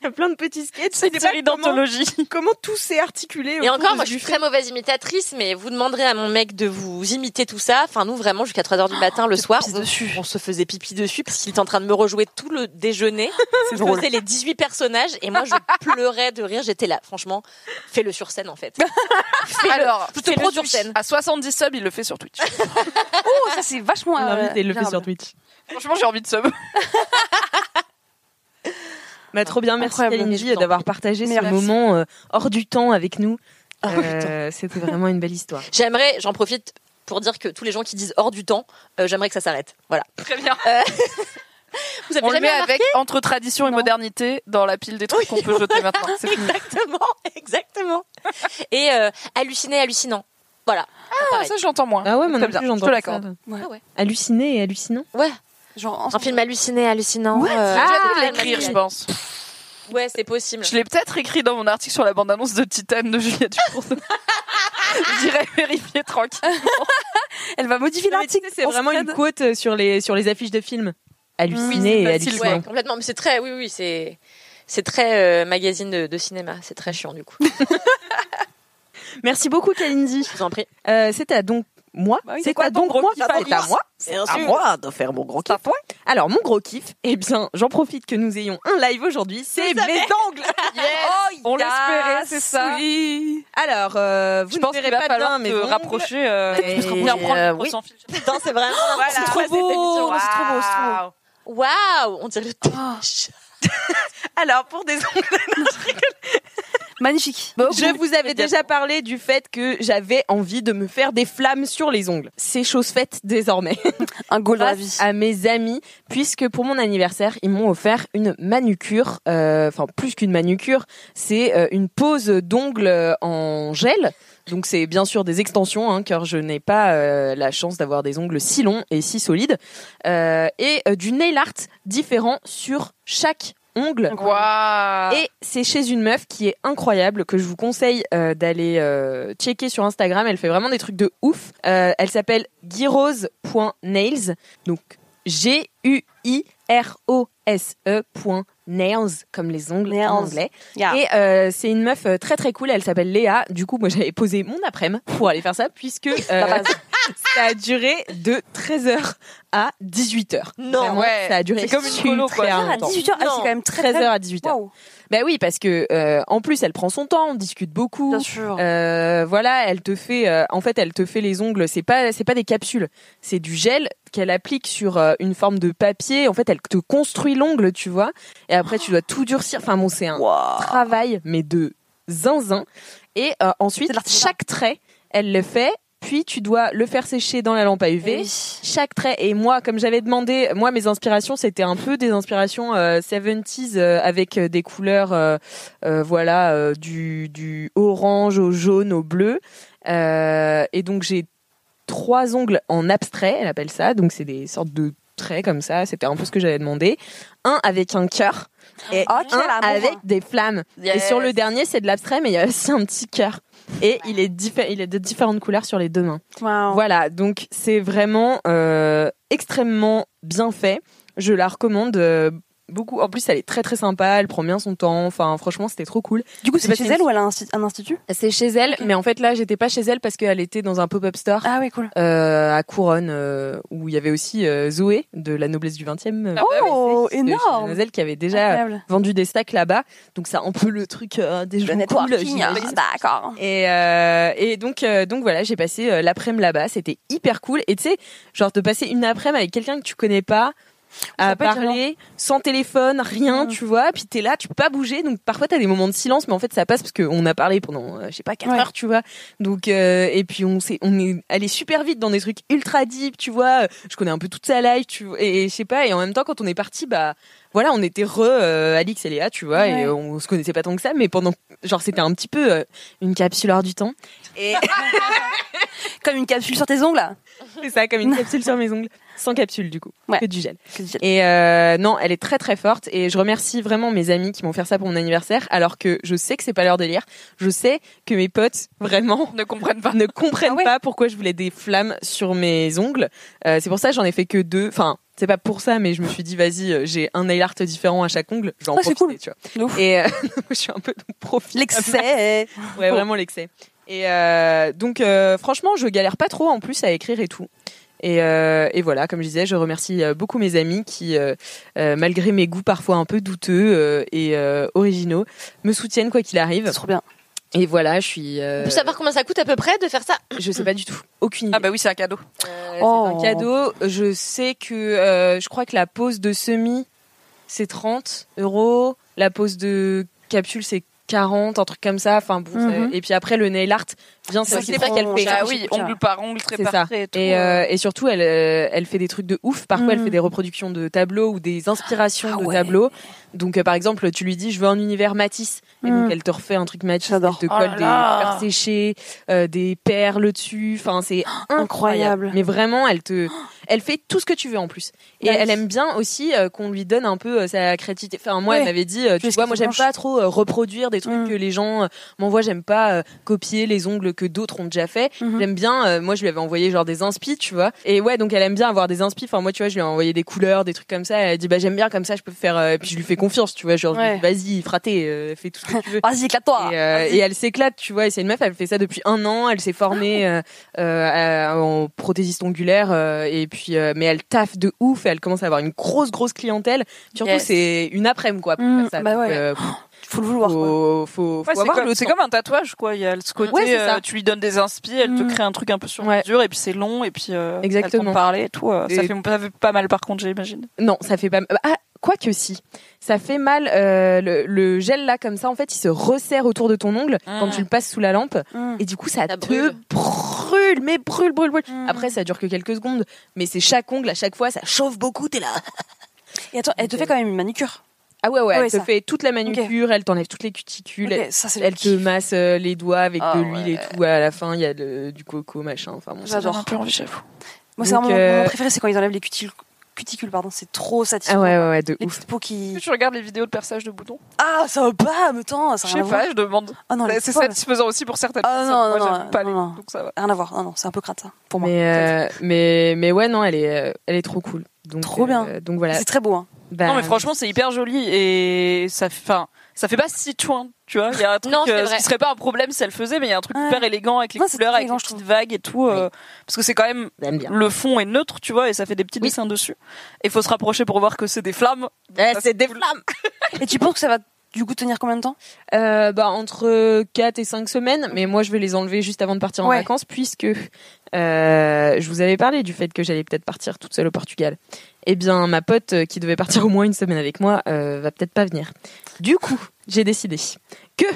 Speaker 3: Il y a plein de petits sketchs.
Speaker 4: C'est
Speaker 3: Je
Speaker 4: une
Speaker 3: sais pas
Speaker 4: série
Speaker 3: comment-
Speaker 4: d'anthologie.
Speaker 3: [LAUGHS] Comment tout s'est articulé autour
Speaker 6: encore,
Speaker 3: de
Speaker 6: moi
Speaker 3: ce
Speaker 6: je suis
Speaker 3: buffet.
Speaker 6: très mauvaise imitatrice, mais vous demanderez à mon mec de vous imiter tout ça. Enfin, nous vraiment jusqu'à 3h du matin,
Speaker 4: Ah,
Speaker 6: le soir, on, on se faisait pipi dessus parce qu'il était en train de me rejouer tout
Speaker 4: [LAUGHS]
Speaker 6: le déjeuner. je faisais les 18 personnages et moi je pleurais de rire. J'étais là, franchement, fais-le sur scène en fait.
Speaker 4: [LAUGHS]
Speaker 6: Fais-le.
Speaker 4: Alors,
Speaker 6: je te
Speaker 4: fais-le
Speaker 6: produis
Speaker 4: sur
Speaker 6: scène.
Speaker 4: À 70 subs, il le fait sur Twitch. [LAUGHS]
Speaker 5: Oh, ça, c'est vachement.
Speaker 3: On
Speaker 5: euh,
Speaker 3: l'invite et il le fait
Speaker 5: gérable.
Speaker 3: sur Twitch.
Speaker 4: Franchement, j'ai envie de sub. [LAUGHS]
Speaker 3: Bah, trop bien, merci
Speaker 5: Incroyable,
Speaker 3: Kalindi
Speaker 5: mais je
Speaker 3: d'avoir partagé ce
Speaker 5: Merci.
Speaker 3: moment euh, hors du temps avec nous.
Speaker 6: Hors du temps.
Speaker 3: Euh, C'était vraiment une belle histoire.
Speaker 6: J'aimerais, j'en profite pour dire que tous les gens qui disent hors du temps, euh, j'aimerais que ça s'arrête. Voilà.
Speaker 4: Très bien.
Speaker 6: Vous avez
Speaker 4: On le met
Speaker 6: jamais remarqué
Speaker 4: avec entre tradition et modernité dans la pile des trucs qu'on peut jeter maintenant.
Speaker 6: [LAUGHS]
Speaker 4: C'est fini.
Speaker 6: Exactement, exactement. Et euh, halluciné, hallucinant. Voilà.
Speaker 4: Ah,
Speaker 6: Pareil.
Speaker 4: ça, je l'entends moins.
Speaker 3: Ah ouais, moi
Speaker 4: Très bien,
Speaker 3: non plus,
Speaker 4: Je te
Speaker 3: j'entends ça.
Speaker 4: l'accorde.
Speaker 3: Halluciné et hallucinant.
Speaker 6: Ouais.
Speaker 5: Genre, en-
Speaker 6: Un film halluciné, hallucinant.
Speaker 5: What
Speaker 6: euh,
Speaker 4: J'ai
Speaker 6: j'ai
Speaker 4: dû
Speaker 6: adoré
Speaker 4: l'écrire,
Speaker 6: Marie.
Speaker 4: je pense.
Speaker 6: Ouais, c'est possible.
Speaker 4: Je l'ai peut-être écrit dans mon article sur la bande-annonce de Titane de Julia Ducournau. J'irai vérifier tranquille.
Speaker 5: Elle va modifier
Speaker 3: Non, mais tu
Speaker 5: l'article.
Speaker 3: sais, C'est
Speaker 5: on se
Speaker 3: vraiment une
Speaker 5: code.
Speaker 3: quote euh, sur les, sur les affiches de films. Halluciné
Speaker 4: Oui,
Speaker 3: et
Speaker 4: c'est facile,
Speaker 3: hallucinant.
Speaker 6: Ouais, complètement. Mais c'est très, oui, oui, c'est. C'est très euh, magazine de, de cinéma, c'est très chiant du coup. Je
Speaker 3: Merci beaucoup, Kalindi.
Speaker 6: vous en prie.
Speaker 3: Euh, C'était à donc moi.
Speaker 4: Bah oui,
Speaker 3: C'était
Speaker 4: quoi
Speaker 3: à
Speaker 4: ton
Speaker 3: donc
Speaker 4: gros
Speaker 3: moi.
Speaker 4: kiff,
Speaker 3: C'était à
Speaker 4: Alice
Speaker 3: moi. à moi de faire mon gros kiff. Alors, mon gros kiff, eh bien, j'en profite que nous ayons un live aujourd'hui. C'est mes angles.
Speaker 4: On
Speaker 3: yes,
Speaker 4: l'espérait, c'est ça.
Speaker 3: Alors, euh, vous
Speaker 4: Je
Speaker 3: ne
Speaker 4: pense
Speaker 3: verrez
Speaker 4: qu'il va
Speaker 3: pas
Speaker 4: falloir
Speaker 3: bien mes
Speaker 4: te
Speaker 3: ongles.
Speaker 4: rapprocher. euh,
Speaker 3: Et,
Speaker 4: parce qu'on vient prendre le
Speaker 3: euh,
Speaker 4: micro
Speaker 3: oui.
Speaker 4: sans fil.
Speaker 6: Putain, c'est vraiment.
Speaker 4: Voilà.
Speaker 3: trop beau, c'est trop beau, c'est trop beau.
Speaker 6: Waouh, on dirait le
Speaker 3: Alors, pour des ongles.
Speaker 5: Magnifique.
Speaker 3: je vous avais déjà parlé du fait que j'avais envie de me faire des flammes sur les ongles. C'est chose faite désormais.
Speaker 5: Un goal
Speaker 3: à à mes amis, puisque pour mon anniversaire, ils m'ont offert une manucure. euh, Enfin, plus qu'une manucure, c'est euh, une pose d'ongles euh, en gel. Donc c'est bien sûr des extensions, hein, car je n'ai pas euh, la chance d'avoir des ongles si longs et si solides. Euh, et euh, du nail art différent sur chaque ongle. Et c'est chez une meuf qui est incroyable, que je vous conseille euh, d'aller euh, checker sur Instagram. Elle fait vraiment des trucs de ouf. Euh, elle s'appelle guirose.nails. Donc G-U-I-R-O-S-E. E point Nails, comme les ongles
Speaker 5: Nails.
Speaker 3: en anglais.
Speaker 5: Yeah.
Speaker 3: Et euh, c'est une meuf euh, très très cool, elle s'appelle Léa. Du coup, moi j'avais posé mon après-midi pour aller faire ça, puisque
Speaker 5: [LAUGHS]
Speaker 3: euh, ça a duré de 13h à 18h.
Speaker 5: Non.
Speaker 3: Vraiment,
Speaker 5: Ouais.
Speaker 3: ça a duré
Speaker 5: C'est comme une colo, quoi.
Speaker 3: 13h
Speaker 5: À 18 heures, ah, c'est quand même très,
Speaker 3: 13h à
Speaker 5: très-
Speaker 3: 18h. Ben oui, parce que euh, en plus elle prend son temps, on discute beaucoup. Bien sûr. voilà, elle te fait, euh, en fait, elle te fait les ongles. C'est pas, c'est pas des capsules, c'est du gel qu'elle applique sur euh, une forme de papier. En fait, elle te construit l'ongle, tu vois. Et après, tu dois tout durcir. Enfin, bon, c'est un travail, mais de zinzin. Et euh, ensuite, chaque trait, elle le fait. Puis tu dois le faire sécher dans la lampe à UV. Chaque trait. Et moi, comme j'avais demandé, moi mes inspirations c'était un peu des inspirations euh, 70s euh, avec euh, des couleurs, euh, euh, voilà, euh, du, du orange au jaune au bleu. Euh, et donc j'ai trois ongles en abstrait, elle appelle ça. Donc c'est des sortes de traits comme ça. C'était un peu ce que j'avais demandé. Un avec un cœur et
Speaker 5: Oh, quel
Speaker 3: un
Speaker 5: amour.
Speaker 3: avec des flammes. Et
Speaker 5: Yes.
Speaker 3: sur le dernier, c'est de l'abstrait, mais il y a aussi un petit cœur. Et il est, diffé- il est de différentes couleurs sur les deux mains.
Speaker 5: Hein.
Speaker 3: Voilà, donc c'est vraiment euh, extrêmement bien fait. Je la recommande euh, beaucoup. En plus, elle est très très sympa, elle prend bien son temps. Enfin, franchement, c'était trop cool.
Speaker 5: Du coup, c'est chez elle ou elle a un, site- un institut
Speaker 3: C'est chez elle, mais en fait là, j'étais pas chez elle parce qu'elle était dans un pop-up store
Speaker 5: Ah.
Speaker 3: euh, à Couronne euh, où il y avait aussi euh, Zoé de la noblesse du 20e. euh,
Speaker 5: Oh,
Speaker 3: de chez
Speaker 5: énorme. Ah,
Speaker 3: Mademoiselle qui avait déjà
Speaker 5: Incroyable.
Speaker 3: vendu des stacks là-bas. Donc ça un peu le truc euh, des gens cool,
Speaker 5: networking, hein.
Speaker 3: j'imagine.
Speaker 5: D'accord.
Speaker 3: Et, euh, et donc euh, donc voilà, j'ai passé euh, l'après-midi là-bas, c'était hyper cool et tu sais, genre de passer une après-midi avec quelqu'un que tu connais pas à
Speaker 5: peut Mm. être
Speaker 3: parler sans téléphone, rien, tu vois, puis t'es là, tu peux pas bouger, donc parfois t'as des moments de silence, mais en fait ça passe parce qu'on a parlé pendant, euh, je sais pas, 4 heures, tu vois, donc, euh, et puis on s'est, on est allé super vite dans des trucs ultra deep, tu vois, euh, je connais un peu toute sa life, tu vois, et, et je sais pas, et en même temps quand on est parti, bah, voilà, on était re, euh, Alix et Léa, tu vois,
Speaker 5: Ouais.
Speaker 3: et on se connaissait pas tant que ça, mais pendant, genre c'était un petit peu euh, une capsule hors du temps. Et...
Speaker 5: [LAUGHS] Comme une capsule sur tes ongles là.
Speaker 3: C'est ça, comme une capsule sur mes ongles. Sans capsule, du coup.
Speaker 5: Ouais.
Speaker 3: Que du gel. Et euh, non, elle est très très forte. Et je remercie vraiment mes amis qui m'ont fait ça pour mon anniversaire, alors que je sais que c'est pas leur délire. Je sais que mes potes, vraiment, ne comprennent pas. [LAUGHS] Ne comprennent
Speaker 5: Ah
Speaker 3: pas pourquoi je voulais des flammes sur mes ongles. Euh, c'est pour ça que j'en ai fait que deux. Enfin, c'est pas pour ça, mais je me suis dit, vas-y, euh, j'ai un nail art différent à chaque ongle. Je vais en
Speaker 5: Ouais, Ah, c'est
Speaker 3: profiter, tu vois. Et euh, [LAUGHS] je suis un peu profil.
Speaker 5: L'excès.
Speaker 3: Ouais, vraiment l'excès. Et euh, donc, euh, franchement, je galère pas trop en plus à écrire et tout. Et, euh, et voilà, comme je disais, je remercie euh, beaucoup mes amis qui, euh, euh, malgré mes goûts parfois un peu douteux euh, et euh, originaux, me soutiennent quoi qu'il arrive.
Speaker 5: Trop bien.
Speaker 3: Et voilà, je suis. euh,
Speaker 6: On peut savoir combien ça coûte à peu près de faire ça Oh,
Speaker 3: Je sais pas du tout. Aucune idée.
Speaker 12: Ah bah oui, c'est un cadeau.
Speaker 5: Euh, bah, oh.
Speaker 3: C'est un cadeau. Je sais que euh, je crois que la pose de semi, c'est 30 euros. La pose de capsule, c'est 40, un truc comme ça. Enfin, bon, ça-
Speaker 12: Mhm.
Speaker 3: Et puis après, le nail art vient, c'est aussi pas qu'elle fait.
Speaker 12: Ah oui, ongle par ongle, trait
Speaker 3: C'est
Speaker 12: par
Speaker 3: ça.
Speaker 12: trait et tout.
Speaker 3: Et, euh, et surtout, elle, euh, elle fait des trucs de ouf. Parfois, elle
Speaker 12: Mhm.
Speaker 3: fait des reproductions de tableaux ou des inspirations de tableaux. Donc, euh, par exemple, tu lui dis, je veux un univers Matisse. Et
Speaker 5: Mhm.
Speaker 3: donc, elle te refait un truc Matisse. Elle te
Speaker 5: Oh
Speaker 3: colle
Speaker 5: là
Speaker 3: des
Speaker 5: là.
Speaker 3: fleurs séchées, euh, des perles dessus. Enfin, c'est
Speaker 5: incroyable.
Speaker 3: incroyable. Mais vraiment, elle te, [GASPS] elle fait tout ce que tu veux en plus. Et
Speaker 5: Nice.
Speaker 3: elle aime bien aussi euh, qu'on lui donne un peu euh, sa créativité. Enfin, moi, elle
Speaker 5: Ouais.
Speaker 3: m'avait dit, euh, tu vois, moi, j'aime pas trop euh, reproduire des trucs que les gens euh, m'envoient. J'aime pas euh, copier les ongles que d'autres ont déjà fait.
Speaker 5: Mhm.
Speaker 3: J'aime bien, euh, moi, je lui avais envoyé genre des inspi, tu vois. Et ouais, donc elle aime bien avoir des inspi. Enfin, moi, tu vois, je lui ai envoyé des couleurs, des trucs comme ça. Elle a dit, bah, j'aime bien comme ça, je peux faire. euh, Et puis, je lui fais confiance, tu vois. Genre, je lui dis, vas-y, fraté, euh, fais tout ce que tu
Speaker 5: [LAUGHS]
Speaker 3: veux.
Speaker 5: Ah, vas-y, éclate-toi.
Speaker 3: Et, euh, et elle s'éclate, tu vois. Et c'est une meuf, elle fait ça depuis un an. Elle s'est formée
Speaker 5: Ah.
Speaker 3: euh, euh, à- en prothésiste ongulaire. euh, et puis, euh, mais elle taffe de ouf. Et elle commence à avoir une grosse, grosse clientèle. Surtout,
Speaker 5: Yes.
Speaker 3: c'est une après-midi, quoi. Pour
Speaker 5: Mm,
Speaker 3: faire ça.
Speaker 5: bah
Speaker 3: Donc,
Speaker 5: ouais.
Speaker 3: euh,
Speaker 5: [GASPS] Faut le vouloir.
Speaker 3: Faut, faut,
Speaker 4: Ouais,
Speaker 3: faut
Speaker 4: c'est
Speaker 3: avoir
Speaker 4: comme,
Speaker 3: le
Speaker 4: c'est
Speaker 3: temps.
Speaker 4: comme un tatouage, quoi. Il y a ce côté,
Speaker 3: Ouais, c'est ça.
Speaker 4: euh, tu lui donnes des inspi, elle te crée un truc un peu sur mesure, et puis c'est long, et puis euh,
Speaker 3: Exactement.
Speaker 4: elle t'en parlait et tout. euh, Ça
Speaker 3: Et-
Speaker 4: fait ça fait pas mal par contre, j'imagine.
Speaker 3: Non, ça fait pas mal. Ah, quoi que si. Ça fait mal. euh, le, le gel là, comme ça, en fait, il se resserre autour de ton ongle
Speaker 5: Ah.
Speaker 3: quand tu le passes sous la lampe.
Speaker 5: Hum.
Speaker 3: Et du coup, ça, te brûle. mais brûle, brûle, brûle.
Speaker 5: Hum.
Speaker 3: Après, ça dure que quelques secondes. Mais c'est chaque ongle, à chaque fois, ça chauffe beaucoup. T'es là.
Speaker 5: Et attends, elle te fait quand même une manicure.
Speaker 3: Ah ouais, ouais,
Speaker 5: Ouais,
Speaker 3: elle te
Speaker 5: ça.
Speaker 3: fait toute la manucure, elle t'enlève toutes les cuticules,
Speaker 5: Ok,
Speaker 3: elle,
Speaker 5: ça, c'est
Speaker 3: elle te masse euh, les doigts avec
Speaker 5: Ah
Speaker 3: de l'huile et tout. À la fin, il y a de- du coco, machin. Enfin, bon, ça
Speaker 5: J'adore.
Speaker 3: donne
Speaker 5: Moi, c'est un
Speaker 3: Donc,
Speaker 5: moment
Speaker 3: euh,
Speaker 5: mon préféré, c'est quand ils enlèvent les cutil- cuticules, pardon, c'est trop
Speaker 3: Ah
Speaker 5: satisfaisant.
Speaker 3: ouais, ouais, ouais, de
Speaker 5: Les
Speaker 3: ouf.
Speaker 5: petites peaux qui.
Speaker 4: Tu regardes les vidéos de perçage de boutons
Speaker 5: Ah, ça va pas, mais attends, ça
Speaker 4: Je
Speaker 5: a
Speaker 4: sais
Speaker 5: rien à voir.
Speaker 4: pas, je demande.
Speaker 5: Ah non, les
Speaker 4: c'est
Speaker 5: folles.
Speaker 4: satisfaisant aussi pour certaines
Speaker 5: Ah
Speaker 4: personnes.
Speaker 5: non,
Speaker 4: Moi,
Speaker 5: non,
Speaker 4: j'aime
Speaker 5: non,
Speaker 4: pas
Speaker 5: non,
Speaker 4: les-
Speaker 5: non.
Speaker 4: donc ça va.
Speaker 5: Rien à voir, non, non, c'est un peu crade ça. Pour moi.
Speaker 3: Mais, euh, mais, mais ouais, non, elle est, euh, elle est trop cool. Donc,
Speaker 5: Trop bien.
Speaker 3: euh, donc voilà.
Speaker 5: C'est très beau, hein.
Speaker 3: Bah,
Speaker 4: non, mais franchement, c'est hyper joli et ça, fait- enfin, ça fait pas si chouin, tu vois. Il y a un truc
Speaker 6: Non, c'est
Speaker 4: euh,
Speaker 6: vrai.
Speaker 4: ce qui serait pas un problème si elle faisait, mais il y a un truc hyper élégant avec les
Speaker 5: Non, c'est
Speaker 4: couleurs,
Speaker 5: très
Speaker 4: avec les
Speaker 5: élégant,
Speaker 4: petites vagues et tout. euh, parce que c'est quand même
Speaker 5: J'aime bien.
Speaker 4: le fond est neutre, tu vois, et ça fait des petits dessins dessus. Et faut se rapprocher pour voir que c'est des flammes. Ça,
Speaker 3: c'est des flammes.
Speaker 5: Et tu penses que ça va du coup tenir combien de temps
Speaker 3: Euh, bah, entre 4 et 5 semaines, mais moi je vais les enlever juste avant de partir en
Speaker 5: Ouais.
Speaker 3: vacances, puisque euh, je vous avais parlé du fait que j'allais peut-être partir toute seule au Portugal. Eh bien, ma pote euh, qui devait partir au moins une semaine avec moi euh, va peut-être pas venir. Du coup, j'ai décidé que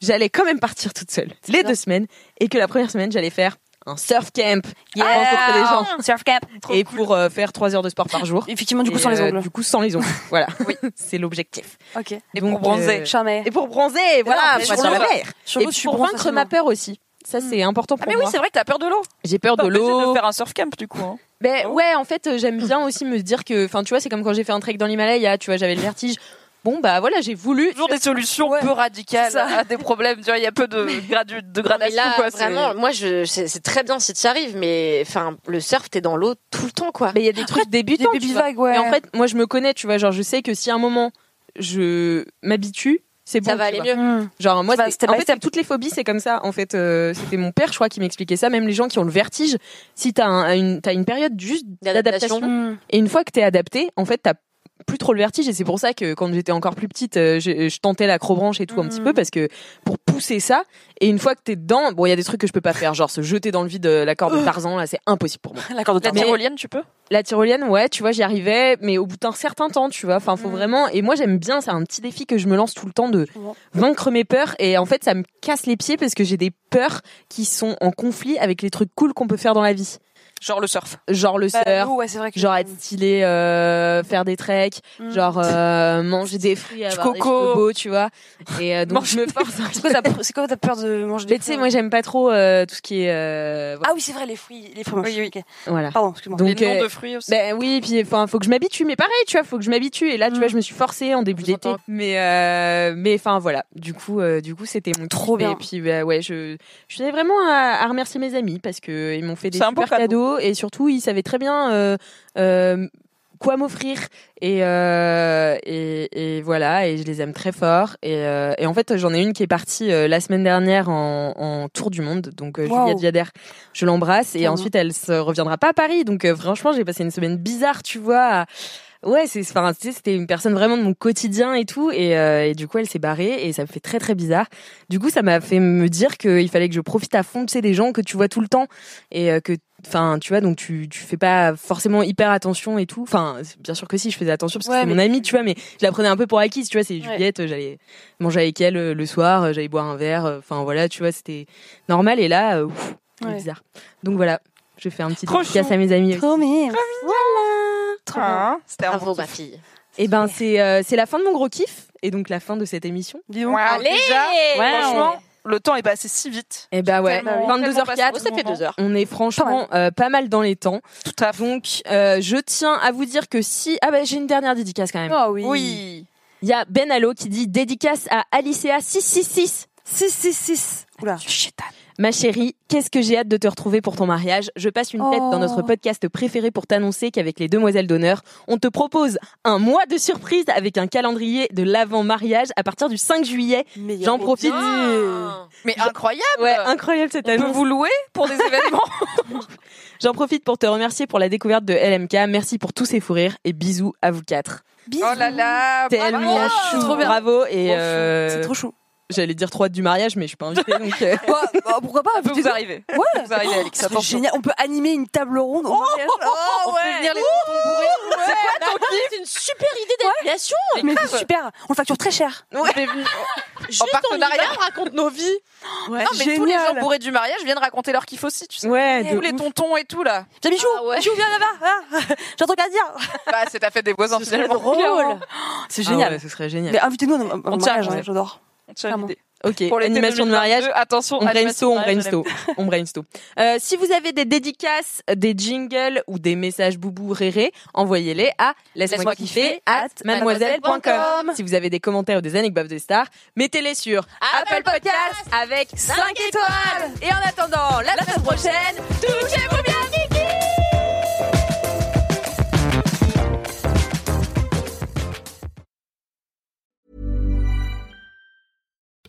Speaker 3: j'allais quand même partir toute seule les deux semaines et que la première semaine j'allais faire un surf camp,
Speaker 5: Yeah
Speaker 4: Ah,
Speaker 3: rencontrer des gens,
Speaker 5: surf camp,
Speaker 3: et pour euh, faire 3 heures de sport par jour.
Speaker 5: Effectivement, du coup,
Speaker 3: Et,
Speaker 5: sans les
Speaker 3: euh,
Speaker 5: ongles.
Speaker 3: du coup, sans les ongles. [LAUGHS] voilà, c'est l'objectif.
Speaker 5: Ok. Et
Speaker 3: Donc, euh,
Speaker 5: Jamais.
Speaker 3: Et pour bronzer, voilà,
Speaker 5: mais
Speaker 3: pour
Speaker 5: sur
Speaker 3: la
Speaker 5: l'eau,
Speaker 3: mer.
Speaker 5: sur
Speaker 3: Et
Speaker 5: l'eau, tu
Speaker 3: pour Hmm.
Speaker 5: bronzes
Speaker 3: vaincre
Speaker 5: facilement.
Speaker 3: ma peur aussi. Ça, Ah, c'est important pour
Speaker 4: Ah, mais
Speaker 3: moi.
Speaker 4: oui, c'est vrai que t'as peur de l'eau.
Speaker 3: J'ai peur de
Speaker 4: T'as obligé
Speaker 3: l'eau.
Speaker 4: De faire un surf camp du coup. hein.
Speaker 3: Ben ouais, en fait, euh, j'aime bien aussi me dire que, enfin, tu vois, c'est comme quand j'ai fait un trek dans l'Himalaya, tu vois, j'avais le vertige. Bon, bah voilà, j'ai voulu.
Speaker 4: [LAUGHS] Toujours des solutions peu radicales à des problèmes. Tu vois, il y a peu [LAUGHS] de, gradu- de
Speaker 3: bah,
Speaker 6: Mais
Speaker 4: gradation.
Speaker 6: là,
Speaker 4: quoi, c'est- [LAUGHS]
Speaker 6: vraiment, moi, je, c'est c'est très bien si tu y arrives, mais enfin, le surf, t'es dans l'eau tout le temps, quoi.
Speaker 3: Mais il y a des trucs débutants.
Speaker 5: baby
Speaker 3: tu vois.
Speaker 5: vagues, ouais.
Speaker 3: Et en fait, moi, je me connais, tu vois, genre, je sais que si à un moment je m'habitue, c'est bon.
Speaker 6: Ça va
Speaker 3: tu
Speaker 6: aller
Speaker 3: vois.
Speaker 6: mieux.
Speaker 5: Hum,
Speaker 6: Mm.
Speaker 3: Genre, moi,
Speaker 5: Tu vas
Speaker 3: c'est-
Speaker 5: step
Speaker 3: en
Speaker 5: by
Speaker 3: fait,
Speaker 5: step.
Speaker 3: toutes les phobies, c'est comme ça. En fait, euh, c'était mon père, je crois, qui m'expliquait ça. Même les gens qui ont le vertige, si t'as un- une, t'as une période juste
Speaker 6: D'adaptation.
Speaker 3: d'adaptation, et une fois que t'es adapté, en fait, t'as plus trop le vertige et c'est pour ça que quand j'étais encore plus petite euh, je, je tentais l'acrobranche et tout un petit peu parce que pour pousser ça et une fois que t'es dedans bon il y a des trucs que je peux pas faire genre se jeter dans le vide euh, la corde de Tarzan là c'est impossible pour moi
Speaker 5: La corde de
Speaker 4: La
Speaker 3: Mais-
Speaker 4: tyrolienne, tu peux
Speaker 3: la tyrolienne, ouais, tu vois, j'y arrivais, mais au bout d'un certain temps, tu vois. Enfin, faut vraiment. Et moi, j'aime bien, c'est un petit défi que je me lance tout le temps de vaincre mes peurs. Et en fait, ça me casse les pieds parce que j'ai des peurs qui sont en conflit avec les trucs cool qu'on peut faire dans la vie.
Speaker 4: Genre le surf.
Speaker 3: Genre le
Speaker 5: Bah,
Speaker 3: surf,
Speaker 5: l'eau, ouais, c'est vrai que-
Speaker 3: genre être stylé, euh, faire des treks, genre euh, manger des fruits, avoir des
Speaker 5: coco.
Speaker 3: cheveux beaux, tu vois. Et euh, donc, je me force.
Speaker 5: C'est quoi, ta- c'est quoi ta peur de manger des
Speaker 3: Mais tu sais, moi, j'aime pas trop euh, tout ce qui est. euh,
Speaker 5: Ah oui, c'est vrai, les fruits, les fruits moches.
Speaker 4: Oui, oui.
Speaker 5: ok.
Speaker 3: Voilà.
Speaker 5: Pardon, excuse-moi.
Speaker 3: Donc,
Speaker 4: Les noms
Speaker 3: euh,
Speaker 4: de fruits aussi.
Speaker 3: Ben oui, puis enfin, faut que je m'habitue. Mais pareil, tu vois, faut que je m'habitue. Et là,
Speaker 4: Mm.
Speaker 3: tu vois, je me suis forcée en début d'été. Mais euh, mais enfin voilà. Du coup, euh, du coup, c'était mon trop
Speaker 5: bien.
Speaker 3: Et puis bah, ouais, je je tenais vraiment à, à remercier mes amis parce que ils m'ont fait des
Speaker 4: C'est un
Speaker 3: super
Speaker 4: beau
Speaker 3: cadeaux et surtout ils savaient très bien. euh, euh, quoi m'offrir et, euh, et et voilà et je les aime très fort et, euh, et en fait j'en ai une qui est partie euh, la semaine dernière en, en tour du monde donc euh,
Speaker 5: Wow.
Speaker 3: Juliette Viader je l'embrasse et
Speaker 5: Tellement.
Speaker 3: ensuite elle se reviendra pas à Paris donc euh, franchement j'ai passé une semaine bizarre tu vois à- ouais c'est enfin tu sais, c'était une personne vraiment de mon quotidien et tout et, euh, et du coup elle s'est barrée et ça me fait très très bizarre du coup ça m'a fait me dire qu'il fallait que je profite à fond tu sais des gens que tu vois tout le temps et euh, que enfin tu vois donc tu tu fais pas forcément hyper attention et tout enfin c'est- bien sûr que si je faisais attention parce que
Speaker 5: Ouais,
Speaker 3: c'est mon
Speaker 5: mais-
Speaker 3: amie tu vois mais je la prenais un peu pour acquise tu vois c'est
Speaker 5: Ouais.
Speaker 3: Juliette euh, j'allais manger avec elle euh, le soir euh, j'allais boire un verre euh, enfin voilà tu vois c'était normal et là euh, ouf, c'est
Speaker 5: Ouais.
Speaker 3: bizarre donc voilà je fais un petit
Speaker 4: Trop
Speaker 3: dédicace
Speaker 4: chou.
Speaker 3: à mes amis
Speaker 5: Trop mignon. Trop bien.
Speaker 4: Ah, C'était un
Speaker 6: Bravo, ma fille.
Speaker 3: et ben c'est euh, c'est la fin de mon gros kiff et donc la fin de cette émission
Speaker 5: Dis donc.
Speaker 4: Wow, déjà,
Speaker 3: Ouais.
Speaker 4: franchement, le temps est passé si vite.
Speaker 3: et ben ouais
Speaker 4: Tellement- tellement passé
Speaker 3: 22h04
Speaker 4: ce moment.
Speaker 3: On est franchement euh, pas mal dans les temps.
Speaker 4: Tout à fait.
Speaker 3: Donc, euh, je tiens à vous dire que si... Ah bah j'ai une dernière dédicace quand même.
Speaker 5: Ah
Speaker 12: Oh
Speaker 5: oui.
Speaker 4: Oui.
Speaker 3: Il y a Ben Allo qui dit dédicace à Alicia 666.
Speaker 5: 666. Oula.
Speaker 3: Ma chérie, qu'est-ce que j'ai hâte de te retrouver pour ton mariage. Je passe une tête
Speaker 5: Oh.
Speaker 3: dans notre podcast préféré pour t'annoncer qu'avec les demoiselles d'honneur, on te propose un mois de surprise avec un calendrier de l'avant-mariage à partir du 5 juillet.
Speaker 5: Mais
Speaker 3: J'en profite.
Speaker 4: Mais incroyable.
Speaker 3: Ouais, incroyable cette
Speaker 4: On peut
Speaker 3: annonce.
Speaker 4: vous louer pour
Speaker 3: [LAUGHS]
Speaker 4: des événements.
Speaker 3: J'en profite pour te remercier pour la découverte de LMK. Merci pour tous ces fous rires et bisous à vous quatre.
Speaker 12: Oh là là,
Speaker 3: Tellement
Speaker 12: bravo.
Speaker 3: chou.
Speaker 12: Trop bien.
Speaker 3: Bravo. Et
Speaker 12: Trop chou.
Speaker 3: euh,
Speaker 12: C'est trop chou.
Speaker 3: J'allais dire 3 du mariage, mais je suis pas invitée. donc, euh,
Speaker 5: pourquoi pas
Speaker 12: peut vous arriver.
Speaker 5: Ouais.
Speaker 12: Vous arrivez, Alix,
Speaker 5: C'est
Speaker 12: attention.
Speaker 5: génial. On peut animer une table ronde. au mariage.
Speaker 12: [LAUGHS] Oh, ouais.
Speaker 6: Bah, C'est une super idée d'animation.
Speaker 5: Oh, Mais c'est super. On le facture très cher.
Speaker 6: Juste en
Speaker 12: partenariat.
Speaker 6: on y va, raconte nos vies.
Speaker 12: non, mais tous les gens
Speaker 5: génial.
Speaker 12: bourrés du mariage viennent raconter leur kiff aussi, tu sais.
Speaker 3: [LAUGHS] Ouais,
Speaker 12: tous les tontons et tout là.
Speaker 5: Tiens, Michou, Michou, viens là-bas. Ah, [LAUGHS] J'ai un truc à dire.
Speaker 12: Bah, c'est ta fête des voisins finalement.
Speaker 5: Drôle. C'est
Speaker 3: Ah
Speaker 5: génial.
Speaker 3: ouais, ce serait génial.
Speaker 5: Mais invitez-nous à un- à un
Speaker 12: On tient,
Speaker 5: mariage,
Speaker 12: ouais.
Speaker 5: hein, j'adore.
Speaker 12: On tient l'idée.
Speaker 3: Ok,
Speaker 12: Pour l'été
Speaker 3: animation de
Speaker 12: 2022,
Speaker 3: mariage.
Speaker 12: Attention,
Speaker 3: On
Speaker 12: animation
Speaker 3: brainstorm,
Speaker 12: de mariage,
Speaker 3: on brainstorm, [LAUGHS] on brainstorm. Euh, si vous avez des dédicaces, des jingles ou des messages boubou réré, envoyez-les à laisse-moi kiffer at mademoiselle.com. Si vous avez des commentaires ou des anecdotes des stars, mettez-les sur Apple Podcast avec 5 étoiles. Et en attendant, la semaine prochaine, touchez-vous bien, Kiki